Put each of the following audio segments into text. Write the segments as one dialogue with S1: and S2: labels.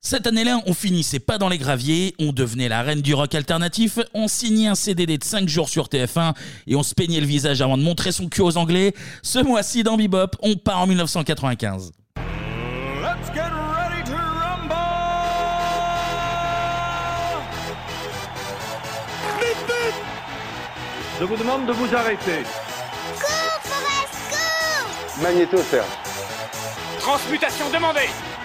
S1: Cette année-là, on finissait pas dans les graviers, on devenait la reine du rock alternatif, on signait un CDD de 5 jours sur TF1 et on se peignait le visage avant de montrer son cul aux Anglais. Ce mois-ci, dans Bebop, on part en 1995.
S2: Let's get ready to rumble! Vite, vite!
S3: Je vous demande de vous arrêter.
S2: Cours, Forest, cours!
S3: Magnéto, Serge.
S2: Transmutation demandée!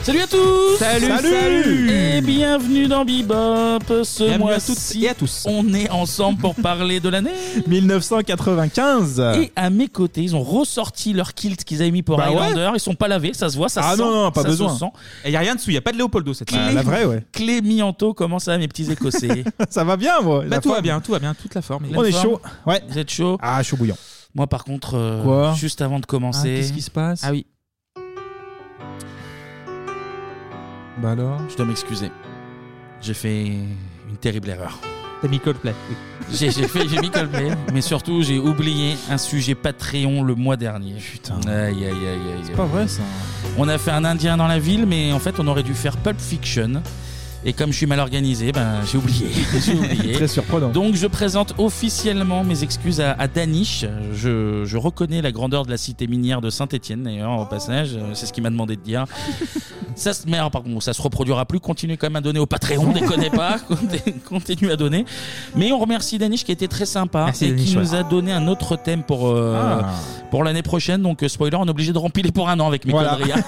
S1: Salut à tous
S4: Salut, Salut salut
S1: Et bienvenue dans Bebop Ce
S4: Bienvenue à
S1: mois-ci, on est ensemble pour parler de l'année
S4: 1995
S1: Et à mes côtés, ils ont ressorti leur kilt qu'ils avaient mis pour
S4: Bah ouais.
S1: Highlander. Ils sont pas lavés, ça se voit, ça
S4: Ah
S1: se sent.
S4: non, non, pas
S1: ça
S4: besoin.
S1: se sent.
S4: Et il n'y a rien dessous, il n'y a pas de Léopoldo cette
S1: Clé-
S4: La vraie, ouais.
S1: Clémianto, comment ça va, mes petits écossais
S4: Ça va bien, moi.
S1: Bah,
S4: la
S1: tout va
S4: forme.
S1: bien,
S4: tout va bien, toute la forme.
S1: est
S4: On est
S1: là.
S4: chaud. Ouais.
S1: Vous êtes chaud
S4: Ah, chaud bouillant.
S1: Moi, par contre, euh,
S4: Quoi
S1: juste avant de commencer.
S4: Ah, qu'est-ce qui se passe
S1: Ah oui,
S4: Bah alors
S1: je dois m'excuser. J'ai fait une terrible erreur.
S4: T'as mis Coldplay.
S1: J'ai j'ai fait, j'ai mis Coldplay, mais surtout j'ai oublié un sujet Patreon le mois dernier. Putain. Aïe aïe aïe aïe.
S4: C'est pas vrai, ça.
S1: On a fait un Indien dans la ville, mais en fait on aurait dû faire Pulp Fiction. Et comme je suis mal organisé, ben j'ai oublié. J'ai oublié.
S4: Très surprenant.
S1: Donc je présente officiellement mes excuses à, à Danish. Je, je reconnais la grandeur de la cité minière de Saint-Étienne d'ailleurs au passage. Euh, C'est ce qu'il m'a demandé de dire. ça se mais alors, par contre ça se reproduira plus. Continuez quand même à donner au Patreon, déconnez pas. Continuez à donner. Mais on remercie Danish qui a été très sympa
S4: Merci,
S1: et
S4: Danish,
S1: qui
S4: ouais.
S1: nous a donné un autre thème pour euh,
S4: Ah.
S1: pour l'année prochaine. Donc euh, spoiler, on est obligé de remplir pour un an avec mes
S4: Voilà.
S1: conneries, hein.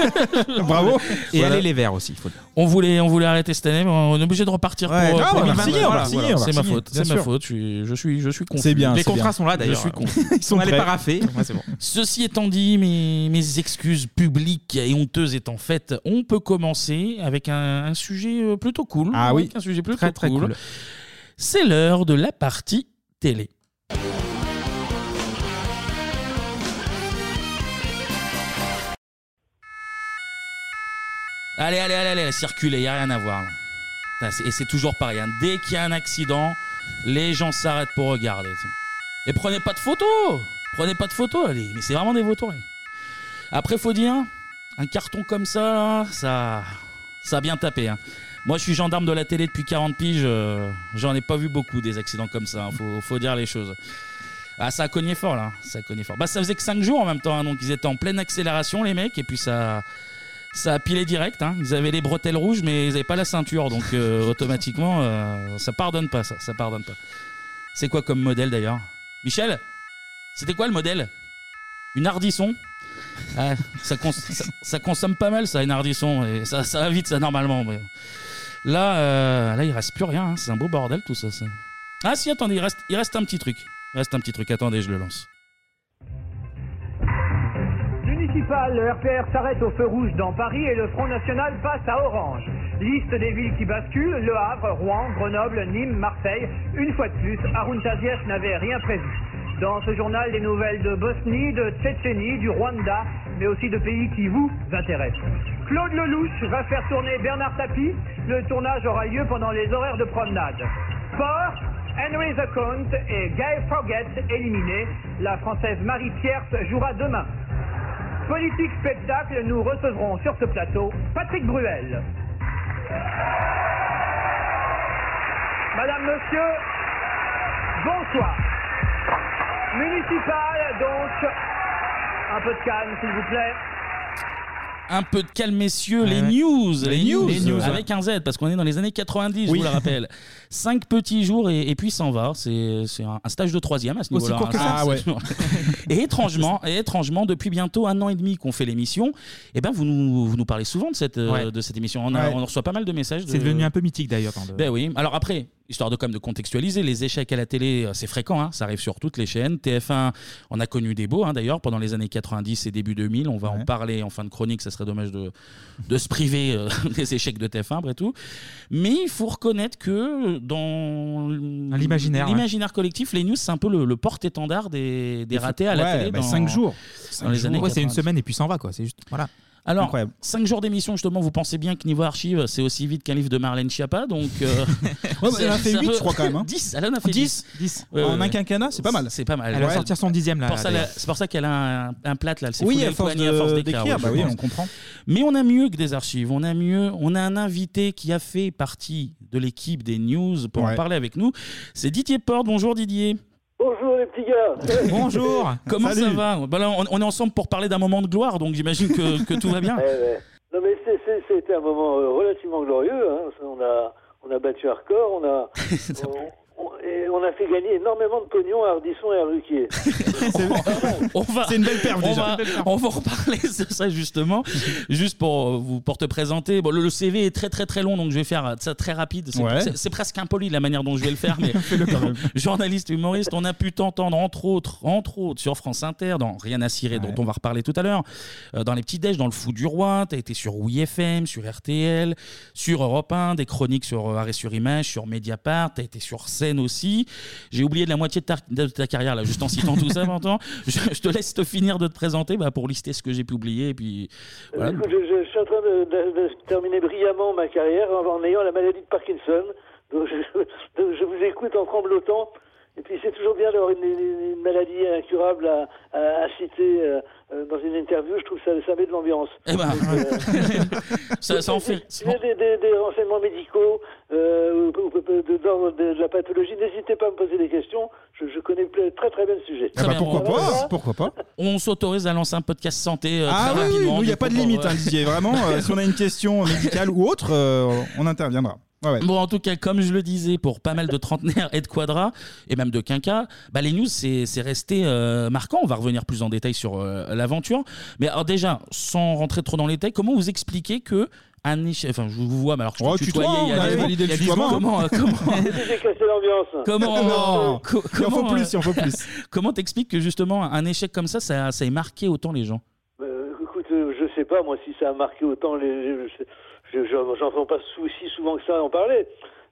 S4: Bravo.
S1: Et Voilà. allez
S4: les verts aussi, il faut
S1: On voulait, on voulait arrêter cette année, mais on est obligé de repartir
S4: Ouais,
S1: pour,
S4: non,
S1: Oh, pour
S4: on va
S1: 2022.
S4: signer, on va
S1: Voilà,
S4: signer,
S1: voilà,
S4: on va
S1: c'est ma
S4: signer,
S1: faute,
S4: bien
S1: c'est ma
S4: sûr.
S1: faute. Je suis, je suis, je suis confus.
S4: C'est bien,
S1: Les
S4: c'est bien.
S1: contrats sont là d'ailleurs.
S4: Je suis
S1: confus.
S4: Ils sont prêts.
S1: Ouais, c'est bon. Ceci étant dit, mes, mes excuses publiques et honteuses étant faites, on peut commencer avec un, un sujet euh, plutôt cool.
S4: Ah oui.
S1: Avec Un sujet plutôt
S4: Très, très cool.
S1: C'est l'heure de la partie télé. Allez, allez, allez, allez, circulez, il n'y a rien à voir. là. Putain, c'est- Et c'est toujours pareil. hein. Dès qu'il y a un accident, les gens s'arrêtent pour regarder. tu sais. Et prenez pas de photos Prenez pas de photos, allez. Mais c'est vraiment des vautours. les- Après, faut dire, un carton comme ça, là, ça, ça a bien tapé. hein. Moi, je suis gendarme de la télé depuis 40 piges. euh, J'en ai pas vu beaucoup des accidents comme ça. hein, Faut, faut dire les choses. Ah, ça a cogné fort là. Ça a cogné fort. Bah, ça faisait que 5 jours en même temps. hein, donc, ils étaient en pleine accélération, les mecs. Et puis, ça, ça a pilé direct. hein. Ils avaient les bretelles rouges, mais ils avaient pas la ceinture. Donc, euh, automatiquement, euh, ça pardonne pas. Ça, ça pardonne pas. C'est quoi comme modèle d'ailleurs Michel C'était quoi le modèle Une Ardisson Ah, ça, cons- ça- ça consomme pas mal ça, une Ardisson. Et ça, ça va vite ça normalement. mais- Là, euh, là il reste plus rien. hein. C'est un beau bordel tout ça. ça. Ah si, attendez, il reste, il reste un petit truc. Il reste un petit truc. Attendez, je le lance.
S5: Municipal, le RPR s'arrête au feu rouge dans Paris et le Front National passe à Orange. Liste des villes qui basculent, Le Havre, Rouen, Grenoble, Nîmes, Marseille. Une fois de plus, Haroun Tazieff n'avait rien prévu. Dans ce journal, des nouvelles de Bosnie, de Tchétchénie, du Rwanda, mais aussi de pays qui vous intéressent. Claude Lelouch va faire tourner Bernard Tapie. Le tournage aura lieu pendant les horaires de promenade. Sport, Henry the Count et Guy Forget éliminés. La Française Marie Pierce jouera demain. Politique spectacle, nous recevrons sur ce plateau Patrick Bruel. Madame, monsieur, bonsoir. Municipal, donc, un peu de calme, s'il vous plaît.
S1: Un peu de calme, messieurs,
S4: Ouais,
S1: les,
S4: ouais.
S1: news,
S4: Les news.
S1: les
S4: Les news,
S1: Avec un Z, parce qu'on est dans les années 90, je
S4: Oui.
S1: vous le rappelle. Cinq petits jours et, et puis s'en va. C'est c'est un, un stage de troisième à ce
S4: Aussi
S1: niveau-là.
S4: court que
S1: hein.
S4: ça.
S1: C'est-
S4: Ah ouais.
S1: c'est- et, étrangement, et étrangement, depuis bientôt un an et demi qu'on fait l'émission, eh ben vous, nous, vous nous parlez souvent de cette, euh,
S4: Ouais.
S1: de cette émission. On, a-
S4: Ouais.
S1: on reçoit pas mal de messages. de-
S4: C'est devenu un peu mythique d'ailleurs. dans le-
S1: Ben oui. Alors après, histoire de comme de contextualiser, les échecs à la télé, euh, c'est fréquent, hein. ça arrive sur toutes les chaînes. TF1, on a connu des beaux, hein, d'ailleurs, pendant les années 90 et début 2000. On va en parler en fin de chronique, ça serait dommage de, de se priver euh, des échecs de TF1, après tout. Mais il faut reconnaître que dans
S4: l'imaginaire, ouais.
S1: l'imaginaire collectif, les news, c'est un peu le, le porte-étendard des, des ratés à la
S4: Ouais,
S1: télé.
S4: bah,
S1: dans-
S4: cinq jours.
S1: dans les années
S4: Ouais, c'est une
S1: 90.
S4: semaine et puis s'en va Ah, quoi. C'est juste. Voilà.
S1: Alors,
S6: Incroyable.
S1: 5 jours d'émission, justement, vous pensez bien que niveau archive, c'est aussi vite qu'un livre de Marlène Schiappa, donc. euh,
S6: Ouais, mais elle en a
S1: c'est-
S6: fait
S1: ça
S6: 8,
S1: veut-
S6: je crois, quand même, hein.
S1: 10, elle en a fait 10.
S4: 10.
S1: Ouais,
S6: en
S1: ouais,
S6: un
S1: ouais.
S6: quinquennat, c'est pas mal.
S1: C'est pas mal.
S6: Elle va sortir
S4: son dixième, là,
S1: Pour ça,
S4: d'ailleurs.
S1: la- C'est pour ça qu'elle a un, un plat, là. Elle s'est
S6: Oui,
S1: foulée
S6: à
S1: le
S6: force
S1: poignet
S6: de-
S1: à force
S6: d'écrire,
S1: ouais,
S6: bah
S1: je
S6: oui,
S1: pense.
S6: on comprend.
S1: Mais on a mieux que des archives. On a mieux. On a un invité qui a fait partie de l'équipe des news pour en
S6: Ouais.
S1: parler avec nous. C'est Didier Porte. Bonjour Didier.
S2: Bonjour les petits gars.
S1: Comment ça
S6: Salut.
S1: va Bah là, on, on est ensemble pour parler d'un moment de gloire, donc j'imagine que, que tout va bien.
S2: Eh ben, Non mais c'est- c'est- c'était un moment euh, relativement glorieux. hein. On a on a battu Hardcore, on a on, on- et on a fait gagner énormément de pognon à Ardisson et à Ruquier.
S1: On va,
S6: C'est une belle perf,
S1: on
S6: déjà.
S1: va, on va en reparler de ça justement, juste pour euh, vous pour te présenter. Bon, le, le CV est très très très long, donc je vais faire euh, ça très rapide. C'est
S6: Ouais.
S1: c'est- c'est presque impoli la manière dont je vais le faire, mais journaliste humoriste, on a pu t'entendre entre autres, entre autres sur France Inter dans Rien à cirer, dont on va reparler tout à l'heure, euh, dans les petits déj, dans le Fou du roi. T'as été sur Oui FM, sur RTL, sur Europe 1, des chroniques sur euh, Arrêt sur Image, sur Mediapart. T'as été sur scène aussi. J'ai oublié de la moitié de ta, de ta carrière là, juste en citant tout ça maintenant. Je, je te laisse te finir de te présenter bah, pour lister ce que j'ai pu oublier et puis voilà.
S6: Euh,
S2: Écoute, je, je- je suis en train de, de- de terminer brillamment ma carrière en, en ayant la maladie de Parkinson. Donc je, donc je vous écoute en tremblotant. Et puis c'est toujours bien d'avoir une, une- une maladie incurable à, à- à citer euh, euh, dans une interview. Je trouve que ça, ça met de l'ambiance.
S1: Eh ben, ça, ça en fait.
S2: Si vous avez des, des- des renseignements médicaux euh, ou- ou- de, de- dans- de- de la pathologie, n'hésitez pas à me poser des questions. Je, je connais ple- très très bien le sujet.
S6: Ah bah, pourquoi
S2: Alors,
S6: pas
S2: voilà.
S6: Pourquoi pas
S1: On s'autorise à lancer un podcast santé euh,
S6: Ah oui,
S1: très
S6: oui,
S1: rapidement.
S6: nous, il n'y a
S1: donc
S6: pas de
S1: on-
S6: limite, hein, Didier. Vraiment, euh, si on a une question médicale ou autre, euh, on interviendra. Ouais, ouais.
S1: Bon, en tout cas, comme je le disais, pour pas mal de trentenaires et de quadras, et même de quinquas, bah, les news, c'est c'est resté euh, marquant. On va revenir plus en détail sur euh, l'aventure. Mais alors, déjà, sans rentrer trop dans les détails, comment vous expliquez que un échec. Enfin, je vous vois, mais alors que je
S6: Oh,
S1: te tutoyais
S6: tutoie,
S1: il y a
S6: on a
S1: dix-
S6: validé le
S1: il y a dix
S6: tutoiement,
S1: secondes.
S6: hein.
S1: Comment, euh, comment,
S2: J'ai cassé l'ambiance.
S1: comment,
S6: Non.
S1: co-
S6: Il en
S1: comment,
S6: faut
S1: euh,
S6: plus, il en faut plus.
S1: Comment t'expliques que justement un échec comme ça, ça, ça ait marqué autant les gens
S2: Euh, écoute, euh, je sais pas, moi, si ça a marqué autant, les, les- je- je- j'en prends pas souci souvent que ça en parler.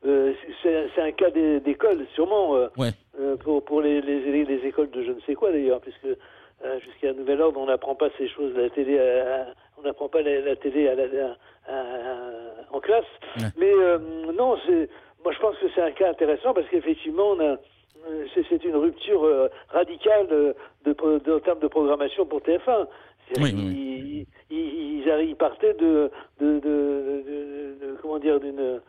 S2: Euh, c'est c'est un cas des- d'école, sûrement, euh,
S1: Ouais.
S2: euh, pour, pour les, les, les écoles de je ne sais quoi d'ailleurs, puisque euh, jusqu'à nouvel ordre, on n'apprend pas ces choses, la télé, à- à- on n'apprend pas la, la télé à la- à- à- en classe.
S1: Ouais.
S2: Mais euh, non, c'est, moi je pense que c'est un cas intéressant parce qu'effectivement, on a, euh, c'est, c'est une rupture euh, radicale euh, de, pro- de- en termes de programmation pour TF1. C'est-
S1: Oui, oui,
S2: Ils, ils- ils arri- ils partaient de, de- de- de- de- comment dire d'une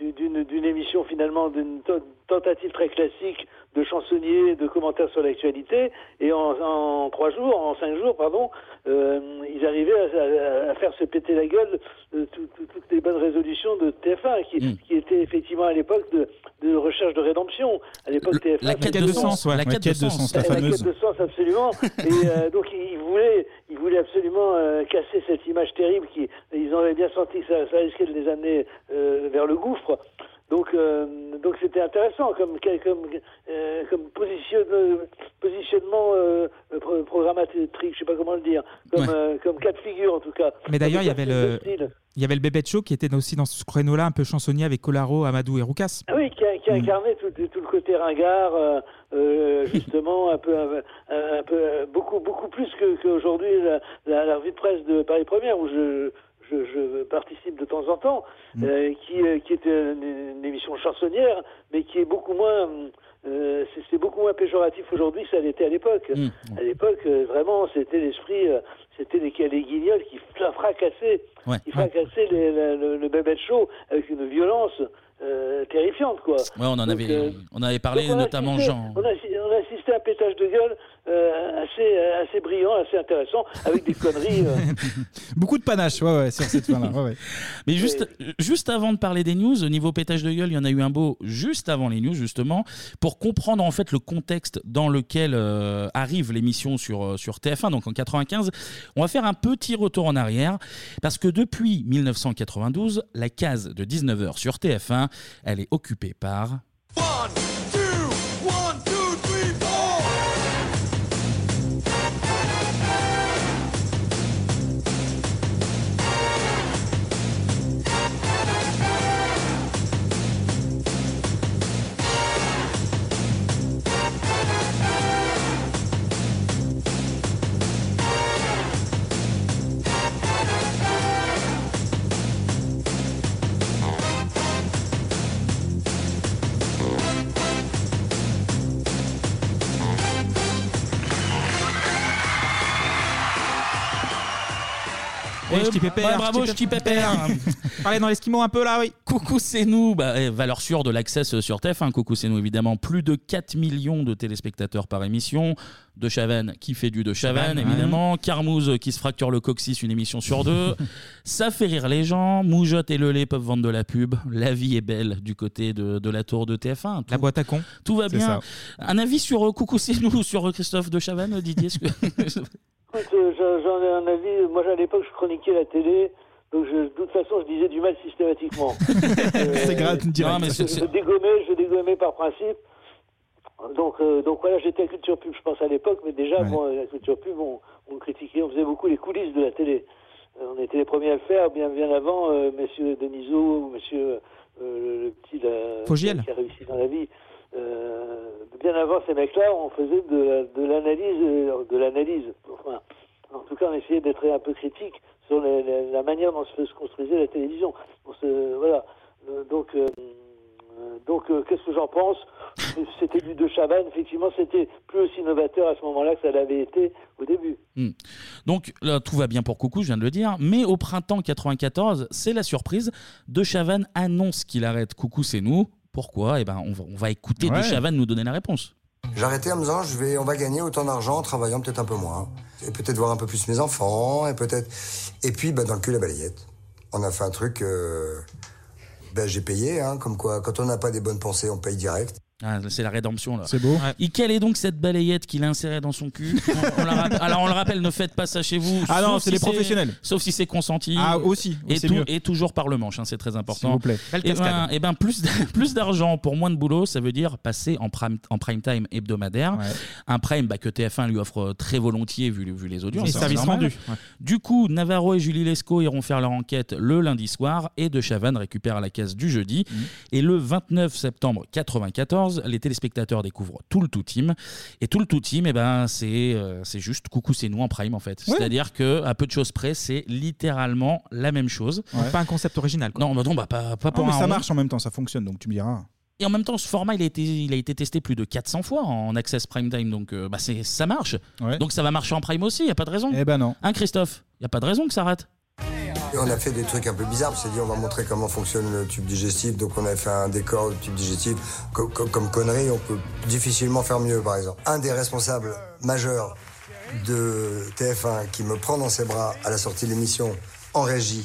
S2: du- d'une d'une émission finalement d'une to- tentative très classique de chansonnier de commentaires sur l'actualité et en, en trois jours en cinq jours pardon euh, ils arrivaient à, à- à faire se péter la gueule euh, tout- tout- toutes les bonnes résolutions de TF1 qui,
S1: Mm.
S2: qui était effectivement à l'époque de, de recherche de rédemption à l'époque TF1
S1: La quête de sens, ouais. La quête de sens,
S6: la
S2: la quête
S6: fameuse.
S2: de sens, absolument. Et euh, donc, ils voulaient, ils voulaient absolument euh, casser cette image terrible. Qui, ils en avaient bien senti que ça, ça risquait de les amener euh, vers le gouffre. Donc, euh, donc c'était intéressant comme comme euh, comme positionne- positionnement euh, pro- programmatique, je sais pas comment le dire, comme
S1: Ouais.
S2: euh, comme cas de figure en tout cas.
S4: Mais d'ailleurs, il y
S2: Comme
S4: avait
S2: cas de
S4: le-
S2: style.
S4: Il y avait le bébé de show qui était aussi dans ce créneau-là, un peu chansonnier avec Colaro, Amadou et Roukas.
S2: Ah oui, qui, a- qui a incarné tout, tout le côté ringard, euh, euh, justement, un peu, un, un peu, euh, beaucoup, beaucoup plus que- qu'aujourd'hui la, la, la revue de presse de Paris Première, où je, je, je participe de temps en temps, euh, qui, euh, qui est une, une émission chansonnière, mais qui est beaucoup moins, hum, euh, c'est- c'est beaucoup moins péjoratif aujourd'hui que ça l'était à l'époque.
S1: Mm.
S2: À l'époque, euh, vraiment, c'était l'esprit, euh, c'était les, les guignols qui fra- fracassaient,
S1: Ouais.
S2: qui fracassaient les- la- le, le bébé de show avec une violence euh, terrifiante, quoi.
S1: Ouais, on en
S2: Donc,
S1: avait,
S2: euh,
S1: on avait parlé
S2: donc on a
S1: notamment
S2: assisté-
S1: Jean.
S2: On a, assi- on a assisté à un pétage de gueule euh, assez, assez brillant, assez intéressant, avec des conneries. euh,
S6: Beaucoup de panache, ouais, ouais, sur cette fin-là. ouais, ouais.
S1: Mais juste, juste avant de parler des news, au niveau pétage de gueule, il y en a eu un beau juste avant les news, justement, pour comprendre en fait le contexte dans lequel euh, arrive l'émission sur, euh, sur TF1, donc en 95. On va faire un petit retour en arrière, parce que depuis 1992, la case de 19h sur TF1, elle est occupée par.
S4: Eh, je t'y pépère,
S1: Ouais,
S4: je
S1: bravo,
S4: t'y
S1: je t'y
S4: pépère.
S1: pépère.
S4: Allez, dans l'esquimau un peu là, oui.
S1: Coucou, c'est nous. Bah, eh, valeur sûre de l'access euh, sur TF1. Coucou, c'est nous, évidemment. Plus de 4 millions de téléspectateurs par émission. De Chavannes qui fait du De Chavannes,
S4: Chavannes,
S1: évidemment. Carmouze euh, qui se fracture le coccyx, une émission sur deux. Ça fait rire les gens. Moujotte et Lelé peuvent vendre de la pub. La vie est belle du côté de, de la tour de TF1. la
S4: boîte à con.
S1: Tout va
S4: C'est
S1: bien.
S4: ça.
S1: Un avis sur euh, Coucou, c'est nous, sur euh, Christophe De Chavannes, Didier est-ce que-
S2: Écoute, euh, j'en j'en ai un avis. Moi, à l'époque, je chroniquais la télé. Donc, je- de toute façon, je disais du mal systématiquement.
S1: C'est grave, direct. Eh, Non, mais
S2: je,
S1: c'est- c'est-
S2: je dégommais, je dégommais par principe. Donc, euh, donc voilà, j'étais à Culture Pub, je pense, à l'époque. Mais déjà,
S7: Ouais.
S2: bon, à Culture Pub, on, on critiquait, on faisait beaucoup les coulisses de la télé. Euh, on était les premiers à le faire, bien, bien avant euh, Monsieur Denisot ou Monsieur euh, le- le petit là,
S4: Fogiel.
S2: qui a réussi dans la vie. Euh, bien avant ces mecs-là, on faisait de la- de l'analyse, euh, de l'analyse. Enfin, en tout cas, on essayait d'être un peu critique sur la, la- la manière dont se, se construisait la télévision. On se- voilà. Euh, donc, euh, euh, donc euh, qu'est-ce que j'en pense C'était du De Chavannes, effectivement, c'était plus aussi novateur à ce moment-là que ça l'avait été au début.
S1: Hmm. Donc là, tout va bien pour Coucou, je viens de le dire. Mais au printemps 94, c'est la surprise. De Chavannes annonce qu'il arrête Coucou, c'est nous. Pourquoi Eh ben, on va, on va écouter
S8: Ouais.
S1: De Chavannes nous donner la réponse.
S8: J'ai arrêté en me disant, je vais, on va gagner autant d'argent en travaillant peut-être un peu moins. Et peut-être voir un peu plus mes enfants, et peut-être. Et puis, bah, dans le cul, la balayette. On a fait un truc. euh, bah, j'ai payé, hein, comme quoi, quand on n'a pas des bonnes pensées, on paye direct.
S1: Ah, c'est la rédemption là.
S8: C'est beau.
S1: Et quelle est donc cette balayette qu'il a insérée dans son cul On- on la rappe- Alors on le rappelle, ne faites pas ça chez vous.
S6: Ah non,
S1: sauf
S6: c'est les professionnels.
S1: Sauf si c'est consenti.
S6: Ah, aussi, oui,
S1: Et,
S6: c'est
S1: tout-
S6: mieux.
S1: et toujours par le manche, hein, c'est très important.
S6: S'il vous plaît. Belle
S1: Et ben,
S6: cascade.
S1: eh ben, plus d- plus d'argent pour moins de boulot, ça veut dire passer en prime, en prime time hebdomadaire. Un prime bah, que TF1 lui offre très volontiers vu, vu les audiences.
S4: Et
S1: hein,
S4: service
S1: c'est normal.
S4: rendu, ouais.
S1: Du coup, Navarro et Julie Lescaut iront faire leur enquête le lundi soir et De Chavannes récupère la caisse du jeudi.
S4: Mm.
S1: Et le 29 septembre 94, les téléspectateurs découvrent tout le tout team. Et tout le tout team, eh ben, c'est euh, c'est juste coucou, c'est nous en prime en fait.
S4: Ouais.
S1: C'est-à-dire que à peu de choses près, c'est littéralement la même chose.
S4: Donc, Pas un concept original.
S1: Non, bah non, bah, pas, pas
S4: Non,
S1: pour
S4: mais
S1: un
S4: ça
S1: rond.
S6: marche en même temps, Ah, ça fonctionne, donc tu me diras.
S1: Et en même temps, ce format, il a été, il a été testé plus de 400 fois en Access Prime Time, donc euh, bah, c'est- ça marche. Donc ça va marcher en Prime aussi, il n'y a pas de raison.
S6: Eh ben non.
S1: Hein, Christophe Il n'y a pas de raison que ça rate.
S8: Et on a fait des trucs un peu bizarres. On s'est dit, on va montrer comment fonctionne le tube digestif. Donc, on avait fait un décor du tube digestif. Co- co- comme connerie, on peut difficilement faire mieux, par exemple. Un des responsables majeurs de TF1 qui me prend dans ses bras à la sortie de l'émission en régie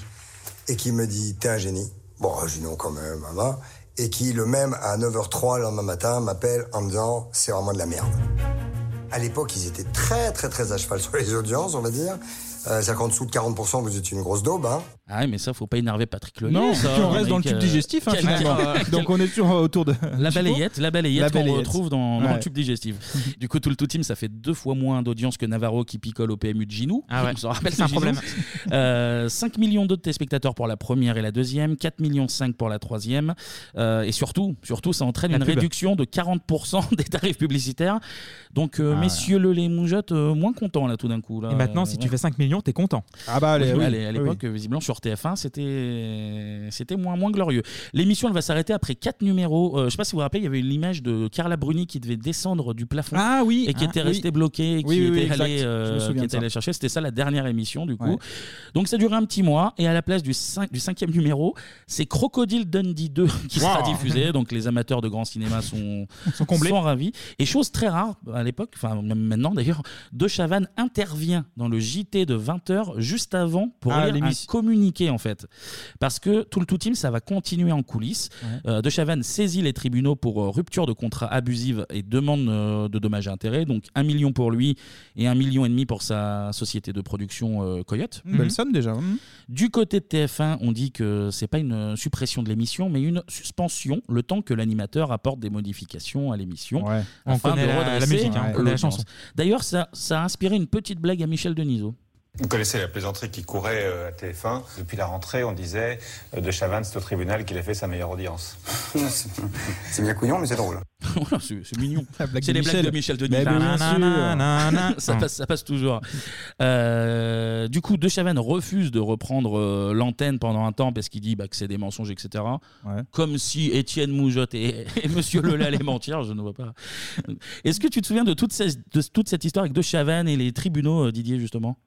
S8: et qui me dit, t'es un génie. Bon, je dis non quand même, maman. Et qui, le même, à 9h03 le lendemain matin, m'appelle en me disant, c'est vraiment de la merde. À l'époque, ils étaient très, très, très à cheval sur les audiences, on va dire. Euh, C'est-à-dire qu'en dessous de 40%, vous étiez une grosse daube, hein.
S1: Ah, mais ça, faut pas énerver Patrick Lelay.
S6: Non,
S1: ça,
S6: on reste dans le
S1: mec,
S6: tube
S1: euh,
S6: digestif hein,
S1: quel-
S6: finalement.
S1: quel-
S6: Donc on est sur euh, autour de
S1: La balayette, la balayette
S6: La
S1: qu'on
S6: balayette.
S1: retrouve dans, dans
S6: Ouais.
S1: le tube digestif. Du coup, tout le tout team, ça fait deux fois moins d'audience que Navarro qui picole au PMU de Ginou.
S4: Ah ouais.
S1: On s'en rappelle,
S4: C'est un
S1: Ginou.
S4: problème.
S1: Euh, 5 millions de téléspectateurs pour la première et la deuxième, 4 millions 5 pour la troisième. Euh, et surtout, surtout, ça entraîne
S4: La
S1: une
S4: pub.
S1: réduction de 40% des tarifs publicitaires. Donc, euh,
S4: Ah ouais.
S1: messieurs le les moujottes, euh, moins contents là tout d'un coup. Là.
S4: Et maintenant, si
S1: Ouais.
S4: tu fais 5 millions, t'es content.
S6: Ah bah,
S1: Oui, à l'é- à l'époque, visiblement, sur TF1, c'était c'était moins, moins glorieux. L'émission, elle va s'arrêter après quatre numéros. Euh, je sais pas si vous vous rappelez, il y avait une image de Carla Bruni qui devait descendre du plafond.
S4: Ah oui,
S1: Et qui
S4: ah,
S1: était
S4: oui.
S1: restée bloquée, et qui
S4: Oui, oui, oui,
S1: était
S4: exact.
S1: allée, euh,
S4: Je me souviens
S1: qui
S4: de
S1: était
S4: ça.
S1: allée chercher. C'était ça la dernière émission, du coup.
S4: Ouais.
S1: Donc ça durait un petit mois. Et à la place du, cin- du cinquième numéro, c'est Crocodile Dundee 2 qui sera
S4: Wow.
S1: diffusé. Donc les amateurs de grand cinéma sont,
S4: Sont comblés.
S1: ravis. Et chose très rare à l'époque, enfin même maintenant d'ailleurs, De Chavannes intervient dans le JT de 20h juste avant pour
S4: Ah,
S1: lire un
S4: l'émission.
S1: communiqué en fait. Parce que tout le tout team, ça va continuer en coulisses.
S4: Ouais.
S1: Euh, de Chavannes saisit les tribunaux pour euh, rupture de contrat abusive et demande euh, de dommages et intérêts. Donc un million pour lui et un million et demi pour sa société de production euh, Coyote.
S6: Belle
S4: Mhm.
S6: somme déjà. Mhm.
S1: Du côté de TF1, on dit que c'est pas une euh, suppression de l'émission, mais une suspension, le temps que l'animateur apporte des modifications à l'émission.
S6: Ouais.
S4: On
S1: afin
S4: connaît
S1: de
S4: la- la
S1: redresser
S4: musique, hein, on connaît la
S1: l'audience.
S4: chanson.
S1: D'ailleurs, ça, ça a inspiré une petite blague à Michel Denisot.
S9: Vous connaissez la plaisanterie qui courait euh, à TF1. Depuis la rentrée, on disait euh, de Chavannes, c'est au tribunal qu'il a fait sa meilleure audience.
S8: C'est bien couillon, mais c'est drôle.
S1: Voilà, c'est c'est mignon.
S9: blague de
S1: C'est les
S9: Michel.
S1: blagues de Michel Denis.
S9: Mais bien
S4: Nanana.
S1: ça, passe, ça passe toujours. Euh, du coup, De Chavannes refuse de reprendre euh, l'antenne pendant un temps parce qu'il dit bah, que c'est des mensonges, etc. Comme si Étienne Moujotte et, et Monsieur Lola allaient mentir, je ne vois pas. Est-ce que tu te souviens de toute, ces- de toute cette histoire avec De Chavannes et les tribunaux, euh, Didier, justement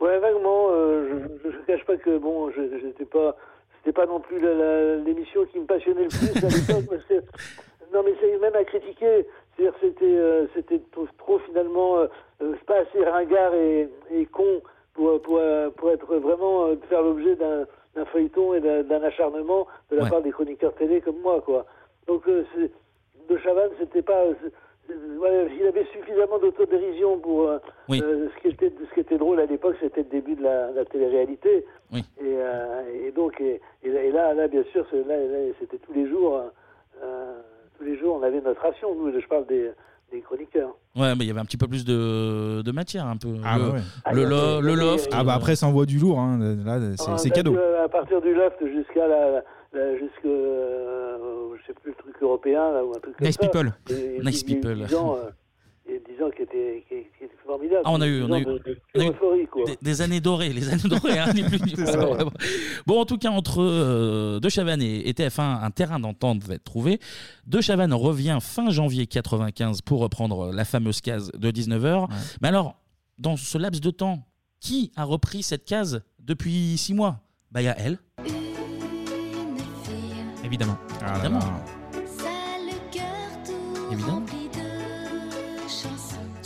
S2: Ouais, vaguement, euh, je ne cache pas que bon, je- j'étais pas, c'était pas non plus la- la- l'émission qui me passionnait le plus à l'époque. parce que- non, mais c'est même à critiquer. C'est-à-dire que c'était, euh, c'était trop, trop, finalement, euh, euh, pas assez ringard et, et con pour, pour, euh, pour être vraiment euh, faire l'objet d'un, d'un feuilleton et d'un, d'un acharnement de la
S1: Ouais.
S2: part des chroniqueurs télé comme moi, quoi. Donc euh, c'est- de Chavannes, c'était pas. c'est- c'est- voilà, il avait suffisamment d'autodérision pour. euh,
S1: Oui.
S2: euh, ce, qui était, ce qui était drôle à l'époque, c'était le début de la, la télé-réalité.
S1: Oui.
S2: Et, euh, et donc, et, et là- et là, là, bien sûr, c'est- là, là, c'était tous les jours. euh, euh, tous les jours, on avait notre ration, nous, je parle des, des chroniqueurs.
S1: Ouais, mais il y avait un petit peu plus de, de matière, un peu.
S6: Ah,
S1: le,
S6: bah ouais.
S1: le, lo- le loft.
S6: Ah bah après, ça envoie du lourd. hein. Là,
S2: Ah,
S6: c'est- c'est
S2: bah,
S6: cadeau.
S2: euh, À partir du loft jusqu'à la. la- la- jusque, euh, je sais plus, le truc européen, là, ou un truc comme
S4: Nice
S2: ça.
S4: people.
S2: Et- et-
S1: Nice
S2: il y a eu
S1: people.
S2: dix ans, euh, Il y a eu 10 ans qui était, qui, qui était formidable.
S1: Ah, on a eu-
S2: Dix
S1: on a
S2: ans
S1: eu-
S2: de- de
S1: on a eu
S2: euphorie, quoi.
S1: Des, des années dorées, les années dorées, hein, ni plus ni moins.
S2: ça.
S1: Vraiment. Bon, en tout cas, entre euh, De Chavannes et, et TF1, un terrain d'entente va être trouvé. De Chavannes revient fin janvier 95 pour reprendre la fameuse case de 19h. Mais alors, dans ce laps de temps, qui a repris cette case depuis six mois Bah, il y a elle.
S4: Évidemment.
S6: Ah
S1: Évidemment. Évidemment.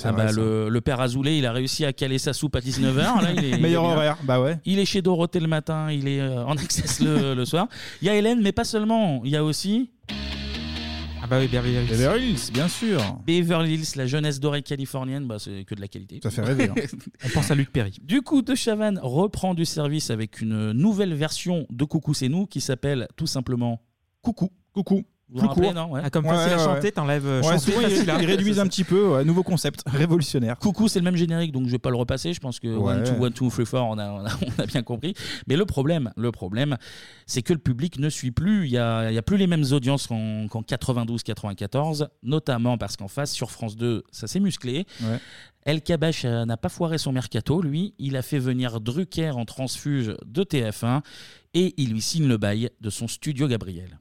S1: Ah bah, le, le père Azoulay, il a réussi à caler sa soupe à 19h. Là, il est- il est
S6: Meilleur
S1: bien.
S6: horaire, bah ouais.
S1: Il est chez Dorothée le matin, il est euh, en access le, le soir. Il y a Hélène, mais pas seulement. Il y a aussi
S4: Ah bah oui, Beverly Hills.
S6: Beverly Hills, bien sûr.
S1: Beverly Hills, la jeunesse dorée californienne. Bah, c'est que de la qualité.
S6: Ça fait rêver, hein.
S4: On pense à Luc Perry.
S1: Du coup, De Chavannes reprend du service avec une nouvelle version de Coucou c'est nous qui s'appelle tout simplement Coucou.
S6: Coucou.
S1: Vous
S6: Plus
S1: vous rappelez,
S6: court.
S1: non Ouais.
S4: Ah, comme
S6: Ouais,
S4: facile
S6: ouais,
S4: à
S6: ouais.
S4: chanter, t'enlèves euh,
S6: Ouais,
S4: chanter,
S6: souvent, ils,
S4: facile à-
S6: ils réduisent un petit peu. ouais, nouveau concept, révolutionnaire.
S1: Coucou, c'est le même générique, donc je vais pas le repasser. Je pense que
S6: Ouais.
S1: 1, 2, 1, 2, 3, 4, on a, on, a, on a bien compris. Mais le problème, le problème c'est que le public ne suit plus. Il n'y a, il y a plus les mêmes audiences qu'en 92-94, notamment parce qu'en face, sur France 2, ça s'est musclé.
S6: Ouais.
S1: El Kabash euh, n'a pas foiré son mercato, lui. Il a fait venir Drucker en transfuge de TF1 et il lui signe le bail de son studio Gabriel.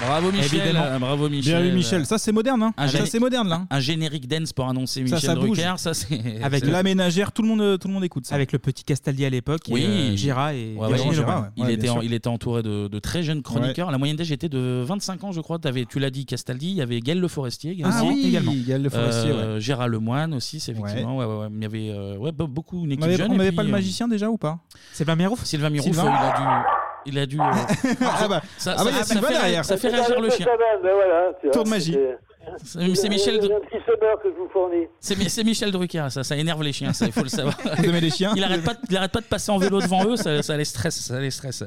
S1: Bravo Michel,
S4: Évidemment.
S1: euh, bravo Michel.
S6: Bienvenue Michel. Ça, c'est moderne. Hein.
S1: Ah,
S6: ça,
S1: j'avais-
S6: c'est moderne, là.
S1: Un générique dance pour annoncer
S6: Ça,
S1: Michel
S6: ça bouge.
S1: Drucker, ça c'est
S4: Avec
S1: c'est-
S6: La ménagère, tout le monde, euh, tout le monde écoute ça.
S4: Avec le petit Castaldi à l'époque,
S1: Oui.
S4: et, euh, Gira et
S1: Ouais, ouais,
S4: Virginie
S1: Laurent
S4: Lebrun.
S6: Gérard, ouais.
S1: Il, était
S6: bien
S1: en-
S6: sûr.
S1: il était entouré de, de très jeunes chroniqueurs. La moyenne d'âge était de 25 ans, je crois. Tu avais Tuladi Castaldi, il y avait Gaël Le Forestier également.
S6: Ah oui,
S4: également.
S6: Gaël le Forestier. ouais.
S1: Euh, Gérard Lemoine aussi, c'est effectivement. Ouais. Ouais, ouais, Il y avait euh, ouais, be- beaucoup, une
S6: On
S1: équipe
S6: avait,
S1: jeune.
S6: on
S1: et
S6: avait
S1: puis,
S6: pas le
S1: euh,
S6: magicien déjà ou pas
S4: Sylvain Mirouf
S1: Sylvain Mirouf,
S6: Sylvain.
S1: euh, il a dû. Il a dû euh,
S6: Ah bah,
S1: ça,
S6: Ah bah, il y a
S1: ça- ça
S6: Sylvain
S1: fait,
S6: derrière.
S1: ça fait
S2: C'était
S1: réagir
S2: avec
S1: le chien.
S2: Chavannes, ben voilà, tu vois,
S6: Tour de magie.
S2: c'était-
S1: C'est c'est Michel,
S2: C'est un petit sommeur que je vous fournis.
S1: c'est Mi- c'est Michel Drucker, ça, ça énerve les chiens, ça, il faut le savoir.
S6: vous aimez les chiens
S1: Il arrête pas, de- il arrête pas de passer en vélo devant eux, ça, ça les stresse, ça les stresse.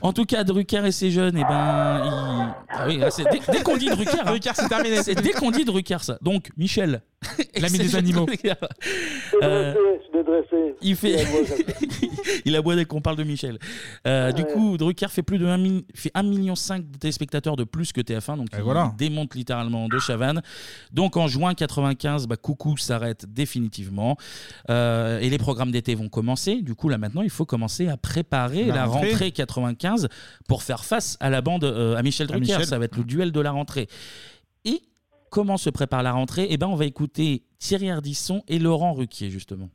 S1: En tout cas, Drucker et ses jeunes, et ben, ils- Ah oui, là, c'est- dès, dès qu'on dit Drucker, hein,
S4: Drucker, c'est terminé.
S1: c'est dès qu'on dit Drucker ça. Donc Michel, et
S4: L'ami
S1: ses
S4: des
S1: jeunes
S4: animaux.
S1: Drucker,
S2: Je suis
S1: Euh,
S2: dressé, je suis dressé.
S1: il fait,
S2: Et moi, j'aime-
S1: il aboie dès qu'on parle de Michel. Euh, Du
S2: Ouais.
S1: coup, Drucker fait plus de 1 mi- fait 1,5 million de téléspectateurs de plus que TF1, donc
S6: Et
S1: il
S6: voilà.
S1: démonte littéralement de Chavannes. Donc en juin 95, bah, Coucou s'arrête définitivement Euh, et les programmes d'été vont commencer. Du coup, là maintenant, il faut commencer à préparer
S6: La
S1: la rentrée,
S6: rentrée.
S1: 95 pour faire face à la bande euh, à Michel Drucker.
S6: Michel.
S1: Ça va être le duel de la rentrée. Et comment se prépare la rentrée Eh ben, on va écouter Thierry Ardisson et Laurent Ruquier justement.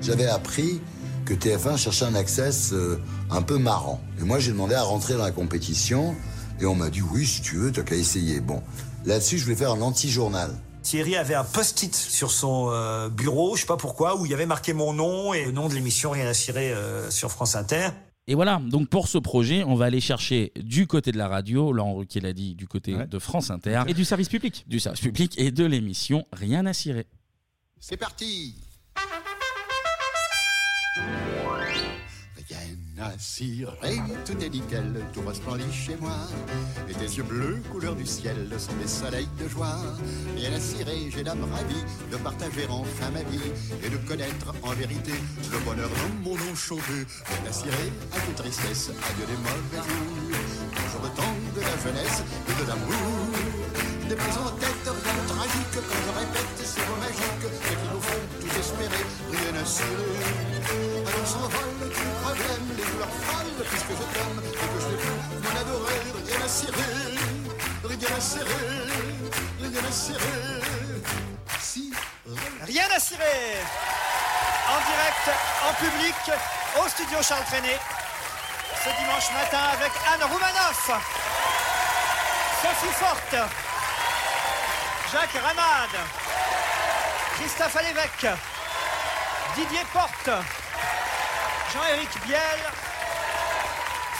S7: J'avais appris que TF1 cherchait un access euh, un peu marrant. Et moi, j'ai demandé à rentrer dans la compétition. Et on m'a dit, oui, si tu veux, t'as qu'à essayer. Bon, là-dessus, je voulais faire un anti-journal.
S10: Thierry avait un post-it sur son euh, bureau, je sais pas pourquoi, où il y avait marqué mon nom et le nom de l'émission Rien à cirer euh, sur France Inter.
S1: Et voilà, donc pour ce projet, on va aller chercher du côté de la radio, Laurent Ruquier l'a dit, du côté
S6: Ouais.
S1: de France Inter,
S4: Et du service public.
S1: du service public et de l'émission Rien à cirer.
S7: C'est parti Rien
S11: à cirer, tout est nickel, tout resplendit chez moi. Et tes yeux bleus, couleur du ciel, sont des soleils de joie. Et à la cirée, j'ai l'âme ravie de partager enfin ma vie et de connaître en vérité le bonheur dans mon nom chauffé. Et la cirée, à toute tristesse, adieu les mauvais jours. Toujours le temps de la jeunesse et de l'amour. Je n'ai plus en tête rien de tragique quand je répète ces mots magiques ce qui nous font tout espérer, rien assurer. Alors s'envole tout problème, les douleurs folles, puisque je t'aime et que je n'ai plus mon adoré, rien à serrer, rien à serrer, rien à serrer. Si,
S5: Rien à cirer En direct, en public, au studio Charles Trenet, ce dimanche matin avec Anne Roumanoff, Sophie Forte, Jacques Ramad, Christophe Alévèque, Didier Porte, Jean-Éric Biel,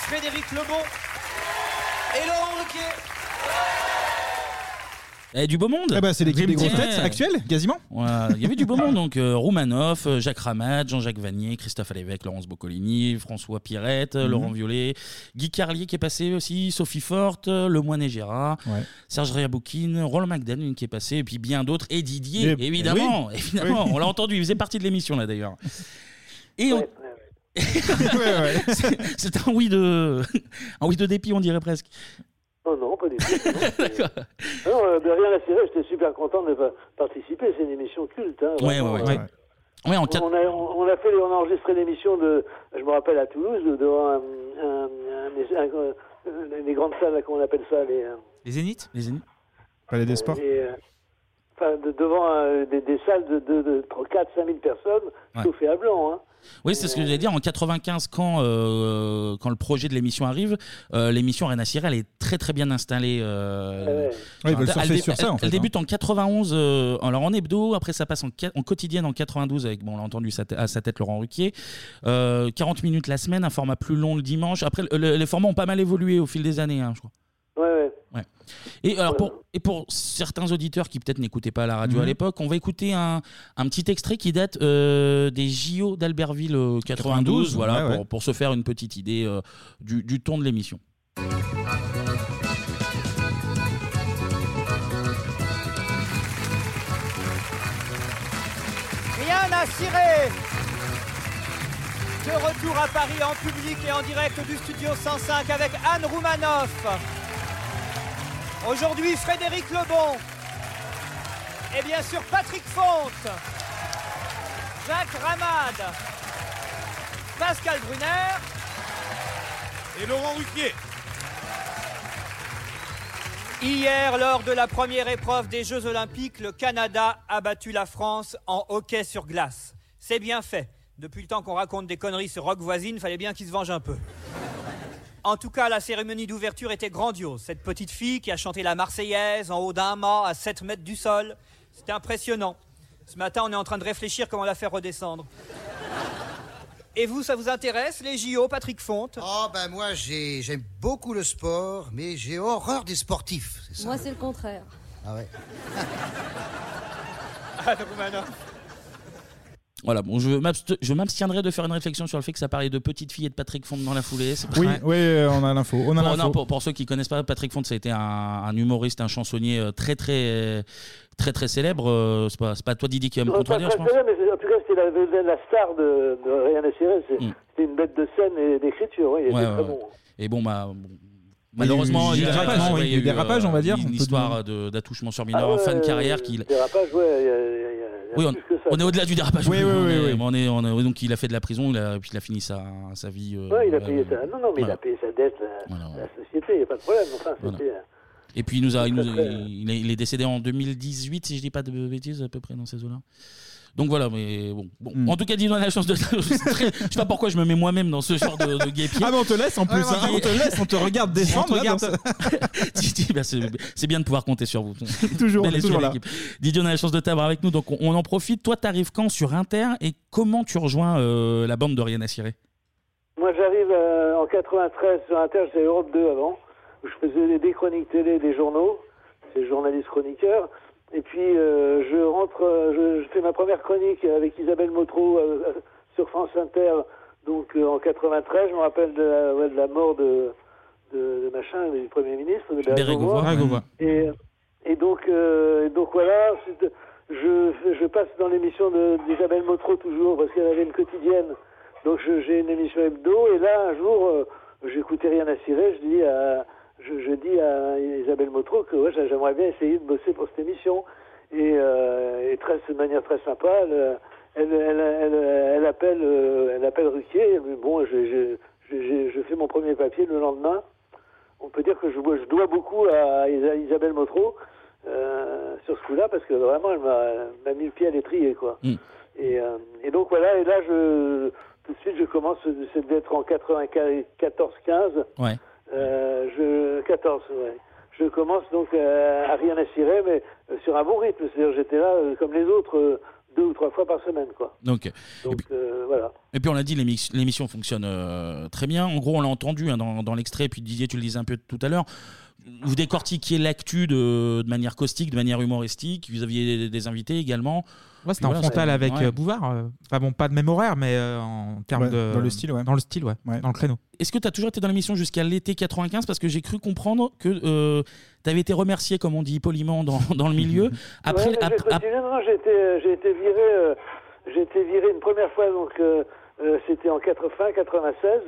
S5: Frédéric Lebon et Laurent Ruquier.
S1: Il y a Eh, du beau monde.
S6: Ah bah, c'est l'équipe des grosses têtes actuelle,
S1: quasiment. eh. il y avait du beau monde. Donc euh, Roumanoff, euh, Jacques Ramat, Jean-Jacques Vanier, Christophe Alévèque, Laurence Boccolini, François Pirette, euh,
S6: Mhm.
S1: Laurent Violet, Guy Carlier qui est passé aussi, Sophie Forte, euh, Lemoine et Gérard, Serge Riaboukine, Roland McDaniel qui est passé, et puis bien d'autres. Et Didier,
S6: Mais-
S1: évidemment.
S6: Eh, oui.
S1: évidemment
S6: Oui.
S1: On l'a entendu, il faisait partie de l'émission là d'ailleurs. Et on- C'est- c'est un oui de un oui de dépit on dirait presque.
S2: Non, Oh non, pas du tout. D'accord. Non, euh, de rien à cirer, j'étais super content de pa- participer. C'est une émission culte. Hein,
S1: Ouais,
S2: vraiment. euh,
S1: ouais, ouais. Ouais, en quatre-
S2: On a, on on a fait, on a enregistré l'émission de, je me rappelle à Toulouse, de- devant un, un- un- un- euh, les grandes salles, là, comment on appelle ça, les, euh,
S12: Les Zéniths
S1: Les Zéniths.
S6: Palais des Sports.
S2: les, euh, enfin, de- devant euh, des, des salles de, de, de 3, 4, 5 000 personnes,
S1: Ouais.
S2: tout fait à blanc. Hein.
S1: Oui, c'est ce que j'allais dire. En 95, quand, euh, quand le projet de l'émission arrive, euh, l'émission Reine à Ciré, elle est très très bien installée. euh,
S6: Ouais. Ouais, Ah, ils veulent
S1: elle-
S6: surfer
S1: elle-
S6: sur ça, en
S1: elle-
S6: fait,
S1: Elle
S6: hein.
S1: débute en 91, euh, alors en hebdo, après ça passe en, qua- en quotidienne en 92 avec, bon, on l'a entendu sa t- à sa tête Laurent Ruquier. Euh, 40 minutes la semaine, un format plus long le dimanche. Après, le- le- les formats ont pas mal évolué au fil des années, hein, je crois.
S2: Ouais, ouais.
S1: Ouais. Et, alors pour, et pour certains auditeurs qui peut-être n'écoutaient pas la radio
S6: Mhm.
S1: à l'époque, on va écouter un, un petit extrait qui date euh, des JO d'Albertville euh,
S6: 92,
S1: 92, voilà,
S6: ouais, ouais.
S1: Pour, pour se faire une petite idée euh, du, du ton de l'émission.
S13: Rien à cirer De retour à Paris en public et en direct du studio 105 avec Anne Roumanoff. Aujourd'hui Frédéric Lebon. Et bien sûr Patrick Fonte. Jacques Ramad. Pascal Brunner. Et Laurent Ruquier. Hier, lors de la première épreuve des Jeux Olympiques, le Canada a battu la France en hockey sur glace. C'est bien fait. Depuis le temps qu'on raconte des conneries sur Rock Voisine, fallait bien qu'ils se vengent un peu. En tout cas, la cérémonie d'ouverture était grandiose. Cette petite fille qui a chanté la Marseillaise en haut d'un mât à 7 mètres du sol, c'était impressionnant. Ce matin, on est en train de réfléchir comment la faire redescendre. Et vous, ça vous intéresse, les JO, Patrick Fonte
S8: Oh ben moi j'ai- j'aime beaucoup le sport, mais j'ai horreur des sportifs. c'est ça
S14: Moi, c'est le contraire.
S8: Ah ouais.
S1: Voilà, bon, je m'abst- je m'abstiendrai de faire une réflexion sur le fait que ça parlait de petites filles et de Patrick Fonte dans la foulée. c'est pas
S6: Oui,
S1: vrai.
S6: oui, euh, on a l'info. On a
S1: Bon, non,
S6: l'info.
S1: pour, pour ceux qui connaissent pas, Patrick Fonte, ça a été un, un humoriste, un chansonnier euh, très très très très célèbre. Euh, C'est pas, c'est pas toi Didi qui va me
S2: Pas très
S1: contredire, je pense.
S2: célèbre, mais en tout cas, c'était la, la- la star de, de Rien à cirer. C'est- C'était une bête de scène et d'écriture. Oui, il était
S1: Mm. Ouais,
S2: très
S1: ouais,
S2: bon. hein.
S1: ouais. Et bon, bah. bon, Malheureusement,
S6: il y a eu des dérapages, oui,
S1: ouais, il y
S6: des
S1: a eu, euh,
S6: dérapages, on va dire, on
S1: Une
S6: peut
S1: histoire de- d'attouchement sur mineur
S2: Ah
S1: en
S2: ouais,
S1: fin de
S2: ouais,
S1: carrière
S2: ouais,
S1: qui.
S2: Dérapage, ouais. il y a- il y a- il y a-
S1: Oui, on, on est au-delà du dérapage.
S6: Oui, oui,
S1: on
S6: oui,
S1: est-
S6: oui.
S1: on est- on est- donc il a fait de la prison, il a, puis il a fini sa, sa vie. euh,
S2: Ouais, il a
S1: euh,
S2: payé sa... Non, non, mais il
S1: voilà.
S2: a payé sa dette euh, à la société, il n'y a pas de problème. Enfin, c'était... euh,
S1: Et puis il nous a, il, nous a-
S2: Après.
S1: il est, il est décédé en 2018, si je dis pas de bêtises, à peu près dans ces eaux-là. Donc voilà, mais bon. bon.
S6: Hmm.
S1: En tout cas, dis-nous la chance de. je sais pas pourquoi je me mets moi-même dans ce genre de, de guêpier.
S6: Ah, mais on te laisse en plus, hein, on te laisse, on te regarde descendre,
S1: On te
S6: là,
S1: regarde. Dis- dis, bah, c'est c'est bien de pouvoir compter sur vous. toujours,
S6: on est toujours là.
S1: Didier, on a la chance de t'avoir avec nous, donc on, on en profite. Toi, t'arrives quand sur Inter et comment tu rejoins euh, la bande de Rien à cirer
S2: Moi, j'arrive euh, en 93 sur Inter, j'étais à Europe 2 avant, où je faisais des- des chroniques télé, des journaux, c'est journaliste chroniqueur. Et puis, euh, je rentre, euh, je, je fais ma première chronique avec Isabelle Motro euh, euh, sur France Inter Donc euh, en 93, je me rappelle de la, ouais, de la mort de, de- de machin, du Premier ministre, de Bérégovoy. Et, et donc, euh, et donc voilà, ensuite, je, je passe dans l'émission de- d'Isabelle Motro toujours, parce qu'elle avait une quotidienne. Donc je- j'ai une émission hebdo, et là, un jour, euh, j'écoutais rien à cirer, je dis à, je, je dis à Isabelle Motro que ouais, j'a- j'aimerais bien essayer de bosser pour cette émission. Et, euh, et très, de manière très sympa, elle, elle, elle, elle, elle appelle, euh, elle appelle Ruquier. Elle dit, Bon, je, je, je- je- je fais mon premier papier le lendemain. On peut dire que je, je dois beaucoup à Isa- Isabelle Motro euh, sur ce coup-là, parce que vraiment, elle m'a- elle m'a mis le pied à l'étrier, quoi.
S1: Mm.
S2: Et, euh, et donc voilà, et là, je, tout de suite, je commence, c'est d'être en 94-15.
S1: Ouais.
S2: Euh, je, 14, ouais. Je commence donc euh, à rien assirer, mais euh, sur un bon rythme. C'est-à-dire j'étais là euh, comme les autres, euh, deux ou trois fois par semaine, quoi.
S1: Donc,
S2: Donc euh, voilà.
S1: Et puis on l'a dit, l'émi- l'émission fonctionne euh, très bien. En gros, on l'a entendu hein, dans, dans l'extrait, puis Didier, tu le disais un peu tout à l'heure. Vous décortiquiez l'actu de, de manière caustique, de manière humoristique. Vous aviez des, des invités également.
S4: Ouais, c'était en
S1: Voilà,
S4: frontal
S1: c'est-
S4: avec
S1: ouais.
S4: euh, Bouvard. euh. Enfin bon, pas de même horaire, mais euh, en termes
S1: Ouais,
S4: de.
S1: dans le style, ouais.
S4: Dans le style, ouais. Dans le créneau.
S1: Est-ce que tu as toujours été dans l'émission jusqu'à l'été 95 Parce que j'ai cru comprendre que tu avais été remercié, comme on dit poliment, dans, dans le milieu. Après,
S2: Ouais, mais
S1: ap-
S2: j'ai continué, non, non, j'ai été, euh, j'ai été viré, euh, j'ai été viré une première fois, donc euh, euh, c'était en 80, 96.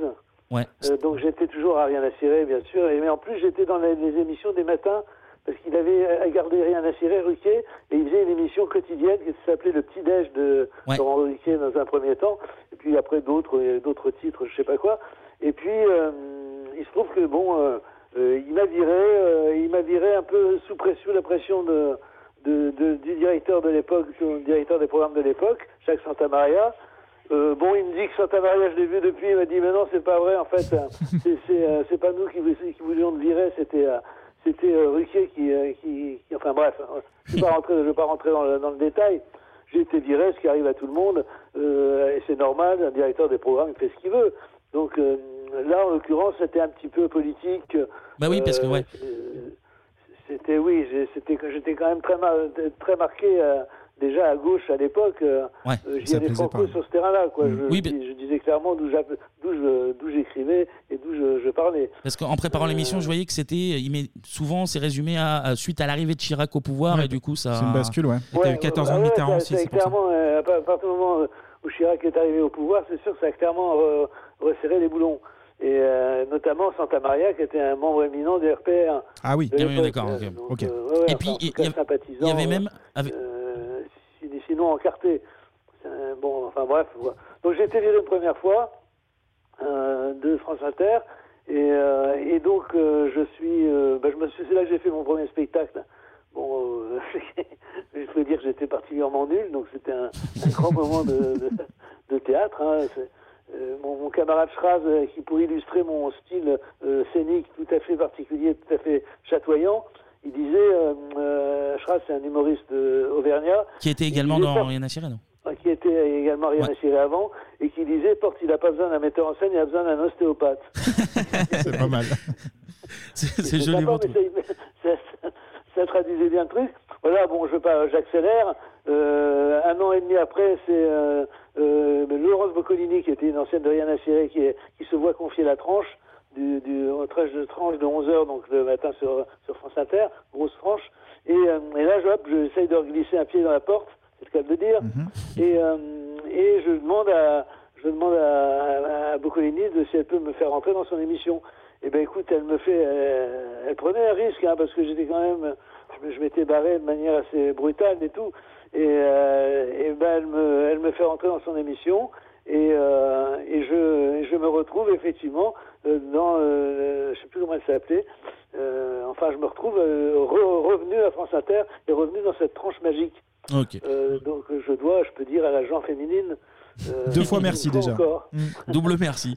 S1: Ouais.
S2: Euh, donc j'étais toujours à rien à cirer, bien sûr. Et, mais en plus, j'étais dans les, les émissions des matins, parce qu'il avait euh, gardé rien à cirer, Ruquier, et il faisait une émission quotidienne qui s'appelait Le Petit Déj de Laurent Ruquier dans un premier temps, et puis après d'autres euh, d'autres titres, je sais pas quoi. Et puis, euh, il se trouve que, bon, euh, euh, il m'a viré, euh, il m'a viré un peu sous pression, la pression de, de- de- du directeur de l'époque, du directeur des programmes de l'époque, Jacques Santamaria. Euh, bon, il me dit que Santa Maria, je l'ai vu depuis, il m'a dit, mais non, c'est pas vrai, en fait, euh, c'est- c'est euh, c'est pas nous qui, vou- qui voulions le virer, c'était euh, c'était euh, Ruquier qui, euh, qui, qui- Enfin bref, euh, je ne vais pas rentrer, je vais pas rentrer dans, le, dans le détail. J'ai été viré, ce qui arrive à tout le monde, euh, et c'est normal, un directeur des programmes, il fait ce qu'il veut. Donc euh, là, en l'occurrence, c'était un petit peu politique.
S1: Bah oui, parce que, ouais.
S2: euh, C'était, oui, j'ai- c'était que j'étais quand même très, mar- très marqué, euh, déjà à gauche à l'époque. euh,
S1: Ouais,
S2: euh, J'y
S1: ça
S2: allais
S1: plaisait
S2: franco
S1: pas. Mm.
S2: sur ce terrain-là. quoi. Je,
S1: Oui,
S2: je dis- je disais clairement d'où j'app- d'où je- d'où j'écrivais et d'où je, je parlais.
S1: Parce qu'en préparant l'émission, je voyais que c'était. il met- Souvent, c'est résumé à, à- suite à l'arrivée de Chirac au pouvoir, et du coup, ça.
S4: c'est une bascule, ouais.
S1: Et t'as eu 14 ans de
S2: Ah ouais,
S1: Mitterrand aussi,
S2: ça- ça a
S1: c'est pour ça.
S2: clairement, euh, à par- à partir du moment où Chirac est arrivé au pouvoir, c'est sûr que ça a clairement euh, resserré les boulons. Et euh, notamment Santa Maria, qui était un membre éminent des RPR.
S6: Ah oui.
S2: De
S6: Ah oui,
S2: l'époque,
S6: d'accord,
S2: euh,
S6: ok.
S2: donc,
S6: Ok.
S2: euh, ouais, ouais,
S1: Et puis,
S2: enfin, en
S1: il-
S2: tout cas,
S1: il y avait-
S2: sympathisant,
S1: il y avait
S2: euh,
S1: même avec-
S2: euh, si- sinon encarté. Euh, bon, enfin bref. voilà. Donc j'ai été viré une première fois euh, de France Inter. Et, euh, et donc euh, je suis, euh, bah, je me suis, c'est là que j'ai fait mon premier spectacle. Bon, euh, il faut dire que j'étais particulièrement nul, donc c'était un, un grand moment de, de- de théâtre. hein. C'est- euh, mon, mon camarade Schraz, euh, qui pour illustrer mon style euh, scénique tout à fait particulier, tout à fait chatoyant, il disait, euh, euh, Schraz c'est un humoriste euh, auvergnat,
S1: Qui était également
S2: Il est
S1: dans
S2: pas-
S1: Rien à cirer, non
S2: euh, qui était également rien à cirer avant, et qui disait, Porte, il n'a pas besoin d'un metteur en scène, il a besoin d'un ostéopathe. hein.
S6: C'est pas mal.
S1: C'est
S2: C'est sympa, mais ça, ça- ça traduisait bien le truc. Voilà, bon, je vais pas, j'accélère. Euh, un an et demi après, c'est euh, euh, Laurence Boccolini, qui était une ancienne de Rien à cirer, qui, est- qui se voit confier la tranche, du, du, en tranche, de, tranche de 11h, donc le matin sur, sur France Inter, grosse tranche. Et, euh, et là, je- hop, j'essaye de glisser un pied dans la porte, c'est le cas de le dire. Et, euh, et je demande à, je demande à, à, à Boccolini de si elle peut me faire rentrer dans son émission. Eh ben écoute, elle me fait, euh, elle prenait un risque hein, parce que j'étais quand même, je, me- je m'étais barré de manière assez brutale et tout. Et, euh, eh ben elle me, elle me fait rentrer dans son émission et, euh, et je, et je me retrouve effectivement euh, dans, euh, je sais plus comment elle s'appelait. Euh, enfin, je me retrouve euh, re- revenu à France Inter et revenu dans cette tranche magique.
S1: Ok.
S2: Euh, donc je dois, je peux dire à l'agent féminine. euh,
S1: Deux fois merci
S2: une fois
S1: déjà. Mm.
S2: encore.
S1: Double merci.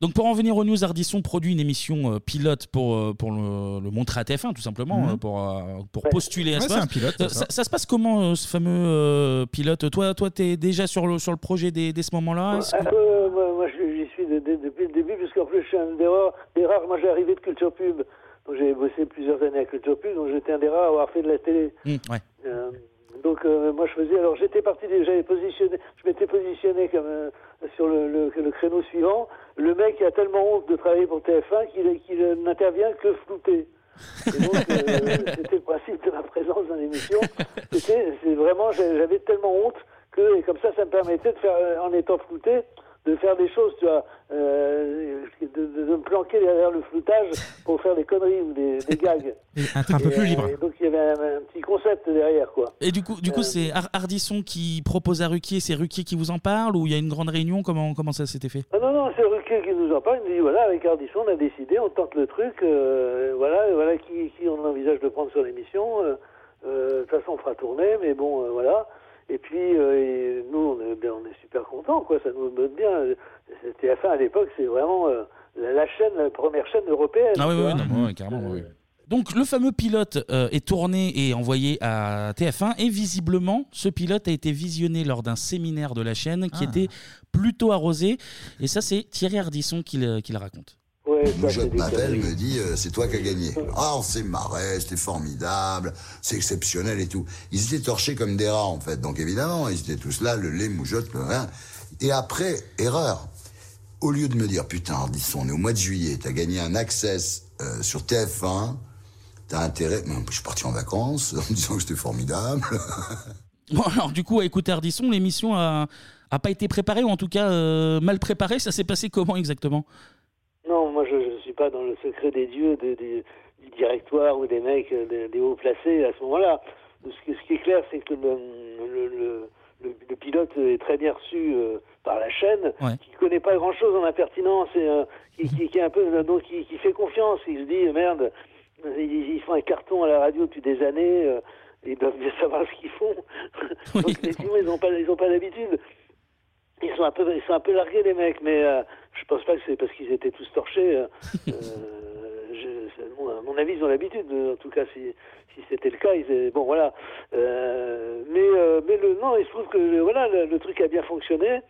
S1: Donc pour en venir aux news, Ardisson produit une émission euh, pilote pour, euh, pour le, le Montre à TF1 tout simplement,
S6: Mhm.
S1: euh, pour, euh, pour
S6: Ouais.
S1: postuler à
S6: Ouais,
S1: ce
S6: c'est
S1: poste.
S6: un pilote, c'est
S1: Euh,
S6: ça.
S1: ça, ça se passe comment euh, ce fameux euh, pilote Toi, toi, t'es déjà sur le sur le projet dès, dès ce moment-là. Est-ce que-
S2: Euh, moi, moi, je- j'y suis de- de- depuis le début, puisqu'en plus, je suis un des rares. Des rares moi, j'ai arrivé de Culture Pub. Donc, j'ai bossé plusieurs années à Culture Pub, donc j'étais un des rares à avoir fait de la télé.
S1: Hmm, ouais.
S2: Euh, Donc euh, moi je faisais, alors j'étais parti, j'avais positionné, je m'étais positionné comme euh, sur le, le- le créneau suivant. Le mec a tellement honte de travailler pour TF1 qu'il qu'il n'intervient que flouté. Et donc euh, c'était le principe de ma présence dans l'émission. C'était c'est vraiment, j'a- j'avais tellement honte que et comme ça ça me permettait de faire, euh, en étant flouté, de faire des choses, tu vois, euh, de, de- de me planquer derrière le floutage pour faire des conneries ou des, des gags.
S4: être un peu
S2: Et,
S4: plus
S2: euh,
S4: libre.
S2: et donc il y avait un, un petit concept derrière quoi.
S1: Et du coup, du coup,
S2: Euh,
S1: c'est Har- Hardisson qui propose à Ruquier, c'est Ruquier qui vous en parle ou il y a une grande réunion Comment comment ça s'était fait
S2: Ah non, non, c'est Ruquier qui nous en parle. Il nous dit voilà, avec Ardisson, on a décidé, on tente le truc, euh, voilà, voilà qui, qui on envisage de prendre sur l'émission. euh, euh, De toute façon, on fera tourner, mais bon, euh, voilà. Et puis, euh, et nous, on est, ben, on est super contents, quoi, ça nous donne bien. C'était la fin à l'époque, c'est vraiment euh, la, la chaîne, la première chaîne européenne.
S1: Ah oui,
S2: tu
S1: oui,
S2: vois. Euh,
S1: non, mais ouais, carrément. ouais, ouais. Donc le fameux pilote euh, est tourné et envoyé à TF1 et visiblement ce pilote a été visionné lors d'un séminaire de la chaîne qui
S2: Ah.
S1: était plutôt arrosé et ça c'est Thierry Hardisson qui le, qui le raconte.
S7: Moi, je m'appelle, me dit, euh, c'est toi qui as gagné. Ah, on s'est marré, c'était formidable, c'est exceptionnel et tout. Ils étaient torchés comme des rats, en fait. Donc, évidemment, ils étaient tous là, le lait, moujotte, le rien. Et après, erreur. Au lieu de me dire, putain, Ardisson, on est au mois de juillet, t'as gagné un access euh, sur TF1, t'as intérêt. Mais je suis parti en vacances en me disant que c'était formidable.
S1: Bon alors du coup à écouter Hardisson l'émission a, a pas été préparée ou en tout cas euh, mal préparée, ça s'est passé comment exactement
S2: Non, moi je ne suis pas dans le secret des dieux, des- des- du directoire ou des mecs, euh, des, des hauts placés à ce moment-là. Ce, qui- ce qui est clair, c'est que le, le- le- le- le pilote est très bien reçu euh, par la chaîne,
S1: Ouais.
S2: qui connaît pas grand-chose en impertinence et euh, qui, qui- qui est un peu euh, donc qui, qui fait confiance. Il se dit merde, ils, ils font un carton à la radio depuis des années, euh, ils doivent bien savoir ce qu'ils font. donc effectivement, ils n'ont pas ils ont pas l'habitude. Ils sont un peu, ils sont un peu largués les mecs, mais euh, je pense pas que c'est parce qu'ils étaient tous torchés. euh, euh, je- c'est- bon, à mon avis, ils ont l'habitude. euh, En tout cas, si, si c'était le cas, ils étaient- bon voilà. Euh, mais euh, mais le non, il se trouve que euh, voilà, le, le truc a bien fonctionné.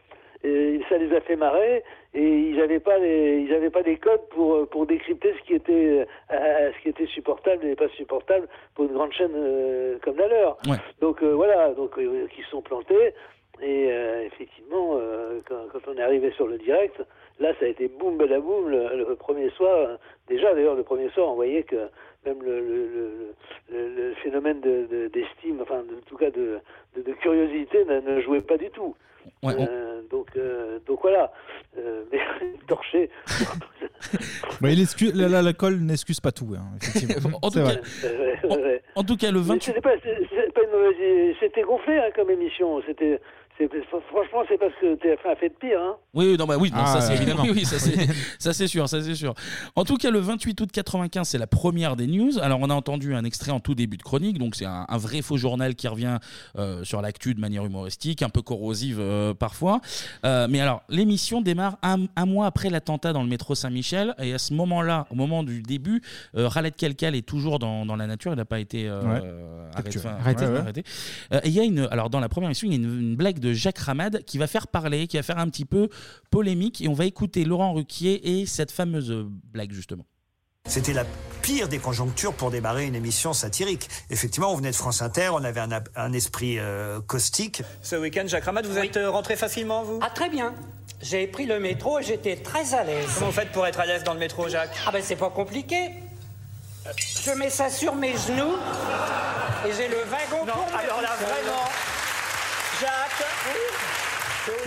S2: Et ça les a fait marrer et ils n'avaient pas les ils avaient pas les codes pour euh, pour décrypter ce qui était euh, ce qui était supportable et pas supportable pour une grande chaîne euh, comme la leur. Donc euh, voilà, donc euh, qui se sont plantés. Et euh, effectivement, euh, quand, quand on est arrivé sur le direct, là, ça a été boum, badaboum, le, le premier soir. euh, Déjà, d'ailleurs, le premier soir, on voyait que même le, le- le- le- le phénomène de- de- d'estime, enfin, de- en tout cas de, de- de curiosité, ne, ne jouait pas du tout.
S1: Ouais, Oh. on-
S2: Euh, donc, euh, donc voilà. Euh, mais torché.
S6: Bah, il excuse- la- la- L'alcool n'excuse pas tout, hein, effectivement.
S1: En tout
S6: C'est
S1: cas,
S6: vrai.
S2: Ouais, ouais, ouais.
S1: En tout cas, le 28.
S2: Mais c'était pas- c'est- c'est pas une mauvaise- C'était gonflé hein, comme émission. C'était, c'était- franchement, c'est parce que TF1 a fait de pire. Hein.
S1: Oui, oui, non, bah oui, non,
S6: Ah,
S1: ça c'est
S6: euh,
S1: évidemment. Oui,
S6: évidemment.
S1: oui, ça c'est, ça c'est sûr, ça c'est sûr. En tout cas, le 28 août 95, c'est la première des news. Alors, on a entendu un extrait en tout début de chronique, donc c'est un, un vrai faux journal qui revient euh, sur l'actu de manière humoristique, un peu corrosive euh, parfois. Euh, mais alors, l'émission démarre un, un mois après l'attentat dans le métro Saint-Michel, et à ce moment-là, au moment du début, euh, Khaled Kalkal est toujours dans, dans la nature, il n'a pas été euh,
S6: Ouais.
S1: euh,
S6: Capturé. Arrêté.
S1: arrêté. enfin, ouais,
S6: Ouais, ouais.
S1: arrêté. arrêté. Euh, et il y a une, alors dans la première émission, il y a une, une blague de Jacques Ramad qui va faire parler, qui va faire un petit peu polémique, et on va écouter Laurent Ruquier et cette fameuse blague justement.
S10: C'était la pire des conjonctures pour démarrer une émission satirique. Effectivement, on venait de France Inter, on avait un, ap- un esprit euh, caustique.
S13: Ce week-end, Jacques Ramat, vous êtes euh, rentré facilement, vous Ah, très bien. J'ai pris le métro et j'étais très à l'aise. Comment vous faites pour être à l'aise dans le métro, Jacques Ah, ben c'est pas compliqué. Je mets ça sur mes genoux et j'ai le wagon non, Alors là, vraiment, Jacques.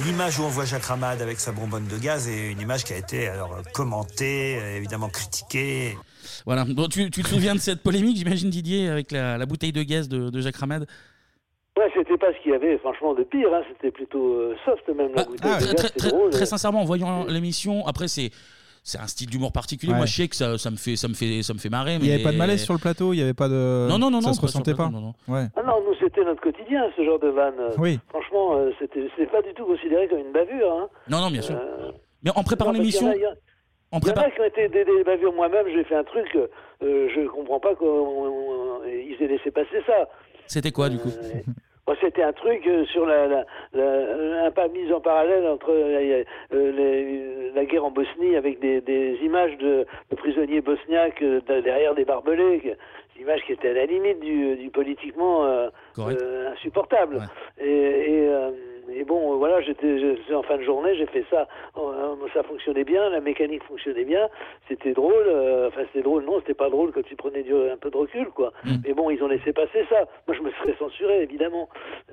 S10: L'image où on voit Jacques Ramad avec sa bonbonne de gaz est une image qui a été alors commentée, euh, évidemment critiquée.
S1: Voilà, Bon, tu, tu te souviens de cette polémique, j'imagine Didier, avec la, la bouteille de gaz de, de Jacques Ramad
S2: Ouais, c'était pas ce qu'il y avait, franchement, de pire. hein. C'était plutôt euh, soft, même la
S6: Ah,
S2: bouteille. de
S1: Ah, Très,
S2: gaz,
S1: très,
S2: c'était
S1: très-
S2: drôle. hein.
S1: très sincèrement, en voyant l'émission, après c'est... C'est un style d'humour particulier.
S6: Ouais.
S1: Moi, je sais que ça, ça me fait, ça me fait, ça me fait marrer.
S6: Il n'y
S1: mais-
S6: avait pas de malaise sur le plateau, il n'y avait pas de.
S1: Non, non, non,
S6: ça
S1: non,
S6: se
S1: pas sur le
S6: ressentait pas.
S1: plateau, non,
S6: Ouais.
S2: Ah non, nous, c'était notre quotidien, ce genre de vanne. Euh,
S6: Oui.
S2: Franchement, euh, c'était, c'est pas du tout considéré comme une bavure. Hein.
S1: Non, non, bien sûr.
S2: Euh,
S1: Mais en préparant
S2: non, parce qu'il y
S1: l'émission,
S2: en a- il y en-
S1: en
S2: Il y en
S1: préparant.
S2: a qui ont été des, des bavures moi-même, j'ai fait un truc, euh, je comprends pas qu'ils aient laissé passer ça.
S1: C'était quoi du coup
S2: Bon, C'était un truc euh, sur la, la, la- un pas mise en parallèle entre euh, euh, les- la guerre en Bosnie avec des, des images de, de prisonniers bosniaques euh, de- derrière des barbelés. image qui était à la limite du, du politiquement euh,
S1: Correct.
S2: euh, insupportable. Et, et, euh, et bon, euh, voilà, j'étais j'étais en fin de journée, j'ai fait ça. Euh, Ça fonctionnait bien, la mécanique fonctionnait bien, c'était drôle. euh, Enfin, c'était drôle, non, c'était pas drôle quand tu prenais du- un peu de recul, quoi. Mais bon, ils ont laissé passer ça. Moi, je me serais censuré, évidemment.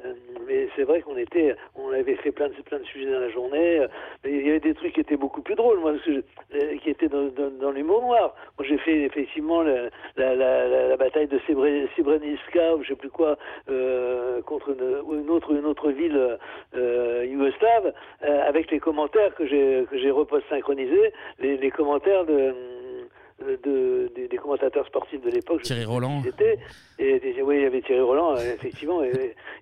S2: Euh, mais c'est vrai qu'on était, on avait fait plein de, plein de sujets dans la journée. euh, mais il y avait des trucs qui étaient beaucoup plus drôles, moi, parce que je- euh, qui étaient dans, dans, dans l'humour noir. Moi, j'ai fait effectivement la, la, la, la- la bataille de Sébré- Srebrenica ou je sais plus quoi euh, contre une, une autre une autre ville euh, yougoslave euh, avec les commentaires que j'ai que j'ai repost synchronisés, les, les commentaires de euh, de, des- des commentateurs sportifs de l'époque. je
S1: Thierry
S2: sais plus qui
S1: Roland.
S2: c'était. Et, et- oui, il y avait Thierry Roland, euh, effectivement. Et,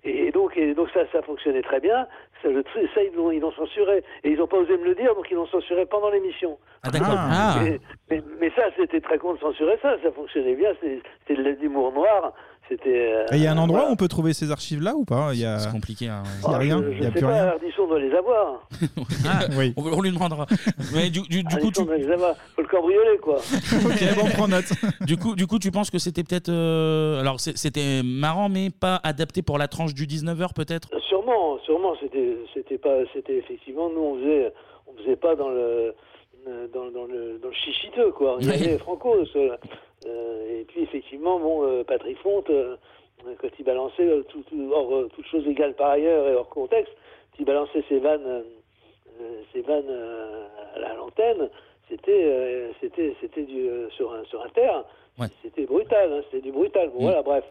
S2: et- et donc, et donc ça, ça fonctionnait très bien. Ça, le truc- ça, ils l'ont ils l'ont censuré. Et ils n'ont pas osé me le dire, donc ils l'ont censuré pendant l'émission.
S1: Ah, d'accord. Ah.
S2: Mais, mais- mais ça, c'était très con de censurer ça. Ça fonctionnait bien. c'est- C'était de l'humour noir. C'était. euh,
S6: Et il y a un endroit où on peut trouver ces archives là ou pas Il y a... C'est
S1: compliqué. Il
S6: y a rien,
S2: Ah, je
S6: il y a
S2: sais
S6: plus
S2: pas,
S6: rien.
S2: Ardisson doit les avoir.
S1: on, on lui demandera. Mais du, du- du coup, tu,
S2: Ardisson doit les avoir. Faut le cambrioler, quoi.
S1: du coup, du coup, tu penses que c'était peut-être. euh, alors, c'est- c'était marrant, mais pas adapté pour la tranche du 19h, peut-être
S2: Sûrement, sûrement, c'était, c'était pas, c'était effectivement, nous on faisait, on faisait pas dans le, dans, le- dans le, dans le chichiteux quoi. Regardez Franco, ce- euh, et puis effectivement, bon, euh, Patrick Fonte, euh, quand il balançait euh, tout, tout- hors, euh, toutes choses égales par ailleurs et hors contexte, il balançait ses vannes, euh, euh, ses vannes euh, à la- à l'antenne, c'était, euh, c'était, c'était du euh, sur un sur un terre, c'était brutal, hein, c'était du brutal.
S1: Mm.
S2: Bon, voilà, bref.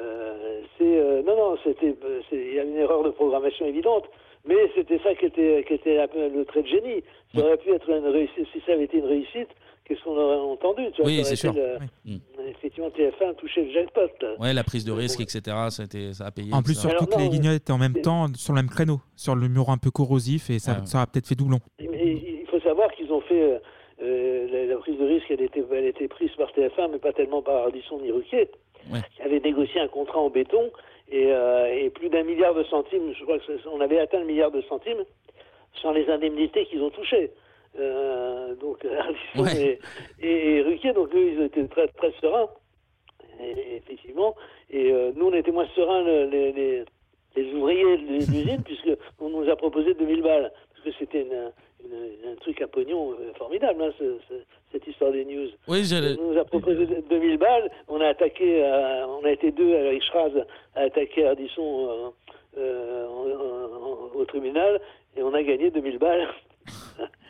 S2: Euh, c'est euh, non non c'était euh, c'est- il y a une erreur de programmation évidente mais c'était ça qui était qui était un peu le trait de génie ça aurait pu être une réussite si ça avait été une réussite qu'est-ce qu'on aurait entendu tu vois,
S1: Oui, Mm.
S2: ça
S1: c'est
S2: aurait été le- effectivement TF1 touchait le jackpot là.
S1: Ouais, la prise de risque, etc. Ça a, été- ça a payé.
S4: En plus,
S1: ça.
S4: surtout que les guignols étaient en même temps sur le même créneau, sur le mur un peu corrosif, et ça,
S1: Ouais.
S4: ça a peut-être fait doublon.
S2: Mais il faut savoir qu'ils ont fait euh, euh, la, la prise de risque, elle était, elle était prise par TF1, mais pas tellement par Ardisson ni Ruquier, qui avait négocié un contrat en béton et, euh, et plus d'un milliard de centimes, je crois qu'on avait atteint le milliard de centimes sans les indemnités qu'ils ont touchées. Euh, donc Ardisson et, et, et Ruquier, donc eux, ils étaient très, très sereins, et- effectivement. Et euh, nous, on était moins sereins, le- les, les- les ouvriers de l'usine, puisque on nous a proposé 2000 balles. Parce que c'était une- une- un truc à pognon euh, formidable, hein, ce- ce- cette histoire des news.
S1: Oui, j'allais-
S2: On nous a proposé 2000 balles, on a attaqué, à- on a été deux avec Schraz à attaquer Ardisson euh, euh, en- en- en- au tribunal, et on a gagné 2000 balles.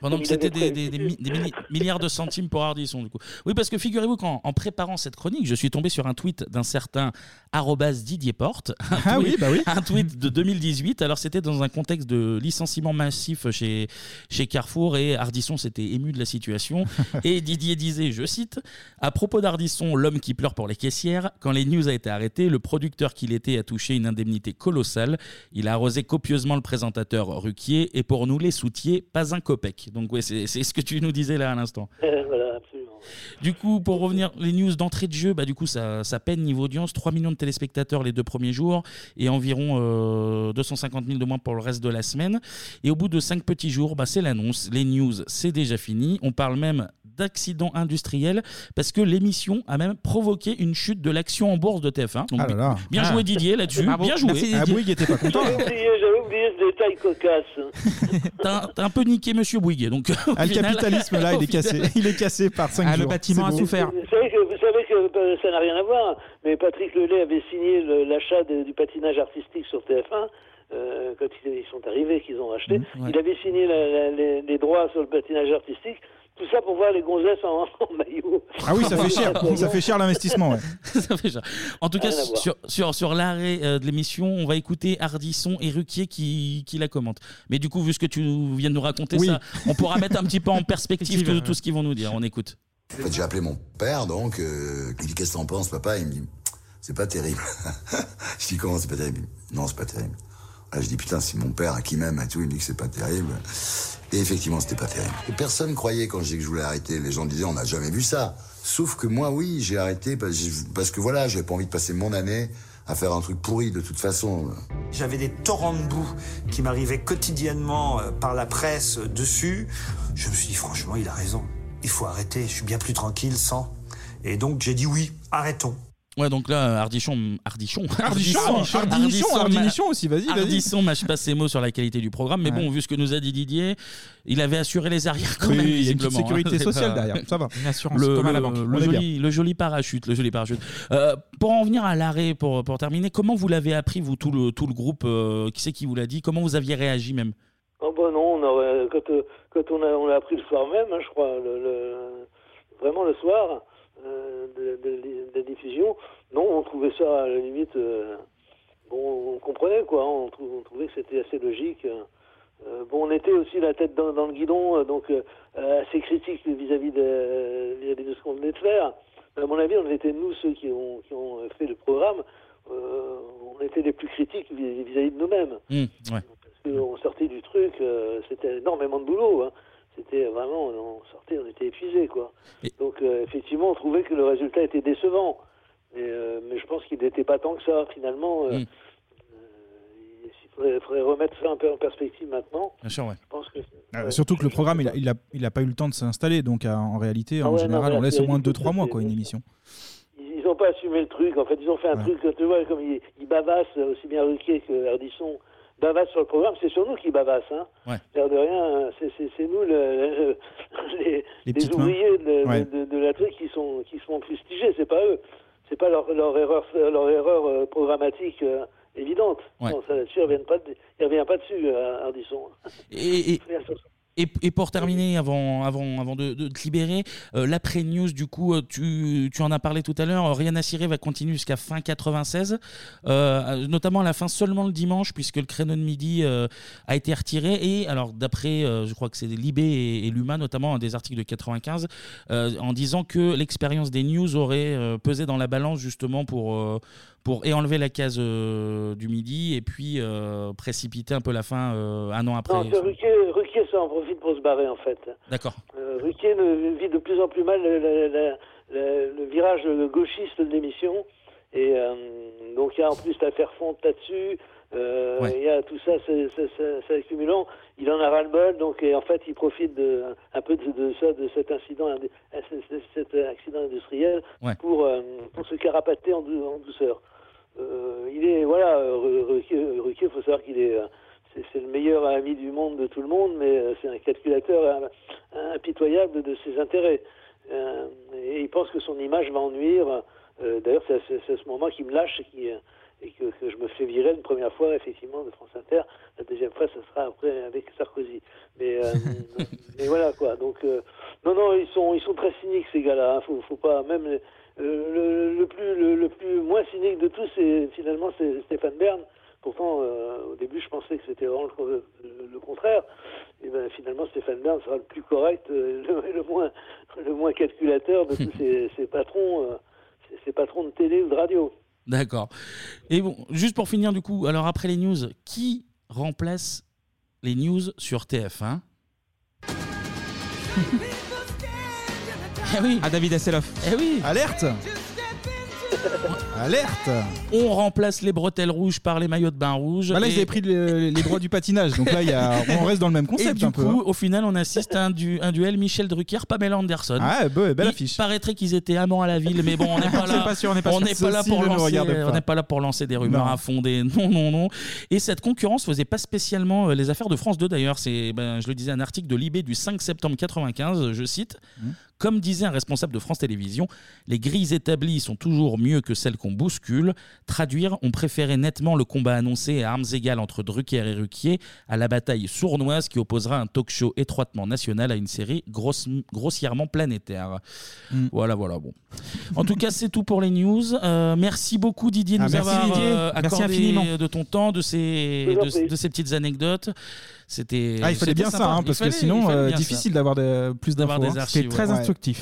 S1: Pendant
S2: Comme
S1: que
S2: il
S1: c'était
S2: avait
S1: des, des- des mi- des mini- milliards de centimes pour Ardisson, du coup. Oui, parce que figurez-vous qu'en en préparant cette chronique, je suis tombé sur un tweet d'un certain arrobase Didier Porte. Un
S6: Ah
S1: tweet-
S6: oui, bah oui.
S1: Un tweet de 2018. Alors, c'était dans un contexte de licenciement massif chez, chez Carrefour et Ardisson s'était ému de la situation. Et Didier disait, je cite, à propos d'Ardisson, l'homme qui pleure pour les caissières, quand les news a été arrêté, le producteur qu'il était a touché une indemnité colossale. Il a arrosé copieusement le présentateur Ruquier et pour nous, les soutiers, pas un copec. Donc, ouais, c'est c'est ce que tu nous disais là à l'instant.
S2: Euh, voilà, absolument.
S1: Du coup, pour revenir, les news d'entrée de jeu, bah, du coup, ça, ça peine niveau audience. 3 millions de téléspectateurs les deux premiers jours et environ euh, 250 000 de moins pour le reste de la semaine. Et au bout de 5 petits jours, bah, c'est l'annonce. Les news, c'est déjà fini. On parle même d'accident industriel parce que l'émission a même provoqué une chute de l'action en bourse de TF1. Donc,
S6: Ah là là.
S1: Bien
S6: Ah.
S1: joué Didier là-dessus.
S6: Bravo.
S1: Bien joué.
S6: Merci, Didier. Ah, Bouygues était pas content.
S2: J'avais oublié, j'avais oublié ce détail cocasse.
S1: T'as t'as un peu niqué Monsieur Bouygues. Donc, au
S6: Ah, le
S1: final-
S6: capitalisme là, il
S1: au
S6: est cassé.
S1: final-
S6: Il est cassé par 5
S1: Ah, le
S6: jours.
S1: bâtiment
S6: C'est
S1: a
S6: beau.
S1: souffert.
S2: Vous savez que, vous savez que euh, ça n'a rien à voir, mais Patrick Lelay avait signé le- l'achat de- du patinage artistique sur TF1. euh, quand ils, ils sont arrivés, qu'ils ont racheté,
S1: Mmh,
S2: il avait signé la- la- les, les droits sur le patinage artistique, tout ça pour voir les gonzesses en, en maillot.
S6: Ah oui, ça fait cher. Ça fait cher l'investissement. ouais.
S1: Ça fait cher. En tout cas,
S2: Rien à voir.
S1: sur, sur, sur l'arrêt euh, de l'émission, on va écouter Hardisson et Ruquier qui, qui la commentent. Mais du coup, vu ce que tu viens de nous raconter,
S7: Oui.
S1: ça, on pourra mettre un petit peu en perspective tout, tout ce qu'ils vont nous dire. On écoute.
S7: En fait, j'ai appelé mon père, donc, euh, il dit Qu'est-ce que t'en penses, papa Il me dit C'est pas terrible. je dis Comment c'est pas terrible Il me dit, Non, c'est pas terrible. Là, je dis Putain, si mon père, qui m'aime et tout, il me dit que c'est pas terrible. Et effectivement, c'était pas terrible. Et personne croyait quand je dis que je voulais arrêter. Les gens disaient On n'a jamais vu ça. Sauf que moi, oui, j'ai arrêté parce parce que voilà, j'avais pas envie de passer mon année à faire un truc pourri de toute façon.
S10: J'avais des torrents de boue qui m'arrivaient quotidiennement euh, par la presse euh, dessus. Je me suis dit, franchement, il a raison. Il faut arrêter. Je suis bien plus tranquille sans. Et donc, j'ai dit oui, arrêtons.
S1: Ouais, donc là, Ardichon. Ardichon.
S6: Ardichon, Ardichon, Ardichon,
S1: ma-
S6: Ardichon aussi, vas-y, vas-y.
S1: Ardisson mâche pas ses mots sur la qualité du programme, mais
S6: Ouais.
S1: bon, vu ce que nous a dit Didier, il avait assuré les arrières quand
S6: Oui,
S1: même.
S6: il y a une petite
S1: visiblement, hein.
S6: sécurité
S1: C'est
S6: sociale
S1: pas-
S6: derrière, ça va. Une assurance,
S1: le,
S6: comme à la
S1: le-
S6: banque.
S1: le
S6: On est
S1: joli, le joli parachute, le joli parachute. Euh, pour en venir à l'arrêt, pour, pour terminer, comment vous l'avez appris, vous, tout le, tout le groupe euh, Qui c'est qui vous l'a dit Comment vous aviez réagi même
S2: Oh bah non, on aurait- quand, euh, quand on, a, on a appris le soir même, hein, je crois, le, le- vraiment le soir euh, de, de- de la diffusion, non, on trouvait ça à la limite, euh, bon, on comprenait quoi, hein, on, trou- on trouvait que c'était assez logique. euh. Euh, bon, on était aussi la tête dans, dans le guidon, euh, donc euh, euh, assez critique vis-à-vis de, vis-à-vis de ce qu'on venait de faire. Mais à mon avis, on était nous ceux qui ont, qui ont fait le programme, euh, on était les plus critiques vis- vis-à-vis de nous-mêmes.
S1: Hmm, ouais.
S2: Parce qu'on sortait du truc, euh, c'était énormément de boulot. hein. C'était vraiment, on sortait, on était épuisé, quoi. Donc, euh, effectivement, on trouvait que le résultat était décevant. Mais, euh, mais je pense qu'il n'était pas tant que ça, finalement. euh, euh, il faudrait, il faudrait remettre ça un peu en perspective maintenant.
S1: Bien sûr, ouais.
S2: Je pense que.
S6: Euh, Surtout que le programme, il a, il a- il a pas eu le temps de s'installer, donc euh, en réalité, en
S2: Ah ouais, non,
S6: général,
S2: mais
S6: on laisse
S2: là,
S6: au moins
S2: c'est-
S6: 2-3 mois,
S2: c'est-
S6: quoi, une émission.
S2: Ils n'ont pas assumé le truc. En fait, ils ont fait un
S6: Ouais.
S2: truc, tu vois, comme ils, ils bavassent, aussi bien Ruquier que Ardisson, bavassent sur le programme. C'est sur nous qu'ils bavassent. Hein.
S1: Ouais.
S2: L'air de rien, c'est- c'est c'est nous, le- le- le- les,
S6: Les
S2: les
S6: petites mains.
S2: ouvriers de, de-
S6: Ouais.
S2: de- de la truc qui sont, qui sont fustigés. C'est pas eux. C'est pas leur, leur erreur, leur erreur euh, programmatique euh, évidente.
S1: Ouais.
S2: Non, ça, là-dessus, ils reviennent pas de- ils ne reviennent pas dessus, euh, Ardisson.
S1: Et, et-
S2: Rien sur ça.
S1: et- et pour terminer, avant, avant, avant de, de te libérer, euh, l'après-news, du coup, euh, tu, tu en as parlé tout à l'heure, euh, Rihanna Siré va continuer jusqu'à fin 96, euh, notamment à la fin seulement le dimanche, puisque le créneau de midi euh, a été retiré. Et alors, d'après, euh, je crois que c'est Libé et, et Luma, notamment, un des articles de 95, euh, en disant que l'expérience des news aurait euh, pesé dans la balance, justement, pour, euh, pour et enlever la case euh, du midi, et puis euh, précipiter un peu la fin euh, un an après.
S2: Non, c'est Ruquier, Ruquier, ça en profite pour se barrer, en fait.
S1: D'accord.
S2: Euh, Ruquier ne- vit de plus en plus mal le, le- le- le- le virage gauchiste de l'émission. Et euh, donc il y a en plus l'affaire Fonte là-dessus. Euh,
S1: Ouais.
S2: Il y a tout ça, c'est- c'est c'est- c'est accumulant. Il en a ras-le-bol, donc et en fait il profite de, un peu de, de ça, de cet incident, indu- euh, c- c- cet accident industriel
S1: Ouais.
S2: pour, euh, pour se carapater en, dou- en douceur. Euh, il est voilà, euh, Ru- Ruquier, Ruquier, faut savoir qu'il est euh, c'est c'est le meilleur ami du monde de tout le monde, mais euh, c'est un calculateur euh, impitoyable de ses intérêts. Euh, et il pense que son image va en nuire. Euh, D'ailleurs, c'est à ce- c'est à ce moment qui me lâche et, qui, euh, et que, que je me fais virer une première fois, effectivement, de France Inter. La deuxième fois, ça sera après avec Sarkozy. Mais, euh, mais voilà, quoi. Donc, euh, non, non, ils sont, ils sont très cyniques, ces gars-là. hein. Faut, faut pas, même euh, le, le plus, le, le plus moins cynique de tous, c'est finalement c'est Stéphane Bern. Pourtant, euh, au début, je pensais que c'était vraiment le, co- le- le contraire. Et ben, finalement, Stéphane Bern sera le plus correct, euh, le, le moins, le moins calculateur de tous ces, ces patrons. euh, ces- ces patrons de télé ou de radio.
S1: D'accord. Et bon, juste pour finir, du coup, alors après les news, qui remplace les news sur TF1 oui.
S4: À David Asseloff.
S1: Eh oui.
S6: Alerte Alerte
S1: On remplace les bretelles rouges par les maillots de bain rouges.
S6: Bah là,
S1: et-
S6: ils avaient pris le- les droits du patinage, donc là, il y a- on reste dans le même
S1: Et
S6: concept
S1: du
S6: un
S1: coup,
S6: peu. hein.
S1: au final, on assiste à un, du- un duel Michel Drucker, Pamela Anderson.
S6: Ah, be- belle
S1: Il paraîtrait qu'ils étaient amants à la ville, mais bon, on n'est pas là.
S6: pas sûr, on n'est pas sûr.
S1: n'est pas là
S6: Ceci
S1: pour
S6: ne nous
S1: lancer.
S6: regarde pas.
S1: On n'est pas là pour lancer des rumeurs
S6: Non.
S1: infondées. Non, non, non. Et cette concurrence faisait pas spécialement euh, les affaires de France 2 d'ailleurs. C'est, ben, je le disais, un article de Libé du 5 septembre 95. Je cite. Comme disait un responsable de France Télévisions, les grilles établies sont toujours mieux que celles qu'on bouscule. Traduire, on préférait nettement le combat annoncé à armes égales entre Drucker et Ruquier à la bataille sournoise qui opposera un talk show étroitement national à une série grosse- grossièrement planétaire. Voilà, voilà, bon. En tout cas, c'est tout pour les news. Euh, merci beaucoup Didier de
S4: Ah,
S1: nous
S4: merci,
S1: avoir
S4: Didier.
S1: euh,
S4: Merci
S1: accordé
S4: infiniment.
S1: de ton temps, de ces,
S4: Je vous en
S1: de-
S4: prie.
S1: de ces petites anecdotes. C'était.
S6: Ah, il fallait
S1: c'était
S6: bien
S1: sympa.
S6: ça, hein,
S1: Il
S6: parce
S1: fallait-
S6: que
S1: il
S6: sinon,
S1: fallait
S6: euh,
S1: bien ça.
S6: difficile d'avoir de- plus
S1: D'avoir
S6: d'infos.
S1: des
S6: hein.
S1: archives, ouais. Ouais.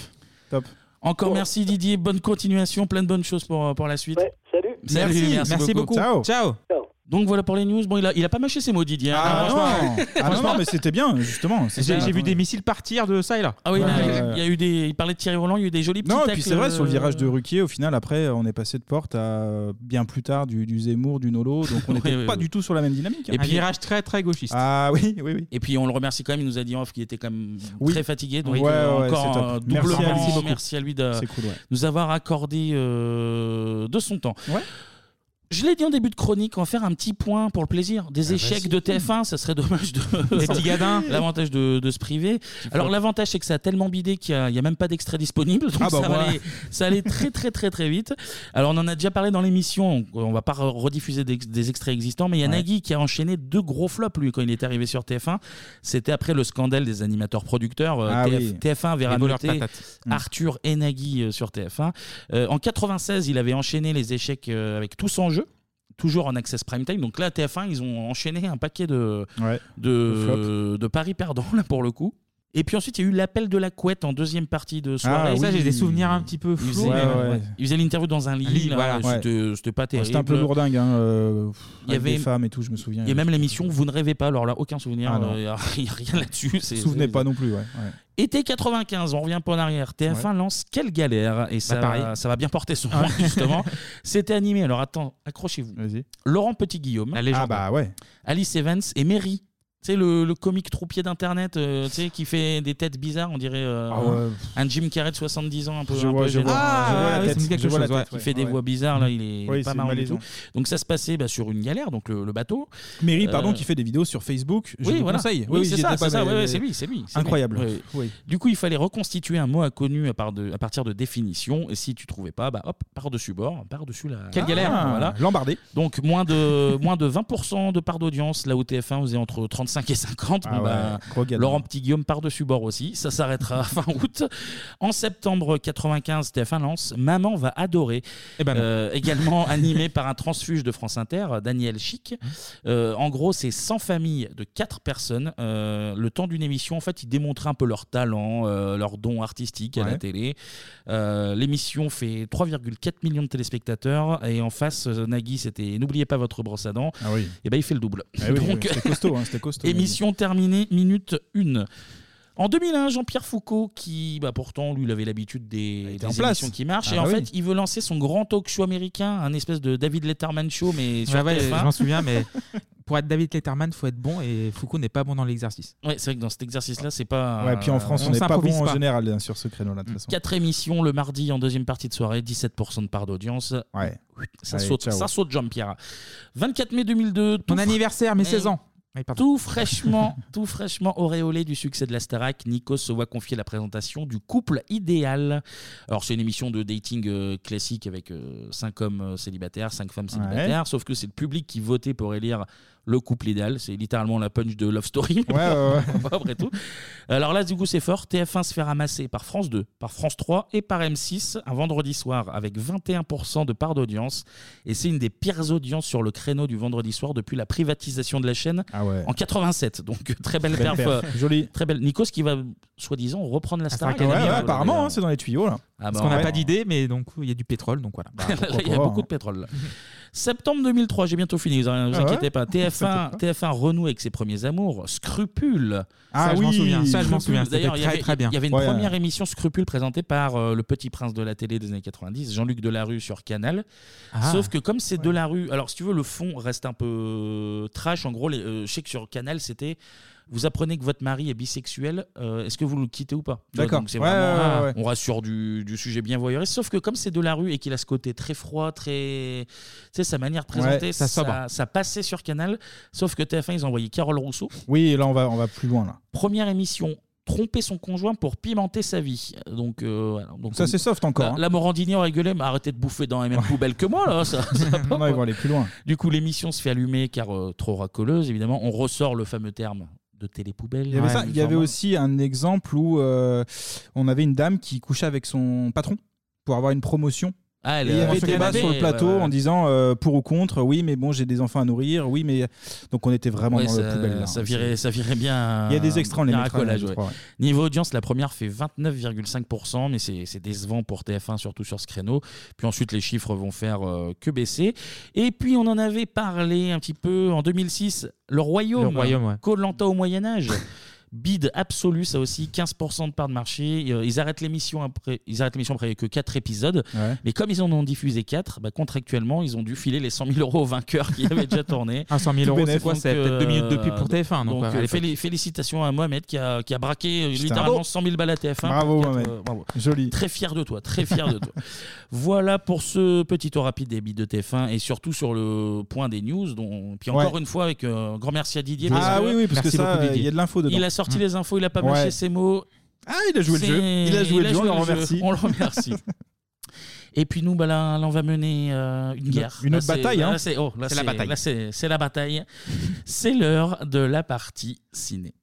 S6: Top.
S1: Encore merci Didier, bonne continuation, plein de bonnes choses pour, pour la euh, suite.
S2: salut.
S6: Merci, merci beaucoup. Ciao.
S1: Ciao. Donc voilà pour les news. Bon, il a, il a pas mâché ses maudits d'hier.
S6: Ah,
S1: hein,
S6: non,
S1: franchement.
S6: ah non,
S1: Franchement.
S6: non, mais c'était bien, justement. c'est
S4: J'ai
S6: ça.
S4: j'ai vu des missiles partir de ça et là.
S1: Ah oui, il,
S6: Ouais,
S1: a,
S6: ouais.
S1: il y a eu des. Il parlait de Thierry Roland, il y a eu des jolis petits
S6: Non, et
S1: tacles,
S6: puis c'est vrai, sur le
S1: euh,
S6: virage de Ruquier, au final, après, on est passé de porte à euh, bien plus tard du, du Zemmour, du Nolo, donc on
S1: Oui,
S6: n'était
S1: oui,
S6: pas
S1: oui.
S6: du tout sur la même dynamique. hein.
S1: Et puis-
S4: très très gauchiste.
S6: Ah oui, oui, oui.
S1: Et puis on le remercie quand même, il nous a dit en off qu'il était quand même
S6: Oui.
S1: très fatigué. Donc
S6: Ouais,
S1: euh,
S6: ouais,
S1: encore
S6: c'est top.
S1: euh,
S6: Merci à
S1: doublement,
S6: lui.
S1: merci,
S6: Merci beaucoup.
S1: à lui de
S6: C'est cool, ouais.
S1: nous avoir accordé euh, de son temps. Je l'ai dit en début de chronique, on va faire un petit point pour le plaisir. Des
S4: Ah,
S1: échecs
S4: vas-y.
S1: de TF1, ça serait dommage de.
S4: Des petits gadins.
S1: L'avantage de, de se priver. Alors l'avantage, c'est que ça a tellement bidé qu'il n'y a, il y a même pas d'extrait disponible. Donc
S4: Ah bah,
S1: ça, va
S4: voilà.
S1: aller, ça allait très très très très vite. Alors on en a déjà parlé dans l'émission, on va pas re- rediffuser des, des extraits existants, mais il y a
S4: Ouais.
S1: Nagui qui a enchaîné deux gros flops lui quand il est arrivé sur TF1. C'était après le scandale des animateurs producteurs. Euh,
S4: Ah
S1: TF,
S4: oui.
S1: TF1 verra
S4: Les voleurs de
S1: noter
S4: patates.
S1: Arthur et Nagui euh, sur TF1. Euh, en 96, il avait enchaîné les échecs euh, avec tous en jeu. Toujours en access prime time. Donc là, TF1, ils ont enchaîné un paquet de,
S6: De
S1: de,
S6: flops.
S1: de paris perdants, là, pour le coup. Et puis ensuite, il y a eu l'appel de la couette en deuxième partie de soirée.
S4: Ah, ça, j'ai des souvenirs un petit peu
S1: Il
S4: flous.
S1: faisait,
S4: mais-
S1: euh, ouais. Il faisait l'interview dans un lit. là,
S6: Ouais.
S1: c'était, euh, c'était pas
S6: Ouais,
S1: terrible.
S6: C'était un peu lourdingue, hein, euh, pff,
S1: Il y
S6: avec
S1: avait-
S6: des femmes et tout, je me souviens.
S1: Il y a même l'émission Vous ne rêvez pas. Alors là, aucun souvenir.
S6: Ah, non.
S1: euh, Il n'y a rien là-dessus. c'est-
S6: Souvenez
S1: c'est-
S6: pas non plus, ouais. ouais.
S1: Été 95, on revient un peu en arrière. TF1 lance Quelle galère Et ça,
S6: Bah, pareil.
S1: va, ça va bien porter son
S6: Ah.
S1: nom, justement. C'était animé, alors attends, accrochez-vous. Laurent Petit-Guillaume.
S6: légende. Ah bah ouais.
S1: Alice Evans et Mary. Tu sais, le, le comique troupier d'Internet euh, tu sais, qui fait des têtes bizarres, on dirait euh,
S6: Ah ouais.
S1: un Jim Carrey de 70 ans, un peu,
S6: Je
S1: un
S6: vois,
S1: peu
S6: je
S1: gênant.
S6: vois. Ah, Je vois la
S1: oui,
S6: tête,
S1: ça me dit quelque
S6: je vois la
S1: chose,
S6: tête,
S1: ouais.
S6: ouais.
S1: Il fait des
S6: Ouais.
S1: voix bizarres, là, il est
S6: Oui,
S1: pas
S6: c'est
S1: marrant du
S6: malaisant.
S1: tout. Donc ça se passait bah, sur une galère, donc le, le bateau.
S6: Mary,
S1: Euh,
S6: pardon, qui fait des vidéos sur Facebook. Je
S1: oui,
S6: vous
S1: voilà.
S6: conseille.
S1: Oui, c'est
S6: j'y
S1: ça,
S6: étais pas,
S1: c'est ça,
S6: mais-
S1: ouais, ouais, c'est lui, c'est lui, c'est lui.
S6: Incroyable.
S1: Oui.
S6: Oui.
S1: Du coup, il fallait reconstituer un mot inconnu à, part de- à partir de définitions. Et si tu trouvais pas, bah hop, par-dessus bord, par-dessus la. Ah,
S6: Quelle galère.
S1: voilà.
S6: L'embardé.
S1: Donc, moins de, moins de 20% de part d'audience. Là où TF1 faisait entre 35 et 50.
S6: Ah
S1: Bon,
S6: ouais,
S1: bah,
S6: gros galère.
S1: Laurent Petit-Guillaume par-dessus bord aussi. Ça s'arrêtera fin août. En septembre 95, TF1 lance Maman va adorer. Euh, également animé par un transfuge de France Inter, Daniel Chic. Euh, en gros, c'est 100 familles de 4 personnes. Euh, le temps d'une émission, en fait, ils démontraient un peu leur talent, euh, leur don artistique à la
S4: Ouais.
S1: télé. Euh, L'émission fait 3,4 millions de téléspectateurs. Et en face, euh, Nagui, c'était N'oubliez pas votre brosse à dents. Et ben il fait le double.
S6: Ah oui, oui, c'était costaud, hein, c'était costaud, Nagui.
S1: Émission terminée, minute 1. En 2001, Jean-Pierre Foucault, qui bah, pourtant lui il avait l'habitude des,
S6: en
S1: des
S6: place.
S1: émissions qui marchent,
S6: Ah
S1: et en
S6: bah oui.
S1: fait il veut lancer son grand talk show américain, un espèce de David Letterman show, mais sur
S4: Ah Ouais, ouais, je
S1: TF1.
S4: m'en souviens, mais pour être David Letterman, faut être bon et Foucault n'est pas bon dans l'exercice.
S1: Ouais, c'est vrai que dans cet exercice-là, c'est pas.
S6: Ouais, puis en France, on n'est pas bon en général hein, sur ce créneau-là, de toute façon.
S1: Quatre émissions le mardi en deuxième partie de soirée, 17% de part d'audience.
S6: Ouais.
S1: Ça
S6: Allez,
S1: saute,
S6: ciao.
S1: ça saute Jean-Pierre. 24 mai 2002. Mon
S4: anniversaire, mes 16 ans. Oui, pardon.
S1: Eh, Tout fraîchement, tout fraîchement auréolé du succès de la Starac, Nikos se voit confier la présentation du couple idéal. Alors c'est une émission de dating euh, classique avec 5 hommes euh, célibataires, 5 femmes célibataires, sauf que c'est le public qui votait pour élire le couple idéal. C'est littéralement la punch de Love Story.
S6: Ouais, ouais,
S1: Après tout. Alors là, du coup, c'est fort. TF1 se fait ramasser par France 2, par France 3 et par M6 un vendredi soir avec 21% de part d'audience. Et c'est une des pires audiences sur le créneau du vendredi soir depuis la privatisation de la chaîne
S4: Ah
S1: en 87. Donc très belle
S6: Très
S1: perf.
S6: perf.
S1: euh,
S6: Joli.
S1: Très belle. Nikos qui va, soi-disant, reprendre la Star
S6: Ouais, ouais, apparemment, hein, c'est dans les tuyaux, là.
S1: Ah bah,
S4: Parce qu'on n'a
S1: ouais.
S4: pas d'idée, mais donc il y a du pétrole, donc voilà.
S1: il y a
S6: hein.
S1: beaucoup de pétrole. là. Septembre 2003, j'ai bientôt fini, vous vous
S4: hein. Ah ouais
S1: inquiétez pas.
S4: Vous inquiétez
S1: TF1, TF1 renoue avec ses premiers amours, Scrupule.
S4: Ah Ça, je m'en oui, souviens, ça, je m'en souviens, c'était
S1: D'ailleurs, il y
S4: très,
S1: avait-
S4: très bien.
S1: Il y avait une
S4: Ouais.
S1: première émission Scrupule présentée par euh, le petit prince de la télé des années 90, Jean-Luc Delarue sur Canal.
S4: Ah.
S1: Sauf que comme c'est Delarue, alors si tu veux, le fond reste un peu trash. En gros, les- euh, je sais que sur Canal, c'était. Vous apprenez que votre mari est bisexuel, euh, est-ce que vous le quittez ou pas Tu vois,
S6: D'accord.
S1: donc c'est
S6: Ouais,
S1: vraiment, ah,
S6: ouais, ouais, ouais.
S1: on reste sur du, du sujet bien voyeuriste. Sauf que comme c'est de la rue et qu'il a ce côté très froid, très, tu sais, sa manière de
S6: Ouais,
S1: présenter,
S6: ça sobre.
S1: ça, ça passait sur Canal. Sauf que TF1, ils ont envoyé Carole Rousseau.
S6: Oui, là, on va, on va plus loin, là.
S1: Première émission. Tromper son conjoint pour pimenter sa vie. Donc, euh, voilà. Donc,
S6: Ça,
S1: comme-
S6: c'est soft encore,
S1: La,
S6: hein.
S1: la Morandini aurait gueulé, mais arrêtez de bouffer dans les mêmes poubelles que moi, là. Ça, ça va pas,
S6: Non, ils vont
S1: quoi.
S6: aller plus loin.
S1: Du coup, l'émission se fait allumer car euh, trop racoleuse, évidemment. On ressort le fameux terme de télépoubelle.
S6: Il y avait, ça,
S1: du
S6: il y avait
S1: format.
S6: aussi un exemple où euh, on avait une dame qui couchait avec son patron pour avoir une promotion
S1: Ah, elle
S6: Et il y
S1: a
S6: avait
S1: fait
S6: débat
S1: canapé,
S6: sur le
S1: ouais,
S6: plateau
S1: ouais, ouais.
S6: en disant euh, pour ou contre, oui, mais bon, j'ai des enfants à nourrir, oui, mais. Donc on était vraiment
S1: Ouais,
S6: dans le
S1: ça,
S6: plus bel. là. hein,
S1: ça virait, ça virait bien.
S6: Il y a des extras, on les
S1: bien un
S6: mettra,
S1: collage,
S6: je
S1: ouais.
S6: crois, ouais.
S1: Niveau audience, la première fait 29,5%, mais c'est c'est décevant pour TF1, surtout sur ce créneau. Puis ensuite, les chiffres vont faire euh, que baisser. Et puis, on en avait parlé un petit peu en 2006, Le Royaume.
S4: Le Royaume, ouais.
S1: Koh-Lanta au Moyen-Âge. Bide absolu, ça aussi, 15% de part de marché. Et, euh, Ils arrêtent l'émission après, ils arrêtent l'émission après que 4 épisodes.
S6: Ouais.
S1: Mais comme ils en ont diffusé 4, contractuellement, ils ont dû filer les 100 000 euros aux vainqueurs qui avaient déjà tourné.
S4: Ah, 100 000
S1: Tout
S4: euros,
S1: bénef.
S4: c'est quoi,
S1: Donc,
S4: c'est peut-être
S1: euh,
S4: deux minutes de pub pour TF1, donc, ouais,
S1: euh,
S4: ouais,
S1: féli- félicitations à Mohamed qui a, qui a braqué euh, littéralement
S4: Bravo.
S1: 100 000 balles à TF1.
S6: Bravo,
S1: pour quatre,
S6: Mohamed.
S1: euh, bravo.
S6: Joli.
S1: Très fier de toi, très fier de toi. Voilà pour ce petit tour rapide des bits de TF1 et surtout sur le point des news. Dont, puis encore
S6: Ouais.
S1: une fois avec euh, un grand merci à Didier.
S6: Ah oui, oui, parce que ça, il y a de l'info dedans.
S1: Il a sorti
S6: Mm.
S1: les infos, il a pas
S6: Ouais.
S1: mâché ses mots.
S6: Ah, il a joué le
S1: C'est-
S6: jeu. Il a joué le jeu, on le
S1: jeu.
S6: remercie.
S1: On le remercie. Et puis nous, bah là, là, on va mener euh, une
S6: Une
S1: guerre.
S6: autre- une
S1: Là,
S6: autre
S1: c'est-
S6: bataille, hein.
S1: Là, c'est oh, là,
S6: C'est la
S1: c'est-
S6: bataille.
S1: là, c'est c'est la bataille. C'est l'heure de la partie ciné.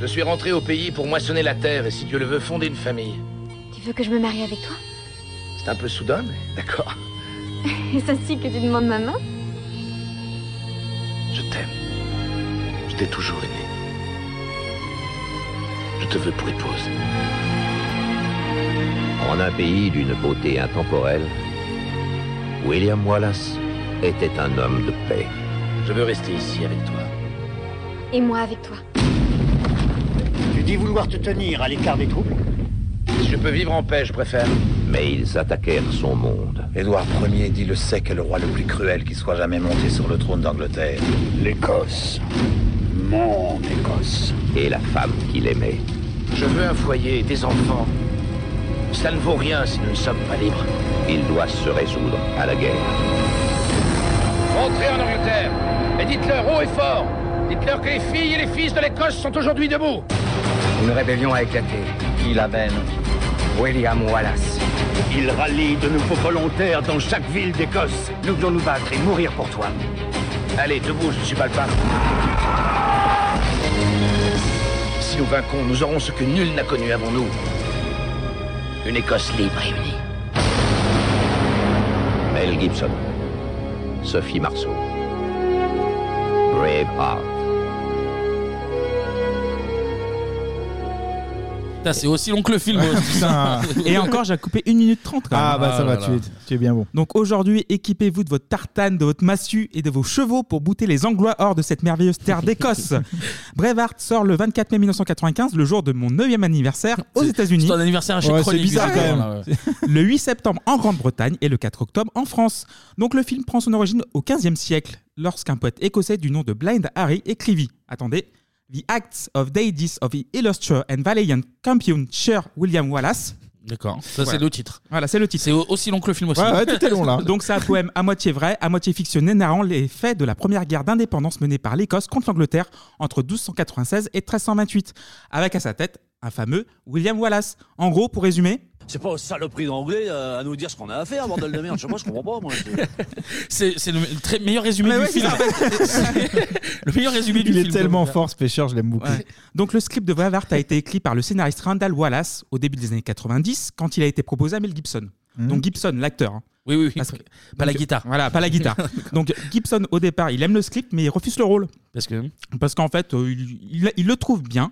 S15: Je suis rentré au pays pour moissonner la terre et, si Dieu le veut, fonder une famille.
S16: Tu veux que je me marie avec toi
S15: C'est un peu soudain, mais d'accord.
S16: Et ça se dit que tu demandes ma main
S15: Je t'aime. Je t'ai toujours aimé. Je te veux pour épouse.
S17: En un pays d'une beauté intemporelle, William Wallace était un homme de paix.
S15: Je veux rester ici avec toi.
S16: et moi avec toi.
S15: Tu dis vouloir te tenir à l'écart des troubles Si je peux vivre en paix, je préfère.
S17: Mais ils attaquèrent son monde.
S18: Édouard Ier dit le sec est le roi le plus cruel qui soit jamais monté sur le trône d'Angleterre. L'Écosse. Mon Écosse.
S17: et la femme qu'il aimait.
S15: Je veux un foyer, des enfants. Ça ne vaut rien si nous ne sommes pas libres.
S17: Il doit se résoudre à la guerre.
S15: Entrez en Angleterre et dites-leur haut et fort. Dites-leur que les filles et les fils de l'Écosse sont aujourd'hui debout.
S18: Une rébellion a éclaté. Qui l'amène William Wallace. Il rallie de nouveaux volontaires dans chaque ville d'Écosse. Nous devons nous battre et mourir pour toi.
S15: Allez, debout, je ne suis pas le pape. Si nous vainquons, nous aurons ce que nul n'a connu avant nous. Une Écosse libre et unie.
S17: Mel Gibson, Sophie Marceau, Braveheart.
S1: Putain, C'est aussi long que le film.
S6: Putain.
S4: Et encore, j'ai coupé 1 minute 30 quand même.
S6: Ah, bah ça va, tu es, tu es bien bon.
S4: Donc aujourd'hui, équipez-vous de votre tartane, de votre massue et de vos chevaux pour bouter les Anglois hors de cette merveilleuse terre d'Écosse. Braveheart sort le 24 mai 1995, le jour de mon 9e anniversaire aux États-Unis.
S1: c'est ton anniversaire à chaque Ouais, c'est chronique, bizarre, quand même. là,
S4: Le 8 septembre en Grande-Bretagne et le 4 octobre en France. Donc le film prend son origine au 15e siècle, lorsqu'un poète écossais du nom de Blind Harry écrivit Attendez. The Acts of Deities of the Illustrious and Valiant Champion Sir William Wallace.
S1: D'accord. Ça,
S4: Voilà.
S1: c'est le titre.
S4: Voilà, c'est le titre.
S1: C'est au- aussi long que le film aussi.
S4: Donc c'est un poème à moitié vrai, à moitié fictionné, narrant les faits de la première guerre d'indépendance menée par l'Écosse contre l'Angleterre entre 1296 et 1328, avec à sa tête un fameux William Wallace. En gros, pour résumer,
S19: C'est pas aux saloperies d'anglais euh, à nous dire ce qu'on a à faire, bordel de merde. Je sais pas, je comprends pas, moi.
S1: C'est c'est le me- très meilleur résumé
S4: Mais
S1: du
S4: ouais,
S1: film.
S4: Ah,
S1: le meilleur résumé du
S6: Il
S1: film.
S6: est tellement fort, ce pêcheur, je l'aime beaucoup.
S4: Donc le script de Braveheart a été écrit par le scénariste Randall Wallace au début des années 90 quand il a été proposé à Mel Gibson.
S6: Hmm.
S1: Mhm.
S4: Donc Gibson, l'acteur. hein.
S1: Oui, oui, oui.
S4: Parce que-
S1: Pas la
S4: donc,
S1: guitare.
S4: Voilà, pas la guitare. donc Gibson au départ, il aime le script mais il refuse le rôle.
S1: Parce que
S4: parce qu'en fait, euh, il, il- il le trouve bien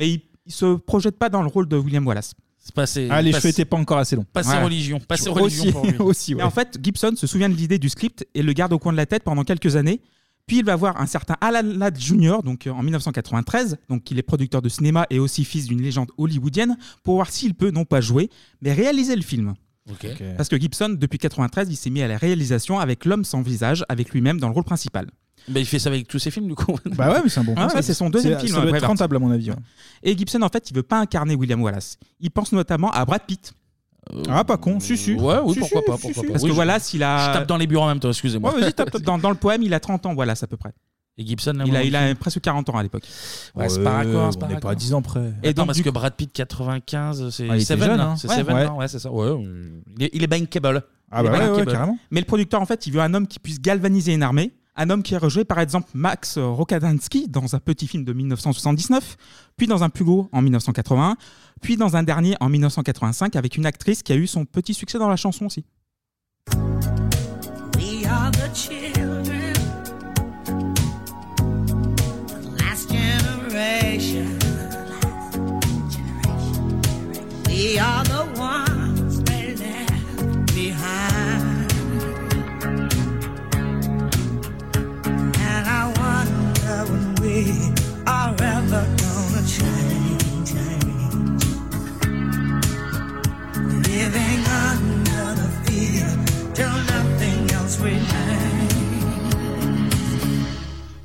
S4: et il, il se projette pas dans le rôle de William Wallace.
S1: C'est pas ses-
S6: Ah, les pas cheveux ses- étaient pas encore assez longs.
S1: pas ses religions, pas ses religions
S4: Aussi-
S1: pour lui.
S6: aussi, ouais.
S4: Et en fait, Gibson se souvient de l'idée du script et le garde au coin de la tête pendant quelques années. Puis il va voir un certain Alan Ladd Jr. donc euh, en 1993, donc il est producteur de cinéma et aussi fils d'une légende hollywoodienne, pour voir s'il peut non pas jouer, mais réaliser le film.
S1: Ok.
S6: euh,
S1: Ah,
S4: Parce que Gibson, depuis 1993, il s'est mis à la réalisation avec l'homme sans visage, avec lui-même dans le rôle principal.
S1: Bah, il fait ça avec tous ses films du coup.
S6: Bah ouais, mais c'est un bon
S4: Ah ouais,
S6: concept.
S4: c'est son deuxième
S6: C'est-
S4: film.
S6: Ça doit être
S4: Braveheart.
S6: rentable, à mon avis. ouais.
S4: Et Gibson, en fait, il veut pas incarner William Wallace. Il pense notamment à Brad Pitt.
S6: Ah, pas con, si, si.
S1: Ouais, oui,
S4: Si,
S1: pourquoi
S4: si,
S1: pas,
S4: si,
S1: pourquoi
S4: si.
S1: pas.
S4: Parce
S1: Oui,
S4: que
S1: je-
S4: Wallace, il a.
S1: Je tape dans les bureaux en même temps, excusez-moi.
S4: Ouais, vas-y, tape, tape. Dans, dans le poème, il a 30 ans, Wallace, à peu près.
S1: Et Gibson, là,
S4: il a,
S1: moi,
S4: il a presque 40 ans à l'époque.
S1: Ouais, c'est pas raccord, c'est pas
S4: on est
S1: raccord.
S4: pas à 10 ans près. Et
S1: Et Attends,
S4: donc,
S1: parce
S4: du
S1: que
S4: coup-
S1: Brad Pitt 95, c'est
S4: Ah, il était
S1: Seven,
S4: jeune,
S1: là.
S4: hein.
S1: c'est
S4: Ouais.
S1: Seven,
S4: Ouais.
S1: là. ouais, c'est ça. Ouais, euh, il est, il est bankable.
S6: Ah
S4: Les
S6: bah ouais,
S4: Balles
S6: ouais,
S4: Cable.
S6: carrément.
S4: Mais le producteur, en fait, il veut un homme qui puisse galvaniser une armée. Un homme qui est rejoué par exemple Max euh, Rokadansky dans un petit film de 1979, puis dans un plus gros en 1981, puis dans un dernier en 1985 avec une actrice qui a eu son petit succès dans la chanson aussi.
S20: We are the children, the last generation. We are the ones they left behind. And I wonder when we are ever gonna change. Living under the fear till nothing else remains.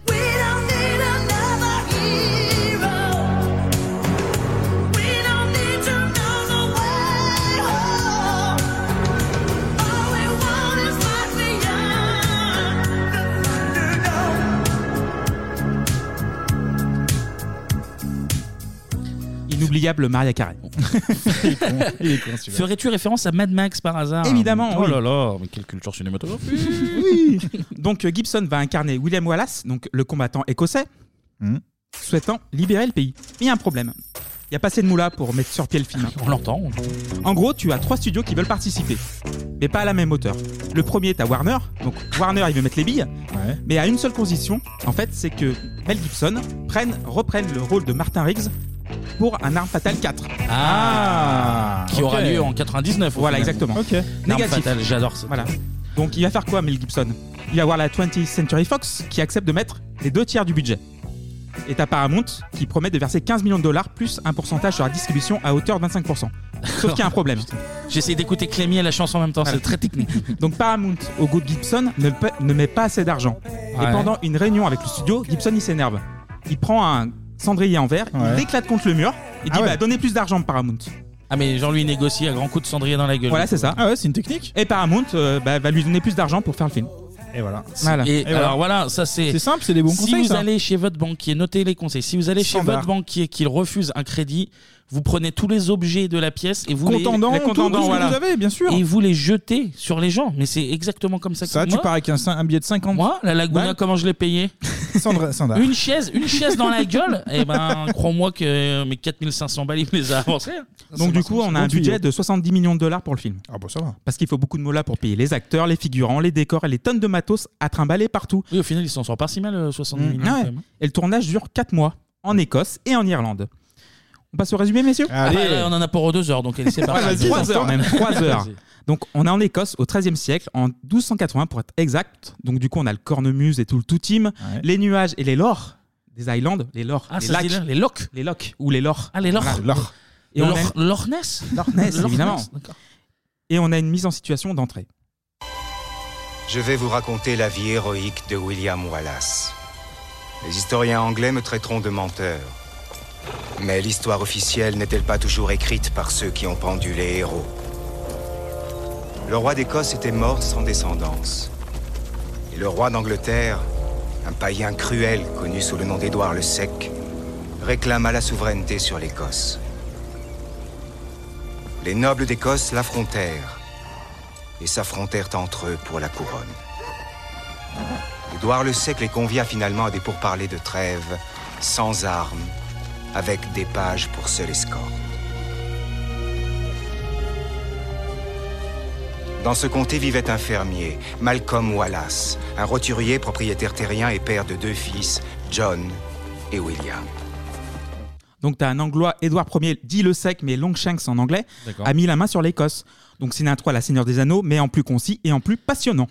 S20: We don't need another hero. We don't need to know the way home. All we want is life beyond the thunderdome.
S4: Inoubliable Maria Carey.
S1: Il est con, celui-là. Ferais-tu référence à Mad Max par hasard
S4: Évidemment,
S1: Oh
S4: oui.
S1: là là, mais quelle culture cinématographique
S4: Oui. donc euh, Gibson va incarner William Wallace, donc le combattant écossais, souhaitant libérer le pays. Mais Il y a un problème. Il y a pas assez de moula pour mettre sur pied le film.
S1: On l'entend.
S4: En gros, tu as trois studios qui veulent participer, mais pas à la même hauteur. Le premier est à Warner, donc Warner il veut mettre les billes, mais à une seule condition, en fait, c'est que Mel Gibson prenne, reprenne le rôle de Martin Riggs pour un Arme Fatale 4. Ah
S1: Qui aura lieu en 99. au
S4: Voilà,
S1: final.
S4: exactement.
S1: Arme
S4: Négatif.
S1: fatale, j'adore ça.
S4: Voilà. Donc il va faire quoi, Mel Gibson Il va voir la 20th Century Fox qui accepte de mettre les deux tiers du budget. Et t'as Paramount qui promet de verser 15 millions de dollars plus un pourcentage sur la distribution à hauteur de 25%. Sauf qu'il y a un problème.
S1: J'essaie d'écouter Clémy et la chanson en même temps, c'est très technique.
S4: Donc Paramount, au goût de Gibson, ne, pa- ne met pas assez d'argent.
S1: Ouais.
S4: Et pendant une réunion avec le studio, Gibson il s'énerve. Il prend un cendrier en verre, il
S1: Ouais.
S4: l'éclate contre le mur, il dit bah, donnez plus d'argent Paramount.
S1: Ah, mais Jean-Louis négocie à grands coups de cendrier dans la gueule.
S4: Voilà, c'est ça. Ah ouais, c'est une technique. Et Paramount euh, bah, va lui donner plus d'argent pour faire le film.
S6: Et voilà.
S1: Et, alors voilà, ça c'est.
S6: C'est simple, c'est des bons
S1: si
S6: conseils,
S1: vous
S6: ça.
S1: allez chez votre banquier, notez les conseils. Si vous allez chez
S6: Standard.
S1: votre banquier qu'il refuse un crédit, vous prenez tous les objets de la pièce et vous
S6: Contendant,
S1: les,
S6: tout, tout ce que vous avez, bien sûr.
S1: Et vous les jetez sur les gens. Mais c'est exactement comme ça. que
S6: Ça, tu
S1: moi,
S6: pars avec un, cin- un billet de 50.
S1: Moi, la Laguna, comment je l'ai payé
S6: Sandra,
S4: Bah.
S6: Sandra.
S1: une chaise, une chaise dans la gueule. Et ben, crois-moi que mes 4500 balles, il me les a avancés.
S4: Donc du coup, on a un budget de 70 millions de dollars pour le film.
S6: Ah bah ça va.
S4: Parce qu'il faut beaucoup de molas pour payer les acteurs, les figurants, les décors et les tonnes de matos à trimballer partout.
S1: Oui, au final, ils s'en sortent pas si mal, euh, 70 millions.
S4: Ah ouais.
S1: quand même.
S4: Et le tournage dure 4 mois, en Écosse et en Irlande. On passe au résumé, messieurs
S1: Ah bah, là, on en a pour deux heures, donc allez, c'est
S4: Voilà,
S1: parti.
S4: trois heures même, trois heures.
S1: Vas-y.
S4: Donc on est en Écosse au XIIIe siècle, en 1280 pour être exact. Donc du coup on a le cornemuse et tout le toutim, les nuages et les lors des Highlands, les lors,
S1: Ah,
S4: les
S1: ça se dit là, les locs
S4: les locs ou les lors.
S1: Ah, les lors.
S4: Voilà,
S1: Et
S4: on
S1: on
S4: a-
S1: Lorness
S4: Lorness,
S1: Lorness,
S4: évidemment.
S1: d'accord.
S4: Et on a une mise en situation d'entrée.
S21: Je vais vous raconter la vie héroïque de William Wallace. Les historiens anglais me traiteront de menteur. Mais l'histoire officielle n'est-elle pas toujours écrite par ceux qui ont pendu les héros Le roi d'Écosse était mort sans descendance. Et le roi d'Angleterre, un païen cruel connu sous le nom d'Édouard le Sec, réclama la souveraineté sur l'Écosse. Les nobles d'Écosse l'affrontèrent et s'affrontèrent entre eux pour la couronne. Édouard le Sec les convia finalement à des pourparlers de trêve, sans armes, avec des pages pour seule escorte. Dans ce comté vivait un fermier, Malcolm Wallace, un roturier propriétaire terrien et père de deux fils, John et William.
S4: Donc t'as un Anglois, Édouard Ier, dit le sec mais Longshanks en anglais,
S1: D'accord.
S4: a mis la main sur l'Écosse. Donc c'est une intro à la Seigneur des Anneaux, mais en plus concis et en plus passionnant.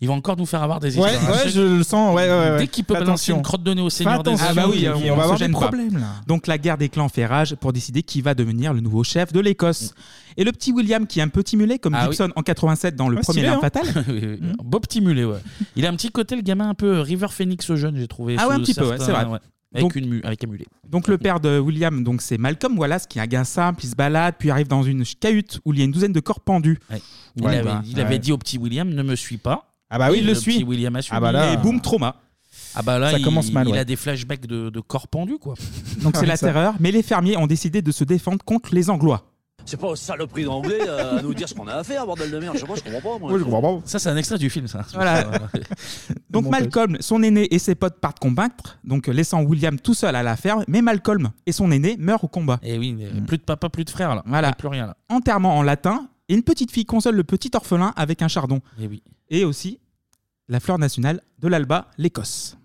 S1: Il va encore nous faire avoir des
S4: Ouais,
S1: histoires.
S4: ouais, je le sens, ouais, ouais, ouais.
S1: Dès qu'il peut
S4: Fais
S1: balancer
S4: attention.
S1: une crotte de nez au
S4: Fais
S1: Seigneur des
S4: attention, Ah bah oui,
S1: Anneaux,
S4: on va
S1: se
S4: avoir des
S1: gêne pas.
S4: problèmes, là. Donc la guerre des clans fait rage pour décider qui va devenir le nouveau chef de l'Écosse. Et le petit William qui est un petit mulet comme
S1: Ah oui.
S4: Gibson en 87 dans le
S1: Ouais,
S4: premier
S1: stylé,
S4: L'Arme
S1: hein.
S4: Fatale. Mm.
S1: Oui, oui, oui. Un Beau petit mulet, ouais. Il a un petit côté, le gamin, un peu euh, River Phoenix au jeune, j'ai trouvé.
S4: Ah ouais,
S1: sous
S4: un petit peu, ouais,
S1: certains-
S4: c'est vrai.
S1: ouais. Avec,
S4: Donc-
S1: une mu- avec un mulet.
S4: Donc le père de William, donc c'est Malcolm Wallace qui est un gars simple, il se balade, puis arrive dans une cahute où il y a une douzaine de corps pendus.
S1: Il,
S4: Ouais,
S1: avait,
S4: bah,
S1: il avait
S4: ouais.
S1: dit au petit William, ne me suis pas.
S4: Ah bah oui,
S1: Et
S4: il le suit.
S1: petit William a suivi.
S4: Ah bah là- Et boum, trauma.
S1: Ah bah là,
S4: Ça
S1: il,
S4: commence mal,
S1: il
S4: ouais.
S1: a des flashbacks de, de corps pendus, quoi.
S4: Donc c'est la terreur, mais les fermiers ont décidé de se défendre contre les Anglois.
S19: C'est pas aux saloperies d'anglais euh, à nous dire ce qu'on a à faire, bordel de merde. Je sais pas, je comprends pas, moi.
S1: Ça, c'est un extrait du film, ça.
S4: Voilà. Donc Malcolm, son aîné et ses potes partent combattre, donc euh, laissant William tout seul à la ferme, mais Malcolm et son aîné meurent au combat.
S1: Et Eh oui, plus de papa, plus de frère là.
S4: Voilà.
S1: Plus rien là.
S4: Enterrement en latin, et une petite fille console le petit orphelin avec un chardon.
S1: Et Eh oui.
S4: Et aussi la fleur nationale de l'Alba, l'Écosse.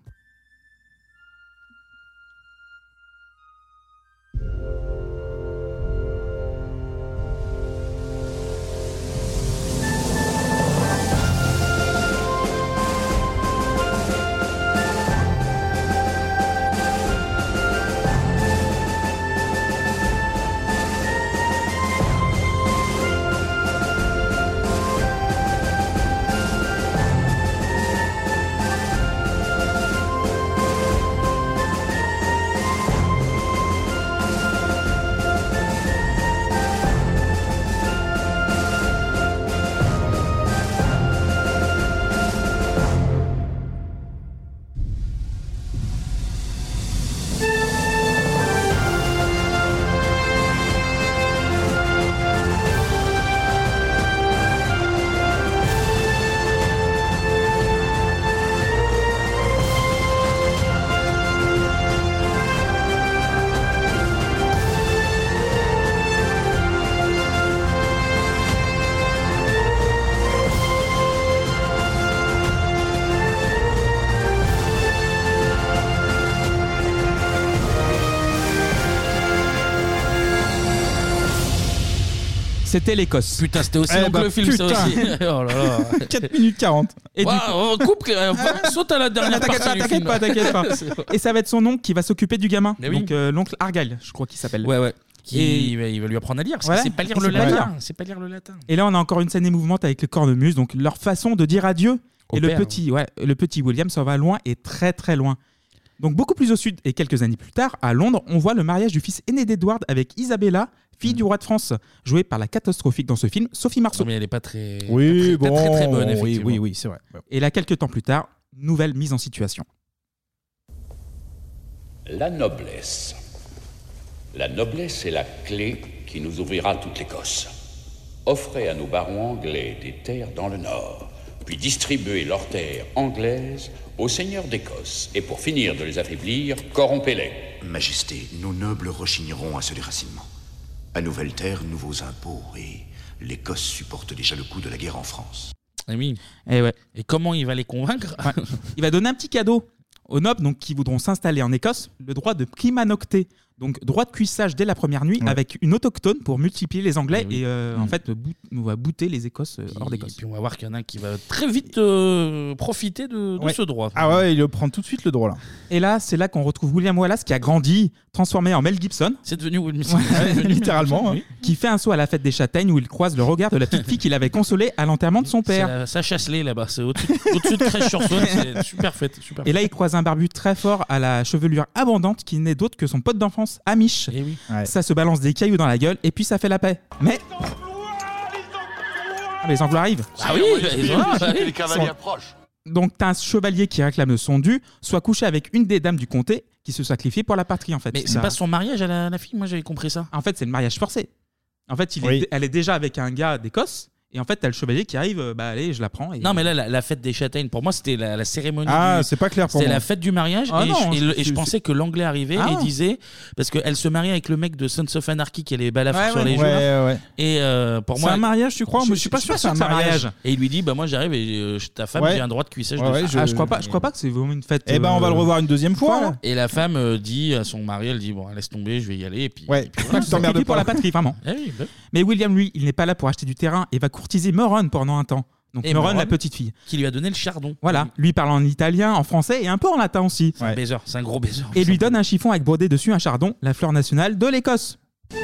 S4: C'était l'Écosse.
S1: Putain, c'était aussi Eh long que bah, le film, ça putain. aussi. Oh là là.
S4: 4 minutes 40. Et du
S1: Waouh,
S4: coup-
S1: on coupe, euh, on saute à la dernière
S4: T'inquiète
S1: partie
S4: pas,
S1: du
S4: t'inquiète
S1: film.
S4: pas, t'inquiète pas.
S1: C'est vrai.
S4: Et ça va être son oncle qui va s'occuper du gamin.
S1: Mais oui.
S4: Donc euh, l'oncle Argyle, je crois qu'il s'appelle.
S1: Ouais, ouais.
S4: Et-
S1: Qui, ouais, Il va lui apprendre à lire.
S4: Voilà.
S1: Parce qu'il sait pas lire
S4: Il
S1: le
S4: sait pas
S1: latin.
S4: lire.
S1: C'est pas lire le latin.
S4: Et là, on a encore une scène émouvante avec le cornemuse, donc leur façon de dire adieu.
S1: Au
S4: et le
S1: père,
S4: petit, ouais, le petit William s'en va loin et très très loin. Donc beaucoup plus au sud et quelques années plus tard, à Londres, on voit le mariage du fils aîné d'Edward avec Isabella, fille du roi de France, jouée par la catastrophique dans ce film, Sophie Marceau.
S1: Mm. mais elle est pas très,
S4: Oui,
S1: pas très, très, très bonne,
S4: oui,
S1: effectivement.
S4: oui, oui, c'est vrai. Et là, quelques temps plus tard, nouvelle mise en situation.
S3: La noblesse. La noblesse est la clé qui nous ouvrira toute l'Écosse. Offrez à nos barons anglais des terres dans le nord, puis distribuez leurs terres anglaises aux seigneurs d'Écosse, et pour finir de les affaiblir, corrompez-les.
S22: Majesté, nos nobles rechigneront à ce déracinement. À nouvelle terre, nouveaux impôts, et l'Écosse supporte déjà le coup de la guerre en France.
S1: Et oui.
S4: Eh Et,
S1: comment il va les convaincre
S4: Il va donner un petit cadeau aux nobles donc, qui voudront s'installer en Écosse, le droit de primanocter, donc droit de cuissage dès la première nuit avec une autochtone pour multiplier les Anglais et, euh, en fait bout- on va bouter les Écosses euh, hors d'Écosse.
S1: Eh Mm. Puis on va voir qu'il y en a un qui va très vite euh, profiter de, de
S4: Ouais.
S1: ce droit.
S4: Ah
S6: ouais, il le prend tout de suite le droit là.
S4: Et là, c'est là qu'on retrouve William Wallace qui a grandi, transformé en Mel Gibson.
S1: C'est devenu William
S4: littéralement.
S6: hein.
S4: Qui fait un saut à la fête des châtaignes où il croise le regard de la petite fille qu'il avait consolée à l'enterrement de son
S1: C'est
S4: père.
S1: la- ça chasselet là-bas. C'est au-dessus au-dessus de Crèche-sur-Saône. C'est super fête. Super
S4: Et là,
S1: fête.
S4: il croise un barbu très fort à la chevelure abondante qui n'est d'autre que son pote d'enfance, Amish.
S1: Eh
S4: Ça se balance des cailloux dans la gueule et puis ça fait la paix. Mais. Ah, les Anglois arrivent.
S1: Ah oui, bah, ils sont là, bah oui.
S14: les cavaliers approchent.
S4: Donc, t'as un chevalier qui réclame son dû, soit couché avec une des dames du comté qui se sacrifie pour la patrie en fait.
S1: Mais c'est
S4: Ça- Ah,
S1: pas son mariage à la, la fille, moi j'avais compris ça.
S4: En fait, c'est le mariage forcé. En fait, il est- elle est déjà avec un gars d'Écosse et en fait, t'as le chevalier qui arrive, euh, bah allez, je la prends. Et...
S1: Non, mais là, la, la fête des châtaignes, pour moi, c'était la, la cérémonie.
S4: Ah,
S1: du-
S4: c'est pas clair pour
S1: C'était
S4: moi.
S1: la fête du mariage.
S4: Ah
S1: et,
S4: non,
S1: je, et le- et
S4: c'est-
S1: je
S4: c'est-
S1: pensais que l'anglais arrivait
S4: Ah.
S1: et disait. Parce qu'elle se mariait avec le mec de Sons of Anarchy qui allait balafrer
S4: Ouais,
S1: sur
S4: ouais.
S1: les
S4: Ouais,
S1: jeux. là.
S4: ouais.
S1: Et euh, pour
S4: C'est
S1: moi.
S4: un mariage, tu crois Moi, je suis pas sûr que c'est un mariage.
S1: Et il lui dit Bah, moi, j'arrive et euh, je- ta femme,
S4: Ouais.
S1: j'ai un droit de cuissage.
S4: Ouais,
S1: de
S4: ouais,
S1: femme.
S4: je- Ah, je crois pas- je crois pas que c'est vraiment une fête,
S6: Eh ben, on va le revoir une deuxième fois. hein.
S1: Et la femme euh, dit à son mari Elle dit Bon, laisse tomber, je vais y aller. Et puis.
S6: Ouais.
S4: Pas que tu t'emmerdes pour la patrie, vraiment.
S1: Eh oui, bah.
S4: Mais William, lui, il n'est pas là pour acheter du terrain et va courtiser Moron pendant un temps. Donc
S1: Et
S4: Moron,
S1: Moron,
S4: la petite fille.
S1: Qui lui a donné le chardon.
S4: Voilà, lui parle en italien, en français et un peu en latin aussi.
S1: C'est un baiser, c'est un gros baiser.
S4: Et lui donne un chiffon avec brodé dessus un chardon, la fleur nationale de l'Écosse.
S1: Oh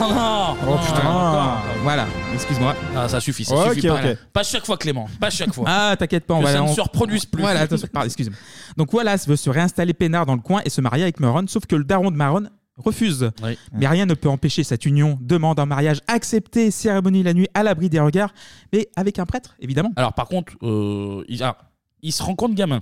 S1: non
S4: Oh, putain. Voilà, excuse-moi.
S1: Ah, ça suffit, ça
S4: Ouais,
S1: suffit.
S4: ok,
S1: pas,
S4: ok.
S1: pas chaque fois, Clément. Pas chaque fois.
S4: Ah, t'inquiète pas, on
S1: que
S4: va
S1: ça
S4: on-
S1: ne se reproduise plus.
S4: Voilà, attention, pardon, excusez-moi. Donc Wallace veut se réinstaller peinard dans le coin et se marier avec Moron, sauf que le daron de Maron refuse. Mais rien ne peut empêcher cette union. Demande un mariage accepté, cérémonie la nuit à l'abri des regards, mais avec un prêtre, évidemment.
S1: Alors, par contre, euh, il, ah, il se rend compte gamin.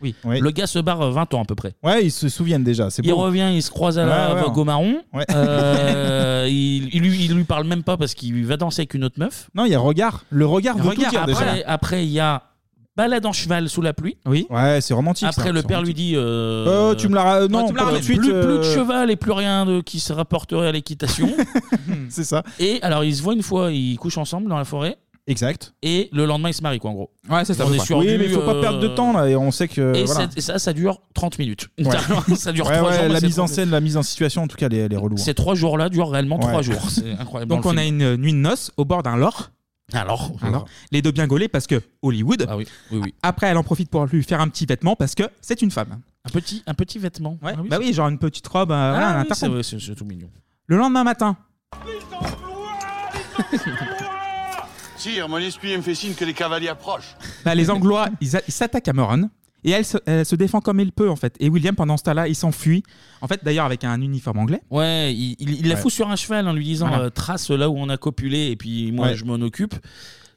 S4: Oui.
S1: Le gars se barre euh, 20 ans à peu près.
S6: Ouais, ils se souviennent déjà. C'est
S1: Il
S6: beau.
S1: revient, il se croise à la
S6: Ouais, ouais.
S1: vogue au marron.
S6: Ouais.
S1: Euh, il, il lui, il lui parle même pas parce qu'il va danser avec une autre meuf.
S6: Non, il y a regard. Le regard de
S1: Regarde,
S6: tout
S1: après,
S6: déjà.
S1: après, il y a balade en cheval sous la pluie.
S4: Oui.
S6: Ouais, c'est romantique.
S1: Après,
S6: ça,
S1: le
S6: c'est
S1: père lui
S6: romantique.
S1: dit euh,
S6: Euh, tu me la ra- euh, non,
S1: tu me la
S6: pas tout de
S1: ramènes.
S6: suite,
S1: plus, plus de
S6: euh,
S1: cheval et plus rien de qui se rapporterait à l'équitation.
S6: c'est ça.
S1: Et alors, ils se voient une fois, ils couchent ensemble dans la forêt.
S6: Exact.
S1: Et le lendemain, ils se marient, quoi, en gros.
S4: Ouais, c'est ça, à
S1: On
S4: peu
S1: est
S4: près.
S1: sur
S6: bah. oui,
S1: du,
S6: mais il faut pas
S1: euh,
S6: perdre de temps là. Et on sait que.
S1: Et
S6: voilà.
S1: ça, ça, ça dure 30 minutes.
S6: Ouais.
S1: ça dure
S6: Ouais,
S1: 3
S6: ouais,
S1: jours. mais
S6: La
S1: c'est
S6: mise en
S1: trop-
S6: scène, la mise en situation, en tout cas, les, les relous. hein.
S1: Ces 3 jours-là durent réellement 3
S6: Ouais.
S1: jours. C'est incroyable.
S4: Donc on a une euh, nuit de noces au bord d'un lore.
S1: Alors,
S4: les deux bien gaulés parce que Hollywood.
S1: Ah oui, oui, oui.
S4: Après, elle en profite pour lui faire un petit vêtement parce que c'est une femme.
S1: Un petit, un petit vêtement.
S4: Ouais.
S6: Ah
S4: bah oui, genre une petite robe. euh, voilà, un
S1: Ah, oui,
S4: tartan.
S1: c'est vrai, c'est c'est tout mignon.
S4: Le lendemain matin,
S23: Sire, mon esprit me fait signe que les cavaliers approchent.
S4: bah, les Anglois ils a- ils s'attaquent à Moron et elle se, elle se défend comme il peut en fait. Et William pendant ce temps-là, il s'enfuit. En fait, d'ailleurs avec un uniforme anglais.
S1: Ouais, il, il- il la
S4: Ouais.
S1: fout sur un cheval en lui disant
S4: Voilà.
S1: euh, trace là où on a copulé et puis moi
S4: Ouais.
S1: je m'en occupe.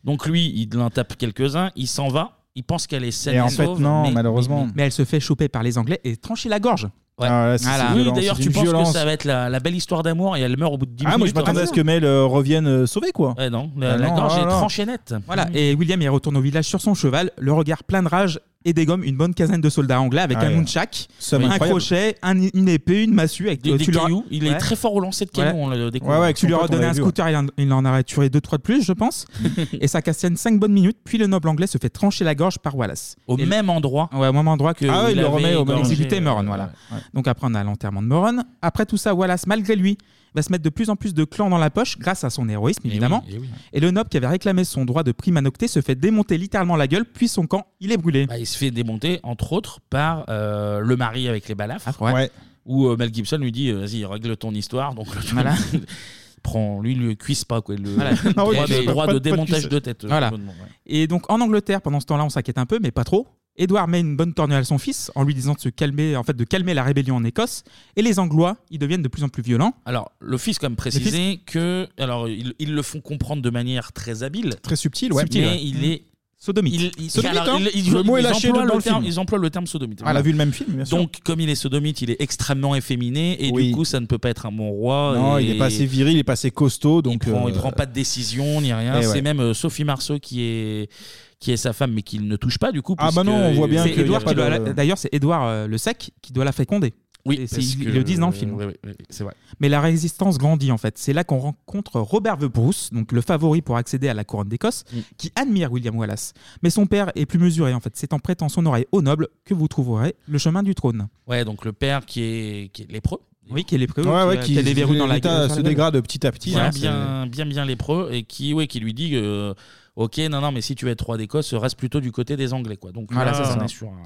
S1: Donc lui, il en tape quelques-uns, il s'en va, il pense qu'elle est saine
S4: Et
S1: et,
S4: en
S1: sauve,
S4: fait, non,
S1: mais-
S4: malheureusement. Mais, elle se fait choper par les Anglais et trancher la gorge.
S1: Ouais.
S6: Ah ouais, c'est-
S4: Voilà.
S6: c'est
S1: Oui,
S6: violent,
S1: d'ailleurs,
S6: c'est
S1: tu
S6: une
S1: penses
S6: violence.
S1: que ça va être la, la belle histoire d'amour et elle meurt au bout de 10
S6: Ah,
S1: minutes. hein.
S6: moi je m'attendais à ce que Mel euh, revienne euh, sauver quoi.
S1: Ouais, non, la-
S6: Ah
S1: la
S6: non,
S1: gorge
S6: ah
S1: est
S6: non.
S1: tranchée nette.
S4: Voilà, et William il retourne au village sur son cheval, le regard plein de rage et dégomme une bonne quinzaine de soldats anglais avec
S1: Ah
S4: un
S1: ouais.
S4: nunchak,
S1: Somme
S4: un
S1: incroyable.
S4: crochet, un- une épée, une massue avec
S1: Des-
S4: euh,
S1: des
S4: leur-
S1: cailloux. Il est très fort au lancer de cailloux, on le découvre. Avec
S4: tu
S1: son
S4: lui as
S1: pote, on
S4: donné
S1: l'a
S4: un
S1: vu, hein.
S4: scooter, il, en, il en a tué deux trois de plus, je pense. et ça castagne 5 bonnes minutes, puis le noble anglais se fait trancher la gorge par Wallace.
S1: Au même endroit.
S4: Ouais, au même endroit que
S1: Ah ouais, il le remet au même
S4: exécuté
S1: endroit.
S4: Moron, voilà. Donc après on a l'enterrement de Moron. Après tout ça, Wallace, malgré lui, va se mettre de plus en plus de clans dans la poche grâce à son héroïsme évidemment.
S1: et Eh oui.
S4: Et le noble qui avait réclamé son droit de prime à nocter se fait démonter littéralement la gueule, puis son camp, il est brûlé.
S1: Bah, il se fait démonter, entre autres, par euh, le mari avec les balafres.
S4: ouais.
S1: Où euh, Mel Gibson lui dit euh, Vas-y, règle ton histoire. Donc, le truc,
S4: Voilà.
S1: il prend, lui, il le cuisse pas. Quoi, le,
S4: Voilà.
S1: le droit, de,
S4: Pas-
S1: droit
S4: pas-
S1: de
S4: pas
S1: démontage
S4: cuisse.
S1: de tête. euh,
S4: Voilà.
S1: complètement, ouais.
S4: Et donc en Angleterre, pendant ce temps-là, on s'inquiète un peu, mais pas trop. Edouard met une bonne tournure à son fils en lui disant de se calmer, en fait, de calmer la rébellion en Écosse. Et les Anglois, ils deviennent de plus en plus violents.
S1: Alors, le fils, quand même, préciser que. Alors, ils, ils le font comprendre de manière très habile.
S6: Très subtile, ouais.
S1: Mais
S6: Ouais.
S1: il
S6: Mm.
S1: est.
S4: Sodomite.
S1: Il, il-
S6: Sodomite,
S1: alors,
S6: hein.
S1: il- ils-
S6: Le mot est
S1: ils
S6: lâché
S1: emploient
S6: dans
S1: le
S6: le
S1: terme-
S6: film.
S1: Ils emploient le terme sodomite.
S6: Ah, elle a vu le même film, bien sûr.
S1: Donc, comme il est sodomite, il est extrêmement efféminé et
S6: Oui.
S1: du coup, ça ne peut pas être un bon roi.
S6: Non,
S1: Oh, et-
S6: il est pas assez viril, il est pas assez costaud, donc.
S1: Il prend, il
S6: euh,
S1: prend pas de décision ni rien.
S6: eh
S1: C'est
S6: ouais.
S1: même euh, Sophie Marceau qui est qui est sa femme, mais qu'il ne touche pas du coup.
S4: Ah bah
S1: puisque-
S4: non, on voit bien
S1: C'est
S4: que
S1: Édouard
S4: y a pas
S1: qui doit
S4: de-
S1: la-
S4: Bah, D'ailleurs, c'est Édouard euh, le Sec qui doit la féconder.
S1: Oui,
S4: Et c'est- euh,
S1: parce
S4: ils,
S1: que-
S4: ils le disent dans le film.
S1: oui, oui, oui, c'est vrai.
S4: Mais la résistance grandit en fait. C'est là qu'on rencontre Robert Vebrousse, donc le favori pour accéder à la couronne d'Écosse, qui admire William Wallace. Mais son père est plus mesuré en fait. C'est en prêtant son oreille au noble que vous trouverez le chemin du trône.
S1: Ouais, donc le père qui est qui est lépreux.
S4: Oui, qui est lépreux,
S6: Ouais, ouais,
S4: a-
S6: qui-
S4: a des verrues dans la
S6: l'état
S4: gueule.
S6: se dégrade petit à petit,
S1: Bien,
S6: hein,
S1: bien, bien, bien lépreux et qui, ouais, qui lui dit. euh, Ok, non, non, mais si tu veux être roi d'Écosse, reste plutôt du côté des Anglais, quoi. Donc
S4: Voilà,
S1: là,
S4: c'est ça.
S1: on est sur un-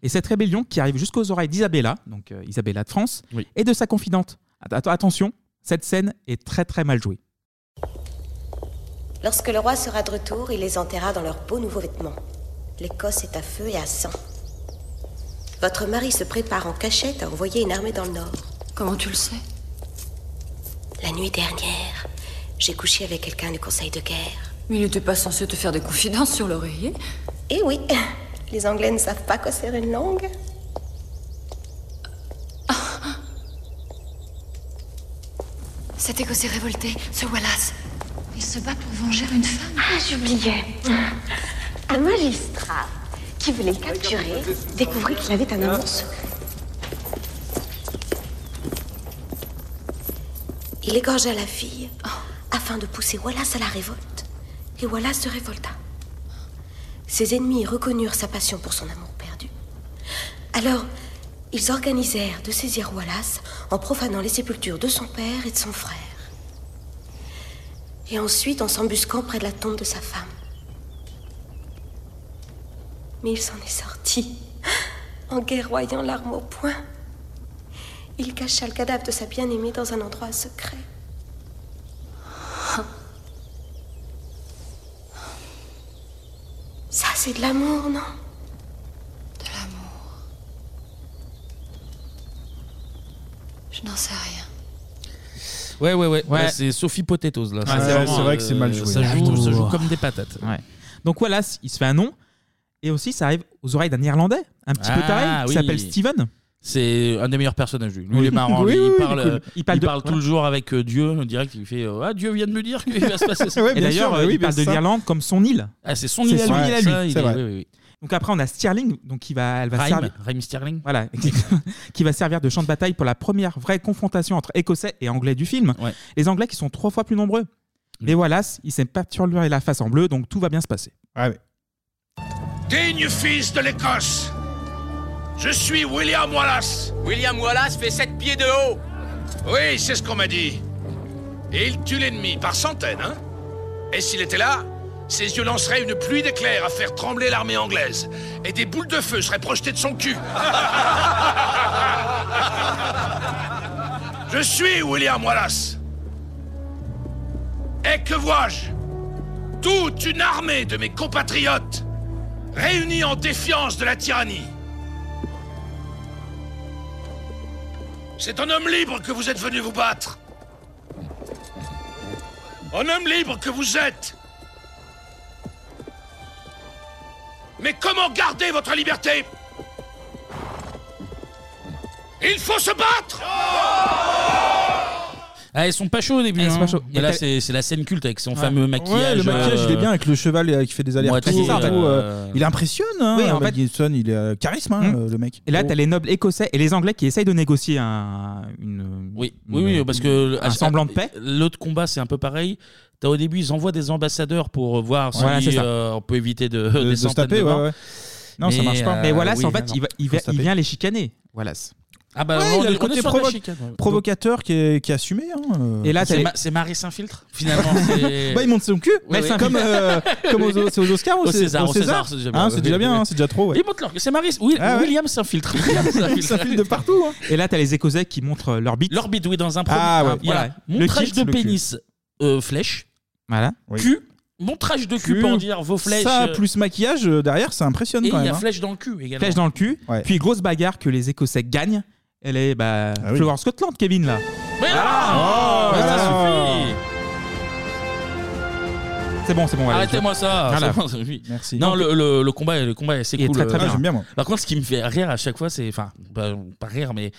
S4: Et cette rébellion qui arrive jusqu'aux oreilles d'Isabella, donc euh, Isabella de France, et de sa confidente. Att- attention, cette scène est très très mal jouée.
S8: Lorsque le roi sera de retour, il les enterra dans leurs beaux nouveaux vêtements. L'Écosse est à feu et à sang. Votre mari se prépare en cachette à envoyer une armée dans le nord. Comment tu le sais La nuit dernière, j'ai couché avec quelqu'un du conseil de guerre.
S14: Mais il n'était pas censé te faire des confidences sur l'oreiller.
S8: Eh oui, les Anglais ne savent pas quoi serrer une langue.
S14: Ah. Cet Écossais révolté, ce Wallace. Il se bat pour venger une femme.
S16: Ah, j'oubliais. Un magistrat qui voulait le capturer découvrit qu'il avait un amour secret.
S8: Il égorgea la fille
S14: Oh.
S8: afin de pousser Wallace à la révolte. Et Wallace se révolta. Ses ennemis reconnurent sa passion pour son amour perdu. Alors, ils organisèrent de saisir Wallace en profanant les sépultures de son père et de son frère. Et ensuite en s'embusquant près de la tombe de sa femme. Mais il s'en est sorti, en guerroyant l'arme au poing. Il cacha le cadavre de sa bien-aimée dans un endroit secret. Ça, c'est de l'amour, non De l'amour.
S14: Je n'en sais rien.
S1: Ouais, ouais, ouais.
S4: Ouais. Ah,
S1: Là, c'est Sophie Potatoes, là. Ah,
S4: Ouais, euh,
S1: vraiment, euh, Ça joue, ça joue comme des patates.
S4: Donc Wallace, il se fait un nom. Et aussi, ça arrive aux oreilles d'un Irlandais, un petit
S1: Ah,
S4: peu taré, qui s'appelle Steven.
S1: C'est un des meilleurs personnages. lui. Lui,
S4: Oui.
S1: il est marrant.
S4: Oui,
S1: lui,
S4: oui,
S1: il
S4: oui, il
S1: parle,
S4: est cool.
S1: euh,
S4: Il
S1: il
S4: parle
S1: parle,
S4: de-
S1: tout le jour avec euh, Dieu direct. Il fait euh, Ah, Dieu vient de me dire qu'il va se passer ça.
S4: et d'ailleurs, euh, il parle de l'Irlande comme son île.
S1: Ah, c'est son île à lui.
S4: à
S1: Ça,
S4: lui,
S1: il
S4: c'est
S1: est-
S4: vrai.
S1: oui, oui, oui.
S4: Donc après, on a Sterling, donc qui va, elle va
S1: Raim,
S4: servir.
S1: Raim Sterling.
S4: Voilà, qui va servir de champ de bataille pour la première vraie confrontation entre Écossais et Anglais du film. Les Anglais qui sont trois fois plus nombreux.
S1: Mm.
S4: Mais Wallace, il s'est pas turluré la face en bleu, donc tout va bien se passer.
S1: Ah,
S15: Digne fils de l'Écosse, je suis William Wallace. William Wallace fait 7 pieds de haut. Oui, c'est ce qu'on m'a dit. Et il tue l'ennemi par centaines, hein Et s'il était là, ses yeux lanceraient une pluie d'éclairs à faire trembler l'armée anglaise. Et des boules de feu seraient projetées de son cul. je suis William Wallace. Et que vois-je Toute une armée de mes compatriotes réunis en défiance de la tyrannie. C'est en homme libre que vous êtes venu vous battre. En homme libre que vous êtes. Mais comment garder votre liberté Il faut se battre
S1: Ah, ils sont pas chauds au début.
S4: Ah, ils sont
S1: hein.
S4: pas chauds.
S1: Et là,
S4: Mais
S1: c'est c'est la scène culte avec son
S4: Ouais.
S1: fameux
S4: Ouais,
S1: maquillage.
S4: le maquillage,
S1: euh,
S6: il est bien avec le cheval euh, qui fait des allers-retours.
S1: moitié,
S6: et tout, euh,
S1: euh,
S6: Il impressionne, hein,
S4: Oui, en
S6: Mel
S4: fait-
S6: Gibson, il est euh, charisme, hein,
S1: Hmm.
S6: euh, le mec.
S4: Et là, t'as les nobles écossais et les Anglais qui essayent de négocier un, une,
S1: Oui,
S4: une-
S1: oui, oui, parce que
S4: un semblant de paix.
S1: L'autre combat, c'est un peu pareil. T'as au début, ils envoient des ambassadeurs pour euh, voir si
S4: Voilà, c'est ça.
S1: euh, on peut éviter de,
S4: De-
S1: des
S4: de se
S1: centaines
S4: taper,
S1: de morts. euh,
S4: ouais, ouais. Non, ça marche pas. Mais Wallace, en fait, il va- il va- il vient les chicaner. Wallace.
S1: Ah bah,
S6: Ouais,
S1: on
S6: il a
S1: est-
S6: le
S1: on
S6: côté
S1: est sur de la
S6: provo-
S1: chicane, ouais.
S6: provocateur qui est, qui est assumé. hein, euh.
S4: Et là,
S1: c'est ma- c'est Marie s'infiltre finalement. c'est-
S6: bah, il monte son cul,
S1: Oui, oui.
S6: comme, euh, comme aux, c'est aux Oscars ou
S1: Au
S6: c'est-
S1: César,
S6: au
S1: au César, c'est déjà bien.
S6: Hein, c'est déjà bien, hein, c'est déjà trop. ouais.
S1: Il monte leur- C'est Marie. Will-
S6: Ah ouais.
S1: William s'infiltre.
S6: Il s'infiltre de
S4: partout. hein. Et là, t'as les Écossais qui montrent euh, leur bite.
S1: Leur bite, oui, dans un premier.
S4: Ah ouais.
S1: Il y a
S4: Voilà. Le
S1: Montrage
S4: kit,
S1: de
S4: le cul.
S1: pénis, euh, flèche.
S4: Voilà.
S1: Cul. Montrage de cul pour dire vos flèches.
S6: Ça,
S1: euh,
S6: plus maquillage, euh, derrière, ça impressionne
S1: Et
S6: quand
S1: il y
S6: même.
S1: a
S6: hein.
S1: flèche dans le cul également.
S4: Flèche dans le cul.
S6: Ouais.
S4: Puis grosse bagarre que les Écossais gagnent. Elle est bah,
S6: Ah
S4: Flower Scotland, Kevin, là.
S1: Ah,
S4: Oh,
S1: mais ça
S4: voilà.
S1: suffit.
S4: C'est bon, c'est bon. Wallace.
S1: Arrêtez-moi ça.
S4: Voilà.
S1: c'est bon, ça suffit.
S4: Merci.
S1: Non, le, le, le combat, le combat, c'est
S4: Il est
S1: cool.
S4: très, très
S1: euh,
S4: bien. Ah, j'aime bien,
S6: moi.
S1: Par contre, ce qui me fait rire à chaque fois, c'est, enfin, bah, pas rire, mais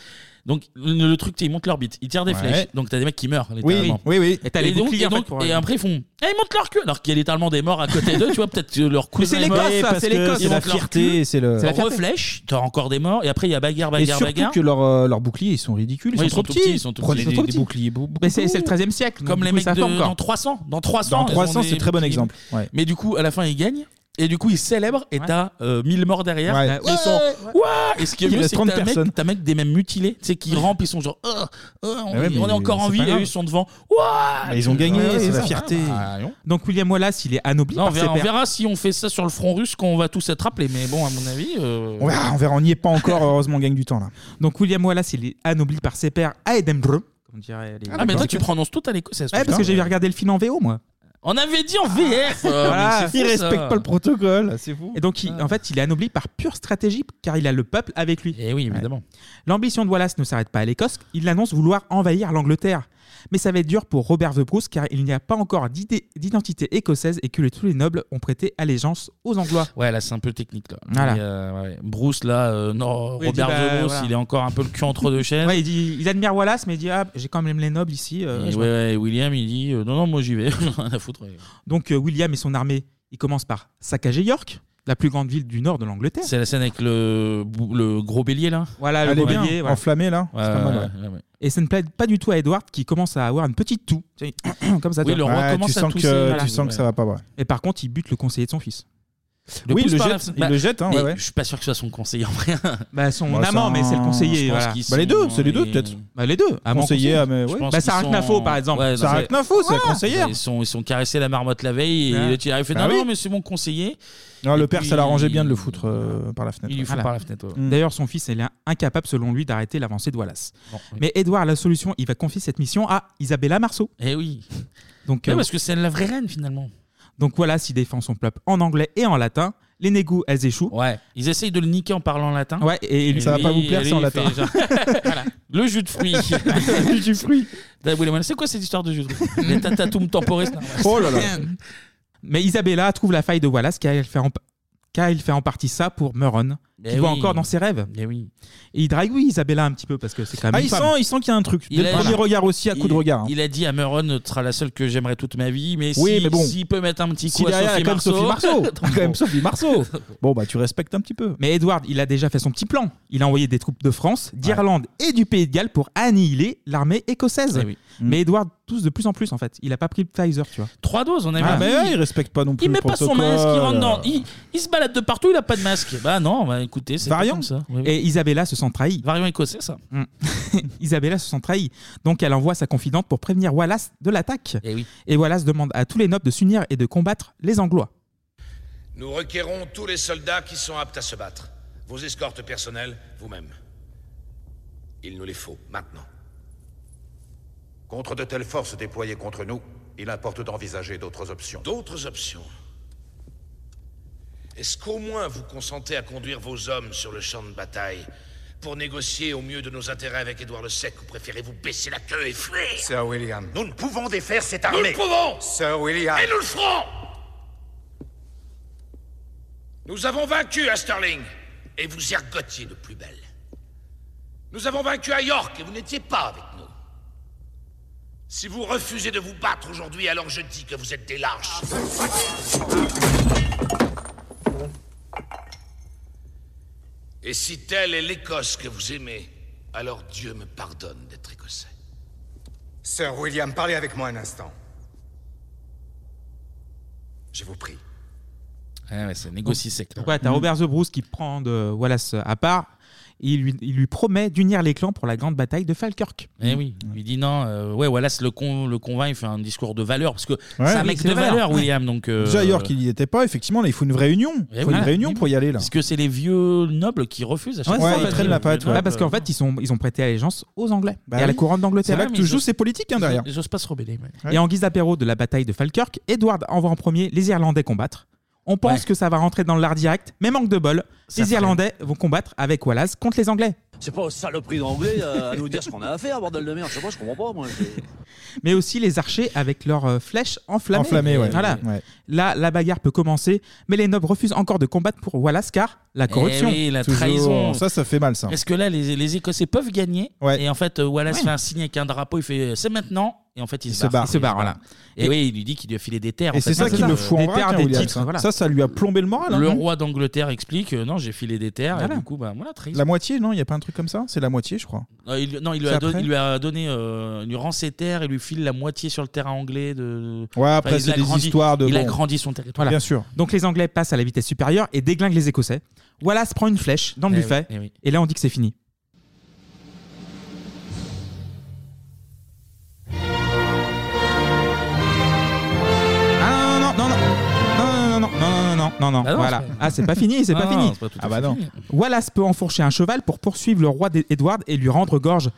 S1: donc le, le truc, c'est ils montent leur bite, ils tirent des
S4: Ouais.
S1: flèches, donc t'as des mecs qui meurent.
S4: Oui,
S1: littéralement.
S4: oui, oui. Et t'as les
S1: donc-
S4: boucliers,
S1: et
S4: en fait,
S1: donc-
S4: pour-
S1: et après ils font, eh, ils montent leur queue, alors qu'il y a littéralement des morts à côté d'eux, tu vois, peut-être que leur
S6: Mais
S1: cousin.
S6: c'est
S1: est mort.
S6: l'Écosse, ça, c'est l'Écosse.
S1: Ils
S6: C'est la
S1: montent leur
S6: fierté,
S1: cul,
S6: c'est le- C'est la
S1: On
S6: fierté.
S1: reflèche, t'as encore des morts, et après il y a bagarre,
S6: Et
S1: bagarre,
S6: surtout
S1: bagarre.
S6: que leur, euh, leurs boucliers, ils sont ridicules. Ils,
S1: Ouais,
S6: sont, trop petits.
S1: ils sont tout
S6: Prenez-
S1: petits.
S6: ils sont
S1: Des-
S6: trop
S1: des boucliers
S6: beau- beaucoup.
S4: Mais c'est c'est le 13 e siècle. donc,
S1: Comme
S4: du
S1: les
S4: coup,
S1: mecs
S4: ça
S1: de,
S4: forme
S1: dans
S4: encore.
S1: 300. Dans 300,
S6: Dans
S1: elles
S6: 300,
S1: ont
S6: c'est
S1: des
S6: très bon
S1: petits-
S6: exemple, ouais.
S1: Mais du coup, à la fin, ils gagnent. Et du coup, ils célèbrent et t'as euh, 1000 morts derrière.
S6: Ouais.
S1: Et, ils sont,
S6: Ouais.
S1: Ouah et ce qui est
S6: Il
S1: mieux,
S6: reste
S1: c'est que
S6: 30
S1: t'as un mec-
S6: personnes.
S1: t'as un mec des mêmes mutilés. Tu sais, qui rampent, ils sont genre, Ah, ah, on,
S4: Mais ouais,
S1: est- on
S4: mais
S1: est encore en
S4: c'est
S1: vie.
S4: pas
S1: Et
S4: grave.
S1: eux, ils sont devant. Ouah
S4: Ils ont gagné, c'est la fierté.
S1: non.
S4: Donc William Wallace, il est anobli
S1: Non, on,
S4: par ses
S1: verra, on
S4: pairs.
S1: verra si on fait ça sur le front russe qu'on va tous être rappelés. Mais bon, à mon avis. euh,
S6: On verra, on verra, on n'y est pas encore. Heureusement, on gagne du temps là.
S4: Donc William Wallace, il est anobli par ses pairs à Edinburgh. Comme dirait les-
S1: Ah, mais toi, tu prononces tout à l'écossaise.
S4: Ouais, parce que j'ai regardé le film en VO, moi.
S1: On avait dit en
S4: Ah,
S1: VF. euh, mais c'est
S4: il
S1: fou, ça.
S4: respecte pas le
S6: protocole, c'est fou.
S4: Et donc, il- en fait, il est anobli par pure stratégie, car il a le peuple avec lui.
S1: Et Eh oui, évidemment.
S4: L'ambition de Wallace ne s'arrête pas à l'Écosse. Il annonce vouloir envahir l'Angleterre. Mais ça va être dur pour Robert The Bruce, car il n'y a pas encore d'idée- d'identité écossaise et que les- tous les nobles ont prêté allégeance aux Anglois.
S1: Ouais, là, c'est un peu technique. Là.
S4: Voilà.
S1: Mais, euh, ouais. Bruce, là, euh, non,
S4: Oui, il dit,
S1: Robert
S4: bah,
S1: De Bruce,
S4: voilà.
S1: il est encore un peu le cul entre deux chaises.
S4: Ouais, il, dit, il admire Wallace, mais il dit Ah, j'ai quand même les nobles ici. euh,
S1: Et
S4: je
S1: Eh ouais, ouais, William, il dit euh, non, non, moi j'y vais, rien à foutre. ouais.
S4: Donc euh, William et son armée, ils commencent par saccager York, la plus grande ville du nord de l'Angleterre.
S1: C'est la scène avec le, bou- le gros bélier, là. Ah,
S4: Voilà, le
S6: Elle est bien,
S4: bélier, voilà.
S6: enflammée là.
S1: Ouais,
S6: c'est pas mal,
S1: ouais,
S6: ouais.
S1: ouais, ouais.
S4: Et ça ne plaît pas du tout à Edward qui commence à avoir une petite toux. Tu sais, Comme ça,
S1: Oui,
S4: tu
S1: le
S4: vois.
S1: roi Ouais,
S6: commence tu à sens tousser, que- voilà. tu sens que ça va pas, ouais.
S4: Et par contre, il bute le conseiller de son fils.
S1: Le pouce par la-
S4: Bah,
S1: bah, mais
S4: mais-
S1: Je suis pas sûr que ce soit son conseiller en vrai.
S4: Bah, son amant, mais c'est le conseiller. voilà.
S6: Bah, les deux, c'est les deux,
S1: euh,
S6: peut-être.
S4: Bah, les deux. amant,
S6: Conseiller, ah, mais
S4: Je
S6: ouais.
S4: pense Bah, qu'ils Sarah sont- Knafo, par exemple.
S1: Ouais, non,
S4: Sarah Knafo, c'est la conseillère.
S1: Ils sont, ils sont caressés la marmotte la veille et
S4: Ah.
S6: Ouais.
S1: il arrive, il fait
S6: Bah
S1: non,
S6: oui.
S1: non, mais c'est mon conseiller.
S6: Non,
S1: Et
S6: le père,
S1: puis,
S6: ça l'arrangeait bien de le foutre euh, par la fenêtre.
S1: Il lui
S6: ouais.
S1: fout par la fenêtre. ouais.
S4: D'ailleurs, son fils est incapable, selon lui, d'arrêter l'avancée de Wallace.
S1: Bon, oui.
S4: Mais Edouard, la solution, il va confier cette mission à Isabella Marceau.
S1: Eh oui.
S4: Donc,
S1: Ouais,
S4: euh,
S1: parce que c'est la vraie reine finalement.
S4: donc Wallace, il défend son peuple en anglais et en latin. Les négos, elles échouent.
S1: Ouais. Ils essayent de le niquer en parlant latin.
S4: Ouais, et, et lui-
S1: lui- et lui, il fait genre- Voilà. Le jus de fruits.
S6: le jus de fruits.
S1: C'est quoi cette histoire de jus de fruits Les
S6: Oh
S1: tatatum temporis. non.
S4: Mais Isabella trouve la faille de Wallace car elle fait, emp- car il fait en partie ça pour Meron,
S1: Mais
S4: qui voit
S1: oui.
S4: encore dans ses rêves. Et il drague, oui, Isabella un petit peu, parce que c'est quand même.
S1: Ah,
S4: une
S1: il
S4: femme.
S1: sent- il
S6: sent qu'il y a un truc.
S1: Il a- voilà.
S4: coups
S1: Il- Il a dit à Meron, tu seras la seule que j'aimerais toute ma vie, mais
S6: hein. Oui,
S1: si,
S6: mais bon.
S1: s'il peut mettre un petit
S6: Si
S1: coup à
S6: derrière, il y a
S1: Sophie
S6: quand même
S1: Marceau.
S6: Sophie Marceau.
S1: Donc
S6: Il y a quand même
S1: bon.
S6: Sophie Marceau. Bon, bah, tu respectes un petit peu.
S4: Mais Edward, il a déjà fait son petit plan. Il a envoyé des troupes de France, d'Irlande et du Pays de Galles pour annihiler l'armée écossaise.
S1: Eh oui.
S6: Mm.
S4: Mais Edward tous de plus en plus en fait. Il a pas pris Pfizer, tu vois.
S1: Trois doses, on a
S4: Ah,
S1: vu.
S4: mais ouais,
S6: il respecte pas non
S1: Il met pas son masque, il rentre dans.
S4: euh.
S1: Il, il se balade de partout, il a pas de masque. Bah non, bah écoutez, c'est
S4: Variant.
S1: comme ça.
S4: Et Isabella se sent trahie. Mm.
S1: Variant écossais, ça.
S4: Isabella se sent trahie. Donc elle envoie sa confidente pour prévenir Wallace de l'attaque.
S1: Et,
S4: Wallace demande à tous les nobles de s'unir et de combattre les Anglois.
S15: Nous requérons tous les soldats qui sont aptes à se battre. Vos escortes personnelles, vous-même. Il nous les faut, maintenant.
S22: Contre de telles forces déployées contre nous, il importe d'envisager d'autres options.
S15: D'autres options Est-ce qu'au moins vous consentez à conduire vos hommes sur le champ de bataille pour négocier au mieux de nos intérêts avec Édouard le Sec ou préférez-vous baisser la queue et fuir
S21: Sir William.
S15: Nous ne pouvons défaire cette Nous
S21: armée.
S15: le pouvons
S21: Sir William.
S15: Et nous le ferons Nous avons vaincu à Sterling, et vous ergotiez de plus belle. Nous avons vaincu à York, et vous n'étiez pas avec nous. Si vous refusez de vous battre aujourd'hui, alors je dis que vous êtes des lâches. Et si telle est l'Écosse que vous aimez, alors Dieu me pardonne d'être écossais.
S21: Sir William, parlez avec moi un instant. Je vous prie.
S1: Ah ouais, c'est négocie sec.
S4: Donc voilà, t'as
S6: Mm.
S4: Robert The Bruce qui prend de Wallace à part. Et il lui, il lui promet d'unir les clans pour la grande bataille de Falkirk.
S6: Mm.
S1: Eh oui, il dit non, euh, ouais, Wallace le, con, le convainc, il fait un discours de valeur, parce que
S6: Ouais.
S1: c'est un mec de valeur, William, donc... euh,
S6: Déjà, York, il n'y était pas. Effectivement, là, il faut une vraie union. Il
S1: Eh
S6: faut
S1: oui.
S6: une réunion
S1: Oui,
S6: pour y aller, là.
S1: Parce que c'est les vieux nobles qui refusent à chaque fois.
S6: ils traînent la patte.
S4: Ouais, Ah, parce qu'en fait, ils, sont, ils ont prêté allégeance aux Anglais.
S6: Bah
S4: et à la
S6: oui.
S4: couronne d'Angleterre.
S6: C'est là que tu joues ces politiques, hein, derrière.
S1: Ils osent pas se rebeller. ouais.
S4: Et en guise d'apéro de la bataille de Falkirk, Edward envoie en premier les Irlandais combattre. On pense que ça va rentrer dans l'art direct, mais manque de bol. les Irlandais vont combattre avec Wallace contre les Anglais.
S19: C'est pas aux saloperies d'anglais euh, à nous dire ce qu'on a à faire, bordel de merde. Je sais pas, je comprends pas, moi. C'est-
S4: Mais aussi les archers avec leurs euh, flèches enflammées.
S6: Enflammées, ouais.
S4: Voilà.
S6: Ouais.
S4: Là, la bagarre peut commencer, mais les nobles refusent encore de combattre pour Wallace car la corruption.
S1: Eh oui, la trahison.
S6: Ça, ça fait mal, ça.
S1: Parce que là, les, les Écossais peuvent gagner. Et en fait, euh, Wallace fait un signe avec un drapeau, il fait euh, c'est maintenant. Et en fait, il,
S6: se barre.
S1: Il se barre, voilà. Et, oui, il lui dit qu'il lui a filé des terres. en
S6: Et c'est
S1: fait.
S6: ça qui le fout en vrac, hein, William, ça. Ça, ça lui a plombé le moral. hein,
S1: Le
S6: non
S1: roi d'Angleterre explique euh, non, j'ai filé des terres.
S6: Voilà.
S1: Et du coup, bah, voilà, trahison.
S6: La moitié, non Il n'y a pas un truc comme ça C'est la moitié, je crois.
S1: Non, il, non, il lui,
S6: C'est
S1: a don-
S6: après
S1: il lui a donné, euh, il lui rend ses terres, il lui file la moitié sur le terrain anglais. De...
S6: Ouais, après,
S1: il
S6: c'est
S1: a
S6: des histoires de-
S1: Il a
S6: bon.
S1: grandi son territoire.
S4: Voilà.
S6: Bien sûr.
S4: Donc les Anglais passent à la vitesse supérieure et déglinguent les Écossais. Wallace prend une flèche dans le
S1: Eh
S4: buffet
S1: oui, eh oui.
S4: et là on dit que c'est fini. Ah non non non non non non non non non non non non non
S6: Bah non,
S4: voilà
S6: c'est pas-
S4: ah c'est pas fini c'est
S6: Ah
S4: pas
S6: non,
S4: fini
S6: c'est pas tout à Ah bah fait non. fini.
S4: Wallace peut enfourcher un cheval pour poursuivre le roi d'Edward et lui rendre gorge.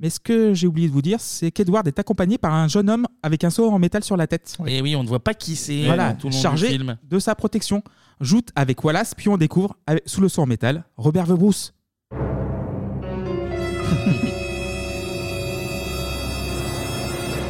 S4: Mais ce que j'ai oublié de vous dire, c'est qu'Edward est accompagné par un jeune homme avec un seau en métal sur la tête
S1: Et oui, on ne voit pas qui c'est.
S4: voilà,
S1: euh, tout le long
S4: chargé
S1: du film.
S4: de sa protection. Joute avec Wallace, puis on découvre, avec- sous le sort en métal, Robert Vebrousse.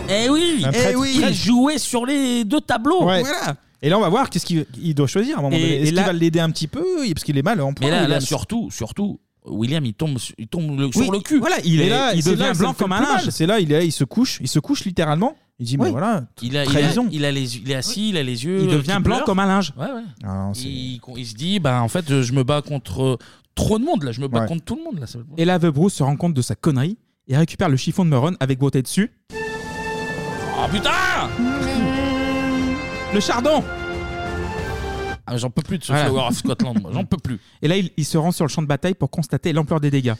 S1: Eh oui,
S6: Un
S1: eh
S6: traître
S1: oui,
S6: qui-
S1: il jouait sur les deux tableaux.
S6: Ouais.
S1: Voilà.
S6: Et là, on va voir qu'est-ce qu'il il doit choisir à un moment
S1: Et-
S6: donné.
S1: et
S6: Est-ce
S1: là-
S6: qu'il va l'aider un petit peu Parce qu'il est mal en point.
S1: Mais là, là
S6: William.
S1: surtout, surtout, William, il tombe, su- il tombe le-
S6: Oui,
S1: sur le cul.
S6: Voilà, il est là, c'est là que ça le fait le plus mal. C'est là, il est là, il se couche, il se couche littéralement. Il dit, mais voilà,
S1: Il a, il, a,
S6: trahison.
S1: il a les, il est assis, il a les yeux.
S4: Il
S1: euh,
S4: devient
S1: qui
S4: blanc
S1: pleurent.
S4: comme un linge.
S1: Ouais, ouais.
S6: Ah, non, c'est-
S1: il, il se dit, bah, en fait, euh, je me bats contre euh, trop de monde là. Je me bats
S4: Ouais.
S1: contre tout le monde là. ça va-
S4: Et là, Vebrousse se rend compte de sa connerie et récupère le chiffon de Meron avec beauté dessus.
S1: Oh putain
S4: Le chardon
S1: Ah, J'en peux plus de ce
S4: Voilà.
S1: Flower of Scotland, moi. J'en peux plus.
S4: Et là, il, il se rend sur le champ de bataille pour constater l'ampleur des dégâts.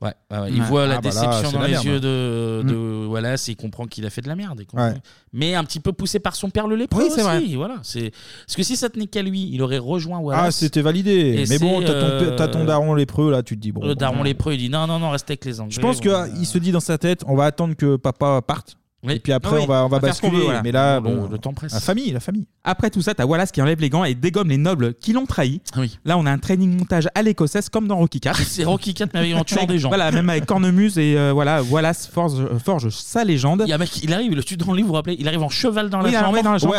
S1: Ouais, ouais, Il voit
S4: Ah,
S1: bah
S4: bah
S1: la déception dans les yeux de,
S4: Mm.
S1: de Wallace et il comprend qu'il a fait de la merde. il comprend.
S4: Ouais.
S1: Mais un petit peu poussé par son père le lépreux
S4: Oui, c'est
S1: aussi.
S4: vrai.
S1: Voilà, c'est... Parce que si ça tenait qu'à lui, il aurait rejoint Wallace.
S6: Ah, c'était validé.
S1: Et
S6: mais bon,
S1: c'est,
S6: t'as ton, pe-
S1: euh,
S6: t'as ton daron lépreux, là, tu te dis, bon.
S1: le
S6: bon,
S1: daron lépreux, il dit non, non, non, reste avec les Anglais.
S6: Je pense qu'il se dit dans sa tête, on va attendre que papa parte.
S4: Oui.
S6: Et puis après,
S4: Ah oui,
S6: on va, on va
S4: faire ce qu'on
S6: basculer.
S4: veut, voilà.
S6: Mais
S4: Le-
S6: là, bon,
S4: le temps presse.
S6: La famille, la famille.
S4: Après tout ça, t'as Wallace qui enlève les gants et dégomme les nobles qui l'ont trahi. Là, on a un training montage à l'écossaise comme dans Rocky 4.
S1: Ah C'est Rocky 4, mais avec- Ah en tuant des gens.
S4: Voilà, même avec Cornemuse et euh, voilà, Wallace forge, euh, forge sa légende.
S1: Il y a un mec, il arrive, le tue dans le livre, vous vous rappelez Il arrive en cheval dans la
S4: Oui,
S1: chambre.
S4: ouais, dans la chambre.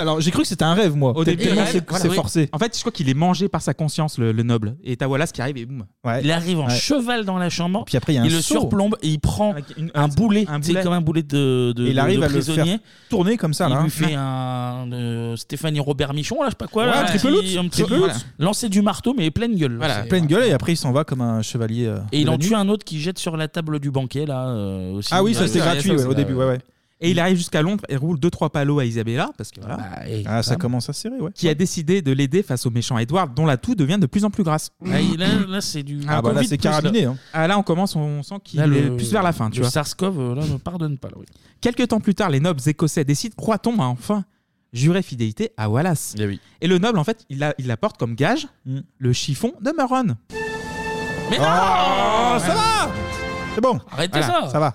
S6: un rêve, moi.
S4: Au
S6: Peut-être
S4: début,
S6: tellement
S4: il rêve,
S6: c'est-
S4: voilà,
S6: c'est
S4: oui.
S6: forcé.
S4: En fait, je crois qu'il est mangé par sa conscience, le, le noble. Et t'as Wallace qui arrive et boum.
S1: Il arrive en cheval dans la chambre.
S4: Puis après, il y a un
S1: le
S4: saut.
S1: surplombe et il prend un boulet. C'est comme un boulet de, de,
S6: Et il arrive
S1: de
S6: à le
S1: prisonnier.
S6: faire tourner comme ça.
S1: il
S6: là, hein.
S1: lui fait un euh, Stéphanie Robert Michon, là, je sais pas quoi.
S6: Ouais,
S1: là,
S6: un
S1: petit-
S6: tripeloute,
S1: un petit-
S6: tripeloute.
S1: voilà. Lancer du marteau, mais pleine gueule.
S6: Voilà,
S1: C'est-
S6: pleine gueule, et après il s'en va comme un chevalier. euh,
S1: Et il
S6: de
S1: en
S6: la nuit.
S1: tue un autre qui jette sur la table du banquet, là euh, aussi.
S6: Ah oui, ça, c'était gratuit, ouais, au
S1: c'est-
S6: début, ouais, ouais.
S4: Et il arrive jusqu'à Londres et roule 2-3 palos à Isabella, parce que voilà.
S1: Bah,
S6: Ah, ça commence à serrer, ouais.
S4: Qui a décidé de l'aider face au méchant Edward, dont la toux devient de plus en plus grasse.
S1: Ah, il- Là, là, c'est du.
S4: Ah, bah, là, c'est carabiné, hein. Ah, là, on commence, on sent qu'il est plus vers la fin, tu vois.
S1: Sarskov, euh, là, ne pardonne pas, là, oui.
S4: Quelques temps plus tard, les nobles écossais décident, croit-on, à enfin jurer fidélité à Wallace.
S1: Et,
S4: le noble, en fait, il, la- il apporte comme gage le chiffon de Meron.
S1: Mais
S4: non
S10: Ah,
S4: Ça va
S6: C'est bon
S1: Arrêtez ça.
S4: Ça va.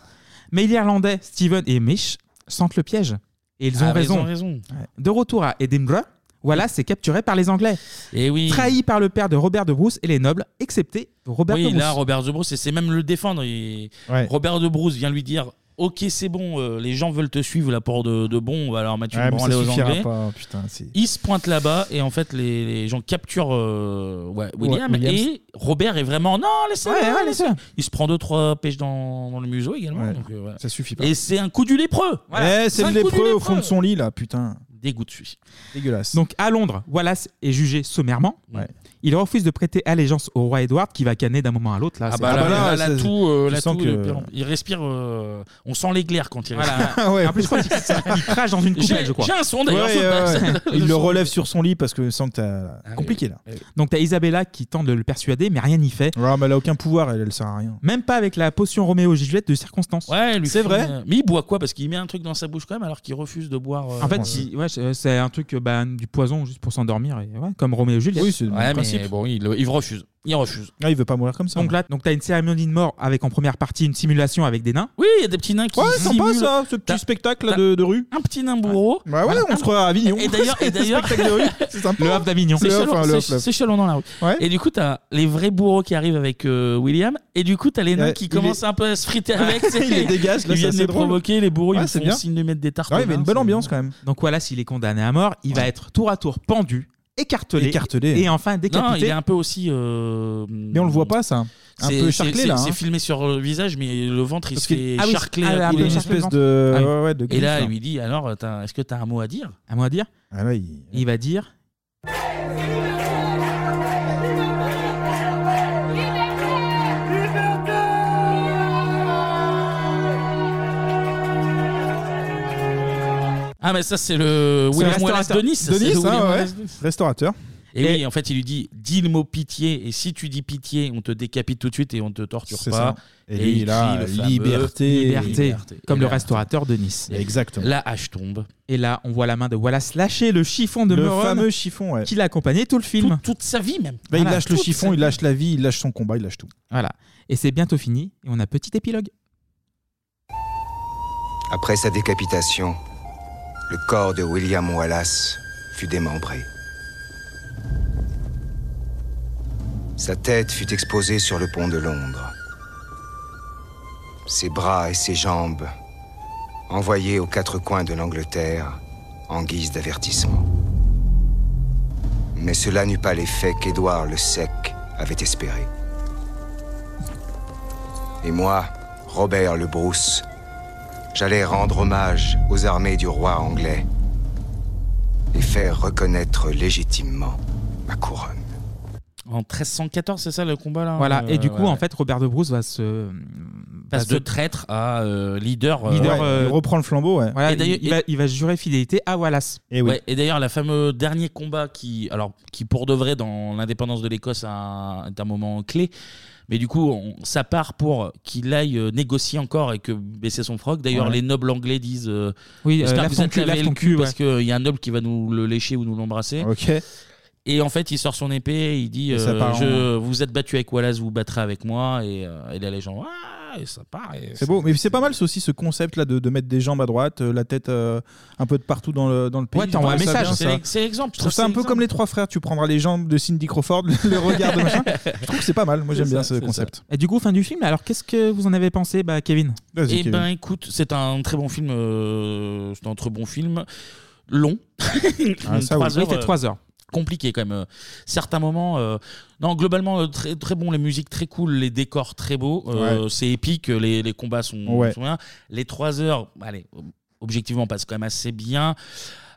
S4: Mais les Irlandais, Steven et Mish, sentent le piège. Et ils ont
S1: Ah, mais ils
S4: raison.
S1: ont raison.
S4: Ouais. De retour à Edinburgh, Wallace est capturé par les Anglais.
S1: Et Eh oui.
S4: Trahi par le père de Robert de Bruce et les nobles, excepté Robert
S1: oui,
S4: de Bruce.
S1: là, Robert De Bruce, et c'est même le défendre. il- Robert De Bruce vient lui dire Ok, c'est bon, euh, les gens veulent te suivre là pour de, de bon, on va leur mettre
S6: Ouais,
S1: une
S6: mais ça
S1: branlée aux
S6: suffira
S1: Anglais.
S6: pas, putain, c'est-
S1: Il se pointe là-bas et en fait, les, les gens capturent euh, ouais, William,
S6: Ouais, William.
S1: et Robert est vraiment Non, laissez-le
S4: Ouais, ouais,
S1: laissez-le. Il se prend deux, trois pêches dans, dans le museau également. donc, euh, voilà.
S6: Ça suffit pas.
S1: Et c'est un coup du lépreux Voilà.
S6: Eh, c'est
S1: un
S6: le
S1: coup du
S6: lépreux au fond de son lit, là, putain.
S1: Dégoût de suisse.
S6: Dégueulasse.
S4: Donc à Londres, Wallace est jugé sommairement. Il refuse de prêter allégeance au roi Edward qui va canner d'un moment à l'autre. Là,
S1: Ah
S4: c'est-
S1: bah, là, là,
S4: c'est-
S1: la toux, euh,
S4: tu
S1: la
S4: sens
S1: toux,
S4: que-
S1: le pire- il respire, euh, on sent l'éclair quand il respire.
S4: Voilà. En plus, je crois qu'il il crache dans une
S1: J'ai-
S4: coupelle, je crois.
S1: J'ai un son d'ailleurs.
S6: Ouais,
S1: faut pas-
S6: ouais, ouais.
S1: le
S6: Il le
S1: son.
S6: relève sur son lit parce que sent que
S1: Ah
S6: t'as. Compliqué, là. Ah,
S4: Donc t'as Isabella qui tente de le persuader, mais rien n'y fait.
S6: mais elle a aucun pouvoir, elle, elle sert à rien.
S4: Même pas avec la potion Roméo Juliette de circonstance.
S1: Ouais, lui
S4: C'est
S1: fait
S4: vrai.
S1: une- Mais il boit quoi Parce qu'il met un truc dans sa bouche quand même alors qu'il refuse de boire. euh,
S4: En fait,
S1: euh,
S4: il- ouais, c'est- c'est un truc euh, bah, du poison juste pour s'endormir, et, ouais, comme Roméo et Juliette.
S1: Oui, c'est le Ouais, même mais principe. bon, il, refuse. Il refuse.
S6: Ah, il veut pas mourir comme ça.
S4: Donc là, donc t'as une cérémonie de mort avec en première partie une simulation avec des nains.
S1: Oui, il y a des petits nains qui.
S4: Ouais, sympa, ça,
S6: ce
S1: petit
S6: spectacle de, rue.
S1: Un petit nain bourreau.
S6: Bah ouais, on se croirait à Avignon.
S1: Et d'ailleurs, et d'ailleurs.
S6: Spectacle de rue, c'est sympa.
S4: Le Havre d'Avignon.
S1: C'est
S6: Le Havre,
S1: chalon-
S6: enfin, le
S1: c'est-
S6: Havre, le Havre.
S1: c'est chalon dans la rue. Et du coup, t'as les vrais bourreaux qui arrivent avec euh, William. Et du coup, t'as les nains
S6: Ouais,
S1: qui
S6: il
S1: commencent
S6: est-
S1: un peu à se friter avec. c'est-
S6: Il les dégage, là,
S1: Ils
S6: ça,
S1: viennent
S6: c'est
S1: les
S6: drôle.
S1: provoquer. Les bourreaux,
S4: Ouais,
S1: ils
S4: c'est
S1: font
S4: bien.
S1: signe de mettre des tartes.
S4: Ouais, il y a une belle
S6: ambiance quand même.
S4: Donc voilà, s'il est condamné à mort, il va être tour à tour pendu, écartelé,
S6: Écartelé.
S4: et enfin décapité.
S1: Non, il est un peu aussi. euh,
S6: Mais on le voit pas, ça. Un
S1: c'est-
S6: peu
S1: c'est-
S6: charclé,
S1: c'est-
S6: là.
S1: C'est
S6: hein.
S1: filmé sur le visage, mais le ventre, il
S6: Parce
S1: se
S6: qu'il-
S1: fait
S6: ah oui,
S1: charcler.
S6: ah,
S1: à
S6: un peu
S1: coups de-
S6: une espèce de-
S1: Ah oui.
S6: ouais, ouais, de
S1: Et là,
S6: griffe,
S1: il lui dit alors, t'as- est-ce que t'as un mot à dire
S4: Un mot à dire
S6: il...
S4: va dire.
S1: Ah, mais ça, c'est le
S6: C'est
S1: William
S6: le
S1: Wallace de
S6: restaurateur.
S1: Nice. ça,
S6: De
S1: c'est le
S6: Nice, hein,
S1: William
S6: ouais.
S1: Wallace.
S6: Restaurateur.
S1: Et, oui, en fait, il lui dit dis le mot pitié, et si tu dis pitié, on te décapite tout de suite et on te torture
S6: C'est
S1: pas.
S6: ça. Et lui,
S1: il
S6: il a
S1: crie le fameux
S6: liberté.
S4: Liberté,
S1: liberté.
S4: comme
S1: Et
S4: le
S1: là-
S4: restaurateur de Nice.
S6: Exactement.
S1: La hache tombe.
S4: Et là, on voit la main de Wallace lâcher le chiffon de
S6: Le
S4: Meron
S6: fameux chiffon, ouais.
S4: qui l'a accompagné tout le film.
S1: toute sa vie même.
S6: Là, Bah, il lâche le chiffon, il
S4: lâche.
S6: lâche la vie, il lâche son combat, il lâche tout.
S4: Voilà. Et c'est bientôt fini. Et on a petit épilogue.
S21: Après sa décapitation, le corps de William Wallace fut démembré. Sa tête fut exposée sur le pont de Londres. Ses bras et ses jambes envoyés aux quatre coins de l'Angleterre en guise d'avertissement. Mais cela n'eut pas l'effet qu'Édouard le Sec avait espéré. Et moi, Robert le Brousse, J'allais rendre hommage aux armées du roi anglais et faire reconnaître légitimement ma couronne.
S1: En 1314, c'est ça le combat là
S4: Voilà.
S1: Euh,
S4: et du coup,
S1: ouais.
S4: en fait, Robert de Bruce va se.
S1: passe
S4: va
S1: de
S4: se-
S1: traître à euh, leader. euh,
S4: Bah, Leader, euh,
S6: le flambeau, ouais. Eh
S4: Voilà,
S1: Et d'ailleurs-
S4: il, il va, il va jurer fidélité à Wallace.
S1: Ouais, et d'ailleurs, la fameux dernier combat qui, alors, qui pour de vrai dans l'indépendance de l'Écosse a un- est un moment clé. Mais du coup, on- ça part pour qu'il aille euh, négocier encore et que baisser son froc. D'ailleurs,
S4: Ouais.
S1: les nobles anglais disent euh,
S4: Oui, euh,
S1: J'espère
S4: lave
S1: que vous
S4: ton
S1: êtes
S4: cul,
S1: lavé
S4: lave
S1: le
S4: ton
S1: cul
S4: cul,
S1: parce
S4: ouais.
S1: qu'il y a un noble qui va nous le lécher ou nous l'embrasser.
S6: Ok.
S1: Et en fait, il sort son épée, il dit
S6: Et ça
S1: euh,
S6: part en-
S1: je, Vous êtes battu avec Wallace, vous vous battrez avec moi. Et, euh, et là, les gens Ah et ça part. et
S6: C'est beau, mais c'est pas mal c'est aussi ce concept là de, de mettre des jambes à droite, euh, la tête euh, un peu de partout dans le, dans le pays.
S1: Ouais, t'envoies
S6: Je trouve
S1: un
S6: ça
S1: message,
S6: bien,
S1: c'est
S6: hein, ça.
S1: l'ex- c'est l'exemple,
S6: Je trouve ça un peu comme les trois frères, tu prendras les jambes de Cindy Crawford, le regard de machin. Je trouve que c'est pas mal, moi j'aime bien ce concept.
S4: Et du coup, fin du film, alors qu'est-ce que vous en avez pensé, bah, Kevin
S1: Eh ben écoute, c'est un très bon film. euh, c'est un très bon film. Long.
S4: Ah, ça, oui.
S1: Trois
S4: Oui, il fait
S1: euh,
S4: trois heures.
S1: Compliqué quand même. euh, Certains moments. euh, non, globalement, euh, très, très bon. Les musiques très cool. Les décors très beaux. euh,
S6: Ouais.
S1: C'est épique. Les, les combats sont,
S6: Ouais.
S1: sont bien. Les trois heures, allez, objectivement, on passe quand même assez bien.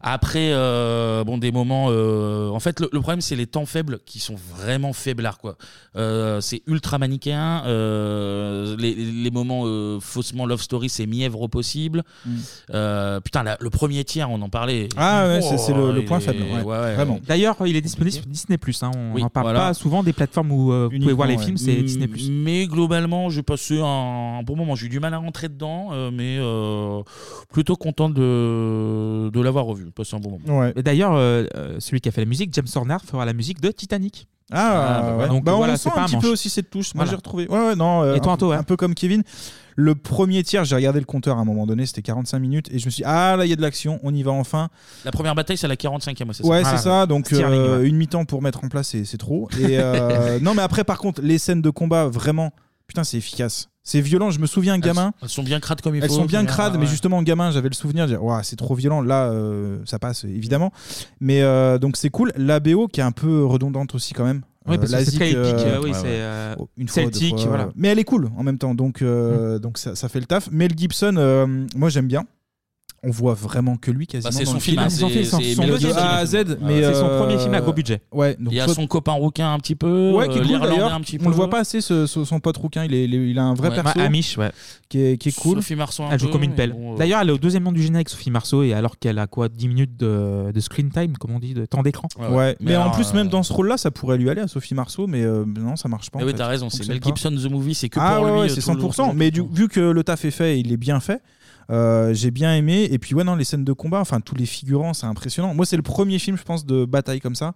S1: Après, euh, bon, des moments. euh, en fait, le, le problème, c'est les temps faibles qui sont vraiment faiblards, quoi. Euh, c'est ultra manichéen. euh, les, les moments euh, faussement love story, c'est mièvre au possible.
S4: Mm.
S1: Euh, putain, la- le premier tiers, on en parlait.
S4: Ah ouais,
S6: c'est- c'est le- le
S1: oh, il
S6: point
S1: est-
S6: faible, ouais, vraiment.
S4: D'ailleurs, il est disponible sur Disney Plus. hein. On
S1: Oui,
S4: n'en parle
S1: voilà.
S4: pas souvent des plateformes où euh, vous pouvez voir les films, c'est
S1: Mm,
S4: Disney
S1: Mais globalement, j'ai passé un, un bon moment. J'ai eu du mal à rentrer dedans, euh, mais euh, plutôt content de, de l'avoir revu. J'ai Passé un bon moment.
S4: Et D'ailleurs, euh, euh, celui qui a fait la musique, James Horner, fera la musique de Titanic.
S6: Ah,
S4: bah,
S6: ouais.
S4: donc
S6: Bah, on
S4: voilà,
S6: sent
S4: c'est pas
S6: un petit peu
S4: manche.
S6: aussi cette touche. Moi
S4: Voilà.
S6: j'ai retrouvé. Ouais, ouais, non, euh,
S4: Et toi,
S6: un, peu-
S4: Anto, ouais.
S6: un peu comme Kevin. Le premier tiers, j'ai regardé le compteur à un moment donné, c'était 45 minutes, et je me suis dit, ah là, il y a de l'action, on y va enfin.
S1: La première bataille, c'est la 45e. c'est
S4: Ah,
S6: Ouais,
S1: ça
S6: c'est ça. Donc,
S1: Steering,
S6: euh,
S1: ouais.
S6: une mi-temps pour mettre en place, c'est c'est trop. Et euh, non, mais après, par contre, les scènes de combat, vraiment, putain, c'est efficace. C'est violent. Je me souviens,
S1: Elles-
S6: gamin.
S1: Elles, sont bien crades comme il
S6: Elles
S1: faut.
S6: sont bien
S1: Ouais,
S6: crades,
S1: ouais.
S6: mais justement, gamin, j'avais le souvenir de dire, Ouah, c'est trop violent. Là, euh, ça passe, évidemment. Mais euh, donc, c'est cool. La BO qui est un peu redondante aussi, quand même.
S4: Oui, parce que c'est
S6: l'Asic,
S4: très
S6: euh,
S4: épique, euh, oui,
S6: ouais,
S4: c'est,
S6: ouais.
S4: euh,
S6: Oh, une fois, deux
S4: celtique,
S6: fois,
S4: voilà.
S6: Mais elle est cool en même temps, donc, euh, donc ça, ça fait le taf. Mel Gibson, euh, moi, j'aime bien. On voit vraiment que lui quasiment.
S1: Bah, c'est
S6: dans
S1: son
S6: le
S1: film, hein,
S6: Son
S1: c'est-
S6: film, son-
S1: c'est
S6: son-
S1: Mélodie
S6: de A à Z,
S1: Esteban.
S6: mais
S1: Ouais. C'est son
S6: euh,
S1: premier film à gros budget.
S6: Ouais, donc
S1: Il y a
S6: toi-
S1: son copain rouquin un petit peu,
S6: Ouais, qui est
S1: euh,
S6: cool,
S1: l'Irlandais
S6: d'ailleurs.
S1: un petit
S6: On
S1: peu.
S6: le voit pas assez, ce- ce- son pote rouquin. Il, est, il est- il a un vrai
S1: Ouais.
S6: perso.
S1: Ouais, Amish,
S4: ouais.
S6: Qui est, qui est cool.
S1: Sophie Marceau un
S4: Elle joue
S1: peu,
S4: comme une
S1: mais
S4: pelle.
S1: bon, euh.
S4: D'ailleurs, elle est au deuxième rang du générique, Sophie Marceau, et alors qu'elle a quoi 10 minutes de, de screen time, comme on dit, de temps d'écran.
S6: Ouais, mais, en plus, même
S4: euh,
S6: dans ce rôle-là, ça pourrait lui aller à Sophie Marceau, mais euh, non, ça marche pas.
S1: Eh
S6: en
S1: oui,
S6: fait.
S1: t'as raison,
S6: Ça
S1: c'est
S6: fonctionne
S1: Mel
S6: pas.
S1: Gibson The Movie, c'est que
S6: ah,
S1: pour
S6: ouais,
S1: lui,
S6: ouais,
S1: euh,
S6: c'est
S1: tout le-
S6: 100%. mais du- vu que le taf est fait, il est bien fait. euh, j'ai bien aimé et puis ouais non les scènes de combat enfin tous les figurants c'est impressionnant moi c'est le premier film je pense de bataille comme ça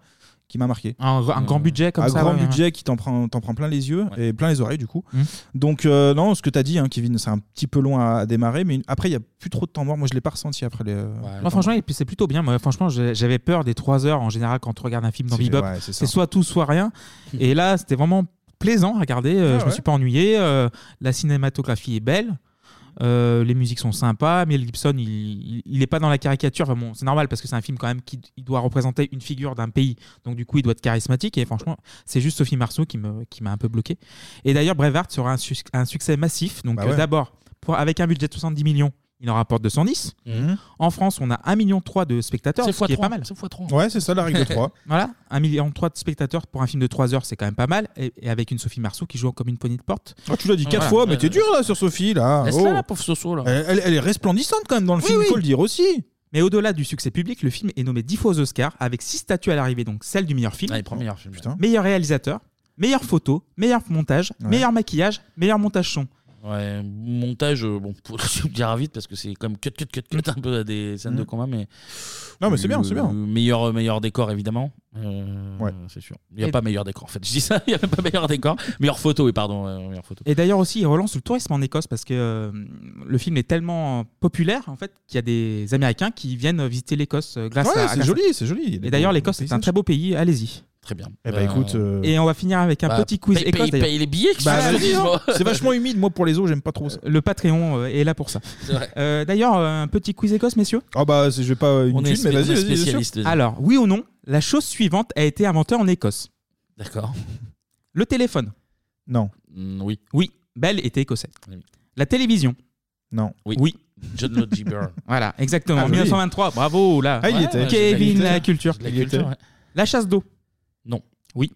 S6: qui m'a marqué
S4: Un, un
S1: Euh,
S4: grand budget comme
S6: un
S4: ça.
S6: grand
S4: ouais,
S6: budget qui t'en prend, t'en prend plein les yeux et plein les oreilles du coup.
S4: Mhm.
S6: Donc euh, non, ce que t'as dit, hein, Kevin, c'est un petit peu long à, à démarrer, mais une- après il y a plus trop de temps mort. Moi je l'ai pas ressenti après les. euh,
S1: euh,
S4: Moi, franchement, et puis c'est plutôt bien. Moi, franchement, j'ai- j'avais peur des 3 heures en général quand tu regardes un film dans
S6: C'est-
S4: Bebop.
S6: ouais, c'est ça. Hmm.
S4: c'est soit tout, soit rien. Et là, c'était vraiment plaisant à regarder. euh,
S6: Ah
S4: je me
S6: ouais.
S4: suis pas ennuyé. euh, la cinématographie est belle. euh, les musiques sont sympas. Mel Gibson, il- il il est pas dans la caricature. Enfin bon, c'est normal parce que c'est un film quand même qui il doit représenter une figure d'un pays. Donc du coup, il doit être charismatique. Et franchement, c'est juste Sophie Marceau qui me- qui m'a un peu bloqué. Et d'ailleurs, Braveheart sera un, suc- un succès massif. Donc
S6: Bah
S4: euh,
S6: ouais.
S4: d'abord, pour- avec un budget de 70 millions, il en rapporte 210.
S6: Mhm.
S4: En France, on a 1,3 million de spectateurs,
S1: C'est
S4: ce qui est
S1: x3,
S4: pas mal.
S1: c'est x3.
S6: Ouais, c'est ça la règle de 3.
S4: voilà, 1,3 million de spectateurs pour un film de 3 heures, c'est quand même pas mal. Et, et avec une Sophie Marceau qui joue comme une poignée de porte.
S6: Ah, tu l'as dit
S4: Voilà.
S6: quatre fois, mais t'es dur là sur Sophie là.
S4: Laisse-la,
S6: Oh.
S4: la pauvre Soso, là.
S6: Elle, elle- elle est resplendissante quand même dans le film, faut le dire aussi.
S4: Mais au-delà du succès public, le film est nommé 10 fois aux Oscars, avec 6 statues à l'arrivée, donc celle du meilleur film,
S1: meilleur film.
S4: meilleur réalisateur, meilleure photo, meilleur montage, meilleur maquillage, meilleur montage son.
S1: Ouais, montage, euh, bon, pour le dire vite parce que c'est comme cut, cut, cut, cut un peu des scènes de
S4: Mhm.
S1: combat, mais.
S4: Non, mais c'est bien, c'est bien.
S1: Euh, Meilleur, meilleur décor, évidemment. Euh, C'est sûr. Il n'y a
S4: Et-
S1: pas meilleur décor, en fait. Je dis ça, il n'y a même pas meilleur décor. Meilleure photo, oui, pardon. euh, meilleure photo.
S4: Et d'ailleurs aussi, il relance le tourisme en Écosse parce que euh, le film est tellement euh, populaire en fait qu'il y a des Américains qui viennent visiter l'Écosse euh, grâce
S6: Ouais,
S4: à.
S6: c'est
S4: grâce à-
S6: joli, c'est joli.
S4: Et d'ailleurs,
S6: Les-
S4: l'Écosse
S6: les
S4: est un très beau pays. Allez-y.
S1: Très bien.
S6: Eh ben, écoute, euh,
S4: Et on va finir avec un
S6: bah,
S4: petit quiz
S1: paye-
S4: Écosse.
S1: paye-
S4: d'ailleurs.
S1: paye les billets, qu'est-ce que je te dis, moi
S6: C'est vachement humide, moi pour les eaux, j'aime pas trop ça.
S4: Le Patreon euh, est là pour ça.
S1: C'est vrai.
S4: Euh, d'ailleurs, euh, un petit quiz Écosse, messieurs.
S6: Ah bah je vais pas une
S4: On est
S6: mais
S4: spé- on est
S6: vas-y, vas-y, bien sûr.
S4: spécialiste. Alors, oui ou non, la chose suivante a été inventée en Écosse.
S1: D'accord. Mm,
S4: Le téléphone.
S6: Non.
S1: oui.
S4: Oui. Bell était écossais.
S1: Oui.
S4: La télévision.
S6: Non.
S1: Oui.
S4: Oui.
S1: John Lodge Byrne.
S4: Voilà, exactement.
S1: Ah,
S4: En
S1: joli.
S4: 1923, bravo là.
S1: Ah, il y Ouais, était. ouais,
S4: Kevin,
S1: j'ai de la
S4: la culture.
S1: culture. J'ai de la culture, ouais.
S4: La chasse d'eau.
S1: Non.
S4: Oui.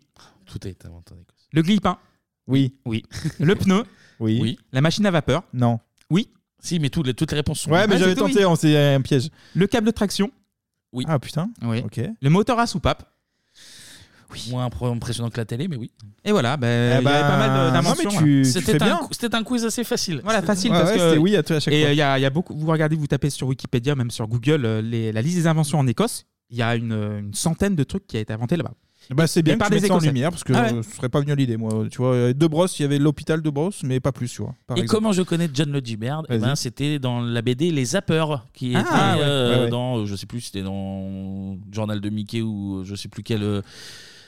S1: Tout est inventé en Écosse.
S4: Le glipin.
S6: Oui.
S4: Oui. Le pneu.
S6: Oui.
S4: La machine à vapeur.
S6: Non.
S4: Oui.
S1: Si, mais hein, toutes les, toutes les réponses sont.
S6: Ouais, mais
S4: Ah,
S6: j'avais
S4: c'était oui.
S6: tenté, on s'est un piège.
S4: Le câble de traction.
S1: Oui.
S6: Ah putain.
S4: Oui.
S6: Ok.
S4: Le moteur à soupape.
S1: Moins impr- impressionnant que la télé, mais oui.
S4: Et voilà, ben,
S6: Eh
S4: il y avait pas mal d'inventions. là.
S1: C'était un, c'était un quiz assez facile.
S4: Voilà, facile parce que et euh, il y, a il y a beaucoup. Vous regardez, vous tapez sur Wikipédia, euh, même sur Google, euh, les- la liste des inventions en Écosse. Il y a une, une centaine de trucs qui a été inventé là-bas.
S6: Bah, c'est bien
S4: Et
S6: que
S4: par
S6: tu mettes
S4: des
S6: ça en
S4: Écossais.
S6: lumière parce que
S4: Ah ouais.
S6: euh, ce serait pas venu à l'idée, moi. Tu vois, euh, De Brosse, il y avait l'hôpital de Brosse, mais pas plus, tu vois. par
S1: Et
S6: exemple.
S1: comment je connais John Le Diberd Eh
S6: Vas-y.
S1: ben, C'était dans la BD Les Zappeurs, qui
S6: Ah,
S1: était
S6: ouais,
S1: euh,
S6: ouais, ouais.
S1: dans, euh, je sais plus, c'était dans le Journal de Mickey ou euh, je sais plus quel euh,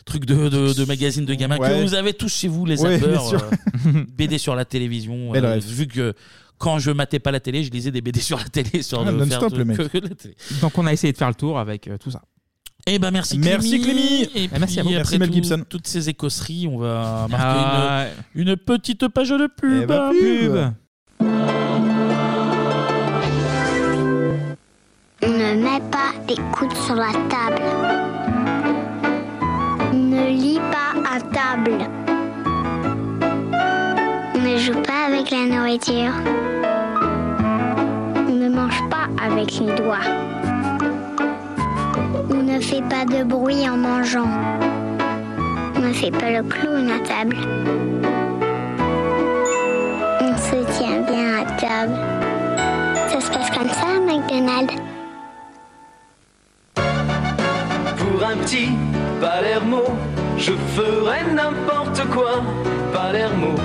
S1: truc de, de, de magazine de gamin
S6: Ouais.
S1: que vous avez tous chez vous, Les
S6: Ouais,
S1: Zappeurs.
S6: bien sûr.
S1: euh, BD sur la télévision.
S6: Belle
S1: euh,
S6: rêve.
S1: vu que quand je matais pas la télé, je lisais des BD sur la télé. Sur
S4: Ah,
S1: de
S4: non-stop,
S1: faire
S4: le mec.
S1: que- que la télé.
S4: Donc on a essayé de faire le tour avec euh, tout ça.
S1: Eh ben merci Clémy.
S4: Merci, Clémy.
S1: Et
S4: Ah, merci
S1: puis
S4: à vous.
S1: après
S4: Merci, Mel
S1: tout-
S4: Gibson.
S1: Toutes ces écosseries, on va marquer
S4: Ah.
S1: une, une petite page de pub.
S4: Eh ben, pub.
S9: Ne mets pas tes coudes sur la table. Ne lis pas à table. Ne joue pas avec la nourriture. Ne mange pas avec les doigts. Ne fais pas de bruit en mangeant. Ne fais pas le clown à table. On se tient bien à table. Ça se passe comme ça à McDonald's.
S5: Pour un petit Palermo, je ferai n'importe quoi. Palermo.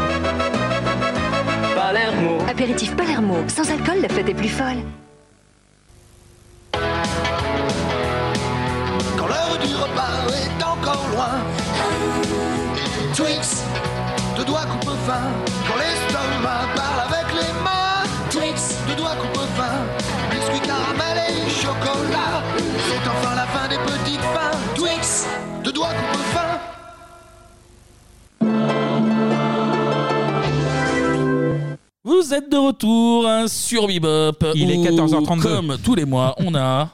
S5: Palermo.
S14: Apéritif Palermo, sans alcool, la fête est plus folle.
S10: Quand l'heure du repas est encore loin, Twix, deux doigts coupe fin. Quand l'estomac parle avec les mains, Twix, deux doigts coupe fin. Biscuit caramel et chocolat, c'est enfin la fin des petites fins. Twix, deux doigts coupe fin.
S1: Vous êtes de retour hein, sur Bebop.
S4: Il est
S1: où,
S4: 14h32.
S1: Comme tous les mois, on a.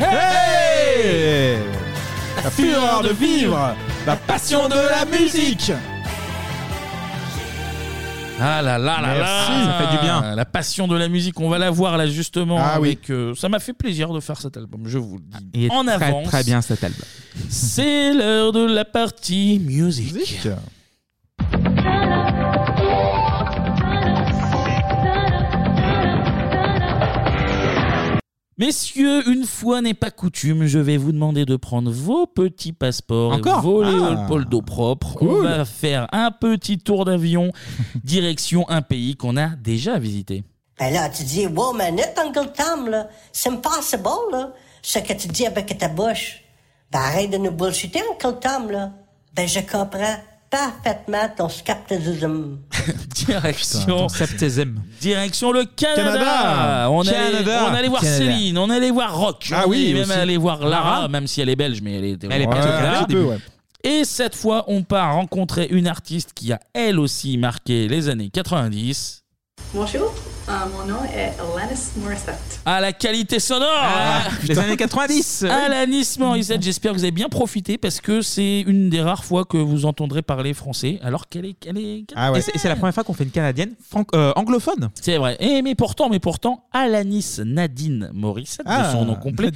S6: Hey La fureur de vivre La passion de la musique
S1: Ah là là là
S4: Merci,
S1: là
S4: ça fait du bien.
S1: La passion de la musique, on va la voir là justement.
S4: Ah oui.
S1: avec, euh, ça m'a fait plaisir de faire cet album, je vous le dis.
S4: Il est
S1: en
S4: très,
S1: avance.
S4: très bien cet album.
S1: C'est l'heure de la partie musique. Messieurs, une fois n'est pas coutume, je vais vous demander de prendre vos petits passeports
S4: Encore
S1: et vos
S4: Ah.
S1: Léopold d'eau propre. On
S4: Cool.
S1: va faire un petit tour d'avion direction un pays qu'on a déjà visité.
S17: Ben là, tu dis, wow, manette, Uncle Tom, là, c'est impossible, là, ce que tu dis avec ta bouche. Ben arrête de nous bullshiter, Uncle Tom, là. Ben je comprends parfaitement ton scepticisme.
S1: Direction, direction le Canada.
S4: Canada.
S1: On, allait-
S4: Canada.
S1: on allait voir
S4: Canada.
S1: Céline, on allait voir Rock,
S4: Ah
S1: on
S4: oui,
S1: est même
S4: aussi. Ah.
S1: allé voir Lara,
S4: Lara.
S1: même si elle est belge, mais elle était
S4: Elle est partie au Canada, au début.
S1: Et cette fois, on part rencontrer une artiste qui a elle aussi marqué les années 90.
S24: Bonjour, euh, mon nom est Alanis Morissette.
S1: À la qualité sonore hein.
S4: Ah, les années 90
S1: À la Nice Morissette, j'espère que vous avez bien profité parce que c'est une des rares fois que vous entendrez parler français alors qu'elle est, qu'elle est
S4: Ah ouais. Et c'est et c'est la première fois qu'on fait une canadienne fran- euh, anglophone.
S1: C'est vrai. Et mais pourtant, mais pourtant, Alanis Nadine Morissette,
S4: Ah,
S1: de son nom complet,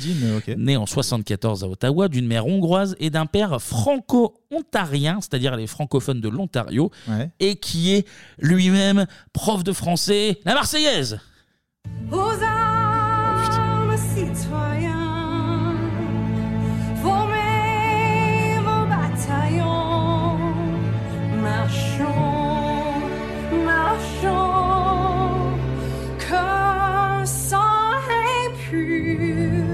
S1: née en 74 à Ottawa, d'une mère hongroise et d'un père franco-ontarien, c'est-à-dire les francophones de l'Ontario, et qui est lui-même prof de français, la Marseillaise.
S10: Aux armes, citoyens, formez vos bataillons. Marchons, marchons, que sang impur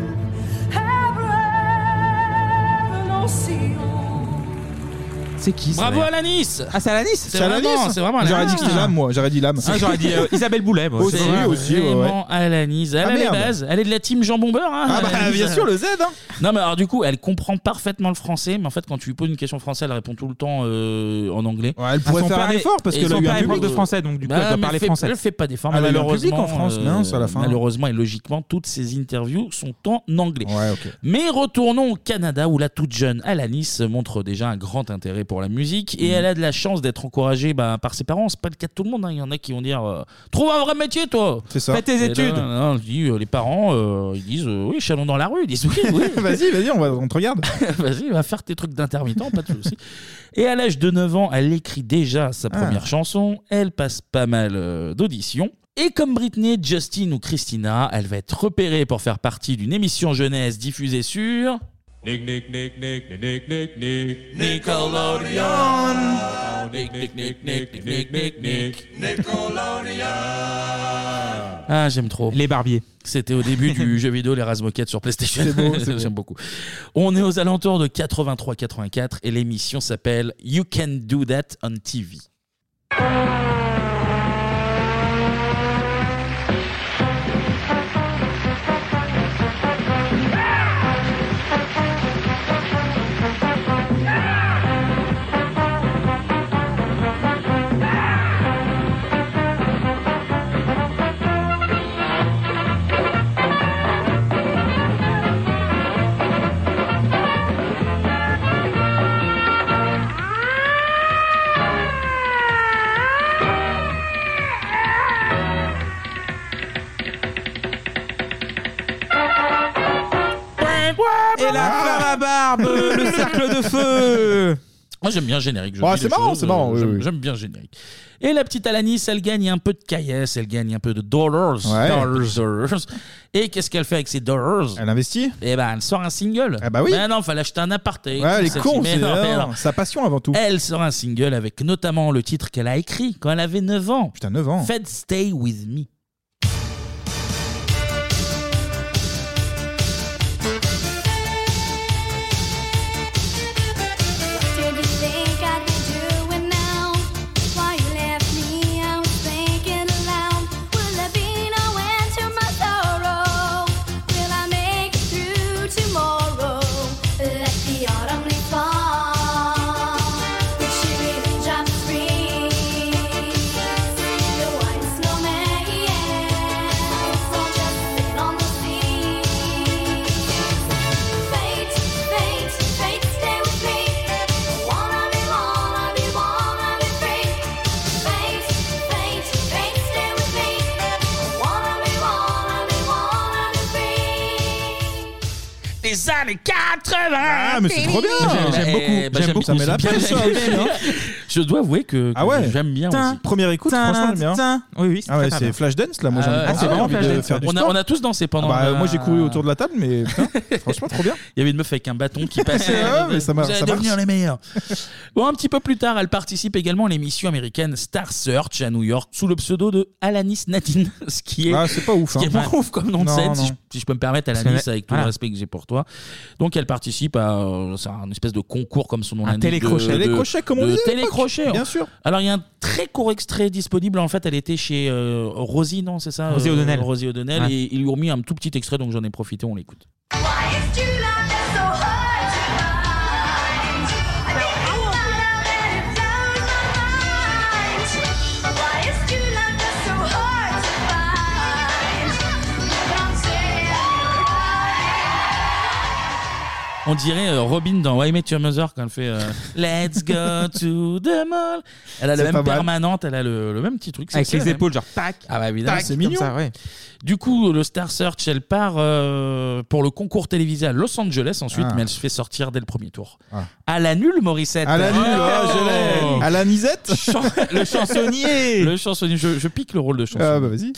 S10: abreuve nos sillons.
S4: C'est qui ça,
S1: Bravo
S4: d'ailleurs
S1: Alanis
S4: Ah, c'est Alanis
S1: C'est vraiment, c'est vraiment
S6: J'aurais
S1: Alanis.
S6: dit que c'était l'âme, moi. J'aurais dit l'âme.
S4: Ah, j'aurais dit, euh, Isabelle Boulet, moi.
S6: Aussi,
S1: C'est
S6: aussi, ouais, ouais.
S1: vraiment Alanis. Elle
S6: Ah,
S1: a les
S6: merde.
S1: bases. Elle est de la team jambon beurre. hein,
S6: Ah, bah,
S1: Alanis.
S6: bien sûr, le Z, hein.
S1: Non, mais alors du coup, elle comprend parfaitement le français, mais en fait, quand tu lui poses une question française, elle répond tout le temps euh, en anglais.
S6: elle pourrait faire un effort, parce
S1: et
S6: qu'elle a
S1: son
S6: eu un
S1: père est
S6: public.
S1: prof
S6: de français, donc, du coup, elle doit
S1: mais
S6: parler
S1: fait-
S6: français.
S1: Elle fait pas d'effort,
S6: Elle a eu un
S1: malheureusement.
S6: public en France, mince, à la fin.
S1: Malheureusement et logiquement, toutes ces interviews sont en anglais. Mais retournons au Canada, où la toute jeune Alanis montre déjà un grand intérêt pour la musique, et elle a de la chance d'être encouragée bah, par ses parents. C'est pas le cas de tout le monde. hein. Il y en a qui vont dire euh, Trouve un vrai métier, toi
S6: C'est ça. Fais tes
S1: Et là,
S6: études.
S1: non, non, je dis, euh, les parents, euh, ils disent euh, Oui, chalons dans la rue. Ils disent Oui, oui.
S6: Vas-y, vas-y, on, va- on te regarde.
S1: Vas-y, va faire tes trucs d'intermittent, pas de soucis. Et à l'âge de 9 ans, elle écrit déjà sa première chanson. Elle passe pas mal euh, d'auditions. Et comme Britney, Justin ou Christina, elle va être repérée pour faire partie d'une émission jeunesse diffusée sur.
S7: Nick, Nick, Nick, Nick, Nick, Nick, Nick,
S1: Nickelodeon.
S7: Nick, Nick, Nick, Nick, Nick, Nick, Nick, Nick.
S1: Ah, j'aime trop.
S4: Les barbiers.
S1: C'était au début du jeu vidéo, les Razmoquettes sur PlayStation.
S4: C'est beau, c'est beau.
S1: J'aime beaucoup. On est aux alentours de 83-84 et l'émission s'appelle You Can Do That on TV.
S4: Et la
S1: Ah
S4: fleur à barbe, le cercle de feu.
S1: Moi, j'aime bien le générique. je
S4: Ouais,
S1: dis
S4: c'est
S1: les
S4: marrant,
S1: choses,
S4: c'est marrant,
S1: euh,
S4: oui,
S1: J'aime
S4: oui.
S1: j'aime bien le générique. Et la petite Alanis, elle gagne un peu de caillasse, elle gagne un peu de dollars.
S6: Ouais.
S1: dollars. Et qu'est-ce qu'elle fait avec ses dollars
S6: Elle investit
S1: Eh ben, elle sort un single.
S6: Ah bah oui.
S1: Ben non, fallait acheter un aparté.
S6: Ouais, les
S1: Ça,
S6: cons,
S1: mais
S6: c'est
S1: non, mais
S6: non,
S1: non.
S6: sa passion avant tout.
S1: Elle sort un single avec notamment le titre qu'elle a écrit quand elle avait 9 ans.
S6: Putain, 9 ans.
S1: Fed Stay With Me.
S10: Did you think I'd be doing now? Why you left me? I was thinking aloud. Will there be no end to my sorrow? Will I make it through tomorrow? Let the autumn leaves fall. Will she really drop free? The white snowman, it's all just spit on the sea. Fate, fate, fate, stay with me. Wanna be wanna be wanna be free. Fate, fate, fate, stay with me. Wanna be wanna be wanna be free.
S1: Les années 80
S6: Ah, mais c'est trop bien
S1: J'aime- j'aime beaucoup.
S6: Eh, bah,
S1: J'aime
S6: j'aime
S1: beaucoup.
S6: Ça met la
S1: C'est
S6: pêche,
S1: bien.
S6: ça, aussi, hein.
S1: Je dois avouer que, que
S6: Ah ouais
S1: j'aime bien
S6: Tin,
S1: aussi.
S6: Première écoute,
S1: Tin,
S6: franchement, j'aime bien.
S1: tin. Oui, oui, c'est
S6: Ah ouais,
S1: très
S6: c'est
S1: bien.
S6: Flash Dance, là. Moi, j'en ai
S1: Ah,
S6: ah,
S1: c'est vraiment
S6: envie
S1: Flash
S6: de
S1: Dance.
S6: faire du
S1: On a-
S6: sport.
S1: on a tous dansé pendant
S6: Bah,
S1: la-
S6: Moi, j'ai couru autour de la table, mais putain, franchement, trop bien.
S1: Il y avait une meuf avec un bâton qui passait. euh,
S6: Ah Ouais, mais ça mar-
S1: Vous allez
S6: ça marche.
S1: devenir les meilleurs. Bon, un petit peu plus tard, elle participe également à l'émission américaine Star Search à New York sous le pseudo de Alanis Nadine, ce qui est
S6: Ah, c'est pas ouf,
S1: ce qui
S6: hein.
S1: est pas
S6: Ouais.
S1: ouf comme nom de
S6: Non,
S1: scène, si
S6: non.
S1: je, si je peux me permettre
S6: Parce
S1: Alanis
S6: que-
S1: avec tout
S6: voilà.
S1: le respect que j'ai pour toi. Donc elle participe à euh, c'est un espèce de concours comme son nom
S6: Un
S1: l'indique. de-
S6: télécrochet.
S1: de-
S6: Télécrochet, comme on
S1: de
S6: disait à l'époque.
S1: Télécrochet. hein.
S6: Bien sûr.
S1: Alors il y a un très court extrait disponible. En fait, elle était chez euh, Rosie, non, c'est ça
S4: Rosie
S1: euh,
S4: O'Donnell.
S1: Rosie O'Donnell
S4: Ouais.
S1: et ils lui ont mis un tout petit extrait, donc j'en ai profité. On l'écoute. On dirait euh, Robin dans Why Met Your Mother quand elle fait euh, Let's go to the mall. Elle
S4: C'est
S1: a la
S4: pas
S1: même
S4: mal.
S1: permanente, elle a le, le même petit truc. c'est-
S4: Avec
S1: c'est
S4: les
S1: la même.
S4: épaules, genre tac.
S1: Ah bah évidemment,
S4: tac, comme ça, ouais.
S1: Du coup, le Star Search, elle part euh, pour le concours télévisé à Los Angeles ensuite,
S6: Ah.
S1: mais elle se fait sortir dès le premier tour.
S6: Ah.
S1: À la nulle, Morissette. Oh
S6: À la nulle, ah, je l'ai. À la misette
S1: le chansonnier Le chansonnier, je, je pique le rôle de chansonnier.
S6: Ah, bah, vas-y.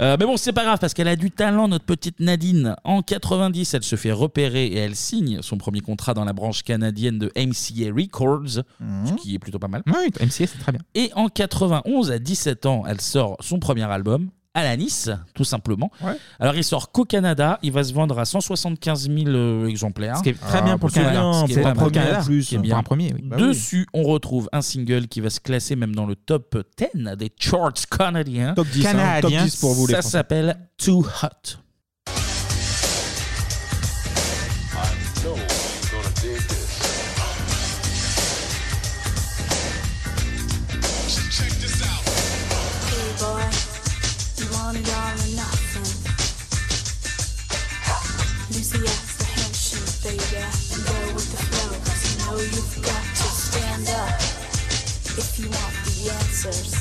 S1: Euh, mais bon, c'est pas grave parce qu'elle a du talent, notre petite Nadine. En 90, elle se fait repérer et elle signe son premier contrat dans la branche canadienne de MCA Records, ce qui est plutôt pas mal.
S4: Mhm. Oui, MCA, c'est très bien.
S1: Et en 91, à 17 ans, elle sort son premier album, Alanis, tout simplement. Alors, il sort qu'au Canada, il va se vendre à 175 000 euh, exemplaires.
S4: Ce qui est très Ah, bien pour le
S1: c'est
S4: Canada.
S1: bien, ce qui
S4: C'est
S1: est
S4: un
S1: pas mal.
S4: premier en
S1: Ce
S4: plus.
S1: qui est bien.
S4: Enfin, un premier, oui. Bah oui.
S1: Dessus, on retrouve un single qui va se classer même dans le top 10 des charts canadiens.
S6: Top 10, hein, top 10 pour vous, les
S1: Ça
S6: Français.
S1: s'appelle Too Hot.
S10: Hey boy, you want it all or nothing. Lucy asked for handshake, baby, and go with the flow. 'cause you know you've got to stand up if you want the answers.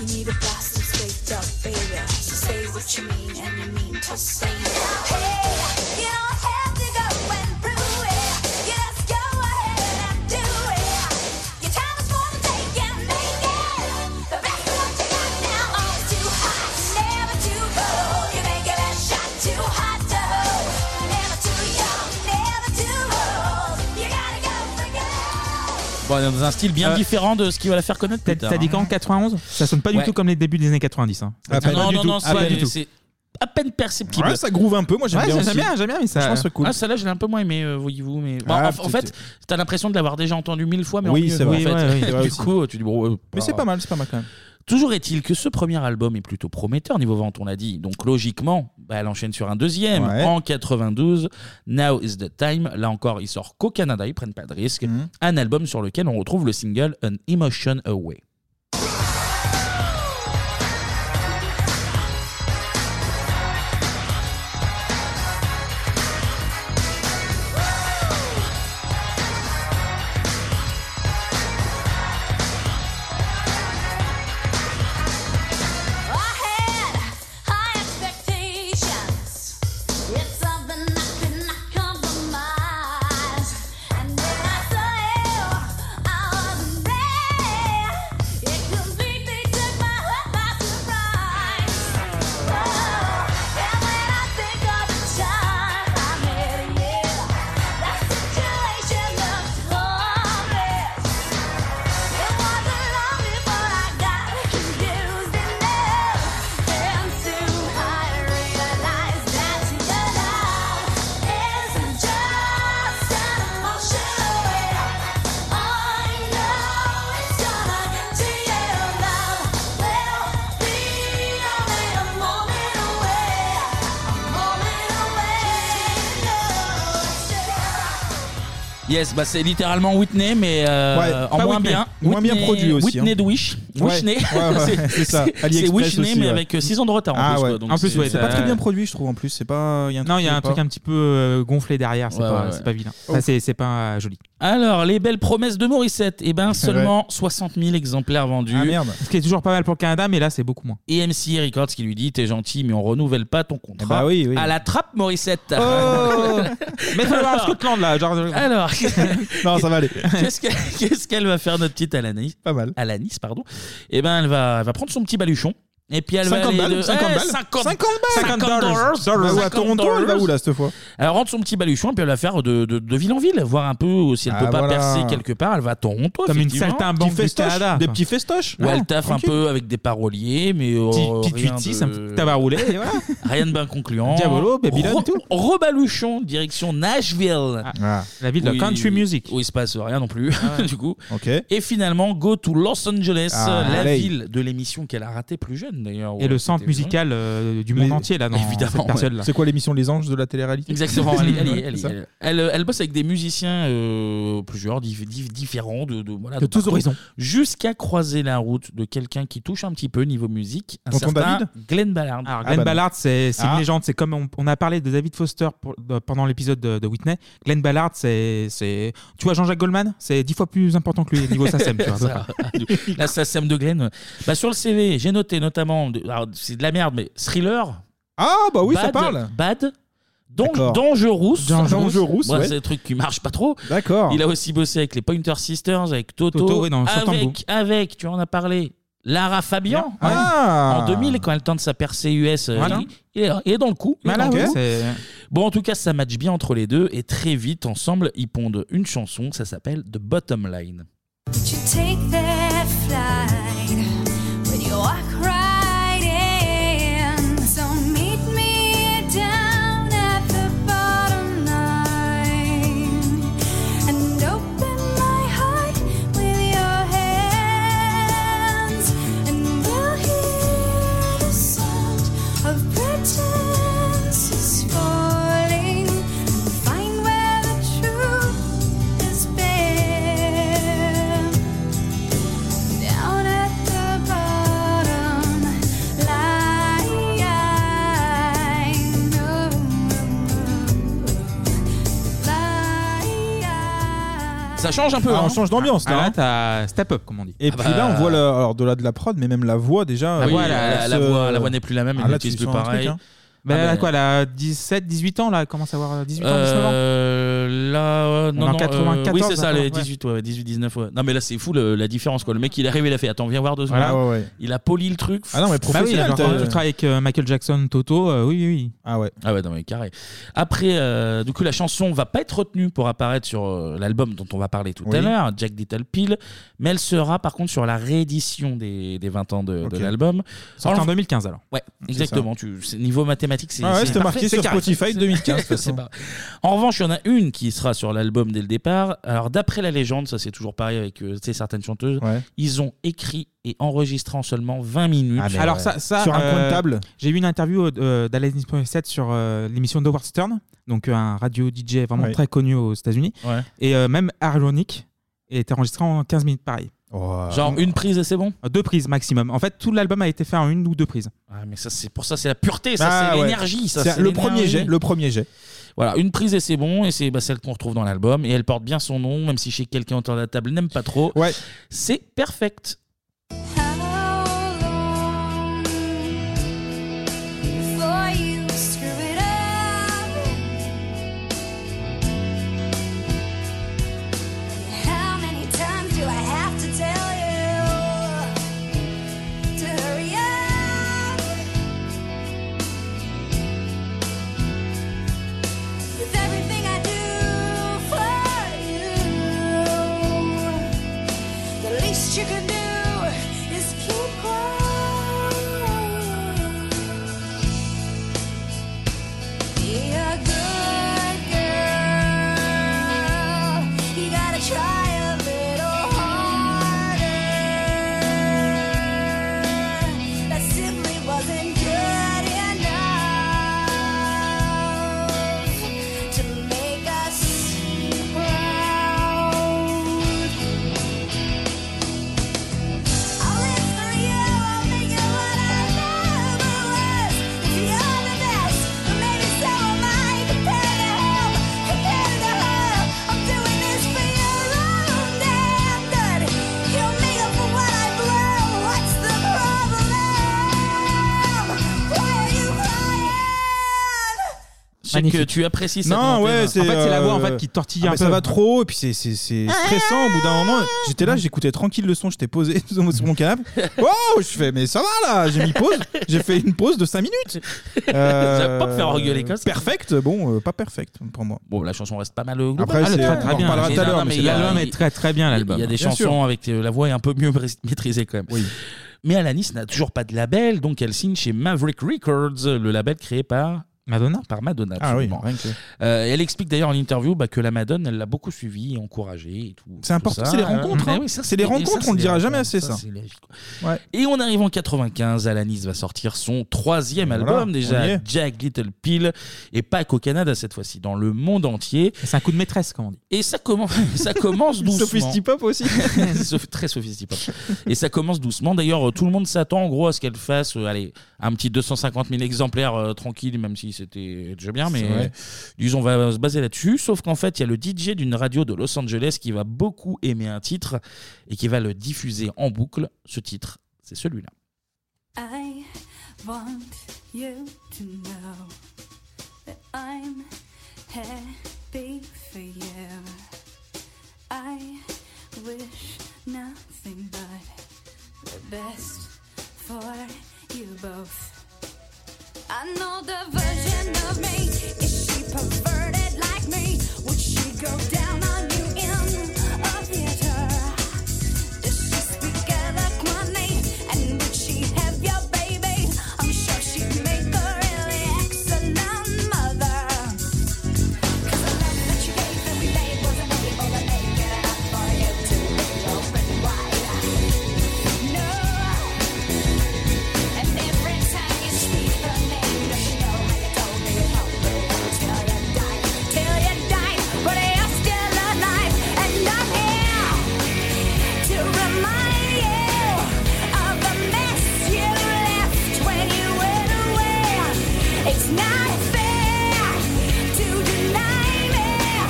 S10: You need a boss who's faked up, baby. To say what you mean and you mean to say it. Hey, you don't have to go and prove it. You just go ahead and do it. Your time is for the take and make it. The best of what you got now is too hot, never too cold. You make your best shot too hot to hold, never too
S1: Bon, dans un style bien
S4: Euh,
S1: différent de ce qu'il va la faire connaître
S4: T'as
S1: plus tard. hein.
S4: t'as dit quand 91 Ça sonne pas du
S1: Ouais.
S4: tout comme les débuts des années 90. Hein. Ça
S1: Ah, non,
S4: sonne pas
S1: non,
S4: du
S1: non,
S4: tout.
S1: c'est-
S4: Ah, pas du tout.
S1: c'est à peine perceptible.
S4: Ouais, ça groove un peu, moi, j'aime
S1: Ouais,
S4: bien
S1: J'aime
S4: aussi.
S1: bien, j'aime bien, mais ça.
S4: Franchement, c'est cool.
S1: Ah, celle-là, je l'ai un peu moins aimé, euh, voyez-vous. Mais... Bon,
S4: Ah,
S1: en-
S4: peut-être.
S1: en, fait, t'as l'impression de l'avoir déjà entendu mille fois, mais en
S4: Oui,
S1: mieux.
S4: c'est
S1: quoi,
S4: vrai.
S1: en
S4: Ouais,
S1: fait.
S4: ouais, ouais,
S1: du
S4: aussi.
S1: coup, tu dis bon. euh,
S4: Mais c'est
S1: bah,
S4: pas mal, c'est pas mal quand même.
S1: Toujours est-il que ce premier album est plutôt prometteur niveau vente, on l'a dit. Donc logiquement, bah, elle enchaîne sur un deuxième
S4: Ouais.
S1: en 92. Now is the time. Là encore, il sort qu'au Canada, ils prennent pas de risque.
S4: Mmh.
S1: Un album sur lequel on retrouve le single An Emotion Away.
S10: High expectations. It's something I could not compromise. And when I saw you, I wasn't there. It completely took my heart by surprise. Oh, and when I think of the time I met you, that situation looked horrible. It wasn't long before I got confused and left. And soon I realized that your love isn't just an emotion away. I know it's gonna continue. Love will be only a moment away, a moment away.
S1: Yes, bah c'est littéralement Whitney, mais euh,
S6: Ouais,
S1: en
S6: pas
S1: moins
S6: Whitney,
S1: bien.
S6: moins bien produit aussi,
S1: Whitney
S6: hein.
S1: de Wish.
S6: Ouais,
S1: Whitney.
S6: ouais, ouais, c'est ça.
S1: C'est
S6: AliExpress
S1: Whitney,
S6: aussi,
S1: mais
S6: ouais.
S1: avec 6 ans de retard en
S6: Ah
S1: plus.
S6: ouais.
S1: quoi. Donc,
S6: En plus,
S1: c'est-
S6: ouais, c'est pas
S1: ça-
S6: très bien produit, je trouve. En plus, c'est pas. y a un
S4: Non, il y a un
S6: qui est
S4: truc
S6: pas-
S4: un petit peu euh, gonflé derrière, c'est
S1: Ouais,
S4: pas,
S1: ouais,
S4: c'est
S1: ouais.
S4: pas vilain.
S1: Oh.
S4: Ça, c'est- c'est pas euh, joli.
S1: Alors, les belles promesses de Morissette, eh ben seulement 60 000 exemplaires vendus.
S4: Ah, merde.
S1: Ce qui est toujours pas mal pour le Canada, mais là c'est beaucoup moins. Et MCA Records qui lui dit T'es gentil, mais on renouvelle pas ton contrat.
S4: bah oui, oui.
S1: À la trappe, Morissette
S4: Oh Mets-toi dans
S1: Alors.
S4: la Scotland là. Genre...
S1: Alors.
S4: non, ça va aller.
S1: Qu'est-ce que- qu'est-ce qu'elle va faire, notre petite Alanis Pas mal. Alanis, pardon. Eh ben, elle va, elle va prendre son petit baluchon. Et puis elle
S6: 50
S1: va aller
S6: balles,
S1: de-
S6: 50
S1: Eh,
S6: balles.
S1: 50
S6: 50 balles.
S1: 50
S6: dollars.
S1: dollars.
S6: Bah ouais, à Toronto, elle va où, là, cette fois
S1: Elle rentre son petit baluchon et puis elle va faire de, de- de ville en ville, voir un peu euh, si elle
S6: Ah,
S1: peut pas
S6: voilà.
S1: percer quelque part. Elle va à Toronto,
S4: Comme une
S1: effectivement.
S4: saltimbanque Petits du festoches, Canada, des quoi. petits
S6: festoches.
S1: Où elle
S4: Ah,
S1: taffe un
S4: tranquille.
S1: peu avec des paroliers, mais euh,
S4: Petit- petit
S1: rien
S4: 8-6,
S1: de-
S4: un petit tabac roulé, et voilà.
S1: Rien de bien concluant.
S4: Diabolo, Babylone,
S1: Re-
S4: tout.
S1: Rebaluchon, direction Nashville.
S4: La ville de
S1: Où
S4: country
S1: il-
S4: music.
S1: Où il se passe rien non plus, du coup.
S6: Ok.
S1: Et finalement, go to Los Angeles,
S4: Ah,
S1: la
S4: allez.
S1: ville de l'émission qu'elle a ratée plus jeune d'ailleurs.
S4: Et
S1: où
S4: le
S1: elle
S4: centre
S1: était jeune.
S4: musical euh, du monde
S1: Les-
S4: entier là dans
S1: Ah Évidemment,
S4: cette
S1: ouais.
S4: période là.
S1: C'est
S6: quoi l'émission Les Anges de la télé-réalité
S1: Exactement, elle, est- elle est-
S6: Ouais,
S1: elle est-
S6: c'est ça.
S1: elle- elle- elle bosse avec des musiciens, euh, plusieurs, dif- dif- différents, de, de, voilà,
S4: De tous
S1: partout,
S4: horizons.
S1: Jusqu'à croiser la route de quelqu'un qui touche un petit peu niveau musique, un
S4: Tonton
S1: certain
S4: David
S1: Glenn Ballard.
S6: Ah,
S1: Ah.
S4: Alors, Glenn Ballard, c'est c'est une légende. C'est comme on, on a parlé de David Foster pour- de- pendant l'épisode de, de Whitney. Glenn Ballard, c'est. c'est- Tu vois, Jean-Jacques Goldman, c'est dix fois plus important que lui niveau SACEM. tu vois.
S1: Ça, la SACEM de Glenn. Bah, sur le CV, j'ai noté notamment, de- alors, c'est de la merde, mais thriller.
S6: Ah, bah oui, ça
S1: Bad-
S6: parle.
S1: Bad. Don,
S6: D'accord.
S1: Dangerous.
S6: Dangerous,
S1: Moi,
S6: ouais.
S1: C'est un truc qui marche pas trop.
S6: D'accord.
S1: Il a aussi bossé avec les Pointer Sisters, avec Toto.
S4: Toto, ouais, non, sur Tango.
S1: avec, avec, tu en as parlé, Lara Fabian. hein,
S4: Ah.
S1: En 2000, quand elle tente sa percée US, euh,
S4: Voilà.
S1: il, il est, il est dans le coup. il est
S4: Voilà,
S1: dans le
S4: ouais,
S1: coup.
S4: c'est-
S1: Bon, en tout cas, ça match bien entre les deux. Et très vite, ensemble, ils pondent une chanson. Ça s'appelle The Bottom Line.
S10: Did you take that flight when you walk right in? So meet me down at the bottom line and open my heart with your hands, and we'll hear the sound of pretenses falling, and find where the truth is bare. Down at the bottom line, oh, oh, oh, line.
S1: Ça change un peu.
S6: Ah,
S1: hein.
S6: on change d'ambiance, là,
S4: Ah,
S6: hein.
S4: t'as step up, comme on dit.
S6: Et
S1: Ah
S6: puis
S1: bah.
S6: là, on voit le- alors de là de la prod, mais même la voix
S4: Ah
S6: déjà.
S1: La
S6: euh,
S1: voix,
S6: elle
S1: la-
S6: se-
S1: la voix- la voix n'est plus la même,
S6: Ah,
S1: elle
S6: là,
S1: l'utilise
S6: tu
S1: plus
S6: sens un
S1: pareil.
S6: truc, hein.
S4: Bah,
S1: Ah,
S4: hein. elle a
S1: bah.
S4: quoi, elle a 17, 18 ans là, elle commence à avoir 18 ans, 19 ans.
S1: Euh, euh, là, ouais, non,
S4: est en
S1: non, euh,
S4: 94,
S1: oui, c'est ça,
S4: d'accord,
S1: les
S4: ouais.
S1: 18, ouais, 18, 19, ouais. Non, mais là, c'est fou le- la différence, quoi. Le mec, il arrive, il a fait, attends, viens voir deux secondes.
S4: Voilà, ouais, ouais.
S1: Il a poli le truc.
S4: Ah non, mais professionnel.
S1: Bah oui, alors,
S4: tu travailles avec euh, Michael Jackson, Toto, euh, oui, oui, oui.
S6: Ah ouais.
S1: Ah ouais, non, mais carré. Après, euh, du coup, la chanson va pas être retenue pour apparaître sur euh, l'album dont on va parler tout à
S4: Oui.
S1: l'heure, Jack Little Pill, mais elle sera par contre sur la réédition des, des 20 ans de, de
S4: Ok.
S1: l'album.
S4: Sortie en
S1: Alors,
S4: 2015, alors.
S1: Ouais,
S4: C'est
S1: exactement.
S4: ça.
S1: Tu, c'est- niveau mathématiques, c'est.
S4: Ah ouais,
S1: c'est
S4: c'était
S1: parfait,
S4: marqué
S1: c'est
S4: sur
S1: carré.
S4: Spotify
S1: C'est-
S4: 2015, de toute
S1: c'est
S4: façon.
S1: pas- En revanche, il y en a une qui sera sur l'album dès le départ. Alors, d'après la légende, ça c'est toujours pareil avec euh, tu sais, certaines chanteuses, ils ont écrit et enregistré en seulement 20 minutes.
S4: Alors ça, ça, euh, J'ai eu une interview euh, d'Alanis Morissette sur euh, l'émission d'Howard Stern, donc euh, un radio DJ vraiment
S1: Ouais.
S4: très connu aux États-Unis.
S1: Ouais.
S4: Et euh, même Ironic était enregistré en 15 minutes, pareil.
S6: Oh,
S4: Oh.
S1: Genre une prise et c'est bon
S4: Deux prises maximum. En fait, tout l'album a été fait en une ou deux prises.
S1: Ah, mais ça, c'est pour ça, c'est la pureté, ça,
S4: Ah
S1: c'est
S4: ouais.
S1: l'énergie. ça,
S4: C'est
S1: c'est
S4: le premier
S1: l'énergie.
S4: jet, le premier jet.
S1: Voilà, une prise et c'est bon, et c'est bah, celle qu'on retrouve dans l'album, et elle porte bien son nom, même si chez quelqu'un autour de la table n'aime pas trop.
S4: Ouais.
S1: C'est perfect.
S10: Before you screw it up, how many times do I have to tell you to hurry up? With everything I do for you, the least you can do is keep quiet. Be a good girl. You gotta try a little harder. That simply wasn't good enough to make us proud. I'll live for you. I'll make you what I never was. If you're the best, then maybe so am I. Compared to hell, compared to her, I'm doing this for you. I'm damn good. Kill me for what I blow. What's the problem? Why are you crying?
S1: C'est que tu apprécies cette
S6: Non,
S1: antenne.
S6: ouais, c'est.
S4: En fait, c'est la voix, en
S6: euh,
S4: fait, qui tortille
S6: ah,
S4: un
S6: mais Ça
S4: peu.
S6: va trop, et puis c'est c'est- c'est stressant. Au bout d'un moment, j'étais là, j'écoutais tranquille le son, j'étais posé sur mon canapé. Wow, je fais, mais ça va là, j'ai mis pause, j'ai fait une pause de 5 minutes. Euh,
S1: Ça va pas me faire engueuler comme ça.
S6: Perfect, bon, euh, pas perfect pour moi.
S1: Bon, la chanson reste pas mal au global.
S6: Après,
S1: Ah, le
S6: c'est-
S1: très, très
S6: on en
S1: bien.
S6: parlera
S1: Mais
S6: tout à
S1: non,
S6: l'heure,
S1: mais
S6: mais
S1: il y a-
S4: l'album est très, très bien,
S1: il y a-
S4: l'album.
S1: Il y a des
S4: Bien
S1: chansons
S4: sûr.
S1: avec euh, la voix est un peu mieux maîtris- maîtrisée quand même. Mais Alanis n'a toujours pas de label, donc elle signe chez Maverick Records, le label créé par
S4: Madonna.
S1: Par Madonna.
S6: Ah oui,
S1: absolument.
S6: rien que-
S1: Euh, elle explique d'ailleurs en interview bah, que la Madonna, elle l'a beaucoup suivie et encouragée. et tout-
S6: C'est
S1: tout
S6: important,
S1: ça.
S6: c'est les rencontres.
S1: Euh,
S6: hein.
S1: oui, ça,
S6: c'est les
S1: et ça,
S6: rencontres,
S1: c'est
S6: on le
S1: les
S6: dira jamais
S1: rencontres.
S6: assez ça.
S1: c'est les- Et on arrive en 95, Alanis va sortir son troisième
S4: Voilà,
S1: album
S4: on y
S1: déjà,
S4: est.
S1: Jack Little Pill, et pas qu'au Canada cette fois-ci, dans le monde entier.
S4: C'est un coup de maîtresse, comme on dit.
S1: Et ça commence, ça commence doucement.
S4: Sophistipop aussi.
S1: Soph- Très sophistipop. Et ça commence doucement. D'ailleurs, euh, tout le monde s'attend en gros à ce qu'elle fasse, euh, allez, un petit 250 000 exemplaires euh, tranquille, même si c'était déjà bien, mais
S4: C'est vrai.
S1: disons, on va se baser là-dessus. Sauf qu'en fait, il y a le DJ d'une radio de Los Angeles qui va beaucoup aimer un titre et qui va le diffuser en boucle. Ce titre, c'est celui-là.
S10: I want you to know that I'm happy for you. I wish nothing but the best for you both. I know the version of me. Is she perverted like me? Would she go down on you in a theater? Does she speak eloquently? And would she have your baby? I'm sure she'd make a really excellent mother. 'Cause the love that you gave every day wasn't able to make it up for you to be open wide. No. And every time you speak her name, don't you know how you told me you hope it won't till you die, till you die. But you're still alive, and I'm here to remind you of the mess you left when you went away. It's not fair to deny me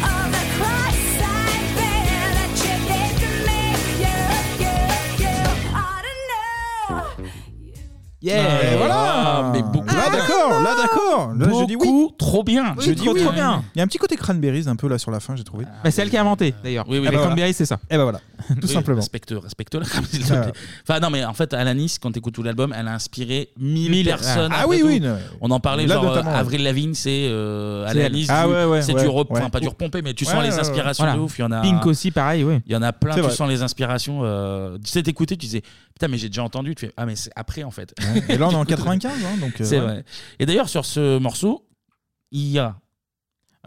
S10: of the cross I bear that you did to me. You, you, you ought to know.
S1: Yeah,
S4: voilà.
S1: Ah, mais beaucoup
S4: Ah,
S6: Là, d'accord, là, d'accord. Là, je dis oui.
S1: Trop bien.
S6: Je dis oui.
S4: trop bien.
S6: Il y a un petit côté cranberries un peu là sur la fin, j'ai trouvé.
S4: Bah, c'est elle qui a inventé d'ailleurs.
S6: Oui, oui,
S4: la
S6: voilà.
S4: cranberry, c'est ça.
S6: Et ben voilà, tout
S1: Oui,
S6: simplement.
S1: Respecte, respecte la s'il te plaît.
S6: Ah.
S1: Enfin, non, mais en fait, Alanis, quand t'écoutes tout l'album, elle a inspiré mille,
S6: Mille
S1: personnes.
S6: personnes. Ah
S1: après
S6: oui,
S1: tout.
S6: oui, non.
S1: On en parlait,
S6: Là,
S1: genre, euh,
S6: notamment, ouais.
S1: Avril Lavigne, c'est euh,
S4: C'est
S1: Alanis.
S4: elle. Ah
S1: du-
S4: ouais, ouais,
S1: c'est
S4: ouais,
S1: du rep,
S4: ouais.
S1: enfin, pas du repompé, mais tu sens
S4: Ouais,
S1: les
S4: ouais, ouais.
S1: inspirations
S4: Voilà.
S1: de ouf. Il y en a.
S4: Pink aussi, pareil, oui.
S1: Il y en a plein,
S4: C'est
S1: tu
S4: vrai.
S1: sens les inspirations. euh, tu sais, t'écoutais, tu disais, putain, mais j'ai déjà entendu. Tu fais, ah, mais c'est après, en fait.
S6: Et là, on est en 95, hein, donc. euh,
S1: C'est
S6: ouais.
S1: vrai. Et d'ailleurs, sur ce morceau, il y a.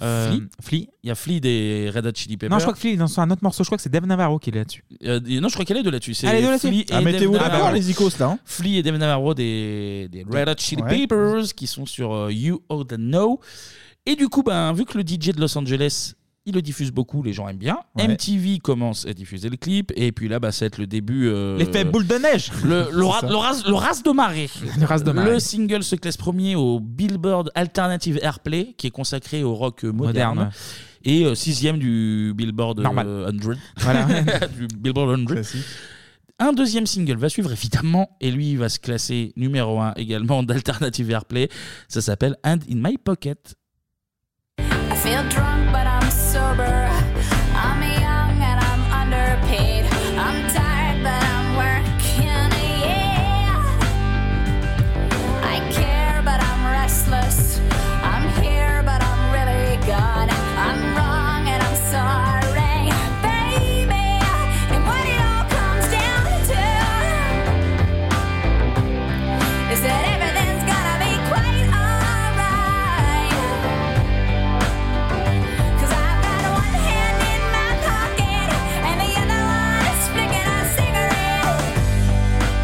S1: euh,
S4: Flea
S1: Il y a Flea des Red Hot Chili Peppers.
S4: Non, je crois que Flea est dans un autre morceau. Je crois que c'est Dave Navarro qui est là-dessus.
S1: Euh, non, je crois qu'elle est de là-dessus. C'est
S4: Elle est de là-dessus.
S1: Flea et
S4: Ah, mettez-vous
S1: Dave
S4: d'accord,
S1: Navarro.
S4: les icos, là, hein.
S1: Flea et Dave Navarro des, des Red Hot Chili
S4: Ouais.
S1: Peppers qui sont sur euh, You Ought to Know. Et du coup, ben, vu que le DJ de Los Angeles, il le diffuse beaucoup, les gens aiment bien.
S4: Ouais.
S1: MTV commence à diffuser le clip. Et puis là, bah, ça va être le début. euh,
S4: L'effet boule de neige.
S1: Le, le, ra-
S4: C'est ça.
S1: le ras- le ras de marée.
S4: Le ras de marée.
S1: Le single se classe premier au Billboard Alternative Airplay, qui est consacré au rock euh, moderne.
S4: Moderne.
S1: Et euh, sixième du Billboard euh,
S4: Normal.
S1: 100.
S4: Voilà.
S1: du Billboard 100. Un deuxième single va suivre, évidemment, et lui il va se classer numéro un également d'Alternative Airplay. Ça s'appelle And in My Pocket.
S2: I feel drunk, but I'm sober. I'm young and I'm underpaid. I'm tired, but I'm working. Yeah. I care, but I'm restless. I'm here, but I'm really gone. I'm wrong and I'm sorry, baby. And what it all comes down to is that everything's gonna be quite alright. Cause I've got one hand in my pocket and the other one is flicking a cigarette.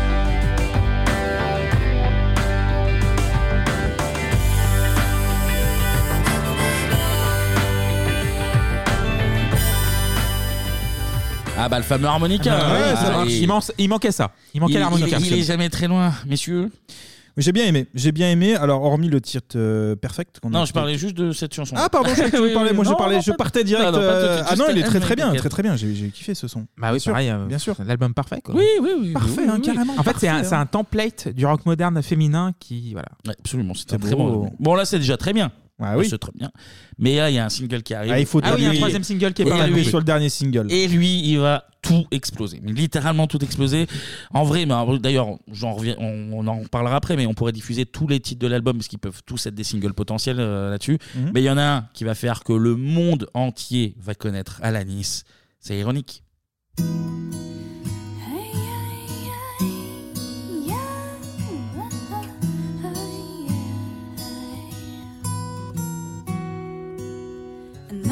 S1: Ah bah le fameux harmonica.
S4: Ouais, ça
S1: Ah,
S4: marche.
S1: et-
S4: Il, manque- il manquait ça. Il manquait
S1: Il-
S4: l'harmonica.
S1: il- il est jamais très loin, messieurs.
S6: Mais J'ai bien aimé, j'ai bien aimé. Alors, hormis le titre euh, perfect qu'on a
S1: Non, je
S6: écouté.
S1: parlais juste de cette chanson.
S6: Ah, pardon, je croyais que tu parlais. Moi, je parlais, je partais direct. euh, ah non, il est très très bien, très très bien. J'ai j'ai kiffé ce son.
S4: Bah oui,
S6: Bien sûr,
S4: pareil, euh,
S6: Bien sûr.
S4: L'album parfait, quoi.
S6: Oui,
S1: oui, oui.
S6: Parfait, hein, carrément.
S4: En fait, c'est un,
S6: parfait,
S4: c'est un
S6: hein.
S4: template du rock moderne féminin qui. Voilà. Bah
S1: absolument, c'est
S4: C'est
S1: très
S4: beau.
S1: bon. Bon, là, c'est déjà très bien.
S6: Ah oui.
S1: C'est très bien. Mais là, il y a un single qui arrive.
S6: Ah, il faut
S1: oui,
S6: dire lui-
S1: Et
S6: Et lui,
S1: lui-
S6: sur le dernier single.
S1: Et lui, il va tout exploser. Mais littéralement tout exploser. En vrai, mais en- d'ailleurs, j'en reviens, on, on en parlera après, mais on pourrait diffuser tous les titres de l'album, parce qu'ils peuvent tous être des singles potentiels euh, là-dessus.
S4: Mhm.
S1: Mais il y en a un qui va faire que le monde entier va connaître Alanis. C'est ironique.
S2: An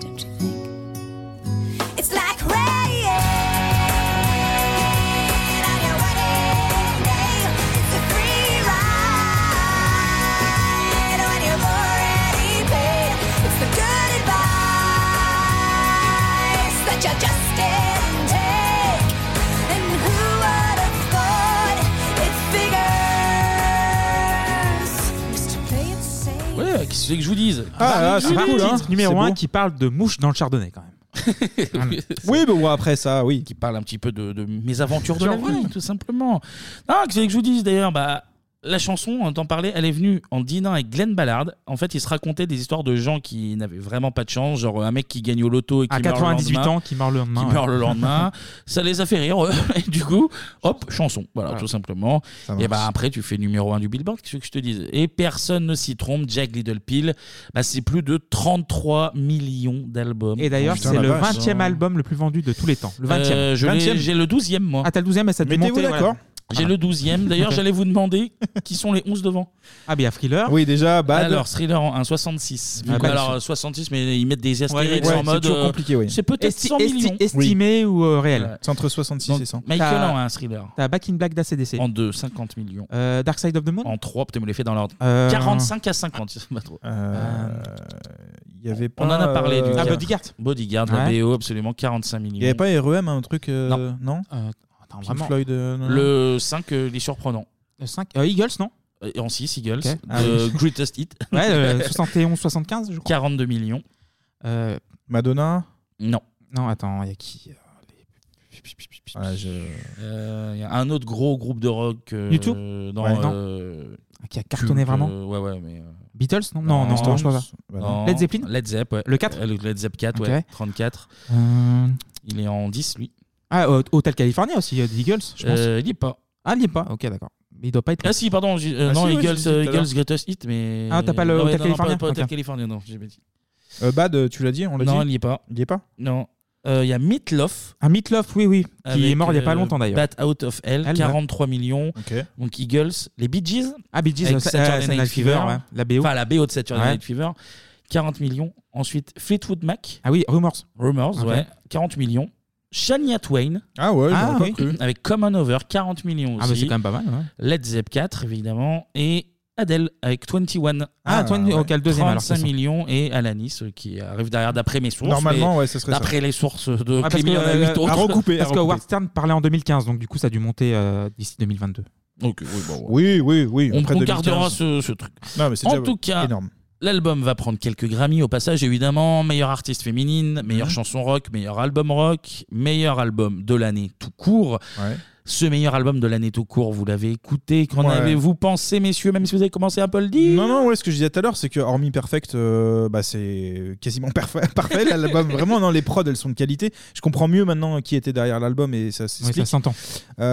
S2: Don't you think? It's like rain.
S1: Ouais, qu'est-ce que tu veux que je vous dise
S4: Ah,
S1: Parmi
S4: c'est
S1: tous les
S4: cool, hein.
S1: titres
S4: Numéro
S1: un
S4: 1 qui parle de mouches dans le chardonnay, quand même.
S1: Ah,
S6: Oui, mais bon, après ça, oui.
S1: Qui parle un petit peu de, de mes aventures de la vie, tout simplement. Non, qu'est-ce que je vous dise d'ailleurs bah, La chanson, on entend parler, elle est venue en dînant avec Glenn Ballard. En fait, il se racontait des histoires de gens qui n'avaient vraiment pas de chance, genre un mec qui gagne au loto et qui
S4: À
S1: meurt le
S4: 98
S1: lendemain.
S4: ans, qui meurt le lendemain.
S1: qui
S4: ouais.
S1: meurt le lendemain. ça les a fait rire, eux. et du coup, hop, chanson. Voilà,
S4: Voilà.
S1: tout simplement.
S4: Ça marche.
S1: Et bah après, tu fais numéro 1 du Billboard, qu'est-ce que je te dis Et personne ne s'y trompe, Jack Little Pill, bah, c'est plus de 33 millions d'albums.
S4: Et d'ailleurs,
S1: Oh, Putain,
S4: c'est
S1: la
S4: le
S1: vache. hein.
S4: 20e album le plus vendu de tous les temps. Le 20e.
S1: Euh, je l'ai- j'ai le 12e, moi.
S4: Ah, t'as le 12e, mais ça te
S1: Mettez-vous
S4: montait,
S1: d'accord. J'ai le 12e. D'ailleurs, j'allais vous demander qui sont les 11 devant.
S4: Ah, bien, Thriller.
S6: Oui, déjà, Bad.
S1: Alors, Thriller en 1,66.
S4: Ah, bah,
S1: alors, 66, mais ils mettent des astérisques
S4: Ouais,
S1: en
S4: c'est
S1: mode.
S4: toujours
S1: euh,
S4: compliqué, oui.
S1: C'est peut-être
S4: Esti-
S1: 100
S4: esti-
S1: millions.
S4: estimé ou euh, réel
S6: C'est entre 66 et 100.
S1: Michael en a un thriller.
S4: T'as Back in Black d'ACDC.
S1: En 2, 50 millions.
S4: Euh, Dark Side of the Moon
S1: En 3, peut-être me les fait dans l'ordre.
S4: Euh,
S1: 45 à 50, si ça me va trop.
S6: Euh, Il Il y avait pas,
S1: On en a parlé
S6: euh,
S1: du
S6: Ah,
S1: Bodyguard.
S6: Bodyguard.
S1: Bodyguard,
S6: Ouais.
S1: la BO absolument 45 mm.
S6: Il n'y avait pas REM, un truc. euh,
S1: Non.
S6: Non Pink Floyd, euh, non, non.
S1: Le 5, euh, il est surprenant.
S4: Le 5 Eagles, non
S1: Et en 6, Eagles.
S4: Ok. Ah
S1: de
S4: oui.
S1: Greatest Hit.
S4: Ouais, euh, 71, 75, je crois. Euh,
S1: 42 millions.
S6: Madonna
S1: Non.
S4: Non, attends, il y a qui
S1: Euh, Il y a un autre gros groupe de rock. euh,
S4: YouTube
S1: dans,
S4: Ouais. Non.
S1: euh,
S4: Qui a cartonné
S1: culte,
S4: vraiment
S1: euh, Ouais, ouais, mais. euh,
S4: Beatles, non Non, non, je pense pas.
S1: Non.
S4: Led Zeppelin
S1: Led Zepp, ouais.
S4: Le 4
S1: Euh, Le Led Zepp 4,
S4: Ok.
S1: ouais. 34.
S4: Euh,
S1: Il est en 10, lui.
S4: Ah, euh, Hotel California aussi, euh, des Eagles, je pense.
S1: Euh, il n'y est pas.
S4: Ah, il n'y est pas, ok, d'accord. Mais il doit pas être. là.
S1: Ah si, pardon, j'ai- euh,
S4: Ah
S1: non,
S4: si, ouais,
S1: Eagles,
S4: j'ai dit tout à
S1: euh,
S4: l'heure.
S1: Eagles Greatest Hit, mais...
S4: Ah, t'as pas le
S1: Non, ouais,
S4: Hotel
S1: non, non, pas-
S4: California
S1: pas Hotel
S4: Ok.
S1: California, non, j'ai pas dit.
S6: Euh, Bad, tu l'as dit, on l'a dit
S1: Non, il n'y est pas.
S6: Il n'y est pas
S1: Non. Euh, Il y a Meatloaf.
S4: Ah, Meatloaf, oui, oui, qui est
S1: avec,
S4: mort il n'y a pas
S1: euh,
S4: longtemps d'ailleurs.
S1: Bat Out of Hell,
S4: Elle, ouais.
S1: 43 millions. Donc Eagles, les Bee Gees.
S4: Ah, Bee Gees,
S1: avec
S4: euh,
S1: Saturday
S4: euh,
S1: Night
S4: Night
S1: Fever,
S4: Fever, ouais, la BO.
S1: Enfin, la BO de Saturday
S4: Ouais.
S1: Night Fever, 40 millions. Ensuite, Fleetwood Mac.
S4: Ah oui, Rumors.
S1: Rumors,
S4: Ok.
S1: ouais, 40 millions. Shania Twain.
S6: Ah ouais,
S4: j'aurais Ah, pas oui.
S6: cru.
S1: Avec Common Over, 40 millions aussi.
S4: Ah, bah, c'est quand même pas mal, ouais.
S1: Led Zepp 4, évidemment. Et Adele avec 21.
S4: Ah, 21, ok, le deuxième, alors,
S1: 35
S4: c'est ça.
S1: millions. Et Alanis euh, qui arrive derrière d'après mes sources.
S4: Normalement,
S1: mais
S4: ouais, ce serait ça.
S1: D'après les sources de
S4: Ouais, parce
S1: Clémy,
S4: que,
S1: il y en a
S4: euh,
S1: huit autres.
S4: Parce que Howard Stern parlait en 2015, donc du coup, ça a dû monter euh, d'ici 2022.
S1: Donc, oui, bon, ouais.
S6: Oui, oui, oui.
S1: On,
S6: après
S1: on
S6: 2015.
S1: gardera ce, ce truc.
S6: Non, mais c'est
S1: en
S6: déjà
S1: tout cas,
S6: énorme.
S1: l'album va prendre quelques Grammy au passage, évidemment. Meilleure artiste féminine, meilleure chanson rock, meilleur album rock, meilleur album de l'année tout court. Ce meilleur album de l'année tout court, vous l'avez écouté. Qu'en
S6: Ouais.
S1: avez-vous pensé, messieurs, même si vous avez commencé un peu à le dire
S6: Non, non, ouais, ce que je disais tout à l'heure, c'est que hormis Perfect, euh, bah, c'est quasiment parfait. parfait là, l'album. Vraiment, non, les prods, elles sont de qualité. Je comprends mieux maintenant qui était derrière l'album et ça s'explique.
S4: ça s'entend.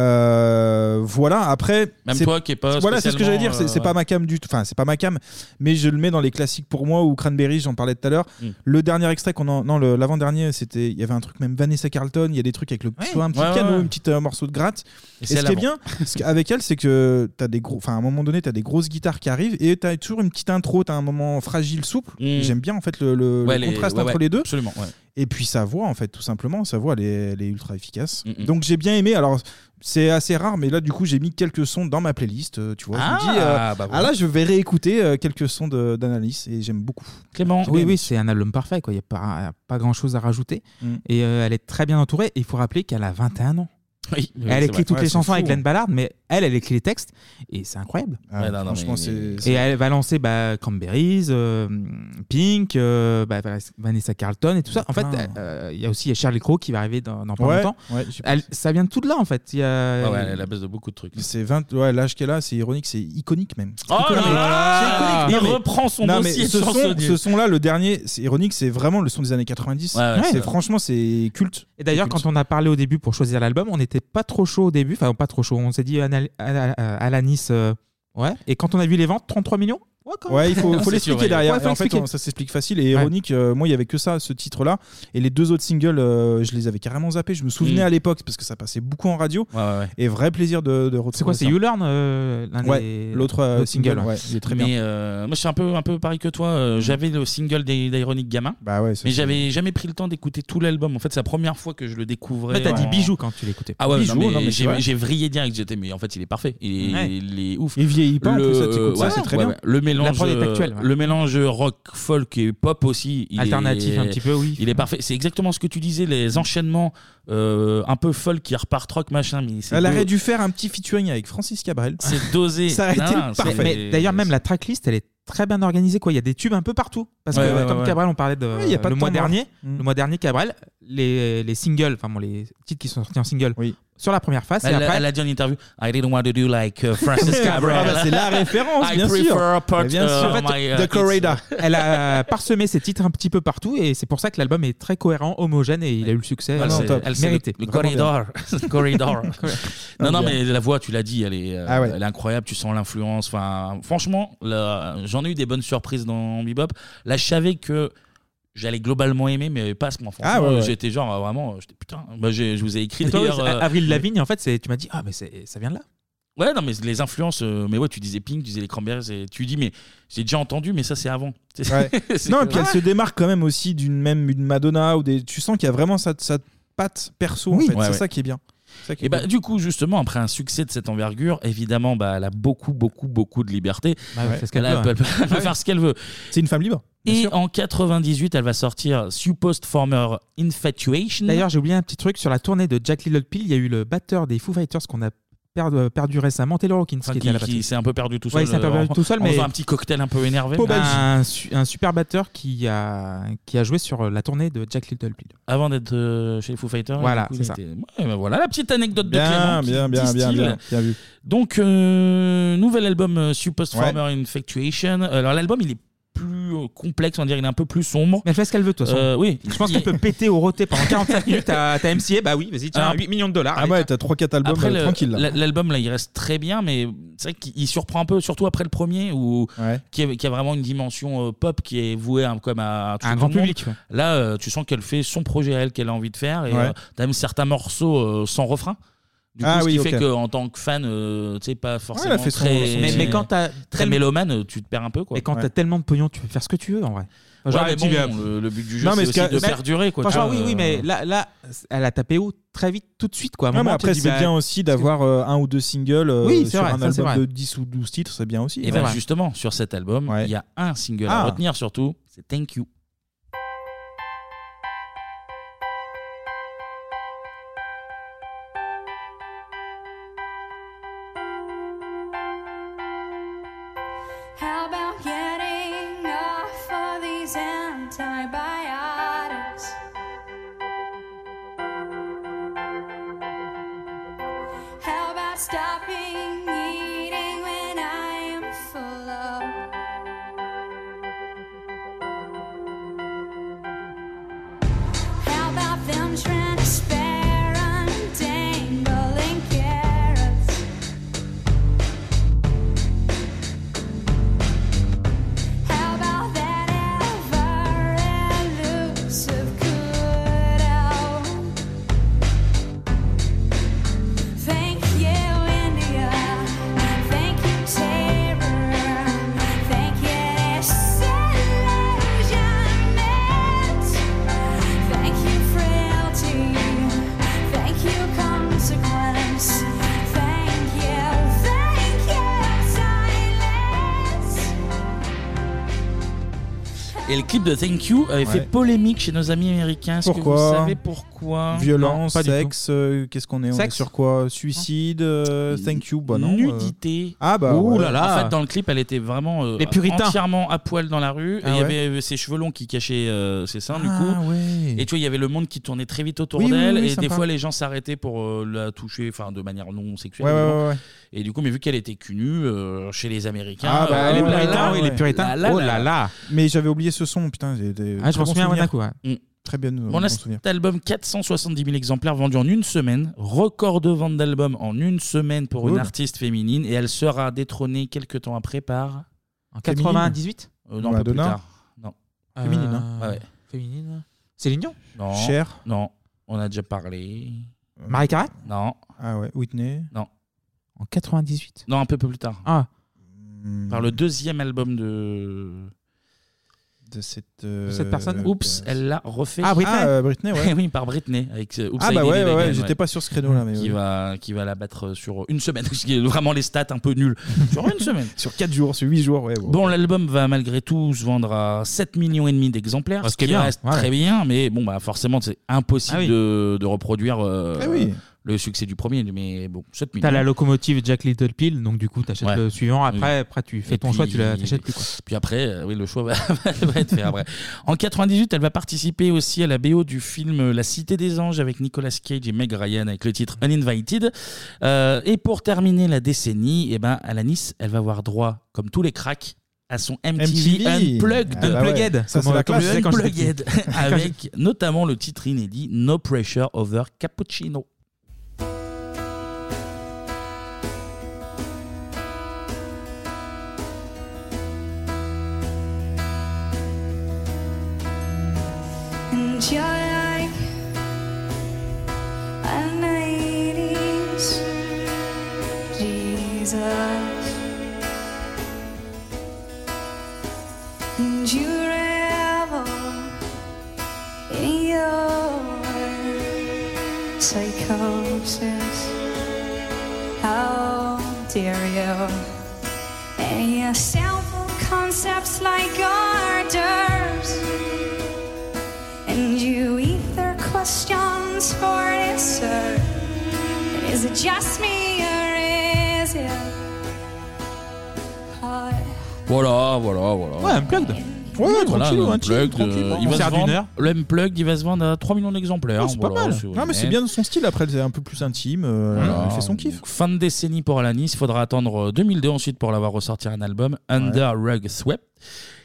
S6: Euh, voilà, après.
S1: Même
S6: c'est-
S1: toi qui est pas
S6: Voilà, c'est ce que j'allais dire.
S1: spécialement,
S6: C'est c'est
S1: euh,
S6: pas ma cam du tout. Enfin, c'est pas ma cam, mais je le mets dans les classiques pour moi ou Cranberry, j'en parlais tout à l'heure.
S1: Mm.
S6: Le dernier extrait qu'on en. Non, le- l'avant-dernier, c'était. Il y avait un truc, même Vanessa Carlton, il y a des trucs avec le. tu vois, un petit
S1: Ouais, ouais,
S6: canot,
S1: ouais.
S6: un petit euh, morceau de gratte.
S1: Et
S6: Et,
S1: c'est
S6: ce qui est
S1: l'avant.
S6: bien, ce qui- avec elle, c'est que t'as des gros, enfin à un moment donné, t'as des grosses guitares qui arrivent et t'as toujours une petite intro, t'as un moment fragile, souple. J'aime bien en fait le, le-
S1: Mm. Ouais,
S6: le
S1: les-
S6: contraste
S1: ouais,
S6: entre
S1: ouais,
S6: les deux.
S1: Absolument, ouais.
S6: Et puis sa voix en fait, tout simplement, sa voix elle est, elle est ultra efficace.
S1: Mm,
S6: Donc j'ai bien aimé. Alors c'est assez rare, mais là du coup j'ai mis quelques sons dans ma playlist. euh, Tu vois, je me dis, euh,
S4: Ah, bah voilà.
S6: ah, là je vais réécouter euh, quelques sons de- d'analyse et j'aime beaucoup.
S1: Clément
S4: Oui, oui, c'est un album parfait. quoi. Il n'y a pas, euh, pas grand-chose à rajouter.
S6: Mm.
S4: Et euh, elle est très bien entourée. Et il faut rappeler qu'elle a 21 ans.
S1: Oui, oui,
S4: elle
S1: c'est
S4: écrit
S1: vrai.
S4: toutes
S1: Ouais,
S4: les
S1: c'est
S4: chansons
S1: fou,
S4: avec Glenn
S1: hein.
S4: Ballard, mais elle, elle écrit les textes. Et c'est incroyable.
S1: Ah, Ouais, non, non, franchement, mais- c'est-
S4: Et elle va lancer bah, Cranberries, euh, Pink, euh, bah, Vanessa Carlton et tout ça. En fait,
S1: Ah.
S4: euh, il y a aussi Charlie Crow qui va arriver dans, dans pas
S6: Ouais,
S4: longtemps.
S6: ouais,
S4: Elle- ça vient de tout de là, en fait. Il y a-
S1: Ah Ouais, ouais, elle a la base de beaucoup de trucs.
S6: C'est 20, ouais, l'âge qu'elle a, c'est ironique, c'est iconique même.
S1: Oh là
S6: Iconique.
S1: là
S6: C'est iconique.
S1: Il
S6: mais-
S1: reprend son
S6: non,
S1: dossier
S6: mais ce son,
S1: sur ce-
S6: ce son-là, le dernier, c'est ironique, c'est vraiment le son des années 90.
S4: Ouais, ouais,
S6: C'est
S4: ouais.
S6: franchement, c'est culte.
S4: Et d'ailleurs, quand on a parlé au début pour choisir l'album, on n'était pas trop chaud au début. Enfin, pas trop chaud. On s'est dit Anal- Al- Al- Alanis. euh, ouais. Et quand on a vu les ventes, 33 millions Ouais, quand même.
S6: Ouais, il faut, faut
S4: C'est
S6: l'expliquer
S4: sûr, ouais.
S6: derrière.
S4: Ouais,
S6: Et
S4: faut
S6: en fait,
S4: expliquer.
S6: on- ça s'explique facile et ironique. euh, moi, il y avait que ça, ce titre-là. Et les deux autres singles, euh, je les avais carrément zappés. Je me souvenais
S4: Mm.
S6: à l'époque parce que ça passait beaucoup en radio. Et vrai plaisir de, de retrouver.
S4: C'est quoi, c'est You Learn euh, l'un
S6: Ouais,
S4: des-
S6: l'autre, euh,
S4: l'autre
S6: single,
S4: single,
S6: ouais, il est très
S1: mais
S6: bien. Mm.
S1: euh, moi, je suis un peu, un peu pareil que toi. euh, J'avais le single d'I- d'Ironic Gamin.
S6: Bah ouais, ça,
S1: mais
S6: c'est-
S1: j'avais jamais pris le temps d'écouter tout l'album. En fait, c'est la première fois que je le découvrais.
S4: Ouais, t'as dit
S1: en-
S4: Bijou quand tu l'écoutais.
S1: Ah ouais,
S4: Bijou,
S1: non, mais
S4: non, mais c'est
S1: j'ai-
S4: vrai.
S1: j'ai vrillé direct. J'étais, mais en fait, il est parfait. Il, est-
S4: Ouais.
S1: il est ouf.
S6: Il vieillit pas, en plus, ça, t'écoutes ça,
S1: ouais,
S6: c'est très
S1: ouais,
S6: bien.
S1: ouais. Le mélange,
S6: La prod est
S1: euh,
S6: actuelle, ouais.
S1: le mélange rock, folk et pop aussi. il est-
S4: Alternatif un petit peu, oui.
S1: Il est parfait. C'est exactement ce que tu disais, les enchaînements euh, un peu folk qui repartent rock machin. Mais c'est
S6: Elle
S1: beau.
S6: aurait dû faire un petit featuring avec Francis Cabrel.
S1: C'est dosé.
S6: ça a été
S1: Non, non, c'est-
S6: parfait.
S1: Et-
S4: Mais d'ailleurs, même la tracklist, elle est très bien organisée. Quoi. Il y a des tubes un peu partout. Parce
S1: Ouais,
S4: que, euh,
S1: ouais,
S4: comme
S1: ouais, ouais.
S4: Cabrel, on parlait de, euh,
S1: Ouais, il y a pas
S4: le,
S1: de
S4: mois
S1: temps mort.
S4: dernier,
S1: Mm.
S4: le mois dernier, Cabrel, les, les singles, enfin bon, les titres qui sont sortis en single sur la première face.
S1: Elle,
S4: et après,
S1: elle a dit en interview I didn't want to do like uh, Francis Cabrera.
S4: Ah bah, c'est la
S6: référence,
S1: I
S4: bien
S1: prefer
S4: sûr.
S1: a Part,
S4: Mais bien sûr.
S1: uh,
S4: En fait,
S1: my, uh,
S4: The
S1: kids.
S4: Corrida. Elle a parsemé ses titres un petit peu partout et c'est pour ça que l'album est très cohérent, homogène et il a eu le succès
S1: Elle,
S4: euh,
S1: c'est- elle, c'est
S4: mérité.
S1: Le, le corridor. Le corridor. non, non,
S4: Bien.
S1: mais la voix, tu l'as dit, elle est, euh,
S4: Ah ouais.
S1: elle est incroyable. Tu sens l'influence. Enfin, franchement, là, j'en ai eu des bonnes surprises dans Bebop. Là, je savais que j'allais globalement aimer, mais pas à ce point. Franchement,
S4: Ah ouais, ouais.
S1: j'étais genre euh, vraiment, j'étais putain. Bah, j'ai- je vous ai écrit
S4: Et toi,
S1: d'ailleurs.
S4: oui,
S1: euh,
S4: Avril Lavigne, en fait, c'est- tu m'as dit Ah, mais c'est- ça vient de là.
S1: Ouais, non, mais les influences. euh, mais ouais, tu disais Pink, tu disais les Cranberries, et tu dis, mais j'ai déjà entendu, mais ça, c'est avant.
S6: Ouais.
S1: C'est-
S6: non, et puis elle
S1: Ouais.
S6: se démarque quand même aussi d'une même une Madonna ou des. Tu sens qu'il y a vraiment sa, sa patte perso. en fait. c'est ça qui est bien. ça qui est
S1: Et bah,
S6: cool.
S1: du coup, justement, après un succès de cette envergure, évidemment, bah, elle a beaucoup, beaucoup, beaucoup de liberté.
S4: Bah, elle fait ce qu'elle
S1: Elle a-
S4: veut, hein.
S1: elle peut- elle peut
S4: Ouais.
S1: faire ce qu'elle veut.
S6: C'est une femme libre.
S1: Et en 98, elle va sortir Supposed Former Infatuation.
S4: D'ailleurs, j'ai oublié un petit truc sur la tournée de Jack Little Pill. Il y a eu le batteur des Foo Fighters qu'on a perdu, euh, perdu récemment, Taylor Hawkins,
S1: Enfin,
S4: qui, était à la
S1: qui- qui
S4: batterie.
S1: s'est un peu perdu tout
S4: Ouais,
S1: seul.
S4: il s'est un peu
S1: euh,
S4: perdu
S1: en-
S4: tout seul,
S1: en
S4: mais
S1: faisant un petit cocktail un peu énervé. mais-
S4: un, su- un super batteur qui a, qui a joué sur euh, la tournée de Jack Little Pill.
S1: Avant d'être euh, chez les Foo Fighters.
S4: Voilà,
S1: du
S4: c'est
S1: coup, il
S4: ça.
S1: était- Ouais, ben voilà la petite anecdote de
S4: Bien,
S1: Clément. qui
S4: bien, bien, bien,
S1: distille.
S4: bien, bien vu.
S1: Donc, euh, nouvel album euh, Supposed
S4: Ouais.
S1: Former Infatuation. Euh, Alors, l'album, il est plus euh, complexe, on dirait, il est un peu plus sombre.
S4: Mais elle fait ce qu'elle veut, de toute façon.
S1: Euh, oui.
S4: Je pense
S1: Il-
S4: qu'elle peut péter au roté pendant 45 minutes à, ta MCA. Bah oui, vas-y, tiens,
S1: Alors,
S4: 8 millions de dollars.
S1: Ah ouais,
S4: t'as
S6: 3-4
S4: albums
S1: Après, le-
S4: tranquilles.
S1: la- l'album, là, il reste très bien, mais c'est vrai qu'il il surprend un peu, surtout après le premier, où, qui, a, qui a vraiment une dimension euh, pop qui est vouée à, comme à, tout
S4: À un
S1: le
S4: grand
S1: monde.
S4: public, ouais.
S1: Là, euh, tu sens qu'elle fait son projet à elle qu'elle a envie de faire, et
S4: Ouais.
S1: euh, t'as même certains morceaux euh, sans refrain. Du coup,
S4: Ah
S1: ce qui
S4: oui,
S1: fait
S4: ok.
S1: qu'en tant que fan, euh, tu sais, pas forcément
S4: fait son-
S1: très,
S4: son- Mais- mais quand t'as
S1: très
S4: tellement-
S1: mélomane, euh, tu te perds un peu. Quoi.
S4: Mais quand t'as tellement de pognon, tu peux faire ce que tu veux en vrai.
S1: Ouais, mais
S4: tu
S1: bon,
S4: vas-
S1: le- le but du jeu, c'est
S4: ce
S1: aussi
S4: qu'a-
S1: de perdurer, quoi, tu
S4: Franchement,
S1: vois,
S4: oui, oui,
S1: euh.
S4: mais là, là, elle a tapé haut très vite, tout de suite, quoi. À un
S6: Ouais,
S4: moment,
S6: mais
S4: tu te
S6: après,
S4: dis,
S6: c'est
S4: bah,
S6: bien aussi d'avoir euh, un ou deux singles euh,
S4: Oui, c'est
S6: sur
S4: vrai,
S6: un
S4: ça, c'est
S6: album
S4: vrai.
S6: de 10 ou 12 titres, c'est bien aussi.
S1: Et ben justement, sur cet album, il y a un single à
S6: Ah.
S1: retenir surtout, c'est Thank You.
S10: How about getting off all these antibiotics? How about stopping eating when I am full of? How about them transparent dangling carrots? How about that ever elusive kudo? Thank you, India. Thank you, terror. Thank you, disillusionment. Thank you, frailty. Thank you, consequence. Thank you, thank you, silence.
S1: Et le clip de Thank You avait
S6: Ouais.
S1: fait polémique chez nos amis américains. Est-ce que vous
S6: Pourquoi
S1: savez pourquoi
S6: Violence,
S1: Non, pas du tout.
S6: sexe, euh, qu'est-ce qu'on est On est
S1: Sexe.
S6: sur quoi Suicide, euh, thank you, bah non. euh.
S1: Nudité.
S6: Ah bah.
S1: Ouh
S6: ouais.
S1: là là. En fait, dans le clip, elle était vraiment euh,
S6: Les puritains.
S1: entièrement à poil dans la rue.
S6: Ah
S1: et il
S6: ouais.
S1: y avait euh, ses cheveux longs qui cachaient euh, ses seins, du
S6: Ah
S1: coup.
S6: ouais.
S1: Et tu vois, il y avait le monde qui tournait très vite autour
S6: Oui, oui,
S1: d'elle.
S6: oui,
S1: et des
S6: sympa.
S1: fois, les gens s'arrêtaient pour euh, la toucher enfin, de manière non sexuelle.
S6: Ouais, ouais,
S1: évidemment.
S6: ouais, ouais.
S1: Et du coup, mais vu qu'elle était cul nue euh, chez les Américains.
S6: Ah bah,
S1: euh,
S6: les
S1: là, là,
S6: puritains, oui, les
S1: là,
S6: puritains.
S1: là,
S6: Oh
S1: là,
S6: là
S4: là.
S6: Mais j'avais oublié ce son, putain. j'ai des-
S4: Ah, je
S6: très
S4: m'en
S6: bons
S4: souviens d'un
S6: souvenirs.
S4: coup.
S1: Mm.
S4: ouais.
S6: Très bien, euh,
S1: On
S6: bon
S1: a
S6: souvenir.
S1: cet album 470 000 exemplaires vendus en une semaine, record de vente d'albums en une semaine pour une
S4: Cool.
S1: artiste féminine, et elle sera détrônée quelques temps après par.
S4: En 98
S1: Euh, Non, un peu plus
S4: Madonna
S1: tard. Non.
S4: Euh, Féminine, hein.
S1: ouais.
S4: Féminine. Céline Dion
S1: Non.
S4: Cher
S1: Non. On a déjà parlé.
S4: Marie Carré
S1: Non.
S6: Ah ouais, Whitney
S1: Non.
S4: En 98
S1: Non, un peu plus tard.
S4: Ah.
S6: Hmm.
S1: Par le deuxième album de.
S6: De cette, euh,
S4: cette personne
S1: Oups, elle l'a refait.
S4: Ah, Britney Ah, euh,
S6: Britney, ouais.
S1: oui, par Britney. Avec euh, Oops,
S6: Ah,
S1: I
S6: bah
S1: Did
S6: ouais, ouais,
S1: It Again, Mmh.
S6: ouais, j'étais pas sur ce créneau-là, mais
S1: Qui,
S6: ouais.
S1: va, qui va la battre sur une semaine. Ce qui est vraiment les stats un peu nulles. sur une semaine.
S6: Sur 4 jours, sur 8 jours, ouais. ouais.
S1: Bon, l'album va malgré tout se vendre à 7 millions et demi d'exemplaires,
S4: Ah,
S1: ce qui
S4: bien.
S1: reste
S4: Ouais.
S1: très bien, mais bon, bah forcément, c'est impossible
S4: Ah oui.
S1: de, de reproduire euh,
S4: Ah oui.
S1: le succès du premier, mais bon, 7 millions.
S4: T'as la locomotive Jack Little Pill, donc du coup, t'achètes
S1: Ouais.
S4: le suivant.
S1: Oui.
S4: Après, après tu fais
S1: Et
S4: ton
S1: puis-
S4: choix, tu la- t'achètes plus. Quoi.
S1: Puis après, euh, oui, le choix va, va être fait après. En 98, elle va participer aussi à la BO du film euh, La Cité des Anges avec Nicolas Cage et Meg Ryan avec le titre Uninvited. Euh, et pour terminer la décennie, eh ben, à la Nice, elle va avoir droit, comme tous les cracks, à son MTV,
S4: MTV.
S1: Unplugged.
S4: Ah bah ouais. Unplugged. Ça, c'est la classe.
S1: Comme
S4: Quand j'étais
S1: Unplugged.
S4: petit. Quand
S1: avec notamment le titre inédit No Pressure Over Cappuccino.
S10: And you're like an 80s Jesus. And you revel in yours.
S24: psychosis. How dare you? And you sample concepts like orders. And you eat their questions for answers. Is it just me or is it hot?
S1: Voilà, voilà, voilà.
S4: Ouais, Unplugged.
S1: Ouais,
S4: tranquille,
S1: le
S4: hein, chill,
S1: Unplugged,
S4: tranquille,
S1: euh,
S4: hein.
S1: il va se
S4: Concert d'une
S1: vendre-
S4: heure.
S1: Le Unplugged, il va se vendre à 3 millions d'exemplaires. hein,
S6: Ouais, Oh, c'est pas
S1: Voilà,
S6: mal. Non, mais
S1: honnête.
S6: c'est bien de son style. Après, c'est un peu plus intime. euh,
S1: Voilà.
S6: Elle fait son kiff.
S1: Donc, Fin de décennie pour Alanis. Il faudra attendre euh, 2002 ensuite pour l'avoir ressortir un album, Under Rug Swept,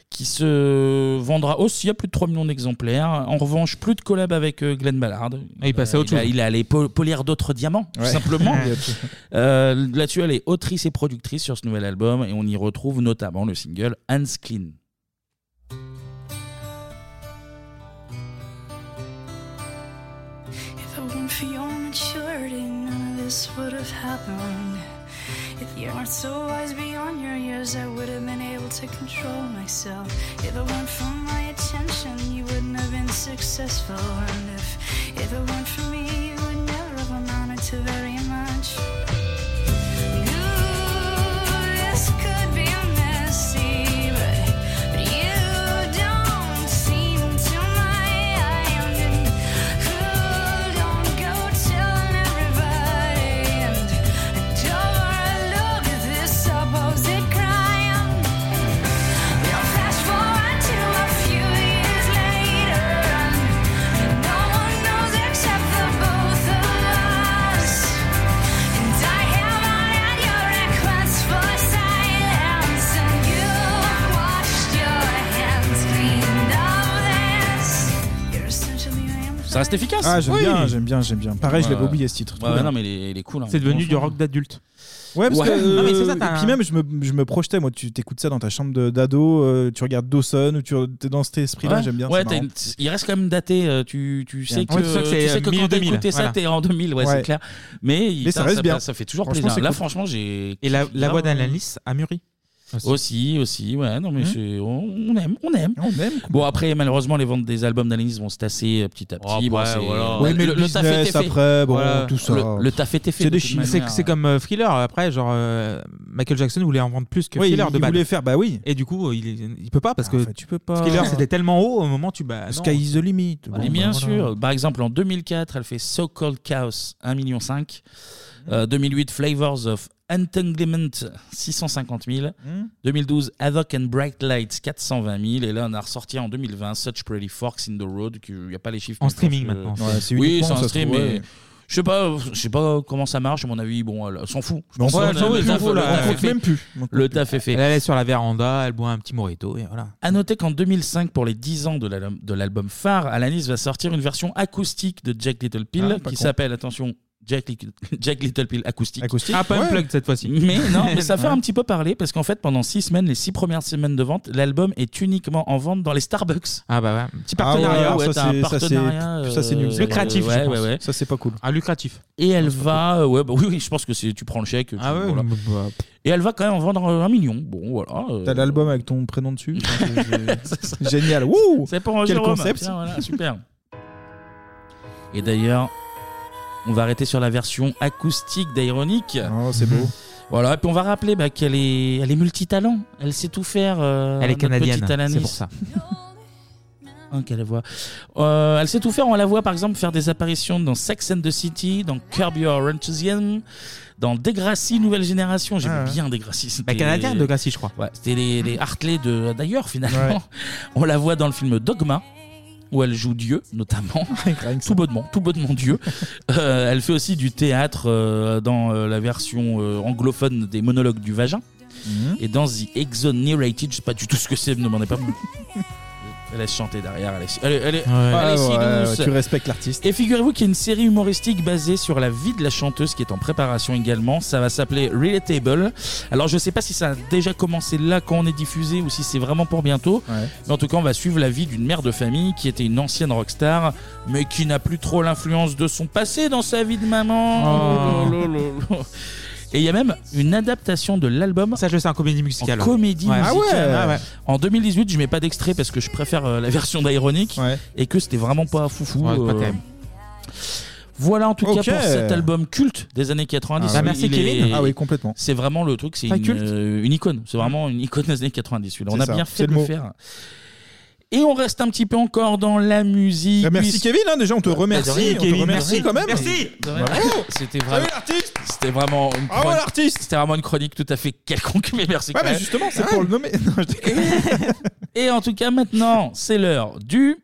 S1: qui se vendra aussi à plus de 3 millions d'exemplaires. En revanche, plus de collab avec euh, Glenn Ballard.
S6: Ah,
S1: Euh,
S4: il passe à autre
S1: il
S4: chose.
S1: a- il est allé po- polir d'autres diamants, tout
S4: Ouais.
S1: simplement.
S4: Il y a-
S1: Euh, Là-dessus, elle est autrice et productrice sur ce nouvel album et on y retrouve notamment le single Hands Clean.
S24: If it weren't for your maturity, none of this would have happened. If you weren't so wise beyond your years, I would have been able to control myself. If it weren't for my attention, you wouldn't have been successful. And if, if it weren't for me, you would never have amounted to very much. Ooh, this could be messy, but, but you don't seem to mind. Ooh, don't go telling everybody. And don't look at this supposed crime. Now flash forward to a few years later, and no one knows except the both of us. And I have honored your request for silence, and you've washed your hands clean of this. You're essentially
S1: Ça reste efficace.
S6: Ah, j'aime
S1: Oui.
S6: bien, j'aime bien, j'aime bien. Pareil, je
S1: Ouais.
S6: l'avais oublié ce titre.
S1: Ouais,
S6: Trop bien.
S1: non, mais il est, il est cool. hein.
S4: C'est devenu du
S1: Franchement.
S4: rock d'adulte. Ah,
S6: Ouais, parce
S1: Ouais.
S6: que. euh,
S1: Non, mais c'est ça,
S6: et
S1: t'as
S6: puis
S1: un-
S6: même, je me, je me projetais, moi, tu t'écoutes ça dans ta chambre de- d'ado, euh, tu regardes Dawson, ou tu es dans cet esprit-là,
S1: Ouais.
S6: j'aime bien.
S1: Ouais,
S6: c'est
S1: t'as
S6: marrant.
S1: une- il reste quand même daté. euh, Tu, tu sais que,
S4: Ouais, tu sais que c'est,
S1: tu sais
S4: euh,
S1: que quand
S4: milieu
S1: t'as
S4: 2000,
S1: écouté ça,
S4: voilà.
S1: t'es en 2000, ouais,
S4: Ouais.
S1: c'est clair. Mais,
S4: Mais
S1: putain,
S4: ça reste bien.
S1: Ça fait toujours
S4: Franchement,
S1: plaisir.
S4: c'est
S1: Là,
S4: cool.
S1: franchement, j'ai.
S4: Et la, la voix
S1: grave-
S4: d'Analyse a mûri.
S1: Aussi, aussi, ouais, non mais
S4: Hmm.
S1: c'est- on on aime, on aime. Bon après, malheureusement, les ventes des albums d'analyse vont se tasser euh, petit à petit.
S4: Oh,
S1: bon,
S4: ouais,
S1: c'est-
S4: voilà.
S6: Ouais, mais le
S1: taf était
S6: business
S1: fait.
S6: après, bon, tout ça.
S1: Le, le taf était fait.
S4: C'est
S1: de
S4: des
S1: toute
S4: chiffres.
S1: manière.
S4: C'est- c'est comme euh, Thriller. Après, genre, euh, Michael Jackson voulait en vendre plus que
S6: Ouais, il-
S4: Thriller de
S6: il
S4: base.
S6: voulait faire, bah oui. Ah,
S4: Et du coup, euh, il, est- il peut pas parce que
S6: tu peux pas.
S4: Thriller, c'était tellement haut. Au moment, tu. Bah,
S6: Sky is the limit.
S1: Bon, mais bien sûr. Par exemple, en 2004, elle fait So Called Chaos, 1,5 million.
S4: Mmh.
S1: Euh, 2008, Flavors of Entanglement, 650
S4: Mmh.
S1: 000.
S6: Mm.
S1: 2012, Havoc and Bright Lights, 420 000. Et là, on a ressorti en 2020 Such Pretty Forks in the Road. que- Il n'y a pas les chiffres.
S4: En
S1: mais je pense
S4: streaming,
S1: que-
S4: maintenant. Ouais, c'est
S1: oui,
S4: uniquement,
S1: c'est
S4: ça
S1: en
S4: se
S1: stream.
S4: trouve,
S1: mais
S4: ouais.
S1: Je sais pas, je sais pas comment ça marche. À mon avis, bon, elle s'en fout. Je
S4: Mais on
S1: pense
S4: s'en
S1: que
S4: fout,
S1: le
S4: on s'en
S1: taf-
S4: fout, là,
S1: le taf
S4: on
S1: est
S4: compte
S1: fait.
S4: même plus.
S1: Le taf est fait.
S4: Elle allait sur la véranda, elle boit un petit morito et voilà.
S1: À noter qu'en 2005, pour les 10 ans de l'album- de l'album phare, Alanis va sortir une version acoustique de Jack Little Pill
S4: Ah, pas
S1: qui
S4: con.
S1: s'appelle, attention, Jack, Li- Jack Little Pill acoustique.
S4: Acoustique. Ah, pas Ouais. unplugged cette fois-ci.
S1: Mais non, mais ça fait
S4: Ouais.
S1: un petit peu parler parce qu'en fait, pendant 6 semaines, les 6 premières semaines de vente, l'album est uniquement en vente dans les Starbucks.
S4: Ah bah ouais. Petit
S1: partenariat,
S4: partenariat.
S1: ouais, t'as un partenariat,
S4: ça c'est
S1: euh,
S4: nul. Lucratif.
S1: ouais, ouais, ouais.
S6: Ça, c'est pas cool.
S4: Ah, lucratif.
S1: Et elle va, euh, ouais, bah oui, oui, je pense que c'est, tu prends le chèque. tu-
S4: Ah ouais,
S1: voilà.
S4: bah, bah,
S1: Et elle va quand même en vendre euh, un million. Bon, voilà. euh,
S6: T'as l'album avec ton prénom dessus. Génial. Wouh
S1: C'est pour
S6: Quel
S1: Jérôme.
S6: concept
S1: Tiens, voilà, super. Et d'ailleurs, on va arrêter sur la version acoustique d'Ironique.
S6: Oh, c'est beau.
S1: Voilà, et puis on va rappeler bah, qu'elle est, elle est multitalent. Elle sait tout faire. euh,
S4: Elle est
S1: notre
S4: canadienne,
S1: petite Alanis.
S4: c'est pour ça.
S1: Hein, quelle voix. Euh, elle sait tout faire. On la voit par exemple faire des apparitions dans Sex and the City, dans Curb Your Enthusiasm, dans Degrassi Nouvelle Génération. J'aime
S4: Ah ouais.
S1: bien Degrassi. c'était-
S4: Bah, canadien, Degrassi, je crois. Ah.
S1: Ouais, c'était les, les Hartley de d'ailleurs finalement.
S4: Ouais.
S1: On la voit dans le film Dogma où elle joue Dieu notamment, tout bonnement, tout bonnement Dieu. Euh, elle fait aussi du théâtre euh, dans euh, la version euh, anglophone des monologues du vagin
S4: Mhm.
S1: et dans The Exonerated, je sais pas du tout ce que c'est, ne me demandez pas. Elle est chantée derrière, elle est, elle est- elle est-
S4: Ah
S1: elle est si
S6: Ah Ouais, ouais,
S1: douce.
S6: ouais, tu respectes l'artiste.
S1: Et figurez-vous qu'il y a une série humoristique basée sur la vie de la chanteuse qui est en préparation également. Ça va s'appeler Relatable. Alors je sais pas si ça a déjà commencé là quand on est diffusé ou si c'est vraiment pour bientôt. Mais en tout cas, on va suivre la vie d'une mère de famille qui était une ancienne rockstar, mais qui n'a plus trop l'influence de son passé dans sa vie de maman.
S4: Oh.
S1: Lolo, lolo. Et il y a même une adaptation de l'album.
S4: Ça, je sais, en comédie musicale.
S1: En comédie
S4: Ouais. Ah
S1: musicale.
S4: ouais. Ah ouais.
S1: En 2018, je mets pas d'extrait parce que je préfère euh, la version d'Ironic et que c'était vraiment pas foufou.
S4: Ouais, pas
S1: euh,
S4: terrible.
S1: Voilà en tout
S4: Ok.
S1: cas pour cet album culte des années 90.
S4: Ah Bah, oui. merci,
S1: Il
S4: Kevin.
S1: est-
S4: Ah oui,
S6: complètement.
S1: C'est vraiment le truc, c'est
S4: Très
S1: une,
S4: culte.
S1: euh, une icône. C'est vraiment une icône des années 90. celui-là. On
S4: C'est
S1: a
S4: ça,
S1: bien
S4: c'est
S1: fait
S4: le
S1: de le
S4: mot.
S1: faire. Et on reste un petit peu encore dans la musique.
S4: Bah, merci, Kevin, hein, déjà, on te
S1: Bah, de
S4: remercie,
S1: rien,
S4: on te
S1: Kevin.
S4: remercie
S1: De rien.
S4: quand même.
S1: Merci. De rien.
S4: Bravo.
S1: C'était vraiment.
S4: Bravo,
S1: C'était vraiment une
S4: Bravo,
S1: chronique. C'était vraiment une chronique tout à fait quelconque. Mais merci.
S4: Ah Ouais,
S1: quand
S4: mais
S1: même.
S4: justement, c'est pour le nommer. Non, je déconne.
S1: Et en tout cas, maintenant, c'est l'heure du.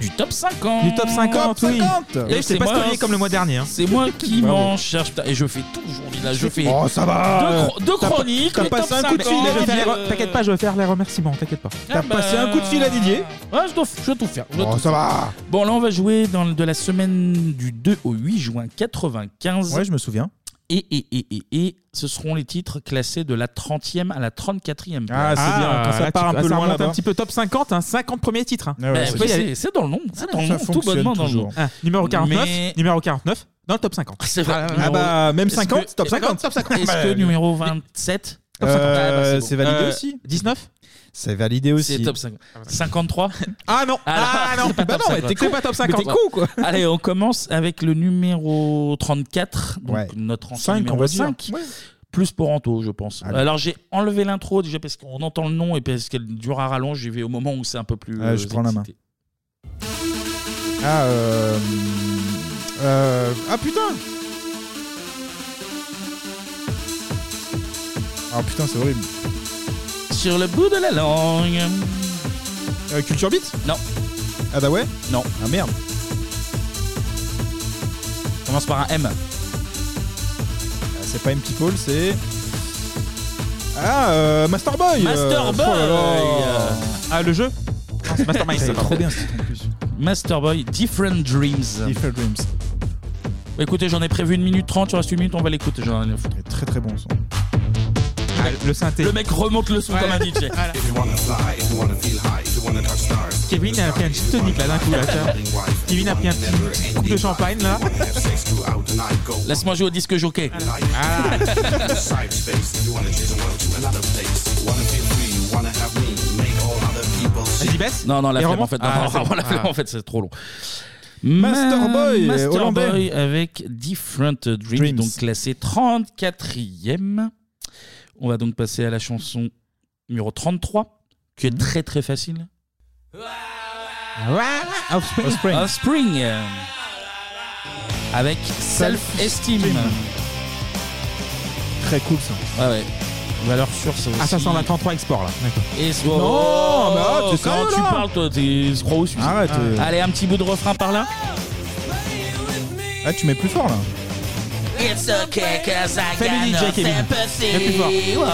S1: Du top 50
S4: Du top 50, oui. D'ailleurs,
S1: Et
S4: je t'ai pas
S1: moi-
S4: storié comme le mois dernier, hein.
S1: C'est moi qui
S4: Bravo.
S1: m'en cherche. putain, Et je fais tout aujourd'hui là. Je fais.
S4: Oh, ça va.
S1: Deux, chro- deux
S4: T'as pas-
S1: chroniques.
S4: T'as
S1: le
S4: passé
S1: top
S4: un coup de fil
S1: 50,
S4: à Didier.
S1: euh,
S4: T'inquiète pas, je vais faire les remerciements, t'inquiète pas.
S1: Ah bah, Ouais, Ah, je dois, je dois tout faire. je
S4: Oh,
S1: dois tout faire. Bon, là, on va jouer dans, le- de la semaine du 2 au 8 juin 95.
S6: Ouais, je me souviens.
S1: Et, et, et, et, et ce seront les titres classés de la 30e à la 34e.
S4: Ah, c'est bien, quand ça part un peu loin là un
S1: là-bas.
S4: petit peu top 50, hein, 50 premiers titres. hein.
S1: ouais, Bah, c'est oui, bien. c'est- c'est dans le nom, c'est dans le
S4: Ah, ça
S1: nom, tout
S4: fonctionne
S1: bonnement dans le
S4: toujours.
S1: nom.
S4: Ah, numéro 49,
S1: Mais-
S4: numéro 49, dans le top 50.
S1: C'est vrai.
S4: Ah,
S1: Numéro-
S4: bah, même
S1: Est-ce
S4: 50,
S1: que- ben,
S4: top 50.
S1: Est-ce que numéro 27
S4: Top 50.
S1: bah, Ah, bah,
S6: Euh,
S1: bon.
S6: c'est validé
S1: Euh,
S6: aussi
S4: 19
S6: C'est validé aussi.
S1: C'est top 50. 53
S4: Ah non Ah non.
S1: c'est pas
S4: Bah
S1: top
S4: non, mais
S1: 50.
S4: t'es con, pas top 50,
S1: Mais
S4: t'es con, quoi.
S1: Allez, on commence avec le numéro 34, donc
S4: Ouais.
S1: notre ancien
S4: Cinq,
S1: numéro
S4: on va dire.
S1: 5.
S4: Ouais.
S1: Plus pour Anto, je pense.
S4: Allez.
S1: Alors j'ai enlevé l'intro déjà parce qu'on entend le nom et parce qu'elle dure à rallonge. J'y vais au moment où c'est un peu plus.
S6: Ah,
S1: euh,
S6: je prends la main.
S1: excité.
S6: Ah, euh... euh, Ah putain Ah putain, c'est horrible.
S1: Sur le bout de la langue.
S6: Euh, Culture Beat
S1: Non.
S6: Ah bah ouais
S1: Non.
S6: Ah merde.
S1: Commence par un M.
S6: Euh, C'est pas M People, c'est. Ah, euh, Masterboy euh,
S1: Masterboy
S6: oh là là.
S4: Ah, le jeu c'est Mastermind,
S1: C'est
S4: ça,
S1: trop
S4: pardon.
S1: bien ce titre en plus. Masterboy, Different Dreams. Bah,
S6: Different Dreams.
S1: écoutez, j'en ai prévu une minute trente, il reste une minute, on va l'écouter. J'en ai rien à foutre.
S6: Très très bon son.
S4: le synthé.
S1: Le mec remonte le son comme un DJ.
S4: Kevin a pris un petit tonic là d'un coup là. tiens. Kevin a pris un petit coupe de champagne là.
S1: Laisse-moi jouer au disque jockey. Ah.
S4: Ah. Vas-y, baisse.
S1: Non, non, la
S4: Et
S1: flemme
S4: remonte.
S1: en fait. Non,
S4: Ah,
S1: non,
S4: c'est bon.
S1: vraiment, la flemme,
S4: Ah.
S1: en fait, c'est trop long.
S4: Masterboy, euh,
S1: Ma- Masterboy
S4: hollandais.
S1: avec Different Dreams, donc classé 34e. On va donc passer à la chanson numéro 33, qui
S4: Mhm.
S1: est très très facile.
S4: Ah Offspring.
S1: Offspring. Avec Self-Esteem.
S6: Très cool ça.
S1: Ah ouais. Valeur sûre, ça aussi.
S4: Ah, ça sent la 33 export là. D'accord.
S1: Et ce-
S4: Non,
S1: Oh,
S4: mais ah, t'es
S1: comment
S4: sérieux,
S1: tu
S4: là
S1: parles, toi, t'es je crois au suicide.
S6: Arrête,
S1: Ah.
S6: euh.
S1: Allez, un petit bout de refrain par là.
S6: Ah, tu mets plus fort là.
S1: It's okay, cause I
S4: Family Jack Kevin. Le plus fort.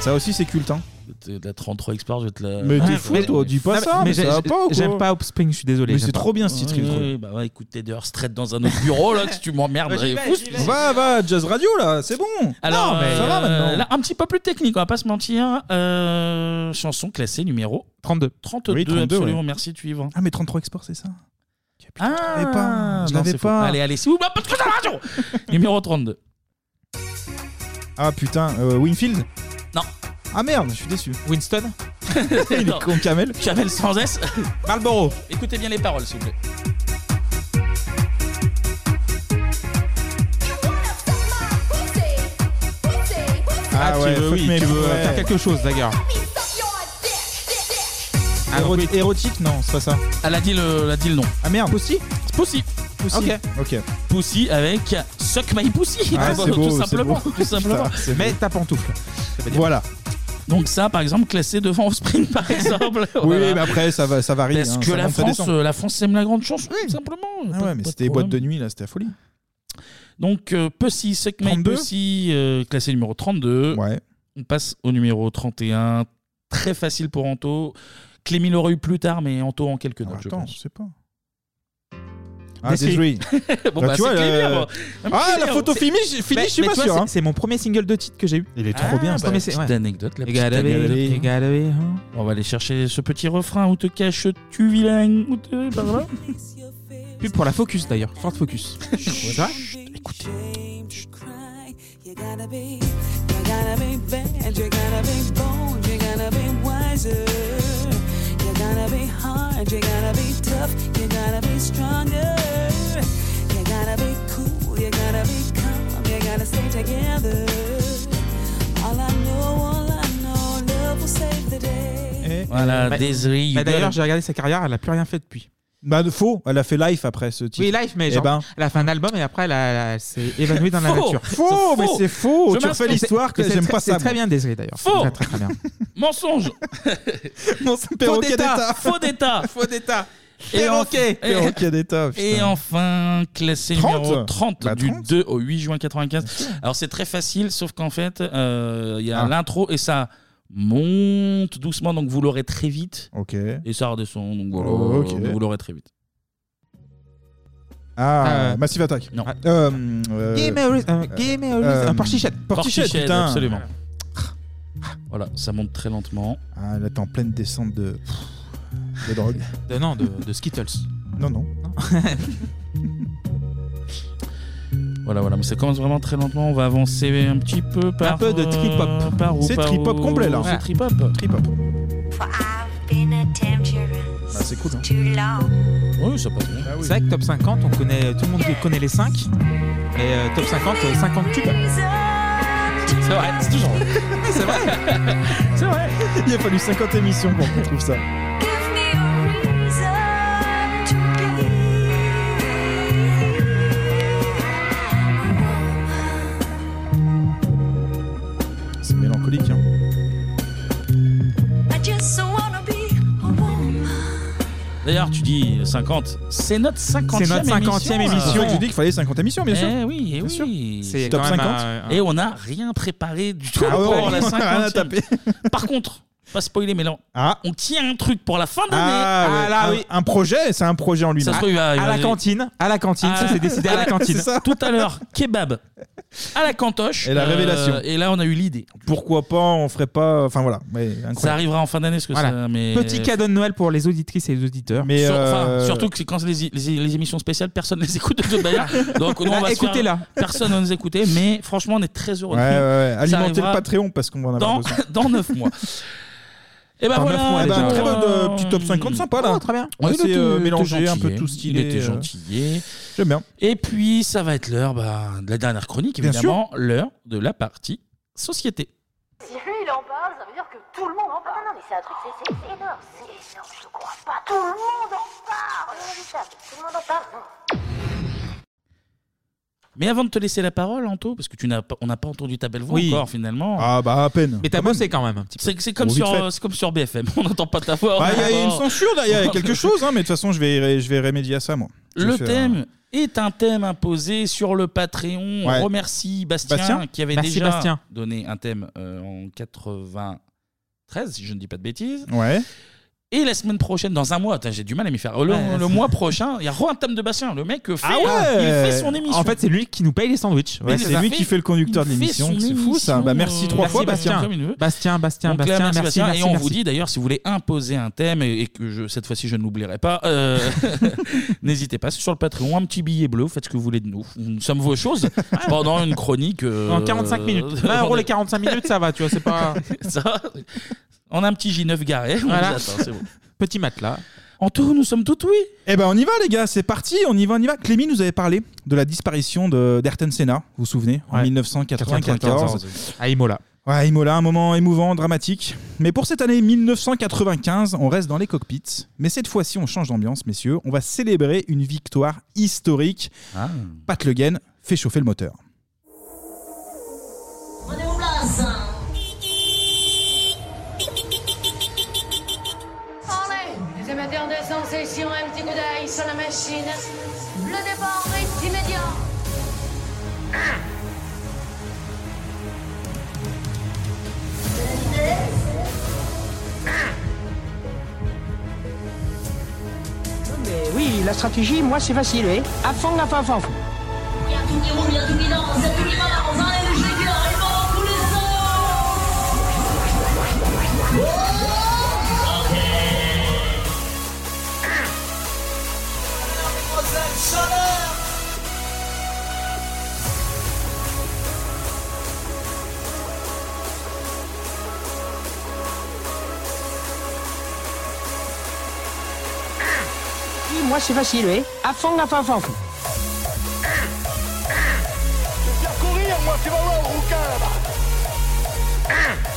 S6: Ça aussi, c'est culte, hein.
S1: De la 33 Export, je vais te la.
S6: Mais t'es fou, toi, dis pas
S4: Ah,
S6: ça, mais,
S4: mais
S6: ça
S4: j'ai-
S6: va pas ou quoi
S4: J'aime pas Offspring, je suis désolé.
S6: Mais
S4: j'aime
S6: c'est
S4: pas.
S6: trop bien ce titre, il est
S1: Oui,
S6: trop
S1: oui, bah ouais, écoute, t'es dehors straight dans un autre bureau là, que tu m'emmerdes,
S6: J'y
S1: j'avais
S6: vais,
S1: fou,
S6: j'y
S1: ce
S6: vais.
S1: truc.
S6: Va, va, Ah, Jazz Radio là, c'est bon. Ah.
S1: Alors,
S6: Non, mais ça va
S1: euh,
S6: maintenant.
S1: là, un petit peu plus technique, on va pas se mentir. Euh, chanson classée numéro
S4: 32.
S1: 32,
S6: Oui, 32,
S1: absolument,
S6: ouais.
S1: merci, tu y vas.
S6: Ah, mais 33 Export, c'est ça
S1: Ah,
S6: pas, je
S1: non,
S6: l'avais
S1: c'est faux.
S6: pas.
S1: Allez, allez, si vous pas de truc à la radio Numéro 32.
S6: Ah putain, euh, Winfield
S1: Non.
S6: Ah merde, je suis déçu.
S4: Winston
S6: Il
S1: Non.
S6: est con, Kamel.
S1: Jamel sans S.
S4: Marlboro.
S1: Écoutez bien les paroles, s'il vous plaît.
S4: Ah,
S6: ouais,
S4: tu veux,
S6: fuck
S4: oui,
S6: me,
S4: tu veux
S6: ouais.
S4: faire quelque chose, d'ailleurs.
S6: Éro- Érotique Non, c'est pas ça.
S1: Elle a dit le, elle a dit le nom.
S6: Ah merde. Pussy
S1: Pussy.
S6: Pussy.
S4: Ok.
S6: Ok.
S1: Pussy avec Suck My Pussy.
S6: Ah,
S1: tout,
S6: c'est beau, c'est
S1: simplement.
S6: beau.
S1: Tout simplement.
S6: Putain, c'est
S4: Mets ta pantoufle.
S6: Voilà.
S1: Donc ça, par exemple, classé devant Offspring, par exemple.
S6: Oui,
S1: Voilà.
S6: mais après, ça, va, ça varie.
S1: Parce
S6: hein,
S1: que
S6: ça
S1: la
S6: monte, ça
S1: France,
S6: descend.
S1: euh, la France aime la grande chanson, tout simplement.
S6: Ah
S1: Pas-
S6: ouais, mais
S1: pas
S6: c'était les
S1: problème.
S6: boîtes de nuit là, c'était la folie.
S1: Donc euh, Pussy, Suck My
S6: 32.
S1: Pussy, euh, classé numéro 32.
S6: Ouais.
S1: On passe au numéro 31. Très facile pour Anto. Clémy l'aurait eu plus tard, mais Anto en quelques notes, je
S6: Attends,
S1: pense.
S6: je sais pas. Ah, désolé.
S4: bon,
S6: Bah,
S4: bah, c'est
S6: tu vois,
S4: clair,
S6: euh,
S4: moi.
S6: Ah,
S4: C'est
S6: la
S4: clair.
S6: photo
S4: C'est-
S6: finish, finish,
S4: Mais-
S6: je suis
S4: mais
S6: pas
S4: toi,
S6: sûr.
S4: c'est-
S6: hein.
S4: C'est mon premier single de titre que j'ai eu.
S6: Il est
S4: trop bien, ce
S1: Bah,
S4: premier-
S1: petite
S4: ouais.
S1: anecdote, la
S4: Et
S1: petite
S4: gotta be,
S1: anecdote.
S4: et gotta be, hein.
S1: On va aller chercher ce petit refrain où te caches-tu, vilain où te... blablabla.
S4: Pub pour la Focus d'ailleurs, Ford Focus. Ça va
S25: You gotta be, you gotta be bad, you gotta be bold, you gotta be wiser. You gotta be hard, you gotta be tough, you gotta be stronger. You gotta be cool, you gotta be calm, you gotta stay together. All I know, all I know, love will save the day.
S1: Voilà,
S4: Bah,
S1: Desiree, you
S4: bah, D'ailleurs,
S1: gotta-
S4: j'ai regardé sa carrière, elle a plus rien fait depuis.
S6: Bah, faux, elle a fait live après ce titre.
S4: Oui, live, mais
S6: Eh
S4: genre,
S6: ben.
S4: elle a fait un album et après, elle, a- elle a- elle s'est évanouie dans la
S1: Faux.
S4: nature.
S1: Faux, mais c'est faux. Tu refais l'histoire que
S4: Et c'est
S1: j'aime
S4: très-
S1: pas ça,
S4: C'est très
S1: moi.
S4: bien, Desiree d'ailleurs.
S1: Faux.
S4: Très, très, très bien.
S1: Mensonge
S4: perroquet d'État.
S1: Faux d'état
S4: Faux d'état
S1: Et en-
S4: Perroquet.
S1: et-
S4: Perroquet d'État, putain.
S1: Et enfin, classé
S4: 30.
S1: numéro 30
S4: Bah,
S1: du
S4: 30.
S1: 2 au 8 juin 95. Alors c'est très facile, sauf qu'en fait, euh, il y a
S4: Ah.
S1: l'intro et ça monte doucement, donc vous l'aurez très vite.
S6: Ok.
S1: Et ça redescend, donc voilà,
S6: Ok.
S1: vous l'aurez très vite.
S6: Ah,
S1: Euh,
S6: Massive Attack.
S1: Non.
S6: Euh,
S4: Give me a reason, give me a reason. Un Porchichet.
S6: Porchichet,
S1: Porchichet,
S6: putain.
S1: absolument. Voilà, ça monte très lentement.
S6: Ah, là, t'es en pleine descente de. de drogue.
S4: De- non, de, de Skittles.
S6: Non, non.
S1: Voilà, voilà, mais ça commence vraiment très lentement. On va avancer un petit peu par.
S4: Un peu de trip-hop.
S1: par où,
S4: C'est
S1: par
S4: trip-hop
S1: où
S4: complet, là.
S1: C'est
S4: Ouais.
S1: trip-hop.
S6: Trip-hop.
S13: Been a temptress
S6: c'est cool.
S13: too long.
S1: Oui, ça passe bien.
S4: C'est vrai que top 50, on connaît, tout le monde connaît les 5. Et euh, top 50, euh, 50 tubes. C'est vrai, c'est toujours. c'est vrai.
S6: C'est vrai. Il a fallu 50 émissions pour qu'on trouve ça. C'est mélancolique, hein.
S13: I just wanna be a woman.
S1: D'ailleurs, tu dis 50. C'est notre 50e
S6: C'est notre 50e émission. C'est pour ça que j'ai dit qu'il fallait 50 émissions, bien sûr.
S1: Eh oui, eh
S6: Bien
S1: oui.
S6: sûr. C'est
S1: Top
S6: quand même
S1: 50.
S6: un- un-
S1: Et on n'a rien préparé du tout
S6: Ah ouais,
S1: pour
S6: ouais,
S1: la
S6: rien
S1: 50e.
S6: à taper.
S1: Par contre, pas spoiler, mais là, on tient un truc pour la fin d'année.
S6: Ah, ouais. un, un projet, c'est un projet en lui-même.
S1: Ça se trouve, il va- il va-
S4: à la
S1: Ah,
S6: C'est ça.
S1: Tout à l'heure, kebab à la cantoche. Euh,
S6: Et la révélation.
S1: et là, on a eu l'idée.
S6: Pourquoi pas, on ferait pas. Enfin voilà. Ouais, incroyable.
S1: Ça arrivera en fin d'année, ce que
S4: Voilà.
S1: ça. Mais...
S4: Petit cadeau de Noël pour les auditrices et les auditeurs.
S6: Mais
S1: Sur- enfin,
S6: euh,
S1: surtout que c'est quand les, les- les émissions spéciales, personne ne les écoute de toute manière. Donc nous, on va se faire-
S4: Écoutez-la.
S1: Personne ne nous écouter, mais franchement, on est très heureux.
S6: Ouais, ouais, ouais. Alimentez le
S1: arrivera
S6: Patreon parce qu'on va en avoir
S1: Dans,
S6: besoin.
S1: dans 9 mois. Et ben
S6: Dans
S1: voilà,
S6: neuf mois,
S1: eh ben,
S6: déjà. Très
S1: voilà.
S6: bonne euh, petite top 50 sympa là.
S4: Oh, très bien.
S6: On
S1: Ouais, il
S6: essaie
S1: était-
S6: euh,
S1: il était
S6: mélanger un
S1: gentil,
S6: peu
S1: hein.
S6: tout ce qu'il
S1: Il
S6: est.
S1: était
S6: euh,
S1: gentil.
S6: J'aime bien.
S1: Et puis, ça va être l'heure bah, de la dernière chronique,
S6: Bien
S1: évidemment, l'heure de la partie société.
S13: Si lui il en parle, ça veut dire que tout le monde en parle. non, non, mais c'est un truc, c'est c'est- c'est énorme. C'est énorme, je ne crois pas. Tout le monde en parle. Tout le monde en parle. non.
S1: Mais avant de te laisser la parole, Anto, parce que tu n'as pas, on n'a pas entendu ta belle voix
S4: Oui.
S1: encore finalement.
S6: Ah bah à peine.
S4: Mais t'as bossé quand même un petit peu.
S1: C'est c'est comme,
S4: Bon, vite
S1: sur,
S4: fait.
S1: euh, c'est comme sur BFM, on n'entend pas ta voix.
S6: Bah, Il y a
S1: on
S6: une
S1: entend-
S6: censure là, il y a quelque chose, hein, mais de toute façon, je vais, je vais remédier à ça moi. Je vais
S1: Le
S6: faire-
S4: hein.
S1: thème est un thème imposé sur le Patreon.
S6: Ouais.
S1: On remercie Bastien,
S6: Bastien
S1: qui avait
S6: Merci,
S1: déjà
S6: Bastien.
S1: donné un thème euh, en 93, si je ne dis pas de bêtises.
S6: Ouais.
S1: Et la semaine prochaine, dans un mois, Attends, j'ai du mal à m'y faire. Le,
S4: Ouais,
S1: le
S4: c'est- Ah
S1: mois prochain, il y a re un thème de Bastien. Le mec euh, fait, il fait son émission.
S4: En fait, c'est lui qui nous paye les sandwichs.
S1: Ouais, Mais c'est c'est lui ça. qui fait le conducteur de Il fait l'émission, son c'est fou, ça. émission, Bah, merci euh, trois fois, Bastien.
S4: Bastien,
S1: Comme il veut.
S4: Bastien, Bastien,
S1: Donc là,
S4: Bastien, merci,
S1: Bastien.
S4: merci,
S1: et on
S4: merci.
S1: vous dit d'ailleurs, si vous voulez imposer un thème et, et que je, cette fois-ci je ne l'oublierai pas, euh, n'hésitez pas. C'est sur le Patreon, un petit billet bleu, faites ce que vous voulez de nous. Nous sommes vos choses pendant une chronique. euh,
S4: Ah En 45 minutes. 20 euros les 45 minutes, ça va, tu vois, c'est pas.
S1: ça, on a un petit J9 garé. on
S4: Voilà.
S1: vous attend, c'est bon.
S4: Petit matelas.
S1: En tout, nous sommes tout oui.
S6: Eh ben on y va les gars, c'est parti, on y va, on y va. Clémy nous avait parlé de la disparition de d'Ayrton Senna, vous vous souvenez, en 1994.
S4: À Imola.
S6: Ouais, à Imola, un moment émouvant, dramatique. Mais pour cette année 1995, on reste dans les cockpits. Mais cette fois-ci, on change d'ambiance, messieurs. On va célébrer une victoire historique.
S1: Ah.
S6: Pat Le Guen fait chauffer le moteur.
S13: On est en place.
S17: Allez, les amateurs de sensation, un petit coup d'œil sur la machine. Le départ est immédiat.
S18: Mais oui, la
S3: Eh stratégie, moi c'est facile, oui. À fond, à fond, à fond, à fond. Oui, Moi c'est facile, oui. À fond, à fond, à fond, à fond.
S20: courir, moi, tu vas voir le rouquin là-bas.
S4: Ah,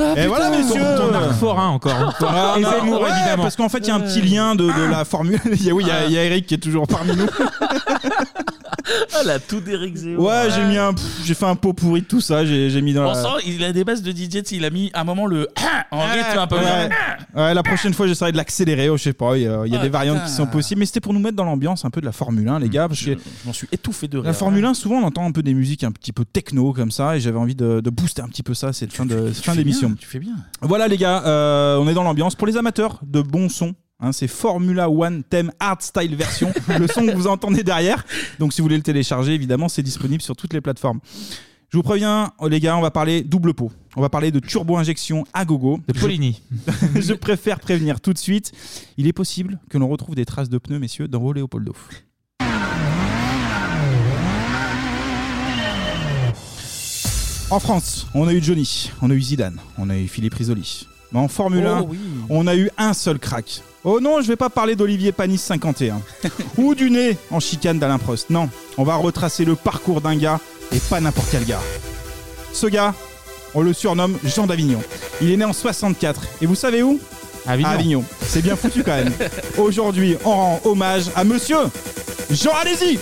S10: Ah,
S6: Et voilà, messieurs
S4: Ton arc fort, hein, encore. une fois.
S6: Ah,
S4: Et
S6: non,
S4: Zemmour,
S6: ouais,
S4: évidemment.
S6: Parce qu'en fait, il y a un petit lien de,
S1: Ah.
S6: de la formule. Il y, a, oui, il y a- il y a Eric qui est toujours parmi nous.
S1: Elle a tout d'Eric Zemmour. Oh,
S6: Ouais, j'ai mis un, pff, j'ai fait un pot pourri de tout ça. J'ai, j'ai mis dans.
S1: On
S6: la...
S1: sent, il a des bases de DJ, il a mis à un moment le en
S4: Ah,
S1: rythme un peu.
S6: Ouais. Ouais, la prochaine fois, j'essaierai de l'accélérer. oh, je sais pas, il y a, il y a
S1: Ah,
S6: des variantes qui
S1: putain.
S6: sont possibles. Mais c'était pour nous mettre dans l'ambiance un peu de la Formule 1, les gars. Parce que
S1: Je m'en suis étouffé hein. de rire.
S6: la Formule 1, souvent, on entend un peu des musiques un petit peu techno comme ça. Et j'avais envie de, de booster un petit peu ça. C'est fin, de, cette fin
S1: fais
S6: d'émission.
S1: bien, tu fais bien.
S6: Voilà, les gars, euh, on est dans l'ambiance. Pour les amateurs de bon son. hein, c'est Formula One Theme Art Style version, le son que vous entendez derrière. Donc si vous voulez le télécharger, évidemment, c'est disponible sur toutes les plateformes. Je vous préviens, oh, les gars, on va parler double pot. On va parler de turbo-injection à gogo. De
S4: Polini.
S6: je préfère prévenir tout de suite. Il est possible que l'on retrouve des traces de pneus, messieurs, dans vos Léopoldo. En France, on a eu Johnny, on a eu Zidane, on a eu Philippe Risoli. Mais en Formule
S1: Oh
S6: 1,
S1: oui.
S6: on a eu un seul crack. Oh non, je vais pas parler d'Olivier Panis 51 ou du nez en chicane d'Alain Prost. Non, on va retracer le parcours d'un gars et pas n'importe quel gars. Ce gars, on le surnomme Jean d'Avignon. Il est né en 64 et vous savez où
S4: Avignon.
S6: À Avignon. C'est bien foutu quand même. Aujourd'hui, on rend hommage à monsieur Jean Alési.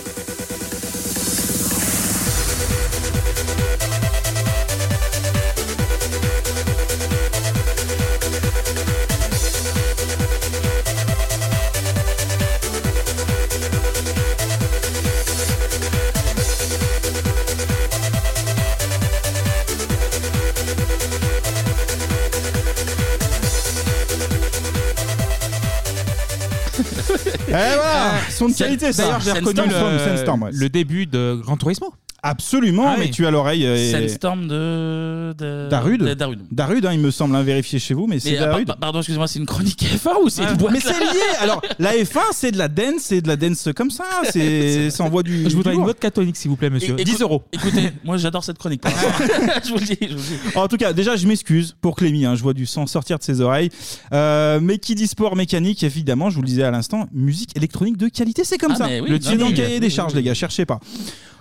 S6: Eh voilà, son de
S4: Euh, C'est-
S6: qualité ça.
S4: D'ailleurs, j'ai reconnu le, le début de Grand Turismo.
S6: Absolument,
S4: Ah
S6: mais
S4: oui.
S6: tu as l'oreille. euh,
S1: Sandstorm de. de- de-
S4: euh,
S6: Darude
S1: Darude.
S6: Darude, hein, il me semble, hein, vérifié chez vous, mais c'est
S1: Et, ah, par-
S6: Darude.
S1: par- pardon, excusez-moi, c'est une chronique F1 ou c'est
S4: Ah.
S1: une boîte
S6: Mais c'est lié Alors, la F1, c'est de la dance, c'est de la dance comme ça, c'est ça envoie du.
S4: Je voudrais une vodka
S6: tonique, s'il vous plaît,
S1: Et- écoute- Écoutez, moi j'adore cette chronique. par exemple. je vous le dis, je vous le dis.
S6: En tout cas, déjà, je m'excuse pour Clémy, hein, je vois du sang sortir de ses oreilles. Euh, mais qui dit sport mécanique, évidemment, je vous le disais à l'instant, musique électronique de qualité, c'est comme
S4: Ah,
S6: ça.
S4: mais oui,
S6: le
S4: non,
S6: tien dans
S4: mais-
S6: le cahier des
S4: oui,
S6: charges,
S4: oui.
S6: les gars, cherchez pas.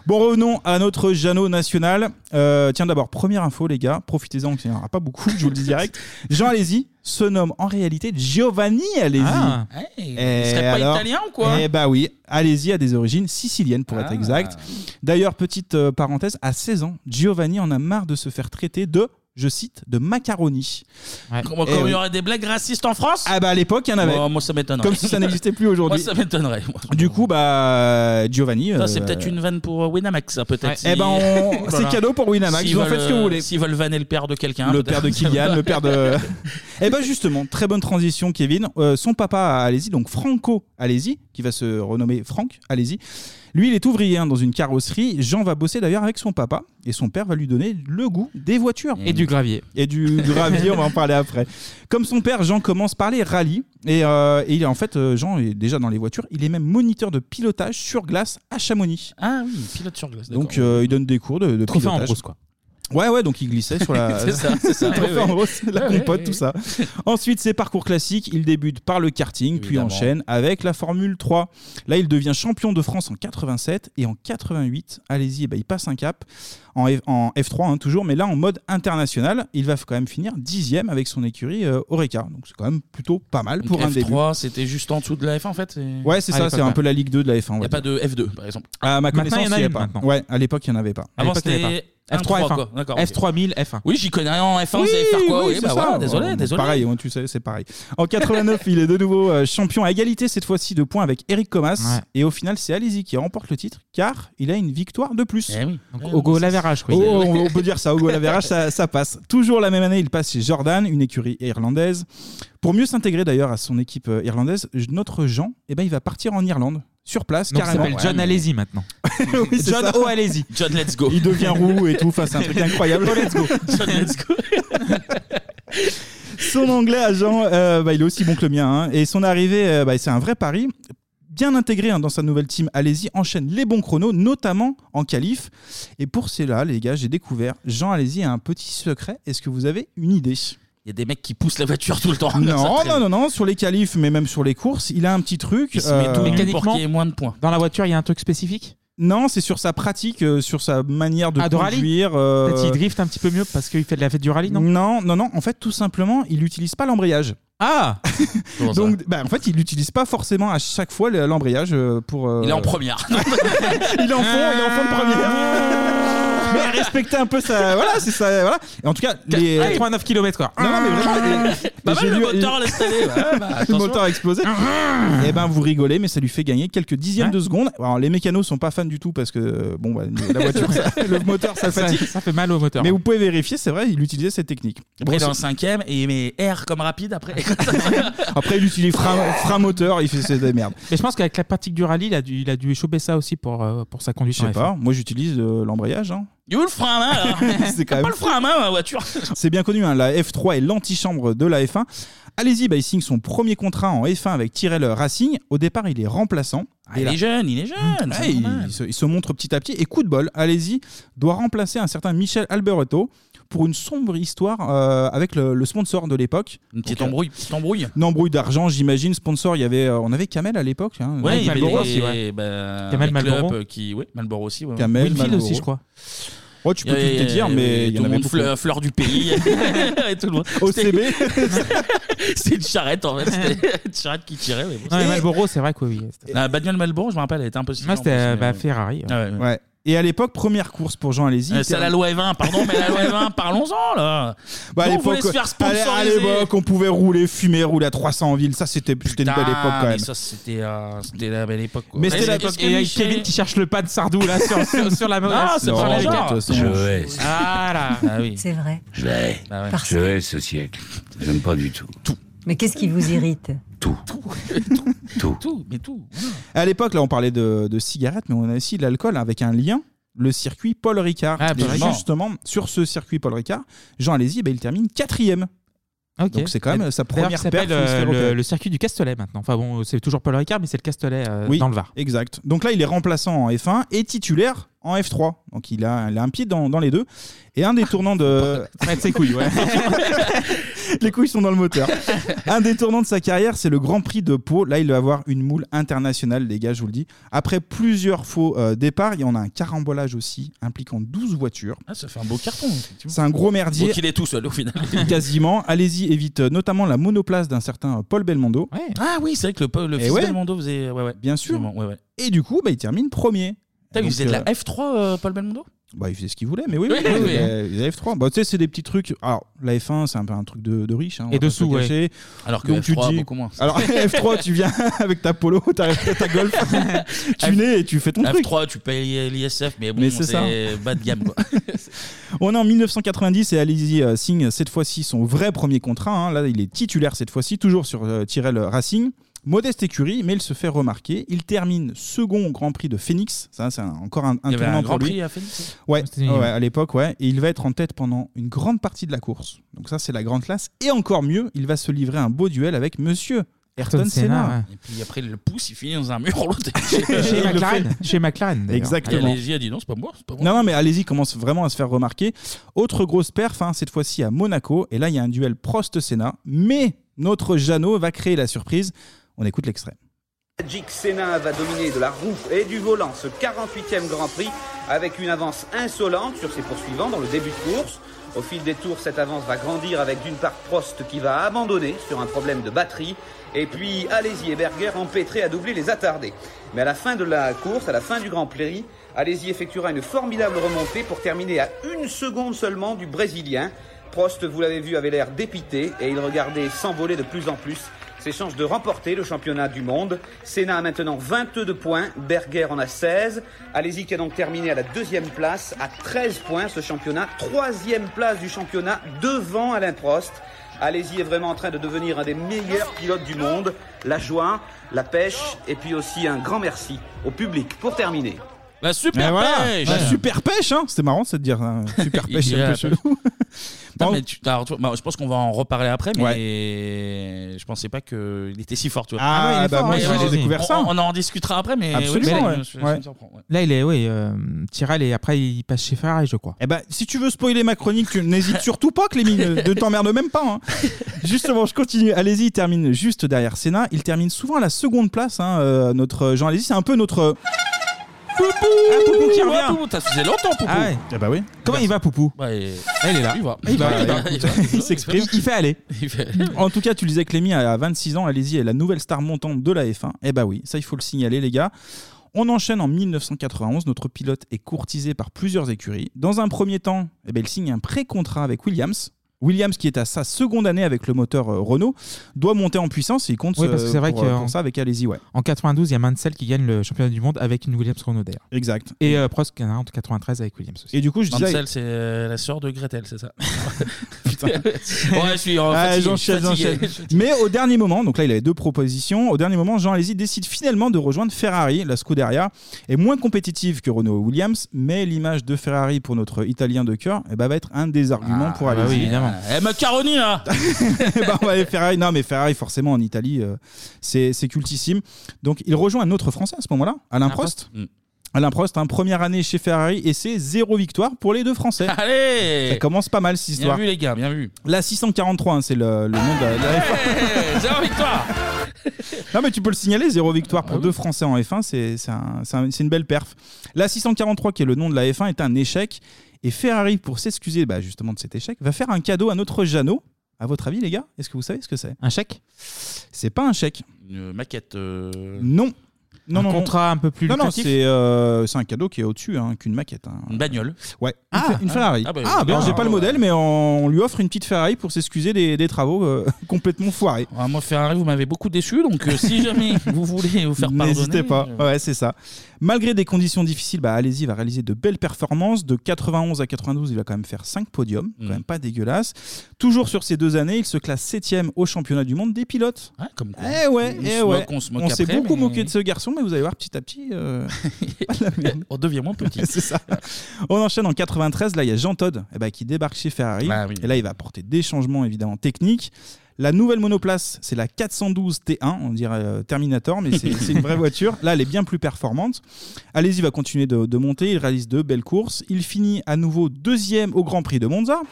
S6: Bon, revenons à notre Jeannot national. Euh, tiens, d'abord, première info, les gars, profitez-en, il n'y en aura pas beaucoup, je vous le dis direct. Jean Alési se nomme en réalité Giovanni Alési.
S4: Ah.
S6: Eh,
S1: Il serait pas italien ou quoi
S6: Eh bah oui, Alési a des origines siciliennes pour être
S1: Ah.
S6: exact. D'ailleurs, petite euh, parenthèse, à 16 ans, Giovanni en a marre de se faire traiter de, je cite, de macaroni.
S1: Comment
S6: Eh
S1: comment il
S6: oui.
S1: y aurait des blagues racistes en France
S6: Ah bah à l'époque, il y en avait.
S1: Moi, moi, ça m'étonnerait.
S6: Comme si ça n'existait plus aujourd'hui.
S1: Moi ça m'étonnerait. moi.
S6: Du coup, bah Giovanni.
S1: Ça,
S6: euh,
S1: c'est peut-être une vanne pour euh, Winamax, ça, peut-être.
S6: Eh ben, on- c'est cadeau pour Winamax,
S1: S'ils
S6: vous en
S1: veulent,
S6: faites ce que vous
S1: euh,
S6: voulez.
S1: S'ils veulent vanner le père de quelqu'un.
S6: le
S1: peut-être.
S6: père de Kylian, le père de. Eh ben justement, très bonne transition, Kevin. Euh, son papa à Alési, donc Franco Alési, qui va se renommer Franck Alési. Lui, il est ouvrier hein, dans une carrosserie. Jean va bosser d'ailleurs avec son papa et son père va lui donner le goût des voitures.
S4: Et du gravier.
S6: Et du gravier, on va en parler après. Comme son père, Jean commence par les rallyes. Et, euh, et il est en fait, euh, Jean est déjà dans les voitures. Il est même moniteur de pilotage sur glace à Chamonix.
S1: Ah oui, pilote sur glace.
S6: Donc euh, il donne des cours de, de
S4: Trophée
S6: pilotage.
S4: Ambrose, quoi.
S6: Ouais ouais donc il glissait sur la
S4: C'est ça, c'est ça,
S6: Trophée
S4: ouais, ouais.
S6: Ambrose, la
S4: Ouais, ouais,
S6: compote
S4: ouais,
S6: tout ça. Ensuite ses parcours classiques, il débute par le karting
S4: Évidemment.
S6: puis enchaîne avec la Formule 3. Là il devient champion de France en 87 et en 88 allez-y eh ben, il passe un cap en, F, 3 toujours mais là en mode international il va quand même finir dixième avec son écurie euh, Oreca donc c'est quand même plutôt pas mal
S1: Donc Ah,
S6: pour un début.
S1: F3, c'était juste en dessous de la F1, en fait.
S6: Ouais c'est ça c'est un peu la Ligue 2 de la F1. on
S1: Il
S6: va
S1: n'y a pas de F2, par exemple.
S6: à ma
S1: Maintenant,
S6: connaissance,
S1: il y en a
S6: il y a
S1: une
S6: pas.
S1: maintenant.
S6: Ouais, à l'époque, il n'y en avait pas. À
S1: Avant,
S6: l'époque, il y en avait
S1: c'était Un
S4: F3,
S1: trois,
S4: F1.
S1: quoi. D'accord, ok.
S4: S3000, F1.
S1: Oui, j'y connais rien en F1, vous allez faire quoi Oui,
S4: c'est
S1: bah
S4: ça.
S1: voilà, désolé,
S4: Ouais,
S1: désolé.
S6: Pareil, hein, tu sais, c'est pareil. En 89, il est de nouveau euh, champion à égalité, cette fois-ci de points avec Eric Comas. Et au final, c'est Alizé qui remporte le titre car il a une victoire de plus.
S1: Eh
S4: Donc, au go Eh, Laverage, quoi.
S6: Oh, on, on peut dire ça, au go Laverage, ça, ça passe. Toujours la même année, il passe chez Jordan, une écurie irlandaise. Pour mieux s'intégrer d'ailleurs à son équipe euh, irlandaise, notre Jean, eh ben, il va partir en Irlande, sur place,
S4: Donc, il
S6: carrément.
S4: s'appelle John Alesi maintenant.
S6: Oui, c'est
S4: John
S6: ça.
S4: O'Alesi.
S1: John, let's go.
S6: Il devient roux et tout, enfin, c'est un truc incroyable.
S4: Oh, let's go.
S1: John, let's go.
S6: Son anglais à Jean, euh, bah, il est aussi bon que le mien. hein. Et son arrivée, euh, bah, c'est un vrai pari. Bien intégré hein, dans sa nouvelle team, Alési enchaîne les bons chronos, notamment en qualif. Et pour cela, les gars, j'ai découvert Jean Alési a un petit secret. Est-ce que vous avez une idée
S1: Il y a des mecs qui poussent la voiture tout le temps.
S6: Non,
S1: Ça traîne.
S6: non, non, non, sur les qualifs, mais même sur les courses, il a un petit truc. euh,
S1: Il se met tout nu pour Mécaniquement, qu'il y ait moins de points.
S6: Dans la voiture, il y a un truc spécifique Non, c'est sur sa pratique, euh, sur sa manière de
S4: Ah, de rallye
S6: conduire. euh,
S4: Peut-être qu'il drift un petit peu mieux parce qu'il fait de la fête du rallye, non
S6: Non, non, non. En fait, tout simplement, il n'utilise pas l'embrayage. Ah
S4: Comment ça
S6: Donc, bah, en fait, il n'utilise pas forcément à chaque fois le- l'embrayage euh, pour. euh,
S1: Il est en première.
S6: il est en fond, il est en fond de première. mais respectez un peu ça. Voilà, c'est ça. Voilà. Et en tout cas, les.
S4: 89 km quoi.
S6: Non, non, mais vraiment.
S4: Pas mal, le
S1: moteur, laisse aller, ouais, bah,
S6: le
S1: attention.
S6: moteur a explosé. Et ben, vous rigolez, mais ça lui fait gagner quelques dixièmes de seconde. Alors, les mécanos sont pas fans du tout parce que, euh, bon, bah, la voiture, ça- le moteur, ça
S4: Ça-
S6: fatigue.
S4: ça fait mal au moteur.
S6: Mais vous pouvez vérifier, c'est vrai, il utilisait cette technique.
S1: Après, il est
S6: Bon,
S1: en cinquième et il met R comme rapide après.
S6: Ah, Après, il utilise frein, frein moteur, il fait c'est des merdes.
S4: Mais je pense qu'avec la pratique du rallye, il a dû, il a dû échopper ça aussi pour, euh, pour sa
S6: Je
S4: conduite. en
S6: sais
S4: F1.
S6: pas, moi j'utilise euh, l'embrayage. hein.
S1: Il est où le frein à main alors
S6: C'est quand
S1: Pas
S6: même-
S1: le hein. frein à main, ma voiture.
S6: C'est bien connu, hein, la F3 est l'antichambre de la F1. Allez-y, bah, il signe son premier contrat en F1 avec Tyrell Racing. Au départ, il est remplaçant.
S1: Ah,
S6: Mmh,
S1: il est jeune, il est jeune,
S6: Ouais,
S1: c'est
S6: il,
S1: normal.
S6: il se, il se montre petit à petit. Et coup de bol, Allez-y doit remplacer un certain Michel Alberto pour une sombre histoire euh, avec le, le sponsor de l'époque. euh,
S1: Une petite embrouille, petite embrouille.
S6: Une embrouille d'argent, j'imagine. Sponsor, il y avait, euh, on avait Kamel à l'époque. hein,
S1: Ouais, il y avait
S6: Marlboro
S1: des-
S6: aussi, ouais.
S1: bah,
S6: Kamel
S1: des clubs,
S6: Marlboro.
S1: euh, qui, oui, Malboro aussi. Ouais.
S6: Kamel,
S1: Winfield
S6: Marlboro. Ouais, tu peux tout
S1: Il y
S6: te
S1: avait-
S6: dire, mais il y
S1: tout
S6: en
S1: le
S6: avait
S1: monde
S6: beaucoup.
S1: fleur, fleur du pays. Et tout le monde.
S6: OCB.
S1: C'est une charrette en fait. C'était une charrette qui tirait. Mais bon,
S4: Non, mais
S1: c'est-
S4: Malboro, c'est vrai que oui. oui.
S1: La bagnole Malboro, je me rappelle, elle était impossible.
S4: Moi,
S1: en
S4: c'était
S1: plus,
S4: euh,
S1: mais-
S4: bah, Ferrari. ouais.
S6: Ouais. Et à l'époque, première course pour Jean Alési.
S1: Ah Euh, c'est la loi F1, pardon, mais la loi F1, parlons-en là.
S6: Bah, à
S1: Nous, on voulait se
S6: l'époque,
S1: faire
S6: à
S1: sponsoriser.
S6: l'é- à l'époque, on pouvait rouler, fumer, rouler à 300 en ville. Ça, c'était c'était une belle époque
S1: Ah,
S6: quand
S1: mais
S6: même.
S1: ça, c'était euh, c'était la belle époque. quoi.
S6: Mais c'était
S1: Est-ce-
S6: l'époque-
S1: est-ce que
S4: Et il y a
S1: Michel-
S4: Kevin qui cherche le pas de Sardou là sur, sur- sur la
S1: Ah, c'est
S4: sur
S1: pas
S4: la
S1: le genre.
S4: carte.
S1: Je hais.
S4: Ah là.
S1: Ah oui.
S23: C'est vrai.
S8: Je l'ai.
S1: Bah ouais.
S8: Je hais ce siècle. J'aime pas du tout.
S23: Mais qu'est-ce qui vous irrite
S8: Tout.
S1: Tout, mais tout.
S6: À l'époque, là, on parlait de, de cigarettes, mais on a aussi de l'alcool avec un lien. Le circuit Paul Ricard.
S4: Ah, Paul
S6: Et
S4: Ricard.
S6: justement, sur ce circuit Paul Ricard, Jean Alési, bah, il termine quatrième. Donc c'est quand même sa
S4: D'ailleurs,
S6: première
S4: ça s'appelle,
S6: perf. où il se fait
S4: euh, le,
S6: repérer.
S4: le circuit du Castellet maintenant. Enfin bon, c'est toujours Paul Ricard, mais c'est le Castellet euh,
S6: Oui,
S4: dans le Var.
S6: Exact. Donc là, il est remplaçant en F1 et titulaire en F3. Donc il a, il a un pied dans, dans les deux. Et un des tournants de.
S4: Ouais, de ses couilles, ouais.
S6: les couilles sont dans le moteur. Un des tournants de sa carrière, c'est le Grand Prix de Pau. Là, il va avoir une moule internationale, les gars, je vous le dis. Après plusieurs faux euh, départs, il y en a un carambolage aussi, impliquant 12 voitures.
S1: Ah, ça fait un beau carton. effectivement.
S6: C'est un gros merdier.
S1: Donc il est tout seul au final.
S6: Quasiment. Allez-y, évite euh, notamment la monoplace d'un certain euh, Paul Belmondo.
S1: Ah oui, c'est vrai que le, po- le
S6: Eh
S1: fils
S6: ouais.
S1: Belmondo faisait. Ouais, ouais.
S6: Bien sûr.
S1: Ouais, ouais.
S6: Et du coup, bah, il termine premier.
S1: Putain, il
S6: Donc,
S1: faisait de la
S6: euh,
S1: F3, euh, Paul Belmondo
S6: Bah, il faisait ce qu'il voulait, mais oui,
S1: Oui,
S6: oui,
S1: oui,
S6: oui,
S1: oui.
S6: les- les F3. Bah, tu sais, c'est des petits trucs. Alors, la F1, c'est un peu un truc de, de riche. hein, on
S1: Et
S6: va pas
S1: dessous,
S6: se le
S1: ouais.
S6: cacher.
S1: Alors que
S6: Donc, tu
S1: F3,
S6: dis-
S1: beaucoup moins.
S6: Alors, F3, tu viens avec ta polo, ta, ta golf, tu nais et tu fais ton truc.
S1: F3, tu payes l'ISF, mais bon,
S6: Mais c'est ça.
S1: c'est bas de gamme. Quoi.
S6: On est en 1990 et Alesi euh, signe cette fois-ci son vrai premier contrat. hein. Là, il est titulaire cette fois-ci, toujours sur euh, Tyrrell Racing. Modeste écurie, mais il se fait remarquer. Il termine second au Grand Prix de Phoenix. Ça, c'est un- encore un, un
S1: Il y avait
S6: tournant
S1: un Grand
S6: pour lui.
S1: Prix à Phoenix hein.
S6: Ouais,
S1: États-Unis,
S6: ouais,
S1: ouais.
S6: à l'époque, ouais. Et il va être en tête pendant une grande partie de la course. Donc ça, c'est la grande classe. Et encore mieux, il va se livrer un beau duel avec Monsieur Ayrton
S4: Ayrton Senna,
S6: Senna.
S1: Et puis après, il le pousse, il finit dans un mur. l'autre.
S4: Chez
S1: Il le
S4: McLaren.
S6: fait.
S4: Chez McLaren. d'ailleurs.
S6: Exactement.
S1: Allez-y, a dit non, c'est pas moi. c'est pas moi.
S6: Non, non, mais allez-y, commence vraiment à se faire remarquer. Autre grosse perf, hein, cette fois-ci à Monaco. Et là, il y a un duel Prost-Sénat. Mais notre Jeannot va créer la surprise. On écoute l'extrait.
S16: Magic Senna va dominer de la roue et du volant ce 48e Grand Prix avec une avance insolente sur ses poursuivants dans le début de course. Au fil des tours, cette avance va grandir avec d'une part Prost qui va abandonner sur un problème de batterie, et puis Alési et Berger empêtrés à doubler les attardés. Mais à la fin de la course, à la fin du Grand Prix, Alési effectuera une formidable remontée pour terminer à une seconde seulement du Brésilien. Prost, vous l'avez vu, avait l'air dépité et il regardait s'envoler de plus en plus ses chances de remporter le championnat du monde. Senna a maintenant 22 points, Berger en a 16. Alési qui a donc terminé à la deuxième place, à 13 points ce championnat, troisième place du championnat devant Alain Prost. Alési est vraiment en train de devenir un des meilleurs pilotes du monde. La joie, la pêche et puis aussi un grand merci au public pour terminer.
S1: La super
S6: Et Ben voilà,
S1: pêche
S6: La super pêche, hein C'était marrant, c'est de dire hein, super
S1: Il
S6: pêche, c'est
S1: dirait
S6: un
S1: la
S6: peu chelou.
S1: Putain, mais tu- alors, tu vois, bah, je pense qu'on va en reparler après, mais je pensais pas qu'il était si fort. Tu vois.
S6: Ah, Ah ouais, il est bah, fort, moi,
S1: Mais
S6: j'ai
S1: on-
S6: découvert
S1: on-
S6: ça.
S1: On en discutera après, mais
S6: Absolument,
S1: oui,
S6: ouais.
S1: je- je- je-
S6: Ouais.
S1: je- je-
S4: Là, il est, oui, euh, Tyrell, et après, il passe chez Ferrari, je crois.
S6: Eh ben, si tu veux spoiler ma chronique, tu n'hésites surtout pas, Clémy, ne, ne t'emmerde même pas. hein. Justement, je continue. Allez-y, il termine juste derrière Sénat. Il termine souvent à la seconde place, hein, euh, notre Jean Allez-y. C'est un peu notre. euh, Poupou Ah, Poupou qui
S1: Ouh, ah,
S6: revient
S1: Poupou, t'as- Ça faisait longtemps, Poupou.
S6: Ah ouais. Ah bah oui. Comment il va, Poupou Il est là.
S1: il va.
S6: Il va,
S1: Il va,
S6: écoute,
S1: il va.
S6: il s'exprime. Il fait aller.
S1: Il fait-
S6: En tout cas, tu le disais, Clémy à 26 ans, allez-y, est la nouvelle star montante de la F1. Eh bah oui, ça, il faut le signaler, les gars. On enchaîne en 1991. Notre pilote est courtisé par plusieurs écuries. Dans un premier temps, eh ben, il signe un pré-contrat avec Williams. Williams, qui est à sa seconde année avec le moteur euh, Renault, doit monter en puissance. Il compte
S4: Oui, parce que
S6: euh,
S4: c'est vrai
S6: pour,
S4: que,
S6: euh,
S4: en-
S6: pour ça avec Alési, ouais.
S4: En 92, il y a Mansell qui gagne le championnat du monde avec une Williams Renault d'ailleurs.
S6: Exact.
S4: Et euh, Prost qui en a un en 93 avec Williams aussi.
S6: Et du coup, je disais-
S1: Mansell, c'est euh, la sœur de Gretel, c'est ça Putain. Ouais, je suis en
S6: Ah,
S1: fatigué,
S6: j'enchaîne,
S1: fatigué.
S6: j'enchaîne. Mais au dernier moment, donc là il avait deux propositions, au dernier moment Jean Alési décide finalement de rejoindre Ferrari, la Scuderia est moins compétitive que Renault Williams, mais l'image de Ferrari pour notre Italien de cœur eh ben, va être un des arguments
S1: Ah,
S6: pour Alési.
S1: Eh, macaroni, là
S6: Eh ben, ouais, Ferrari, non mais Ferrari forcément en Italie euh, c'est c'est cultissime. Donc il rejoint un autre Français à ce moment-là, Alain Prost.
S1: Ah,
S6: Alain Prost, hein, première année chez Ferrari et c'est zéro victoire pour les deux Français.
S1: Allez
S6: Ça commence pas mal cette
S1: Bien
S6: histoire.
S1: vu, les gars, bien vu.
S6: La 643, hein, c'est le, le nom de la- de la F1.
S1: Eh, Zéro victoire
S6: Non, mais tu peux le signaler, zéro victoire
S1: Ah
S6: pour deux Français en F1, c'est c'est un- c'est un- c'est une belle perf. La 643, qui est le nom de la F1, est un échec. Et Ferrari, pour s'excuser bah, justement de cet échec, va faire un cadeau à notre Jeannot. À votre avis, les gars, est-ce que vous savez ce que c'est Un chèque C'est pas un chèque.
S1: Une maquette. euh,
S6: Non. Non,
S1: Un
S6: non, non.
S1: contrat un peu plus
S6: Non, non,
S1: lucratif
S6: c'est euh, c'est un cadeau qui est au-dessus hein, qu'une maquette. hein.
S1: Une bagnole.
S6: Ouais. Une Fe- une Ferrari.
S1: Ah, bah,
S6: Ah, bah,
S1: bien.
S6: j'ai pas le modèle, mais on, on lui offre une petite Ferrari pour s'excuser des, des travaux euh, complètement foirés.
S1: moi, Ferrari, vous m'avez beaucoup déçu, donc euh, si jamais vous voulez vous faire pardonner. euh.
S6: N'hésitez pas, ouais, c'est ça. Malgré des conditions difficiles, bah, Alési va réaliser de belles performances. De 91 à 92, il va quand même faire 5 podiums,
S1: Mm.
S6: quand même pas dégueulasse. Toujours sur ces deux années, il se classe 7 au championnat du monde des pilotes.
S1: comme quoi.
S6: Eh ouais,
S1: On
S6: eh
S1: se
S6: ouais.
S1: moque, on se moque
S6: s'est
S1: après,
S6: beaucoup
S1: mais-
S6: moqué de ce garçon, mais vous allez voir petit à petit. euh, pas de la merde.
S1: On devient moins petit.
S6: c'est ça. On enchaîne en 93. Là, il y a Jean Todd eh ben, qui débarque chez Ferrari.
S1: Bah
S6: Et là, il va apporter des changements évidemment techniques. La nouvelle monoplace, c'est la 412 T1, on dirait euh, Terminator, mais c'est c'est une vraie voiture. Là, elle est bien plus performante. Allez-y, va continuer de, de monter. Il réalise deux belles courses. Il finit à nouveau deuxième au Grand Prix de Monza.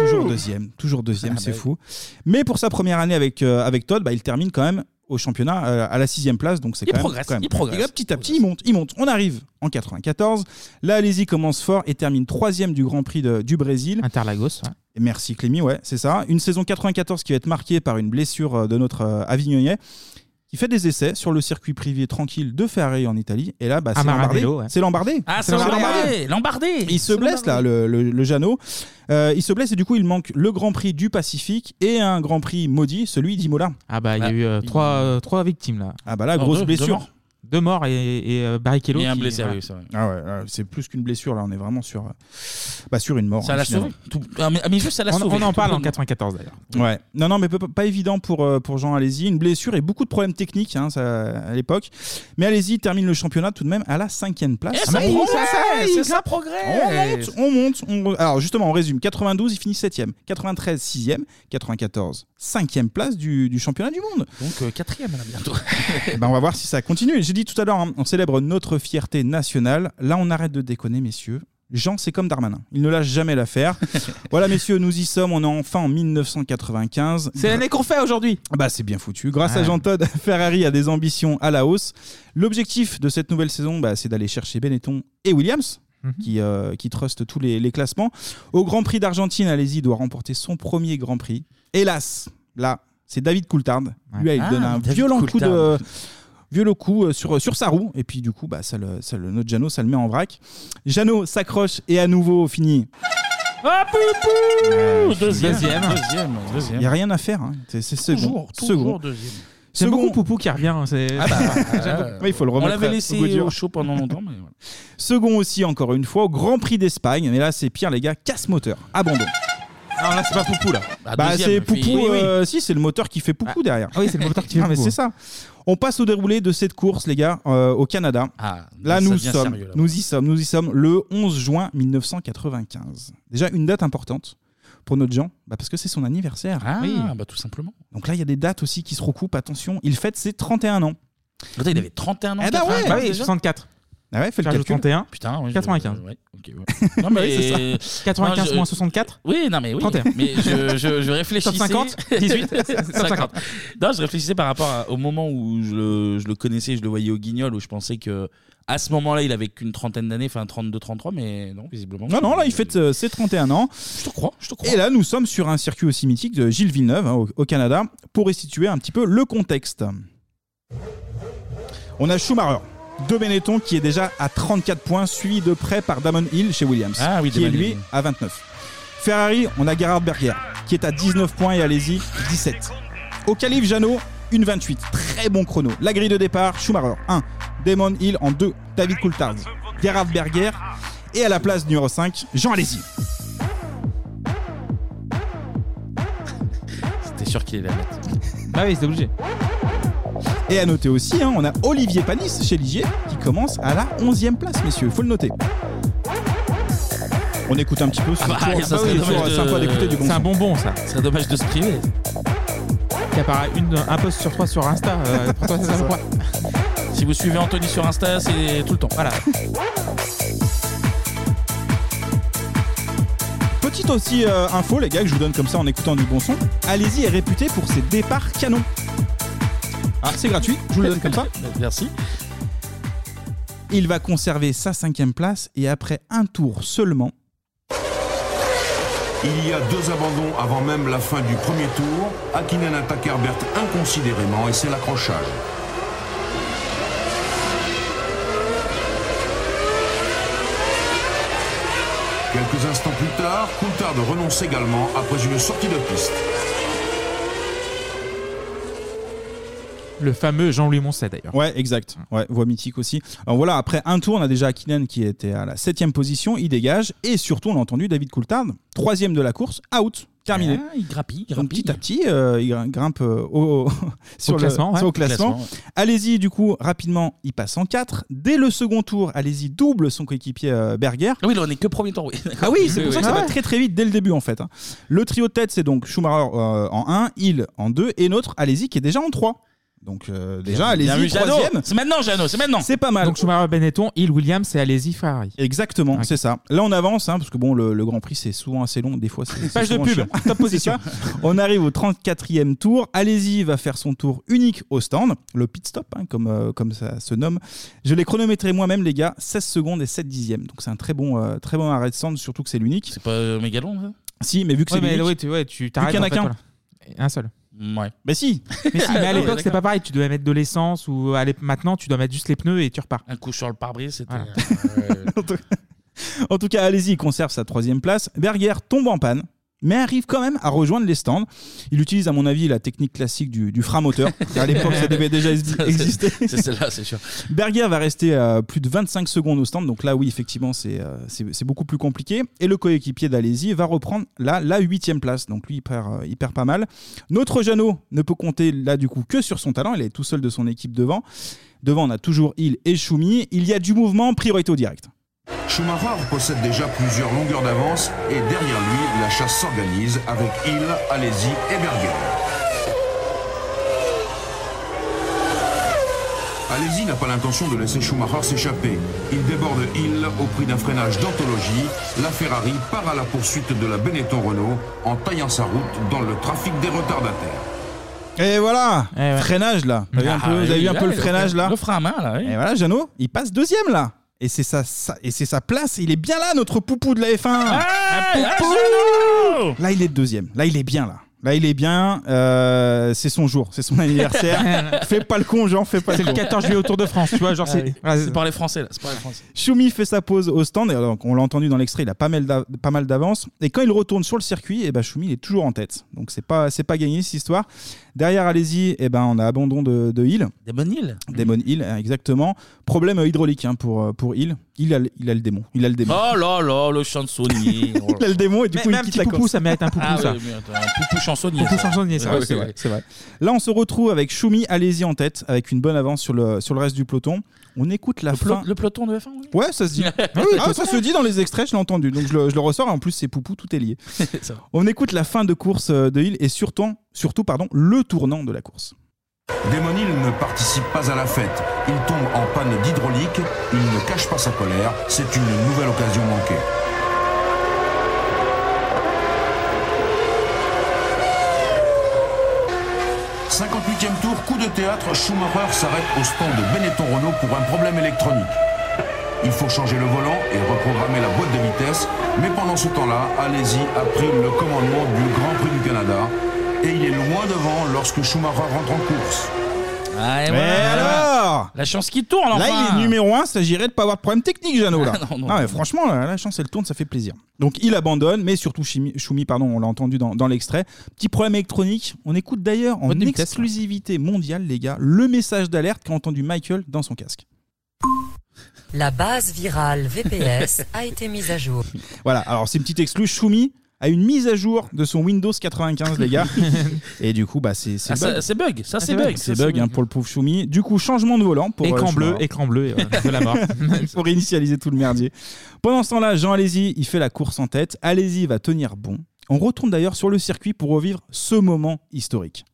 S6: Toujours deuxième, toujours deuxième,
S4: Ah
S6: c'est
S4: bah oui.
S6: fou. Mais pour sa première année avec, euh, avec Todd, bah, il termine quand même au championnat euh, à la sixième place. Donc c'est
S4: Il
S6: quand, même-
S4: progresse,
S6: quand même.
S4: il progresse.
S6: Et là, petit à petit, il monte, il monte. On arrive en 94. Là, Alési commence fort et termine troisième du Grand Prix de- du Brésil. Interlagos, Et merci Clémy, ouais, c'est ça. Une saison 94 qui va être marquée par une blessure euh, de notre euh, Avignonnais qui fait des essais sur le circuit privé tranquille de Ferrari en Italie. Et là, bah,
S4: À
S6: c'est Lombardé.
S4: Maranello, ouais.
S6: C'est Lombardé.
S1: Ah, c'est Lombardé Lombardé
S6: Il se blesse là, le, le, le Jeannot. Euh, il se blesse et du coup, il manque le Grand Prix du Pacifique et un Grand Prix maudit, celui d'Imola.
S4: Ah bah, il y a eu euh, trois, euh, trois victimes là.
S6: Ah bah là, grosse blessure.
S4: Deux morts et, et euh, Barrichello. qui- voilà.
S6: Ah ouais, euh, c'est plus qu'une blessure là, on est vraiment sur, euh, bah, sur une mort.
S1: Ça
S6: hein,
S1: l'a
S6: finalement.
S1: sauvé. Tout- Ah, mais, ah, mais juste, ça l'a
S6: On-
S1: sauvé.
S6: on en parle
S1: Tout
S6: en
S1: le-
S4: 94 d'ailleurs.
S6: Ouais. Non, non, mais pas, pas évident pour, euh, pour Jean Alési. Une blessure et beaucoup de problèmes techniques hein, ça, à l'époque. Mais Alési termine le championnat tout de même à la cinquième place. Ah,
S1: Eh, ça progresse,
S6: c'est
S1: ça progresse.
S6: On monte, on monte. on re- Alors justement, on résume. 92, il finit septième. 93, sixième. 94, cinquième place du, du championnat du monde.
S1: Donc, euh, quatrième, là, bientôt.
S6: Eh ben, on va voir si ça continue. J'ai dit tout à l'heure, hein, on célèbre notre fierté nationale. Là, on arrête de déconner, messieurs. Jean, c'est comme Darmanin. Il ne lâche jamais l'affaire. voilà, messieurs, nous y sommes. On est enfin en 1995.
S4: C'est l'année qu'on fait aujourd'hui.
S6: Bah, c'est bien foutu. Grâce à
S4: Ouais.
S6: Jean Todd, Ferrari a des ambitions à la hausse. L'objectif de cette nouvelle saison, bah, c'est d'aller chercher Benetton et Williams.
S4: Mhm.
S6: qui, euh, qui truste tous les, les classements. Au Grand Prix d'Argentine, Alési doit remporter son premier Grand Prix. Hélas, là, c'est David Coulthard. Lui, il
S4: Ah,
S6: donne un
S4: David
S6: violent coup de
S4: Coulthard.
S6: violent coup euh, sur, sur sa roue. Et puis, du coup, bah, ça le, ça le, notre Jano, ça le met en vrac. Jano s'accroche et à nouveau finit.
S1: Ah, poupou Deuxième.
S6: Deuxième.
S1: Deuxième.
S6: Il n'y a rien à faire. hein. C'est c'est second.
S1: Toujours,
S6: second.
S1: toujours deuxième.
S4: C'est beaucoup
S6: Second.
S4: Poupou qui revient. c'est-
S6: Ah bah,
S4: J'adore.
S6: euh, oui, il faut le remettre.
S1: On l'avait
S6: au
S1: laissé
S6: goût dur.
S1: au chaud pendant longtemps. Mais voilà.
S6: Second aussi, encore une fois, au Grand Prix d'Espagne. Mais là, c'est pire, les gars. Casse-moteur. Abandon.
S4: Ah,
S6: Non, là, c'est pas Poupou, là. Bah,
S4: Bah,
S6: c'est
S4: deuxième,
S6: Poupou.
S4: puis- oui, oui.
S6: euh, si, c'est le moteur qui fait Poupou derrière.
S4: Ah oui, c'est le moteur qui fait
S6: Ah, mais
S4: Poupou.
S6: c'est ça. On passe au déroulé de cette course, les gars, euh, au Canada. là,
S4: ça
S6: nous
S4: devient
S6: sommes.
S4: sérieux, là.
S6: nous y sommes. Nous y sommes le 11 juin 1995. Déjà, une date importante pour notre Jean, bah, parce que c'est son anniversaire.
S1: Ah, bah, tout simplement.
S6: Donc là, il y a des dates aussi qui se recoupent. Attention, il fête ses 31 ans.
S1: Attends, il avait 31 ans.
S6: Eh ben ouais,
S1: 95 déjà
S6: 64. Ah ouais, fais le
S4: Rajoute
S6: calcul.
S4: 31.
S1: Putain, ouais, je-
S4: 95.
S1: ouais, ok, ouais. Non, mais
S4: Oui, c'est ça. 95
S1: Non, je-
S4: moins 64
S1: Oui, non, mais Eh oui.
S4: 31.
S1: Mais je, je, je réfléchissais.
S4: Top 50 18 Top 50.
S1: Non, je réfléchissais par rapport à- au moment où je le, je le connaissais, je le voyais au Guignol, où je pensais que à ce moment-là, il avait qu'une trentaine d'années, enfin 32, 33, mais non, visiblement.
S6: Non, non, là, il fête euh, ses 31 ans. Je te
S1: crois, je te crois.
S6: Et là, nous sommes sur un circuit aussi mythique de Gilles Villeneuve, hein, au, au Canada, pour restituer un petit peu le contexte. On a Schumacher. De Benetton qui est déjà à 34 points, suivi de près par Damon Hill chez Williams,
S1: Ah oui,
S6: qui est
S1: Damon
S6: lui
S1: Hill.
S6: à 29. Ferrari, on a Gerhard Berger qui est à 19 points et allez-y, 17. Au Calif Jeannot, une 28. Très bon chrono. La grille de départ, Schumacher 1, Damon Hill en 2, David Coulthard, Gerhard Berger et à la place numéro 5, Jean Alési.
S1: C'était sûr qu'il allait la mettre.
S6: Ah oui, c'est obligé. Et à noter aussi, hein, on a Olivier Panis chez Ligier qui commence à la 11e place, messieurs, il faut le noter. On écoute un petit peu, c'est
S1: Ah bah,
S6: toujours-
S1: ça
S6: bah
S1: serait
S6: oui, toujours
S1: dommage de- euh,
S6: sympa d'écouter du bon
S1: C'est un
S6: son.
S4: bonbon, ça.
S1: Ce serait dommage de se priver.
S4: Qui apparaît une, un post sur toi sur Insta. euh, pour toi, c'est ça. pourquoi
S1: Si vous suivez Anthony sur Insta, c'est tout le temps.
S4: Voilà.
S6: Petite aussi euh, info, les gars, que je vous donne comme ça en écoutant du bon son. Allez-y est réputé pour ses départs canons. Ah, c'est gratuit, je vous le donne comme ça.
S1: Merci.
S6: Il va conserver sa cinquième place et après un tour seulement,
S15: Il y a deux abandons avant même la fin du premier tour. Akinen attaque Herbert inconsidérément et c'est l'accrochage. Quelques instants plus tard, Coulthard renonce également après une sortie de piste.
S4: Le fameux Jean-Louis Moncet, d'ailleurs.
S6: Ouais, exact. Ouais, voix mythique aussi. Alors voilà, après un tour, on a déjà Akinen qui était à la septième position, il dégage, et surtout, on a entendu David Coulthard, troisième de la course, out, terminé.
S1: Ah, il grappille, il
S6: Donc
S1: grappille.
S6: petit à petit, euh, il grim- grimpe euh, au, sur le-
S4: classement, ouais.
S6: sur le
S4: Au classement,
S6: classement.
S4: ouais.
S6: Allez-y, du coup, rapidement, il passe en 4. Dès le second tour, allez-y, double son coéquipier euh, Berger.
S1: Ah oui, là, on est que premier temps, oui.
S6: Ah oui, c'est pour ça que ça va
S1: Ouais.
S6: très très vite dès le début en fait. hein. Le trio de tête, c'est donc Schumacher euh, en 1, Hill en 2 et notre Alési qui est déjà en 3. Donc euh, déjà
S1: Bien
S6: Alési
S1: vu, Jeannot.
S6: troisième.
S1: C'est maintenant, Jeannot, c'est maintenant.
S6: C'est pas mal.
S4: Donc Schumacher, Benetton, Hill, Williams et Alési, Ferrari.
S6: Exactement, c'est ça. Là on avance hein, parce que bon le, le Grand Prix c'est souvent assez long, des fois
S4: Page
S6: c'est c'est
S4: de
S6: souvent
S4: pub,
S6: chiant.
S4: top position.
S6: C'est ça. on arrive au 34e tour. Alési va faire son tour unique au stand, le pit stop hein, comme euh, comme ça se nomme. Je l'ai chronométré moi-même les gars, 16 secondes et 7 dixièmes. Donc c'est un très bon euh, très bon arrêt de stand, surtout que c'est l'unique.
S1: C'est pas euh, méga long ça
S6: Si, mais vu que
S4: Ouais,
S6: c'est
S4: mais
S6: l'unique.
S4: ouais, tu- ouais, tu
S6: vu
S4: t'arrêtes,
S6: qu'il y en
S4: en
S6: a
S4: fait,
S6: qu'un.
S4: voilà. Un seul.
S1: Ouais.
S6: Mais si
S4: Mais, si, mais à l'époque, c'était pas
S1: d'accord.
S4: pareil. Tu devais mettre de l'essence ou à l'ép- maintenant, tu dois mettre juste les pneus et tu repars.
S1: Un coup sur le pare-brise, c'était. euh,
S4: Voilà.
S6: En tout cas, allez-y, il conserve sa troisième place. Berger tombe en panne, mais arrive quand même à rejoindre les stands. Il utilise, à mon avis, la technique classique du, du frein moteur. car à l'époque, ça devait déjà
S1: Ça, c'est-
S6: exister.
S1: C'est celle-là, c'est sûr.
S6: Berger va rester euh, plus de 25 secondes au stand, donc là, oui, effectivement, c'est euh, c'est- c'est beaucoup plus compliqué. Et le coéquipier d'Alési va reprendre là, la huitième place, donc lui, il perd, euh, il perd pas mal. Notre Jeannot ne peut compter là, du coup, que sur son talent, il est tout seul de son équipe devant. Devant, on a toujours Hill et Schumi. Il y a du mouvement, priorité au direct.
S15: Schumacher possède déjà plusieurs longueurs d'avance et derrière lui, la chasse s'organise avec Hill, Alési et Berger. Alési n'a pas l'intention de laisser Schumacher s'échapper. Il déborde Hill au prix d'un freinage d'anthologie. La Ferrari part à la poursuite de la Benetton Renault en taillant sa route dans le trafic des retardataires.
S6: Et voilà
S1: Eh Ah,
S6: Freinage là Vous avez, un peu, vous avez vu un peu le freinage là
S1: Le frein à main là, oui.
S6: Et voilà, Jeannot, il passe deuxième là Et c'est sa, sa- et c'est sa place. Il est bien là, Ah, notre poupou de la F1.
S1: Ah,
S6: Un poupou là, il est deuxième. Là, il est bien là. Là, il est bien. Euh, c'est son jour, c'est son anniversaire. fais pas le con, genre, fais pas
S4: C'est le
S6: con.
S4: 14 juillet au Tour de France, tu vois, genre, c'est-
S6: Ah oui.
S1: C'est par les Français, là. C'est par les Français.
S6: Schumi fait sa pause au stand, et alors, on l'a entendu dans l'extrait, il a pas mal d'a- pas mal d'avance. Et quand il retourne sur le circuit, et ben Schumi il est toujours en tête. Donc c'est pas c'est pas gagné cette histoire. Derrière Alési, et ben on a abandon de, de Hill.
S1: Damon Hill.
S6: Damon Hill, hein, exactement. Problème euh, hydraulique hein, pour euh, pour Hill. Il a le- il a le démon. Il a le démon.
S1: Oh là là, le chansonnier. Oh là
S6: Il a le démon et du
S1: Mais-
S6: coup
S1: mais
S6: il
S1: un
S6: quitte
S1: petit
S6: la
S1: poupou,
S6: course.
S1: ça mérite un poupou, Ah ça. oui, mais attends, un poupou chansonnier,
S6: Poupou
S1: ça.
S6: chansonnier, c'est vrai,
S1: Ouais,
S6: c'est
S1: ouais,
S6: vrai,
S1: ouais.
S6: c'est vrai. Là on se retrouve avec Schumi, Alési en tête, avec une bonne avance sur le sur le reste du peloton. On écoute la
S1: Le,
S6: fin.
S1: le peloton de F1 oui.
S6: Ouais, ça se dit. Ah oui, ah, ça se dit dans les extraits, je l'ai entendu. Donc je le, je le ressors. Et en plus, c'est Poupou, tout est lié.
S1: Ça va.
S6: On écoute la fin de course euh, de Hill et surtout, surtout pardon, le tournant de la course.
S15: Démonil ne participe pas à la fête. Il tombe en panne d'hydraulique. Il ne cache pas sa colère. C'est une nouvelle occasion manquée. « 58e tour, coup de théâtre, Schumacher s'arrête au stand de Benetton Renault pour un problème électronique. Il faut changer le volant et reprogrammer la boîte de vitesse, mais pendant ce temps-là, Alési a pris le commandement du Grand Prix du Canada et il est loin devant lorsque Schumacher rentre en course.
S1: Ah, et
S6: Mais
S1: voilà.
S6: alors
S1: La chance qui tourne, enfin
S6: Là, il est numéro 1, s'agirait de pas avoir de problème technique, Jeannot. Là.
S1: Ah, non, non,
S6: Ah, mais
S1: non.
S6: franchement, là, la chance, elle tourne, ça fait plaisir. Donc, il abandonne, mais surtout, Chimi- Choumi, pardon, on l'a entendu dans, dans l'extrait. Petit problème électronique. On écoute d'ailleurs en
S4: Boîte de vitesse,
S6: exclusivité mondiale, les gars, le message d'alerte qu'a entendu Michael dans son casque.
S18: La base virale VPS a été mise à jour.
S6: Voilà, alors c'est une petite exclue. Choumi a une mise à jour de son Windows 95, les gars. Et du coup, bah, c'est c'est
S1: Ah, ça- c'est bug, ça, c'est bug,
S6: C'est
S1: ça,
S6: bug
S1: c'est
S6: hein,
S1: bug.
S6: pour le pauvre Choumi. Du coup, changement de volant pour.
S4: Écran
S6: euh,
S4: bleu,
S6: Schumacher.
S4: écran bleu, et voilà, de la barre.
S6: pour initialiser tout le merdier. Pendant ce temps-là, Jean Alési, il fait la course en tête. Alési va tenir bon. On retourne d'ailleurs sur le circuit pour revivre ce moment historique.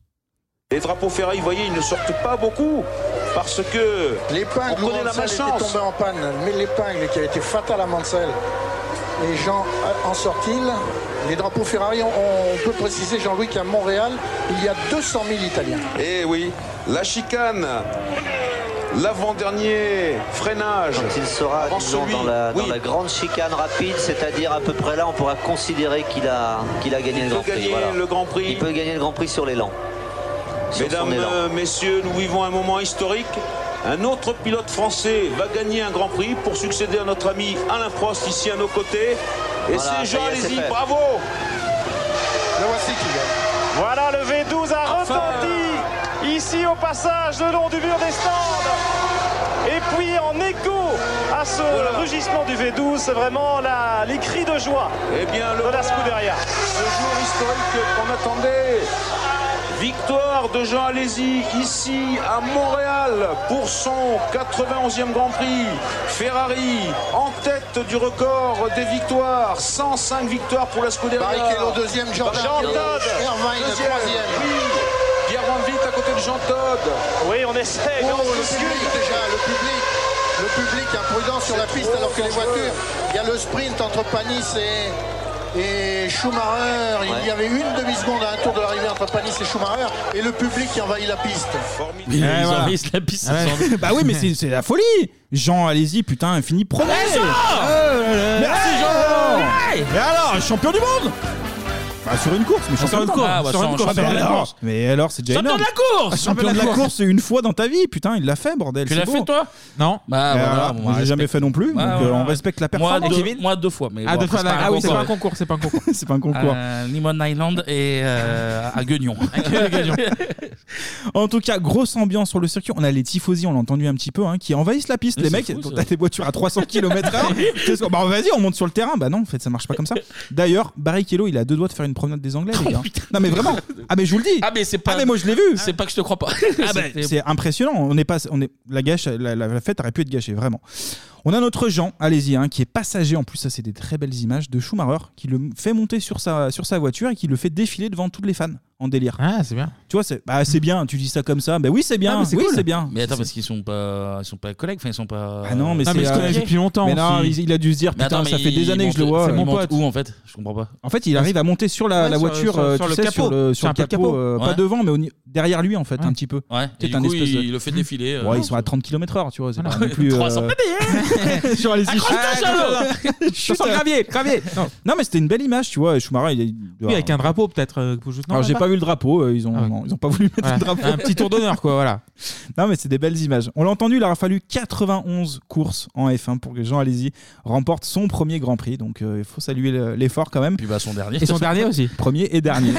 S19: Les drapeaux ferrailles, vous voyez, ils ne sortent pas beaucoup parce que
S21: L'épingle
S19: on connaît la
S21: Mansell était
S19: malchance.
S21: tombée en panne, mais l'épingle qui a été fatale à Mansell. Et Jean, euh, en sort-il Les drapeaux Ferrari, on, on peut préciser, Jean-Louis, qu'à Montréal, il y a 200 000 Italiens.
S19: Eh oui, la chicane, l'avant-dernier freinage.
S22: Il sera
S19: avant
S22: disons,
S19: celui-
S22: dans, la, dans
S19: oui,
S22: la grande chicane rapide, c'est-à-dire à peu près là, on pourra considérer qu'il a, qu'il a gagné,
S19: Il
S22: le,
S19: peut
S22: grand prix,
S19: gagner
S22: voilà.
S19: le Grand Prix.
S22: Il peut gagner le Grand Prix sur l'élan. Sur son
S19: Mesdames,
S22: élan.
S19: euh, messieurs, nous vivons un moment historique. Un autre pilote français va gagner un Grand Prix pour succéder à notre ami Alain Prost ici à nos côtés. Et
S22: Voilà,
S19: c'est Jean
S22: ça y est, c'est
S19: Alési,
S22: fait.
S19: bravo
S21: Le voici qui gagne.
S19: Voilà le V12
S26: a repenti ici au passage le long du mur des stands. Et puis en écho à ce rugissement du V12, c'est vraiment la- les cris de joie
S19: Eh bien, le
S26: de
S19: voilà,
S26: la Scuderia.
S19: Ce jour historique qu'on attendait. Victoire de Jean Alési ici à Montréal pour son 91e Grand Prix. Ferrari en tête du record des victoires. 105 victoires pour la Scuderia.
S21: Barrichello deuxième, Jordan
S19: Jean
S21: Pirlo,
S19: Todd
S21: Irvine
S19: deuxième.
S21: troisième.
S19: Oui, Pierre Van Vliet à côté de Jean Todd.
S26: Oui, on essaie.
S21: Oh, le public déjà, le public, le public imprudent sur la piste alors que les voitures. Il y a le sprint entre Panis et, et Schumacher. Il y avait une demi-seconde à un tour de l'arrivée entre Panis et Schumacher et le public qui envahit la piste.
S6: Ouais,
S1: Ils
S6: Eh, voilà.
S1: envahissent la piste.
S6: Ouais.
S1: ils sont-
S6: bah oui, mais c'est c'est la folie. Jean, allez-y, putain, fini premier.
S1: Allez, Jean
S21: Oh,
S6: Euh, Merci
S1: Hey,
S6: Jean.
S1: hey
S6: Et alors, champion du monde Bah, sur une course, mais champion
S1: sur
S6: du
S1: une
S6: monde.
S1: course, Ah, bah, sur une course,
S6: Mais
S1: champion de la
S6: alors-
S1: course.
S6: Mais alors, c'est déjà
S1: Champion
S6: énorme.
S1: de la course
S6: Ah, Champion de la course une fois dans ta vie, putain, il l'a fait, bordel.
S1: Tu
S6: c'est
S1: l'as
S6: beau.
S1: fait, toi Non. Bah,
S6: Et
S1: voilà,
S6: alors,
S1: bon,
S6: moi,
S1: on
S6: j'ai jamais
S1: respecte.
S6: fait non plus,
S1: Ouais,
S6: donc
S1: ouais,
S6: euh, on
S1: ouais.
S6: respecte la
S1: Moi,
S6: performance.
S1: deux- moi, deux fois. Mais
S4: Ah,
S1: bon,
S4: deux
S1: après,
S4: fois,
S1: c'est pas
S4: ah
S1: un
S4: oui, c'est
S1: concours.
S4: pas un concours, c'est pas un concours.
S6: c'est pas un concours.
S1: Euh, Limon Island et euh, à Guignon.
S6: En tout cas, grosse ambiance sur le circuit. On a les tifosi, on l'a entendu un petit peu, hein, qui envahissent la piste.
S4: Mais
S6: les
S4: c'est
S6: mecs,
S4: fou,
S6: donc
S4: ça.
S6: t'as des voitures à 300 km/h. bah vas-y, on monte sur le terrain. Bah non, en fait, ça marche pas comme ça. D'ailleurs, Barrichello, il a deux doigts de faire une promenade des Anglais,
S1: Oh,
S6: les gars. Non mais vraiment. Ah mais je vous le dis.
S1: Ah, mais c'est pas.
S6: Ah, mais moi, je l'ai vu.
S1: C'est pas que je te crois pas.
S6: Ah bah, c'est impressionnant. On est pas, on est la gâche, la, la- la fête aurait pu être gâchée vraiment. On a notre Jean, allez-y, hein, qui est passager en plus. Ça, c'est des très belles images de Schumacher qui le fait monter sur sa sur sa voiture et qui le fait défiler devant toutes les fans en délire. Ah, c'est bien. Tu vois, c'est bah, c'est bien. Tu dis ça comme ça, ben oui, c'est bien.
S1: Ah, mais c'est
S6: oui,
S1: cool.
S6: c'est bien.
S1: Mais attends, parce qu'ils sont pas, ils sont pas collègues, enfin ils sont pas.
S6: Ah non, mais c'est euh, Mais non, il, il a dû se dire
S1: Mais
S6: putain,
S1: attends,
S6: ça
S1: mais
S6: fait des
S1: il
S6: années que je le
S1: monte-
S6: vois.
S1: C'est mon
S6: Il monte
S1: pote.
S6: où
S1: Où en fait Je comprends pas.
S6: En fait, il arrive à monter sur la,
S1: Ouais,
S6: la
S1: sur-
S6: voiture,
S1: sur-
S6: euh,
S1: sur
S6: tu
S1: le
S6: sais,
S1: capot.
S6: sur le,
S1: Sur
S6: sur le
S1: un
S6: capot,
S1: capot.
S6: euh, pas
S1: Ouais.
S6: devant, mais au ni- derrière lui en fait, un petit peu.
S1: Ouais.
S6: C'est
S1: Et du
S6: un
S1: coup,
S6: espèce de-
S1: il le fait défiler. euh,
S6: Ouais, ils sont à 30 km/h, tu vois. C'est pas non plus. euh,
S1: 300 mètres.
S4: Sur
S1: Ah,
S4: Alesi.
S6: Sur son gravier, gravier. Non, non, mais c'était une belle image, tu vois. Schumacher, il
S4: Oui, avec un drapeau peut-être. euh, que je- non,
S6: Alors j'ai
S4: même
S6: pas vu le drapeau, euh, ils ont non, ils ont pas voulu mettre
S4: Voilà.
S6: le drapeau.
S4: Un petit tour d'honneur,
S6: quoi, voilà. non mais c'est des belles images. On l'a entendu, il aura fallu 91 courses en F1 pour que Jean Alési remporte son premier Grand Prix. Donc euh, il faut saluer le- l'effort quand même. Puis
S1: bah son dernier.
S4: Et son dernier aussi.
S6: Premier et dernier.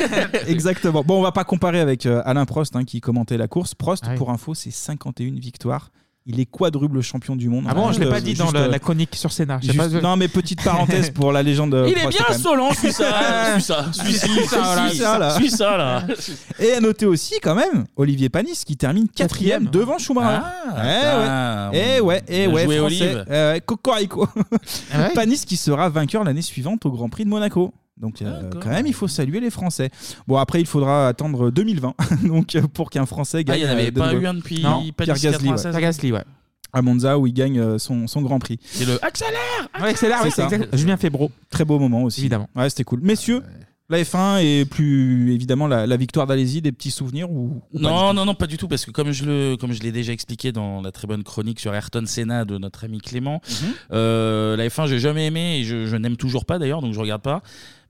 S6: Exactement. Bon, on va pas comparer avec euh, Alain Prost hein, qui commentait la course. Prost pour info, c'est 51 victoires. Il est quadruple champion du monde.
S4: Ah bon, je l'ai
S6: Euh,
S4: pas dit dans
S6: juste,
S4: le-
S6: euh,
S4: la chronique sur Sénat. J'ai
S6: juste-
S4: pas-
S6: Non, mais petite parenthèse pour la légende. euh,
S1: Il est
S6: Prost,
S1: bien
S6: quand même.
S1: Solon, hein. suis ça, suis ça, suis ci,
S6: Suis ça, voilà.
S1: suis ça, suis ça là.
S6: Et à noter aussi, quand même, Olivier Panis qui termine quatrième devant Schumacher.
S1: hein. Ah,
S6: Eh ouais, eh
S1: on-
S6: ouais, eh
S1: bien
S6: ouais,
S1: joué,
S6: français.
S1: Olive. Ah
S6: Euh, cocorico. Panis qui sera vainqueur l'année suivante au Grand Prix de Monaco. Donc euh, quand même, il faut saluer les Français. Bon après, il faudra attendre 2020 donc euh, pour qu'un Français
S1: Ah,
S6: gagne.
S1: il y en avait
S6: euh, de
S1: pas
S6: nouveau.
S1: eu un depuis
S6: Non,
S1: Panis
S6: Pierre Gasly,
S1: 96. Pierre
S6: Gasly, ouais. À Monza où il gagne euh, son, son Grand Prix.
S1: C'est le accélère.
S6: Accélère,
S4: oui, c'est exact.
S6: Julien Febro. Très beau moment aussi. Évidemment. Ouais, c'était cool. Messieurs, la F1 et plus évidemment la, la victoire d'Alési, des petits souvenirs ou, ou pas
S1: Non, non, non, pas du tout, parce que comme je le, comme je l'ai déjà expliqué dans la très bonne chronique sur Ayrton Senna de notre ami Clément,
S6: Mhm.
S1: euh, la F1, j'ai jamais aimé et je, je n'aime toujours pas d'ailleurs, donc je regarde pas.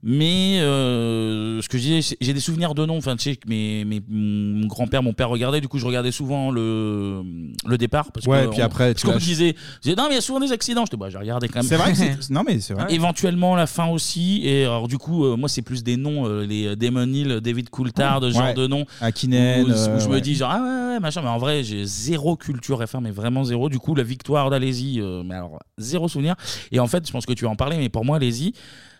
S1: Mais euh, ce que je disais, c'est- j'ai des souvenirs de nom. Enfin, tu sais, que mes, mes- mon grand-père, mon père regardait, du coup, je regardais souvent le, le départ. Parce
S6: Ouais,
S1: que
S6: puis après,
S1: parce
S6: tu
S1: qu'on me
S6: lâches.
S1: disait, je disais, non, mais il y a souvent des accidents. Je te bah, j'ai regardé quand même.
S6: C'est vrai que c'est- Non, mais c'est vrai.
S1: Éventuellement la fin aussi. Et alors du coup, euh, moi c'est plus des noms, euh, les Damon Hill, David Coulthard, ce genre
S6: Ouais.
S1: de noms.
S6: Hakkinen,
S1: Où, où
S6: euh,
S1: je me
S6: ouais.
S1: dis genre ah ouais, ouais machin. Mais en vrai j'ai zéro culture F1, mais vraiment zéro. Du coup la victoire d'Alési, euh, mais alors zéro souvenir. Et en fait je pense que tu vas en parler, mais pour moi Alési.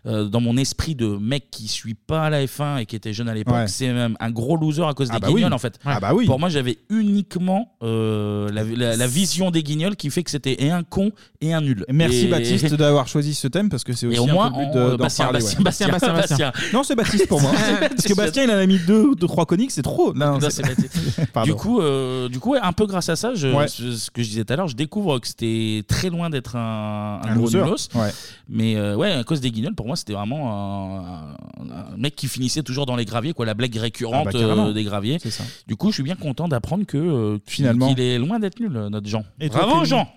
S1: euh, dans mon esprit de mec qui suit pas la F1 et qui était jeune à l'époque,
S6: Ouais.
S1: c'est même un gros loser à cause
S6: Ah
S1: des
S6: bah oui.
S1: guignols en fait.
S6: Ah bah oui.
S1: Pour moi, j'avais uniquement euh, la, la- la vision des guignols qui fait que c'était et un con et un nul.
S6: Merci
S1: Et-
S6: Baptiste d'avoir choisi ce thème parce que c'est aussi
S1: au moins,
S6: un peu le but
S1: on-
S6: de- d'en
S1: Bastien,
S6: parler.
S1: Bastien, Bastien, Bastien, Bastien.
S6: Non, c'est Baptiste pour moi. parce que Bastien, il en a mis deux, deux trois coniques, c'est trop. Non, c'est
S1: Non, c'est Du coup, euh, du coup, ouais, un peu grâce à ça, je-
S6: Ouais.
S1: ce ce que je disais tout à l'heure, je découvre que c'était très loin d'être un, un
S6: Un
S1: gros
S6: loser.
S1: nulos.
S6: Ouais.
S1: Mais euh, ouais, à cause des guignols, pour moi, c'était vraiment un, un- un mec qui finissait toujours dans les graviers, quoi, la blague récurrente
S6: Ah bah, carrément.
S1: euh, des graviers.
S6: C'est ça.
S1: Du coup, je suis bien content d'apprendre que euh, qu'il-
S4: Finalement.
S1: qu'il est loin d'être nul, euh, notre Jean.
S4: Et toi,
S1: Bravo,
S4: Clémy.
S1: Jean.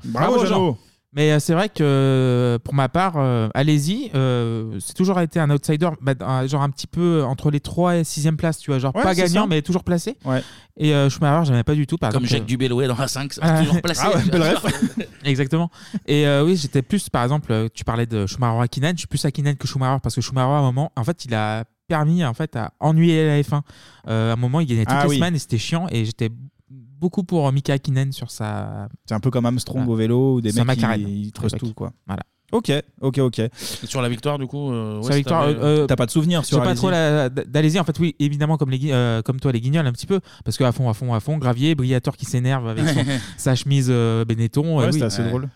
S4: Mais euh, c'est vrai que euh, pour ma part, euh, allez-y, euh, c'est toujours été un outsider, bah, un- genre un petit peu entre les 3 et 6e place, tu vois, genre
S1: Ouais,
S4: pas
S1: c'est
S4: gagnant
S1: ça.
S4: mais toujours placé. Et euh, Schumacher, j'aimais pas du tout par
S1: Comme
S4: exemple,
S1: Jacques Dubéloé dans la 5, ça
S4: Ah.
S1: va toujours placé.
S4: Ah ouais, belle Exactement. Et euh, oui, j'étais plus, par exemple, euh, tu parlais de Schumacher Hakkinen, je suis plus Hakkinen que Schumacher parce que Schumacher, à un moment, en fait, il a permis en fait à ennuyer la F1. Euh, à un moment, il gagnait toutes
S6: Ah
S4: les
S6: oui.
S4: semaines et c'était chiant. Et j'étais beaucoup pour euh, Mika Hakkinen sur sa.
S6: C'est un peu comme Armstrong
S1: Ah.
S6: au vélo ou des
S4: Sa
S6: mecs qui
S4: McLaren,
S6: ils
S4: à
S6: trustent
S4: l'époque.
S6: tout quoi.
S4: hein, Voilà.
S6: Ok, ok, ok.
S1: Sur la victoire, du coup. euh,
S4: Sur
S1: ouais,
S4: la victoire,
S1: c'était-
S4: euh, euh,
S6: T'as pas de souvenirs sur
S4: J'ai pas
S6: Alési
S4: trop la- d'Alési. En fait, oui, évidemment, comme, les, gui- euh, comme toi, les guignols, un petit peu. Parce que à fond, à fond, à fond, Gravier, Briator qui s'énerve avec son- sa chemise euh, Benetton.
S6: Ouais,
S4: euh,
S6: c'était
S4: oui.
S6: assez drôle.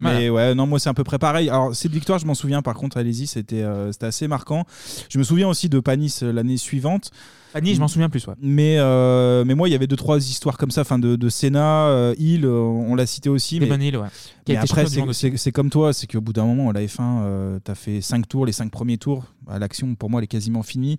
S4: Voilà.
S6: Mais ouais, non, moi c'est à peu près pareil. Alors, cette victoire, je m'en souviens par contre, allez-y, c'était euh, c'était assez marquant. Je me souviens aussi de Panis euh, l'année suivante.
S4: Panis, je m'en souviens plus, ouais.
S6: Mais, euh, mais moi, il y avait deux, trois histoires comme ça, enfin de, de Senna, euh, Hill, euh, on l'a cité aussi.
S4: Damon
S6: mais
S4: Hill, ouais. Qui a
S6: mais
S4: été champion
S6: après,
S4: du
S6: c'est-
S4: monde aussi.
S6: c'est c'est comme toi, c'est qu'au bout d'un moment, la F1, euh, t'as fait cinq tours, les cinq premiers tours. Bah, L'action, pour moi, elle est quasiment finie.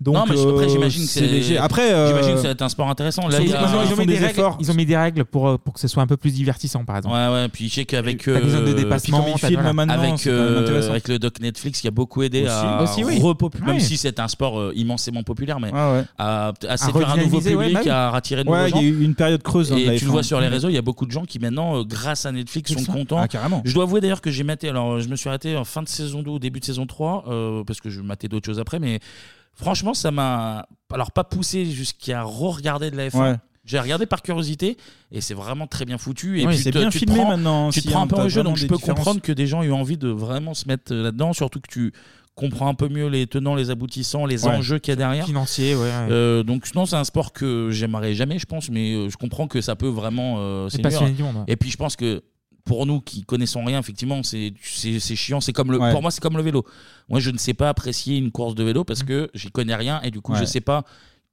S6: Donc,
S1: non, mais je- après,
S6: euh,
S1: j'imagine que c'est.
S6: léger. Après, euh,
S1: J'imagine que ça va être un sport intéressant. Là,
S4: Ils ont-
S1: il y a-
S4: ils ont- ils ont mis des règles- ils ont mis des règles pour, euh, pour que ce soit un peu plus divertissant, par exemple.
S1: Ouais, ouais, puis je sais qu'avec.
S4: T'as besoin de
S1: euh,
S4: dépassement,
S1: puis comme ils
S4: t'as-
S1: filment
S4: voilà.
S1: maintenant,
S4: Avec,
S1: avec,
S4: euh,
S1: euh,
S4: avec
S1: avec le doc Netflix qui a beaucoup aidé
S4: Aussi.
S1: à
S4: Aussi, oui.
S1: repopulariser-
S4: Ouais.
S1: Même si c'est un sport euh, immensément populaire, mais
S6: Ah ouais.
S1: à, à séduire un nouveau
S6: redynamiser,
S1: public,
S6: ouais, bah oui.
S1: à attirer de
S6: Ouais,
S1: nouveaux gens.
S6: il y a eu une période creuse dans la
S1: Et tu
S6: F1.
S1: le vois sur les réseaux, il y a beaucoup de gens qui maintenant, euh, grâce à Netflix, sont contents.
S6: Ah, carrément.
S1: Je dois avouer d'ailleurs que j'ai maté, alors euh, je me suis arrêté en fin de saison 2 ou début de saison 3, euh, parce que je matais d'autres choses après, mais franchement, ça m'a, alors pas poussé jusqu'à re-regarder de la F1.
S6: Ouais.
S1: J'ai regardé par curiosité et c'est vraiment très bien foutu. Et
S6: Ouais,
S1: puis
S6: c'est
S1: te-
S6: bien
S1: tu te
S6: filmé
S1: prends-
S6: maintenant
S1: Tu te
S6: aussi,
S1: prends
S6: hein,
S1: un peu
S6: t'as
S1: au jeu,
S6: vraiment
S1: donc
S6: des
S1: je peux
S6: différences.
S1: comprendre que des gens aient eu envie de vraiment se mettre euh, là-dedans, surtout que tu comprends un peu mieux les tenants, les aboutissants, les
S4: Ouais.
S1: enjeux qu'il y a derrière.
S4: Financier, ouais, ouais.
S1: Euh, donc non, c'est un sport que j'aimerais jamais, je pense, mais euh, je comprends que ça peut vraiment euh,
S4: Les
S1: séduire.
S4: passionnés du monde, ouais.
S1: Et puis je pense que pour nous qui connaissons rien, effectivement, c'est c'est- c'est chiant. C'est comme le,
S4: Ouais.
S1: pour moi, c'est
S4: Mm.
S1: comme le vélo. Moi, je ne sais pas apprécier une course de vélo parce que j'y connais rien et du coup,
S4: Ouais.
S1: je sais pas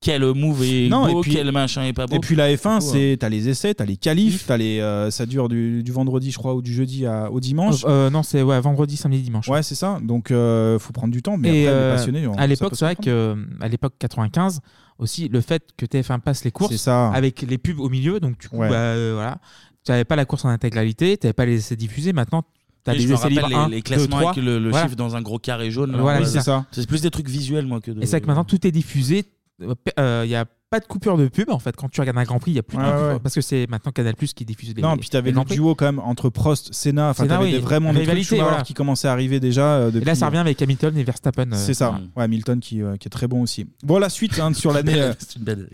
S1: quel move est
S6: Non, et
S1: beau,
S6: puis-
S1: quel machin est pas beau.
S6: Et puis la F1,
S1: Du coup, euh,
S6: c'est t'as les essais, t'as les qualifs, t'as les euh, ça dure du, du vendredi, je crois, ou du jeudi à- au dimanche.
S4: Euh, euh, non, c'est ouais, vendredi, samedi, dimanche.
S6: Ouais, c'est ça. Donc euh, faut prendre du temps, mais
S4: et
S6: après, les
S4: euh,
S6: passionnés, on- ça
S4: à l'époque,
S6: peut se
S4: c'est vrai
S6: comprendre.
S4: que euh, à l'époque 95 aussi, le fait que TF1 passe les courses
S6: C'est ça.
S4: avec les pubs au milieu, donc du coup,
S6: Ouais.
S4: bah, euh, voilà, tu n'avais pas la course en intégralité, tu n'avais pas les essais diffusés. Maintenant, tu as
S1: Et je
S4: les
S1: me
S4: essais libres
S1: rappelle les-
S4: 1,
S1: les,
S4: 2,
S1: classements
S4: 3.
S1: avec le, le
S4: Voilà.
S1: chiffre dans un gros carré jaune. là,
S4: Voilà,
S1: ouais.
S4: c'est ça.
S1: C'est plus des trucs visuels, moi, que de.
S4: Et c'est vrai que maintenant, tout est diffusé. Euh, pe- euh, Il n'y a pas de coupure de pub en fait quand tu regardes un Grand Prix il y a plus de
S6: Ouais,
S4: coupure
S6: ouais.
S4: parce que c'est maintenant Canal Plus qui diffuse les
S6: Non, puis t'avais
S4: les
S6: le
S4: Grands Prix.
S6: duo quand même entre Prost, Senna, enfin
S4: Senna,
S6: t'avais
S4: oui,
S6: des- vraiment des trucs
S4: rivalité,
S6: Schumacher
S4: voilà.
S6: qui commençaient à arriver déjà. euh,
S4: et là
S6: depuis-
S4: ça revient avec Hamilton et Verstappen euh,
S6: C'est ça, ouais, Hamilton qui, euh, qui est très bon aussi. Bon, la suite hein, sur l'année. euh,
S1: C'est une belle.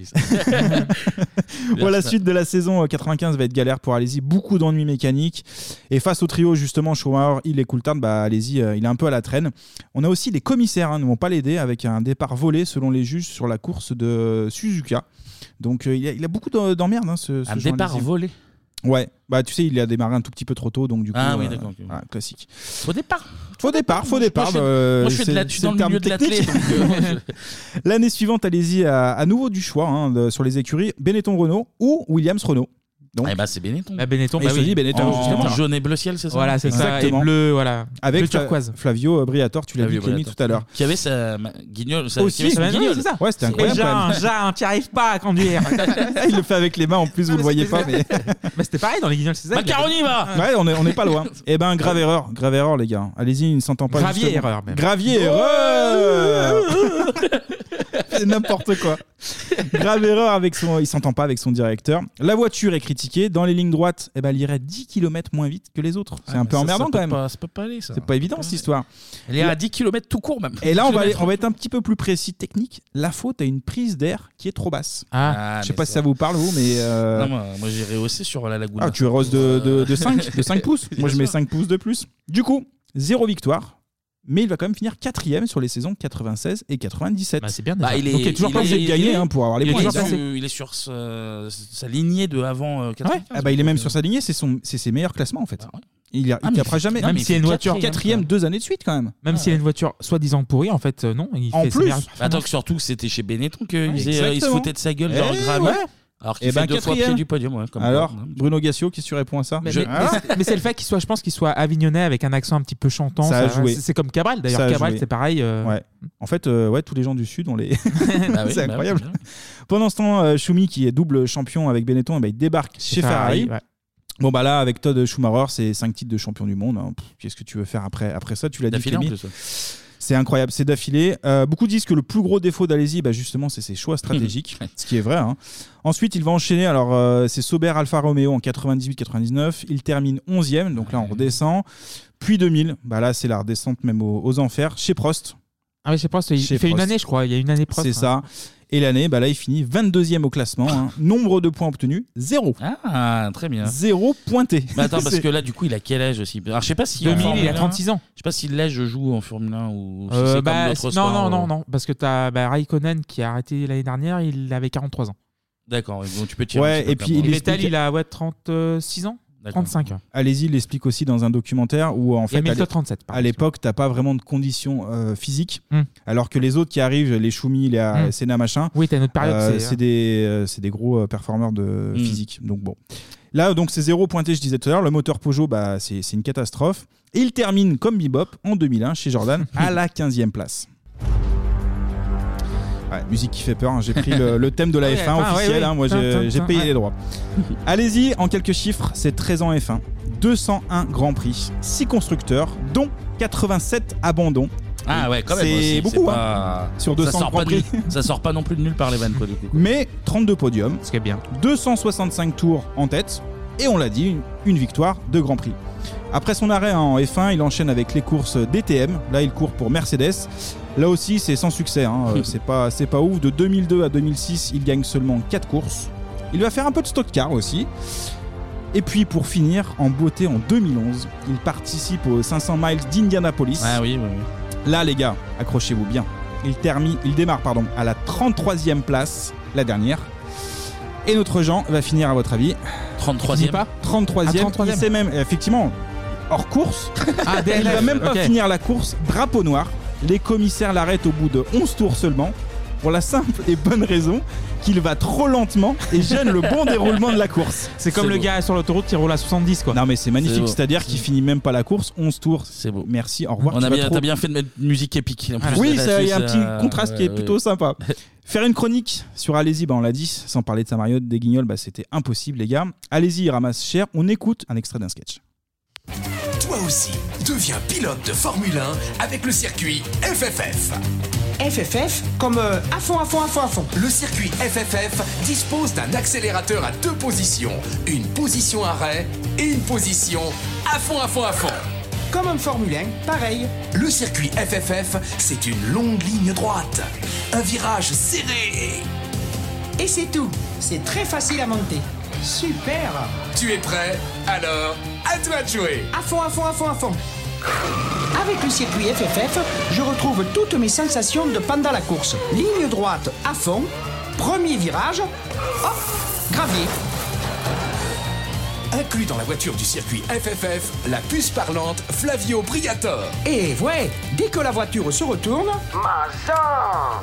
S6: Bon, la suite de la saison euh, 95 va être galère pour Alési, beaucoup d'ennuis mécaniques. Et face au trio, justement, Schumacher, il et Coulthard, bah, Alési, euh, il est un peu à la traîne. On a aussi les commissaires, hein, ne vont pas l'aider, avec un départ volé, selon les juges, sur la course de Suzuka. Donc, euh, il, a, il a beaucoup d'en- d'emmerdes, hein, ce, ce
S1: Un
S6: Jean
S1: départ
S6: Alesi.
S1: volé
S6: Ouais, bah tu sais, il a démarré un tout petit peu trop tôt, donc du coup.
S1: Ah oui,
S6: euh,
S1: d'accord,
S6: voilà, classique.
S1: Faux départ.
S6: Faux départ, faux
S1: Moi, je-
S6: départ.
S1: moi, je-
S6: euh,
S1: moi, je fais de
S6: c'est-
S1: la- je suis
S6: c'est
S1: dans le
S6: terme
S1: milieu de l'athlète,
S6: technique.
S1: donc, euh, moi,
S6: L'année suivante, allez-y à, à nouveau du choix hein, de- sur les écuries Benetton-Renault ou Williams-Renault. Donc,
S1: Eh bah, c'est Benetton.
S4: Bah, Benetton,
S6: Et
S4: bah
S6: je te
S4: oui.
S6: dis Benetton,
S4: En
S6: justement.
S1: jaune et bleu ciel, c'est ça
S4: Voilà, c'est ça, et bleu, voilà.
S6: Avec
S4: Bleu
S6: Fla-
S4: turquoise.
S6: Flavio euh, Briatore, tu l'as vu,
S1: Flavio
S6: Clémy,
S1: Briatore.
S6: tout à l'heure.
S1: Qui avait sa ma- guignol. sa-
S6: Aussi,
S1: qui avait sa
S6: bah non,
S1: guignole.
S6: c'est ça. Ouais, c'était incroyable.
S4: Et Jean,
S6: quand même.
S4: Jean, tu arrives pas à conduire.
S6: il le fait avec les mains en plus, vous le voyez pas, mais.
S4: Bah, c'était pareil dans les guignols, c'est ça.
S1: Macaroni, va
S6: Ouais, on est, on est pas loin. Eh ben, grave erreur, grave erreur, les gars. Allez-y, il ne s'entend pas.
S4: Gravier
S6: justement.
S4: erreur, même. Oh.
S6: Gravier erreur C'est n'importe quoi. Grave erreur avec son. Il s'entend pas avec son directeur. La voiture est critiquée. Dans les lignes droites, eh ben, elle irait 10 km moins vite que les autres. C'est
S4: Ah,
S6: un peu
S1: Ah, Ça, ça
S6: emmerdant
S1: peut
S6: quand même.
S1: pas- Ça peut pas aller, ça.
S6: C'est pas évident cette histoire.
S1: Elle est à 10 km tout court, même.
S6: Et là, on va, aller-
S1: Kilomètres.
S6: on va être un petit peu plus précis, technique. La faute à une prise d'air qui est trop basse.
S1: Ah.
S6: je sais
S1: Ah,
S6: pas
S1: mais
S6: si
S1: ça-
S6: ça vous parle, vous, mais. euh,
S1: Non, moi, moi, j'ai rehaussé sur la lagune.
S6: Ah, tu roses de, de, de 5, de 5 pouces. Moi, je mets
S1: sûr.
S6: 5 pouces de plus. Du coup, zéro victoire. Mais il va quand même finir quatrième sur les saisons 96 et 97.
S4: c'est bien.
S1: Bah, il est,
S6: Donc, il est toujours pas obligé de gagner
S1: il est-
S6: hein, pour avoir les
S1: il est
S6: points.
S1: sur- Il est sur sa, sa lignée de avant euh, 95.
S6: Ah bah, il est même sur sa lignée, c'est son- c'est ses meilleurs classements en fait. Il a-
S1: Ah,
S6: il
S1: mais
S6: tapera
S1: il fait-
S6: jamais.
S1: non, Même mais il s'il y a fait une voiture- quatrième,
S6: quatrième deux années de suite quand même.
S4: Même s'il a une voiture soi-disant pourrie, en fait, euh, non. Il
S6: En
S4: fait ses
S6: plus.
S4: meilleures performances.
S1: Attends, que surtout que c'était chez Benetton
S6: Ouais,
S1: qu'ils faisaient- euh, ils se
S6: exactement.
S1: foutaient de sa gueule, genre
S6: Eh
S1: grave.
S6: ouais.
S1: Alors
S6: Eh
S1: qu'il
S6: ben,
S1: fait deux fois
S6: quatrième.
S1: pied du podium. ouais, comme
S6: Alors,
S1: quoi.
S6: Bruno Gassio, qu'est-ce que tu réponds à ça
S4: Mais,
S6: Je-
S4: mais-
S6: Ah,
S4: mais c'est le fait qu'il soit, je pense, qu'il soit avignonnais avec un accent un petit peu chantant.
S6: Ça a joué.
S4: C'est c'est comme Cabral
S6: Ça
S4: d'ailleurs.
S6: a
S4: Cabral,
S6: joué.
S4: c'est pareil. euh,
S6: Ouais. En fait, euh, ouais, tous les gens du Sud, on les.
S1: Bah oui,
S6: c'est
S1: bah oui,
S6: incroyable.
S1: bien.
S6: Pendant ce temps, euh, Schumi, qui est double champion avec Benetton, eh ben, il débarque chez, Ferrari.
S4: ouais.
S6: Bon, bah là, avec Todd Schumacher, c'est 5 titres de champion du monde. hein. Pff, Qu'est-ce que tu veux faire après, après ça Tu l'as dit,
S1: D'affilée, en
S6: Clémy.
S1: plus, ouais.
S6: C'est incroyable, c'est d'affilée. Euh, beaucoup disent que le plus gros défaut d'Alési, bah justement, c'est ses choix stratégiques, ce qui est vrai. hein. Ensuite, il va enchaîner. Alors, euh, c'est Sauber Alfa Romeo en 98-99. Il termine 11e, donc là, on redescend. Puis 2000, bah là, c'est la redescente même aux, aux enfers. Chez Prost,
S4: Ah oui, je sais pas, il
S6: Chez
S4: fait une
S6: Prost.
S4: année, je crois. Il y a une année Prost,
S6: c'est
S4: hein.
S6: ça. Et l'année, bah là, il finit 22e au classement. hein. Nombre de points obtenus, zéro.
S1: Ah, très bien.
S6: Zéro pointé.
S1: Mais attends, parce
S6: C'est-
S1: que là, du coup, il a quel âge aussi Alors, je sais pas si.
S4: 2000,
S1: en Formule
S4: il a
S1: 1,
S4: 36 ans.
S1: Je sais pas si l'âge joue en Formule 1 ou si
S4: Euh,
S1: c'est
S4: bah,
S1: comme
S4: c'est-
S1: d'autres
S4: non,
S1: sports.
S4: non, non,
S1: euh.
S4: non, parce que t'as bah, Raikkonen qui a arrêté l'année dernière, il avait 43 ans.
S1: D'accord, ouais, donc tu peux tirer.
S6: Ouais,
S1: un petit
S6: et
S1: peu
S6: puis
S1: plein
S6: il
S1: bras.
S6: est-
S4: Vettel,
S6: explique-
S4: il a ouais, 36 ans
S1: D'accord.
S4: 35 ans.
S6: Allez-y, il l'explique aussi dans un documentaire où en
S4: Il y
S6: fait
S4: a
S6: à l'é-
S4: 1937, par
S6: à l'époque t'as pas vraiment de conditions euh, physiques,
S4: Hmm.
S6: alors que les autres qui arrivent, les Choumi, les euh,
S4: Hmm.
S6: Senna machin,
S4: Oui, t'as une autre période.
S6: euh,
S4: c'est-
S6: c'est des euh, c'est des gros euh, performeurs de
S4: Hmm.
S6: physique. Donc bon, là donc c'est zéro pointé, je disais tout à l'heure, le moteur Peugeot bah c'est c'est une catastrophe. Et il termine comme Bebop en 2001 chez Jordan à la 15e place. Ouais, musique qui fait peur, hein. j'ai pris le, le thème de la
S4: euh, Ah Ouais,
S6: F1
S4: enfin, ouais,
S6: officiel,
S4: ouais.
S6: hein. moi
S4: Tin,
S6: j'ai
S4: tin,
S6: j'ai
S4: tin,
S6: payé
S4: ouais.
S6: les droits. Allez-y, en quelques chiffres, c'est 13 ans F1, 201 Grands Prix, 6 constructeurs, dont 87 abandons.
S1: Ah ouais, quand même.
S6: C'est
S1: aussi,
S6: beaucoup,
S1: pas-
S6: hein. Sur
S1: Ça
S6: 200
S1: sort pas
S6: Grands
S1: de- Ça sort pas non plus de nulle part les vannes, quoi, du coup. quoi.
S6: Mais 32 podiums,
S4: Ce qui est bien.
S6: 265 tours en tête, et on l'a dit, une, une victoire de Grand Prix. Après son arrêt en F1, il enchaîne avec les courses DTM. Là, il court pour Mercedes. Là aussi, c'est sans succès. hein. Euh, c'est pas, c'est pas ouf. De 2002 à 2006, il gagne seulement 4 courses. Il va faire un peu de stock car aussi. Et puis, pour finir, en beauté, en 2011, il participe aux 500 miles d'Indianapolis.
S1: Ah oui, oui, oui.
S6: Là, les gars, accrochez-vous bien. Il, termine, il démarre pardon, à la 33e place, la dernière. Et notre Jean va finir, à votre avis,
S1: 33e.
S4: pas
S6: 33e.
S4: Ah, 33e.
S6: Il sait même, effectivement, hors course,
S4: Ah,
S6: il
S4: DNF,
S6: va même pas
S4: ok.
S6: finir la course, drapeau noir. Les commissaires l'arrêtent au bout de 11 tours seulement. pour la simple et bonne raison qu'il va trop lentement et gêne le bon déroulement de la course.
S4: C'est comme C'est le beau. gars
S6: sur l'autoroute qui roule à 70 quoi. Non Ah, mais c'est
S4: C'est
S6: magnifique,
S4: beau.
S6: c'est-à-dire qu'il finit même pas la course, 11 tours. C'est beau. Merci, au revoir.
S1: On
S6: tu
S1: a
S6: vas
S1: bien,
S6: trop- Ah,
S1: t'as bien fait de mettre une musique épique. en plus,
S6: oui,
S1: là-dessus,
S6: ça, il y a un
S1: ça-
S6: petit contraste qui est
S1: euh, ouais,
S6: plutôt
S1: ouais.
S6: sympa. Faire une chronique sur Alési, bah on l'a dit, sans parler de Samariote, des Guignols, bah c'était impossible, les gars. Alési, il ramasse cher. On écoute un extrait d'un sketch.
S15: Toi aussi, deviens pilote de Formule 1 avec le circuit FFF.
S5: FFF, comme euh, à fond, à fond, à fond, à fond.
S15: Le circuit FFF dispose d'un accélérateur à deux positions, une position arrêt et une position à fond, à fond, à fond.
S5: Comme en Formule 1, pareil.
S15: Le circuit FFF, c'est une longue ligne droite, un virage serré.
S5: Et c'est tout. C'est très facile à monter. Super.
S15: Tu es prêt Alors, à toi de jouer.
S5: À fond, à fond, à fond, à fond. Avec le circuit FFF, je retrouve toutes mes sensations de pendant la course. Ligne droite à fond, premier virage, hop, gravier.
S15: Inclus dans la voiture du circuit FFF, la puce parlante Flavio Briator.
S5: Et ouais, dès que la voiture se retourne,
S15: Mazan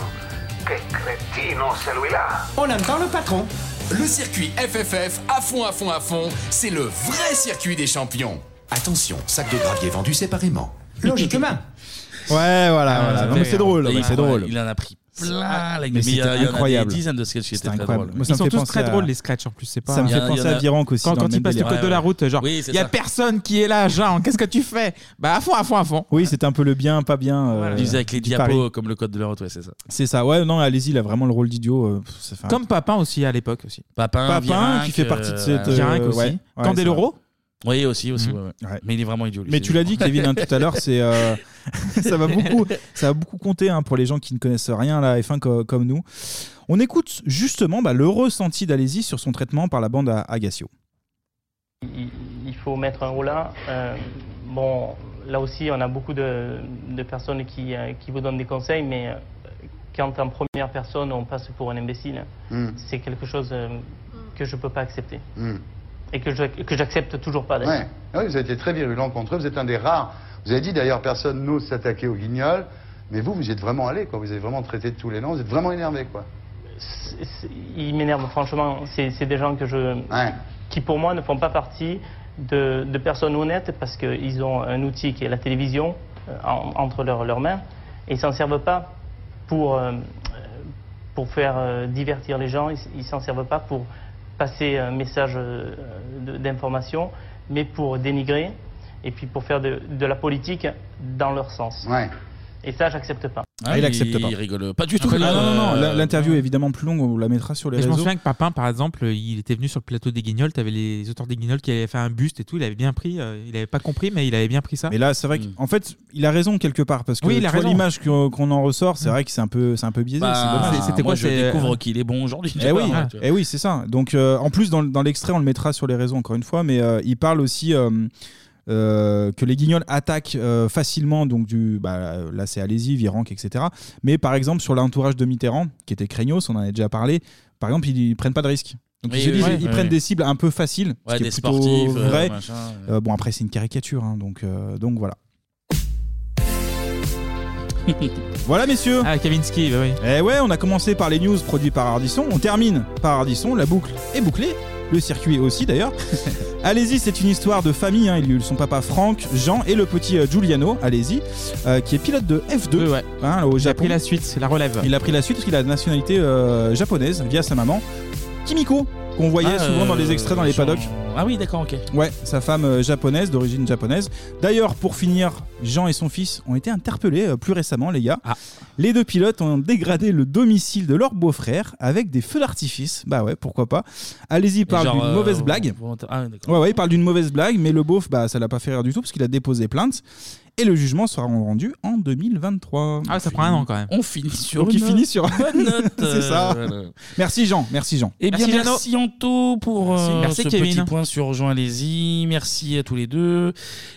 S15: Que crétino celui-là
S5: on entend le patron.
S15: Le circuit FFF, à fond, à fond, à fond, c'est le vrai circuit des champions. Attention, sac de gravier vendu séparément.
S5: Logiquement.
S6: Ouais, voilà,
S1: Ah, ça
S6: voilà. Non,
S1: fait
S6: mais c'est
S1: rire.
S6: drôle,
S1: Et
S6: ouais,
S1: il
S6: c'est
S1: prend-
S6: drôle.
S1: Il en a pris plein, la gueule.
S6: Mais
S1: Ah, Mais il y a-
S6: c'était
S1: il y en a des
S6: incroyable.
S1: dizaines de sketchs qui
S6: C'était
S1: étaient très
S6: incroyable.
S1: drôles.
S6: Moi, ça
S1: Ils
S6: me
S1: sont
S6: fait
S1: tous
S6: penser
S1: très
S6: à-
S1: drôles,
S4: les sketchs, en plus, c'est pas-
S6: Ça me
S4: Il y
S6: fait
S4: en a-
S6: penser
S4: il y en a-
S6: à Virenque aussi.
S4: Quand,
S6: dans le
S4: quand il
S6: même
S4: passe le
S6: délire.
S4: code de la route, genre,
S1: Oui, c'est
S4: il y a
S1: ça.
S4: personne qui est là, Jean, qu'est-ce que tu fais Bah, à fond, à fond, à fond.
S6: Oui, c'est un peu le bien, pas bien. euh,
S1: Il disait avec les
S6: du
S1: diapos
S6: Paris.
S1: comme le code de la route, ouais, c'est ça.
S6: C'est ça, ouais, non, allez-y, il a vraiment le rôle d'idiot. euh, pff, ça fait un-
S4: Comme Papin aussi à l'époque aussi.
S1: Papin,
S6: Papin,
S1: Virenque,
S6: qui fait partie de cette,
S1: euh,
S6: Virenque
S1: ouais.
S6: aussi.
S1: Ouais,
S6: Candeloro
S1: c'est vrai. Oui, aussi, aussi. ouais, ouais. Mais il est vraiment idiot. lui,
S6: Mhm. Mais
S1: c'est
S6: tu l'as dit,
S1: dur.
S6: Kevin, hein, tout à l'heure, c'est euh, ça va beaucoup, ça va beaucoup compter hein, pour les gens qui ne connaissent rien à la F1 co- comme nous. On écoute justement bah, le ressenti d'Alési sur son traitement par la bande à Agassio.
S23: il, il faut mettre un roulin. Euh, bon, là aussi, on a beaucoup de, de personnes qui, euh, qui vous donnent des conseils, mais euh, quand en première personne, on passe pour un imbécile,
S7: Mm.
S23: c'est quelque chose euh, que je ne peux pas accepter.
S7: Hmm.
S23: Et que je- que j'accepte toujours pas, d'ailleurs.
S7: Ouais. Ah oui, vous avez été très virulent contre eux. Vous êtes un des rares. Vous avez dit d'ailleurs, personne n'ose s'attaquer aux guignols. Mais vous, vous y êtes vraiment allé, quoi. Vous avez vraiment traité de tous les noms. Vous êtes vraiment énervé, quoi.
S23: C'est- c'est- Ils m'énervent, franchement. C'est c'est des gens que je, qui, pour moi, ne font pas partie de, de personnes honnêtes parce qu'ils ont un outil qui est la télévision euh, en- entre leurs leurs mains et ils s'en servent pas pour, euh, pour faire euh, divertir les gens, ils s- ils s'en servent pas pour passer un message euh, de- d'information, mais pour dénigrer et puis pour faire de, de la politique dans leur sens. Et ça, j'accepte pas.
S6: Ah, il accepte pas.
S1: Il rigole pas du tout.
S6: Ah, non, non, non,
S1: Euh,
S6: la- l'interview est évidemment plus longue, on la mettra sur les
S4: Mais je
S6: réseaux.
S4: me souviens que Papin, par exemple, il était venu sur le plateau des Guignols. T'avais les auteurs des Guignols qui avaient fait un buste et tout. Il avait bien pris. euh, il avait pas compris, mais il avait bien pris ça.
S6: Mais là, c'est vrai qu'en fait, il a raison quelque part parce que
S4: Oui, il a
S6: tu vois
S4: raison.
S6: l'image que- qu'on en ressort, c'est vrai que c'est un peu, c'est un peu biaisé.
S1: Mm. Bah,
S6: c'est dommage.
S1: c'était moi, quoi, je c'est- euh, découvre qu'il est bon aujourd'hui, tu
S6: Eh
S1: vois,
S6: oui,
S1: ouais, tu vois.
S6: eh oui, c'est ça. Donc, euh, en plus, dans, le- dans l'extrait, on le mettra sur les réseaux encore une fois, mais euh, il parle aussi. euh, euh, que les guignols attaquent euh, facilement, donc du, bah, là c'est Alési, Virenque, etc. Mais par exemple sur l'entourage de Mitterrand, qui était craignos, on en a déjà parlé, par exemple ils, ils prennent pas de risques. Donc
S1: Oui,
S6: ils, se
S1: oui,
S6: disent,
S1: oui.
S6: ils
S1: Ouais,
S6: prennent
S1: ouais.
S6: des cibles un peu faciles, ce
S1: Ouais,
S6: qui
S1: des
S6: est plutôt
S1: sportifs, euh,
S6: vrai.
S1: machin,
S6: Euh, bon après c'est une caricature, hein, donc, euh, donc voilà. Voilà, messieurs.
S4: Ah, Kavinsky, bah oui.
S6: Eh ouais, on a commencé par les news produits par Ardisson. On termine par Ardisson. La boucle est bouclée. Le circuit aussi, d'ailleurs. Allez-y, c'est une histoire de famille. hein. Il y a eu son papa Franck, Jean et le petit euh, Giuliano, allez-y, euh, qui est pilote de F2 hein, au Japon. Il a pris la
S4: suite, la relève.
S6: Il a pris la suite parce qu'il a la nationalité euh, japonaise via sa maman. Kimiko, qu'on voyait
S1: Ah,
S6: souvent dans les
S1: euh,
S6: extraits dans les
S1: Jean-
S6: paddocks.
S1: Ah oui, d'accord, ok.
S6: Ouais, sa femme euh, japonaise, d'origine japonaise. D'ailleurs, pour finir, Jean et son fils ont été interpellés euh, plus récemment, les
S1: Ah.
S6: gars. Les deux pilotes ont dégradé le domicile de leur beau-frère avec des feux d'artifice. Bah ouais, pourquoi pas. Allez-y, parle
S1: Genre,
S6: d'une
S1: euh,
S6: mauvaise blague.
S1: volontaire- Ah, d'accord.
S6: Ouais, ouais, il parle d'une mauvaise blague, mais le beauf, bah, ça l'a pas fait rire du tout parce qu'il a déposé plainte. Et le jugement sera rendu en 2023.
S4: Ah, ça prend un an quand même.
S1: On finit sur
S6: Donc il
S1: une
S6: finit sur
S1: bonne note,
S6: C'est ça.
S1: euh, voilà.
S6: Merci Jean, merci Jean.
S1: Eh bien, merci Anto pour euh,
S4: Merci,
S1: ce
S4: Kevin.
S1: petit point sur Jean Alési. Merci à tous les deux.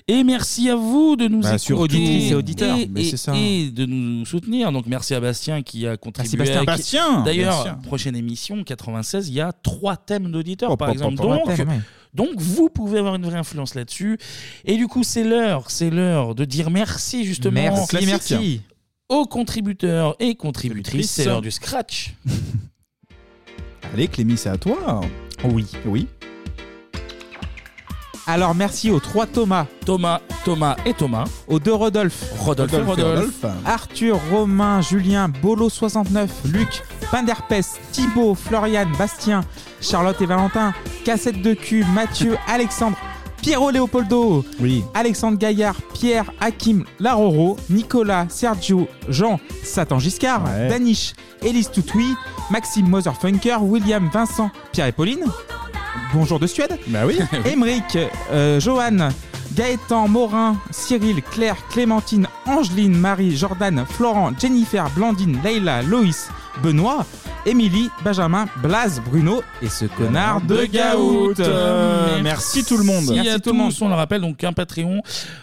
S1: Et merci à vous de nous
S6: Bah,
S1: écouter.
S6: surtout, auditrices et auditeurs.
S1: Et,
S6: Mais c'est ça.
S1: et de nous soutenir. Donc, merci à Bastien qui a contribué.
S6: Bastien.
S1: à-
S6: Bastien, Bastien.
S1: D'ailleurs, prochaine émission, 96, il y a trois thèmes d'auditeurs,
S6: Pop,
S1: par
S6: pop,
S1: exemple.
S6: pop, pop,
S1: Donc,
S6: pop, ouais.
S1: donc, vous pouvez avoir une vraie influence là-dessus. Et du coup, c'est l'heure, c'est l'heure de dire merci, justement.
S4: Merci, merci.
S1: aux contributeurs et contributrices. C'est
S6: Contributrices.
S1: l'heure du scratch.
S6: Allez, Clémy, c'est à toi.
S1: Oui.
S6: Oui.
S4: Alors merci aux trois Thomas.
S1: Thomas, Thomas et Thomas.
S4: Aux deux Rodolphe.
S1: Rodolphe et Rodolphe.
S4: Arthur, Romain, Julien, Bolo69, Luc, Pinderpest, Thibaut, Florian, Bastien, Charlotte et Valentin, Cassette de cul, Mathieu, Alexandre, Piero Leopoldo, Alexandre Gaillard, Pierre, Hakim, Laroro, Nicolas, Sergio, Jean, Satan Giscard,
S6: Ouais.
S4: Danish, Elise Toutoui, Maxime Motherfunker, William, Vincent, Pierre et Pauline. Bonjour de Suède.
S6: Bah oui.
S4: Émeric, euh, Johan, Gaëtan, Morin, Cyril, Claire, Clémentine, Angeline, Marie, Jordan, Florent, Jennifer, Blandine, Leila, Loïs, Benoît, Émilie, Benjamin, Blaze, Bruno et ce connard de Gaout.
S1: Euh,
S4: merci tout le monde.
S1: Merci à
S4: tout
S1: tous.
S4: le monde.
S1: On le rappelle, donc un Patreon.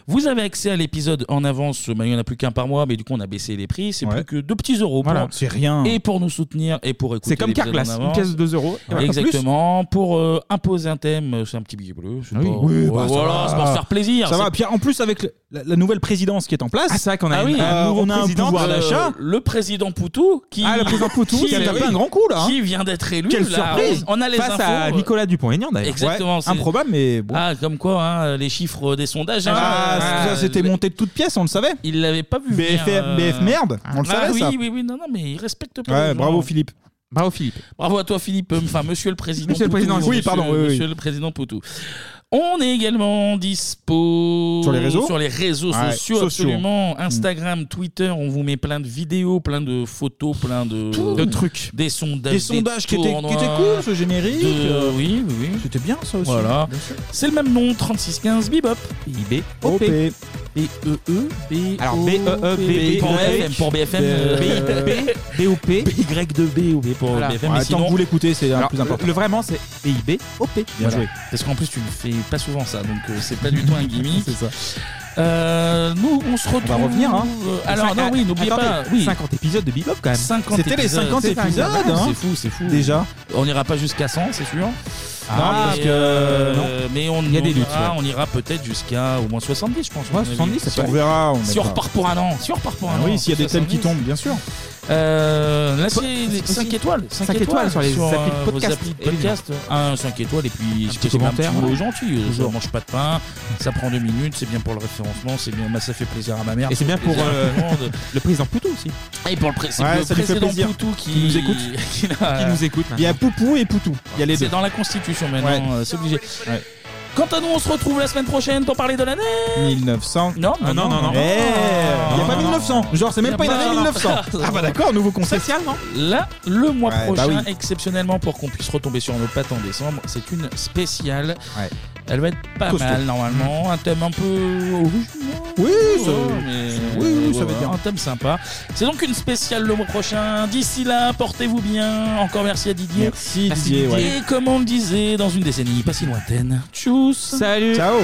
S1: Vous avez accès à l'épisode en avance. Bah, il n'y en a plus qu'un par mois, mais du coup, on a baissé les prix. C'est plus que deux petits euros. pour-
S6: Voilà, c'est rien.
S1: Et pour nous soutenir et pour écouter.
S4: C'est comme
S1: l'épisode en
S4: Carglass, une
S1: avance.
S4: pièce de 2 euros. Et voilà.
S1: Exactement. Pour euh, imposer un thème, euh, c'est un petit billet bleu. c'est pas-
S6: Oui, bah,
S1: Ouais,
S6: ça
S1: voilà,
S6: va.
S1: c'est pour se faire plaisir.
S6: Ça
S1: C'est-
S6: va. Puis en plus, avec le- la, la nouvelle présidence qui est en place.
S4: Ah, c'est vrai qu'on a
S1: Ah oui,
S6: une-
S1: un
S6: euh,
S1: nouveau
S6: on a un
S1: président,
S6: pouvoir
S1: euh,
S6: d'achat.
S1: le président Poutou qui
S6: Ah, le président Poutou, qui a tapé
S1: oui,
S6: un grand coup, là, hein.
S1: Qui vient d'être élu
S6: Quelle
S1: là,
S6: surprise
S1: On on a les
S6: Face
S1: infos.
S6: à
S1: euh,
S6: Nicolas Dupont-Aignan d'ailleurs.
S1: Exactement,
S6: Ouais,
S1: c'est-
S6: improbable, mais bon.
S1: Ah, comme quoi, hein, les chiffres des sondages. hein,
S6: Ah,
S1: euh,
S6: ça, c'était
S1: le-
S6: monté de toutes pièces, on le savait.
S1: Il l'avait pas vu.
S6: BFM,
S1: venir, euh,
S6: BF merde, on le
S1: ah,
S6: savait
S1: oui,
S6: ça.
S1: Oui, oui, non, non, mais il respecte pas.
S6: Ouais,
S1: les gens.
S6: bravo Philippe.
S4: Bravo Philippe.
S1: Bravo à toi Philippe, euh, enfin Monsieur le Président.
S6: Monsieur le
S1: Poutou,
S6: Président, oui,
S1: monsieur-
S6: pardon, oui, oui.
S1: Monsieur le Président Poutou. On est également dispo
S6: Sur les réseaux
S1: sur les réseaux
S6: Ouais,
S1: sociaux,
S6: sociaux. Hmm.
S1: absolument. Instagram, Twitter, on vous met plein de vidéos, plein de photos, plein de,
S6: De trucs.
S1: des sondages,
S6: Des sondages qui étaient, qui étaient
S1: tournois,
S6: cool, ce générique.
S1: de-
S6: euh,
S1: oui, oui, oui.
S6: C'était bien ça aussi.
S1: Voilà.
S6: Bien sûr.
S1: C'est le même nom, 3615 Bibop. B O P B E E B
S4: Alors B E E B B
S1: pour
S4: Y,
S1: BFM pour BFM
S4: E
S1: euh,
S4: B B B O P
S1: Y de B ou B pour
S4: Voilà.
S1: BFM.
S4: Ouais,
S1: mais
S4: tant
S1: sinon-
S4: que vous l'écoutez, c'est un
S1: Alors,
S4: plus important.
S1: le- le-
S4: vraiment c'est B I B O P.
S1: Bien joué. Parce qu'en plus tu ne fais pas souvent ça, donc euh, c'est pas du tout un gimmick.
S4: C'est ça.
S1: Euh, nous on se retrouve.
S4: On va revenir, hein.
S1: euh, alors non
S4: Cinq-
S1: oui n'oubliez
S4: attendez,
S1: pas. Oui.
S4: 50 épisodes de Bebop quand même.
S1: 50
S4: C'était les
S1: épisodes.
S4: 50 épisodes. hein.
S1: C'est fou, c'est fou.
S4: Déjà.
S1: On n'ira pas jusqu'à 100, c'est sûr.
S4: Ah,
S1: Mais,
S4: parce que,
S1: euh,
S4: non.
S1: Mais on,
S4: Il y a des
S1: on
S4: doutes,
S1: ira,
S4: ouais.
S1: on ira peut-être jusqu'à au moins 70, je pense. à mon avis.
S4: 70, ça
S1: Si
S4: peut
S1: on
S4: aller.
S1: verra,
S6: on
S1: Si on
S6: mettra.
S1: repart pour un an, si on repart pour un
S6: Ah
S1: an.
S6: oui, s'il y a des thèmes qui
S1: 70.
S6: tombent, bien sûr.
S1: Euh, là,
S6: Aussi-
S1: c'est 5 étoiles. 5,
S6: Cinq étoiles sur les applis de
S1: euh, vos
S6: podcast,
S1: applis de
S6: évidemment.
S1: podcast. Un 5 étoiles et puis je un petit
S4: commentaire,
S1: mot aux
S4: ouais.
S1: gentils. Euh, Ça mange pas de pain, ça prend 2 minutes, c'est bien pour le référencement, c'est bien, bah, ça fait plaisir à ma mère.
S4: Et c'est
S1: ça
S4: bien
S1: fait
S4: pour
S1: plaisir à
S4: euh,
S1: tout le monde.
S4: le président Poutou aussi.
S1: Et pour le, pré- c'est
S4: Ouais,
S1: le
S4: ça lui fait
S1: président
S4: plaisir.
S1: Poutou qui,
S4: Qui nous écoute.
S1: qui, l'a-
S4: Qui nous écoute,
S1: Il y a
S6: Poupou et Poutou. Il y a les
S1: C'est
S6: deux.
S1: dans la Constitution maintenant,
S6: Ouais.
S1: euh, c'est obligé. Quant à nous, on se retrouve la semaine prochaine pour parler de l'année.
S6: 1900.
S1: Non, non, non, non, non.
S6: Eh, Il n'y a pas 1900. Genre, c'est
S1: Y
S6: même
S1: a
S6: pas une
S1: pas-
S6: année 1900. Ah bah d'accord, nouveau concept.
S4: Spécial non
S1: Là, le mois
S6: Ouais, bah
S1: prochain,
S6: oui.
S1: exceptionnellement pour qu'on puisse retomber sur nos pattes en décembre, c'est une spéciale. Elle va être pas
S6: Costaud.
S1: mal normalement, un thème un peu original.
S6: Oui, ça-
S1: mais-
S6: oui, oui, ça veut
S1: ouais, ouais,
S6: dire.
S1: un thème sympa. C'est donc une spéciale le mois prochain. D'ici là, portez-vous bien. Encore merci à Didier.
S6: Merci Didier. ouais.
S1: Et comme on le disait, dans une décennie pas si lointaine. Tchuss.
S4: Salut.
S6: Ciao.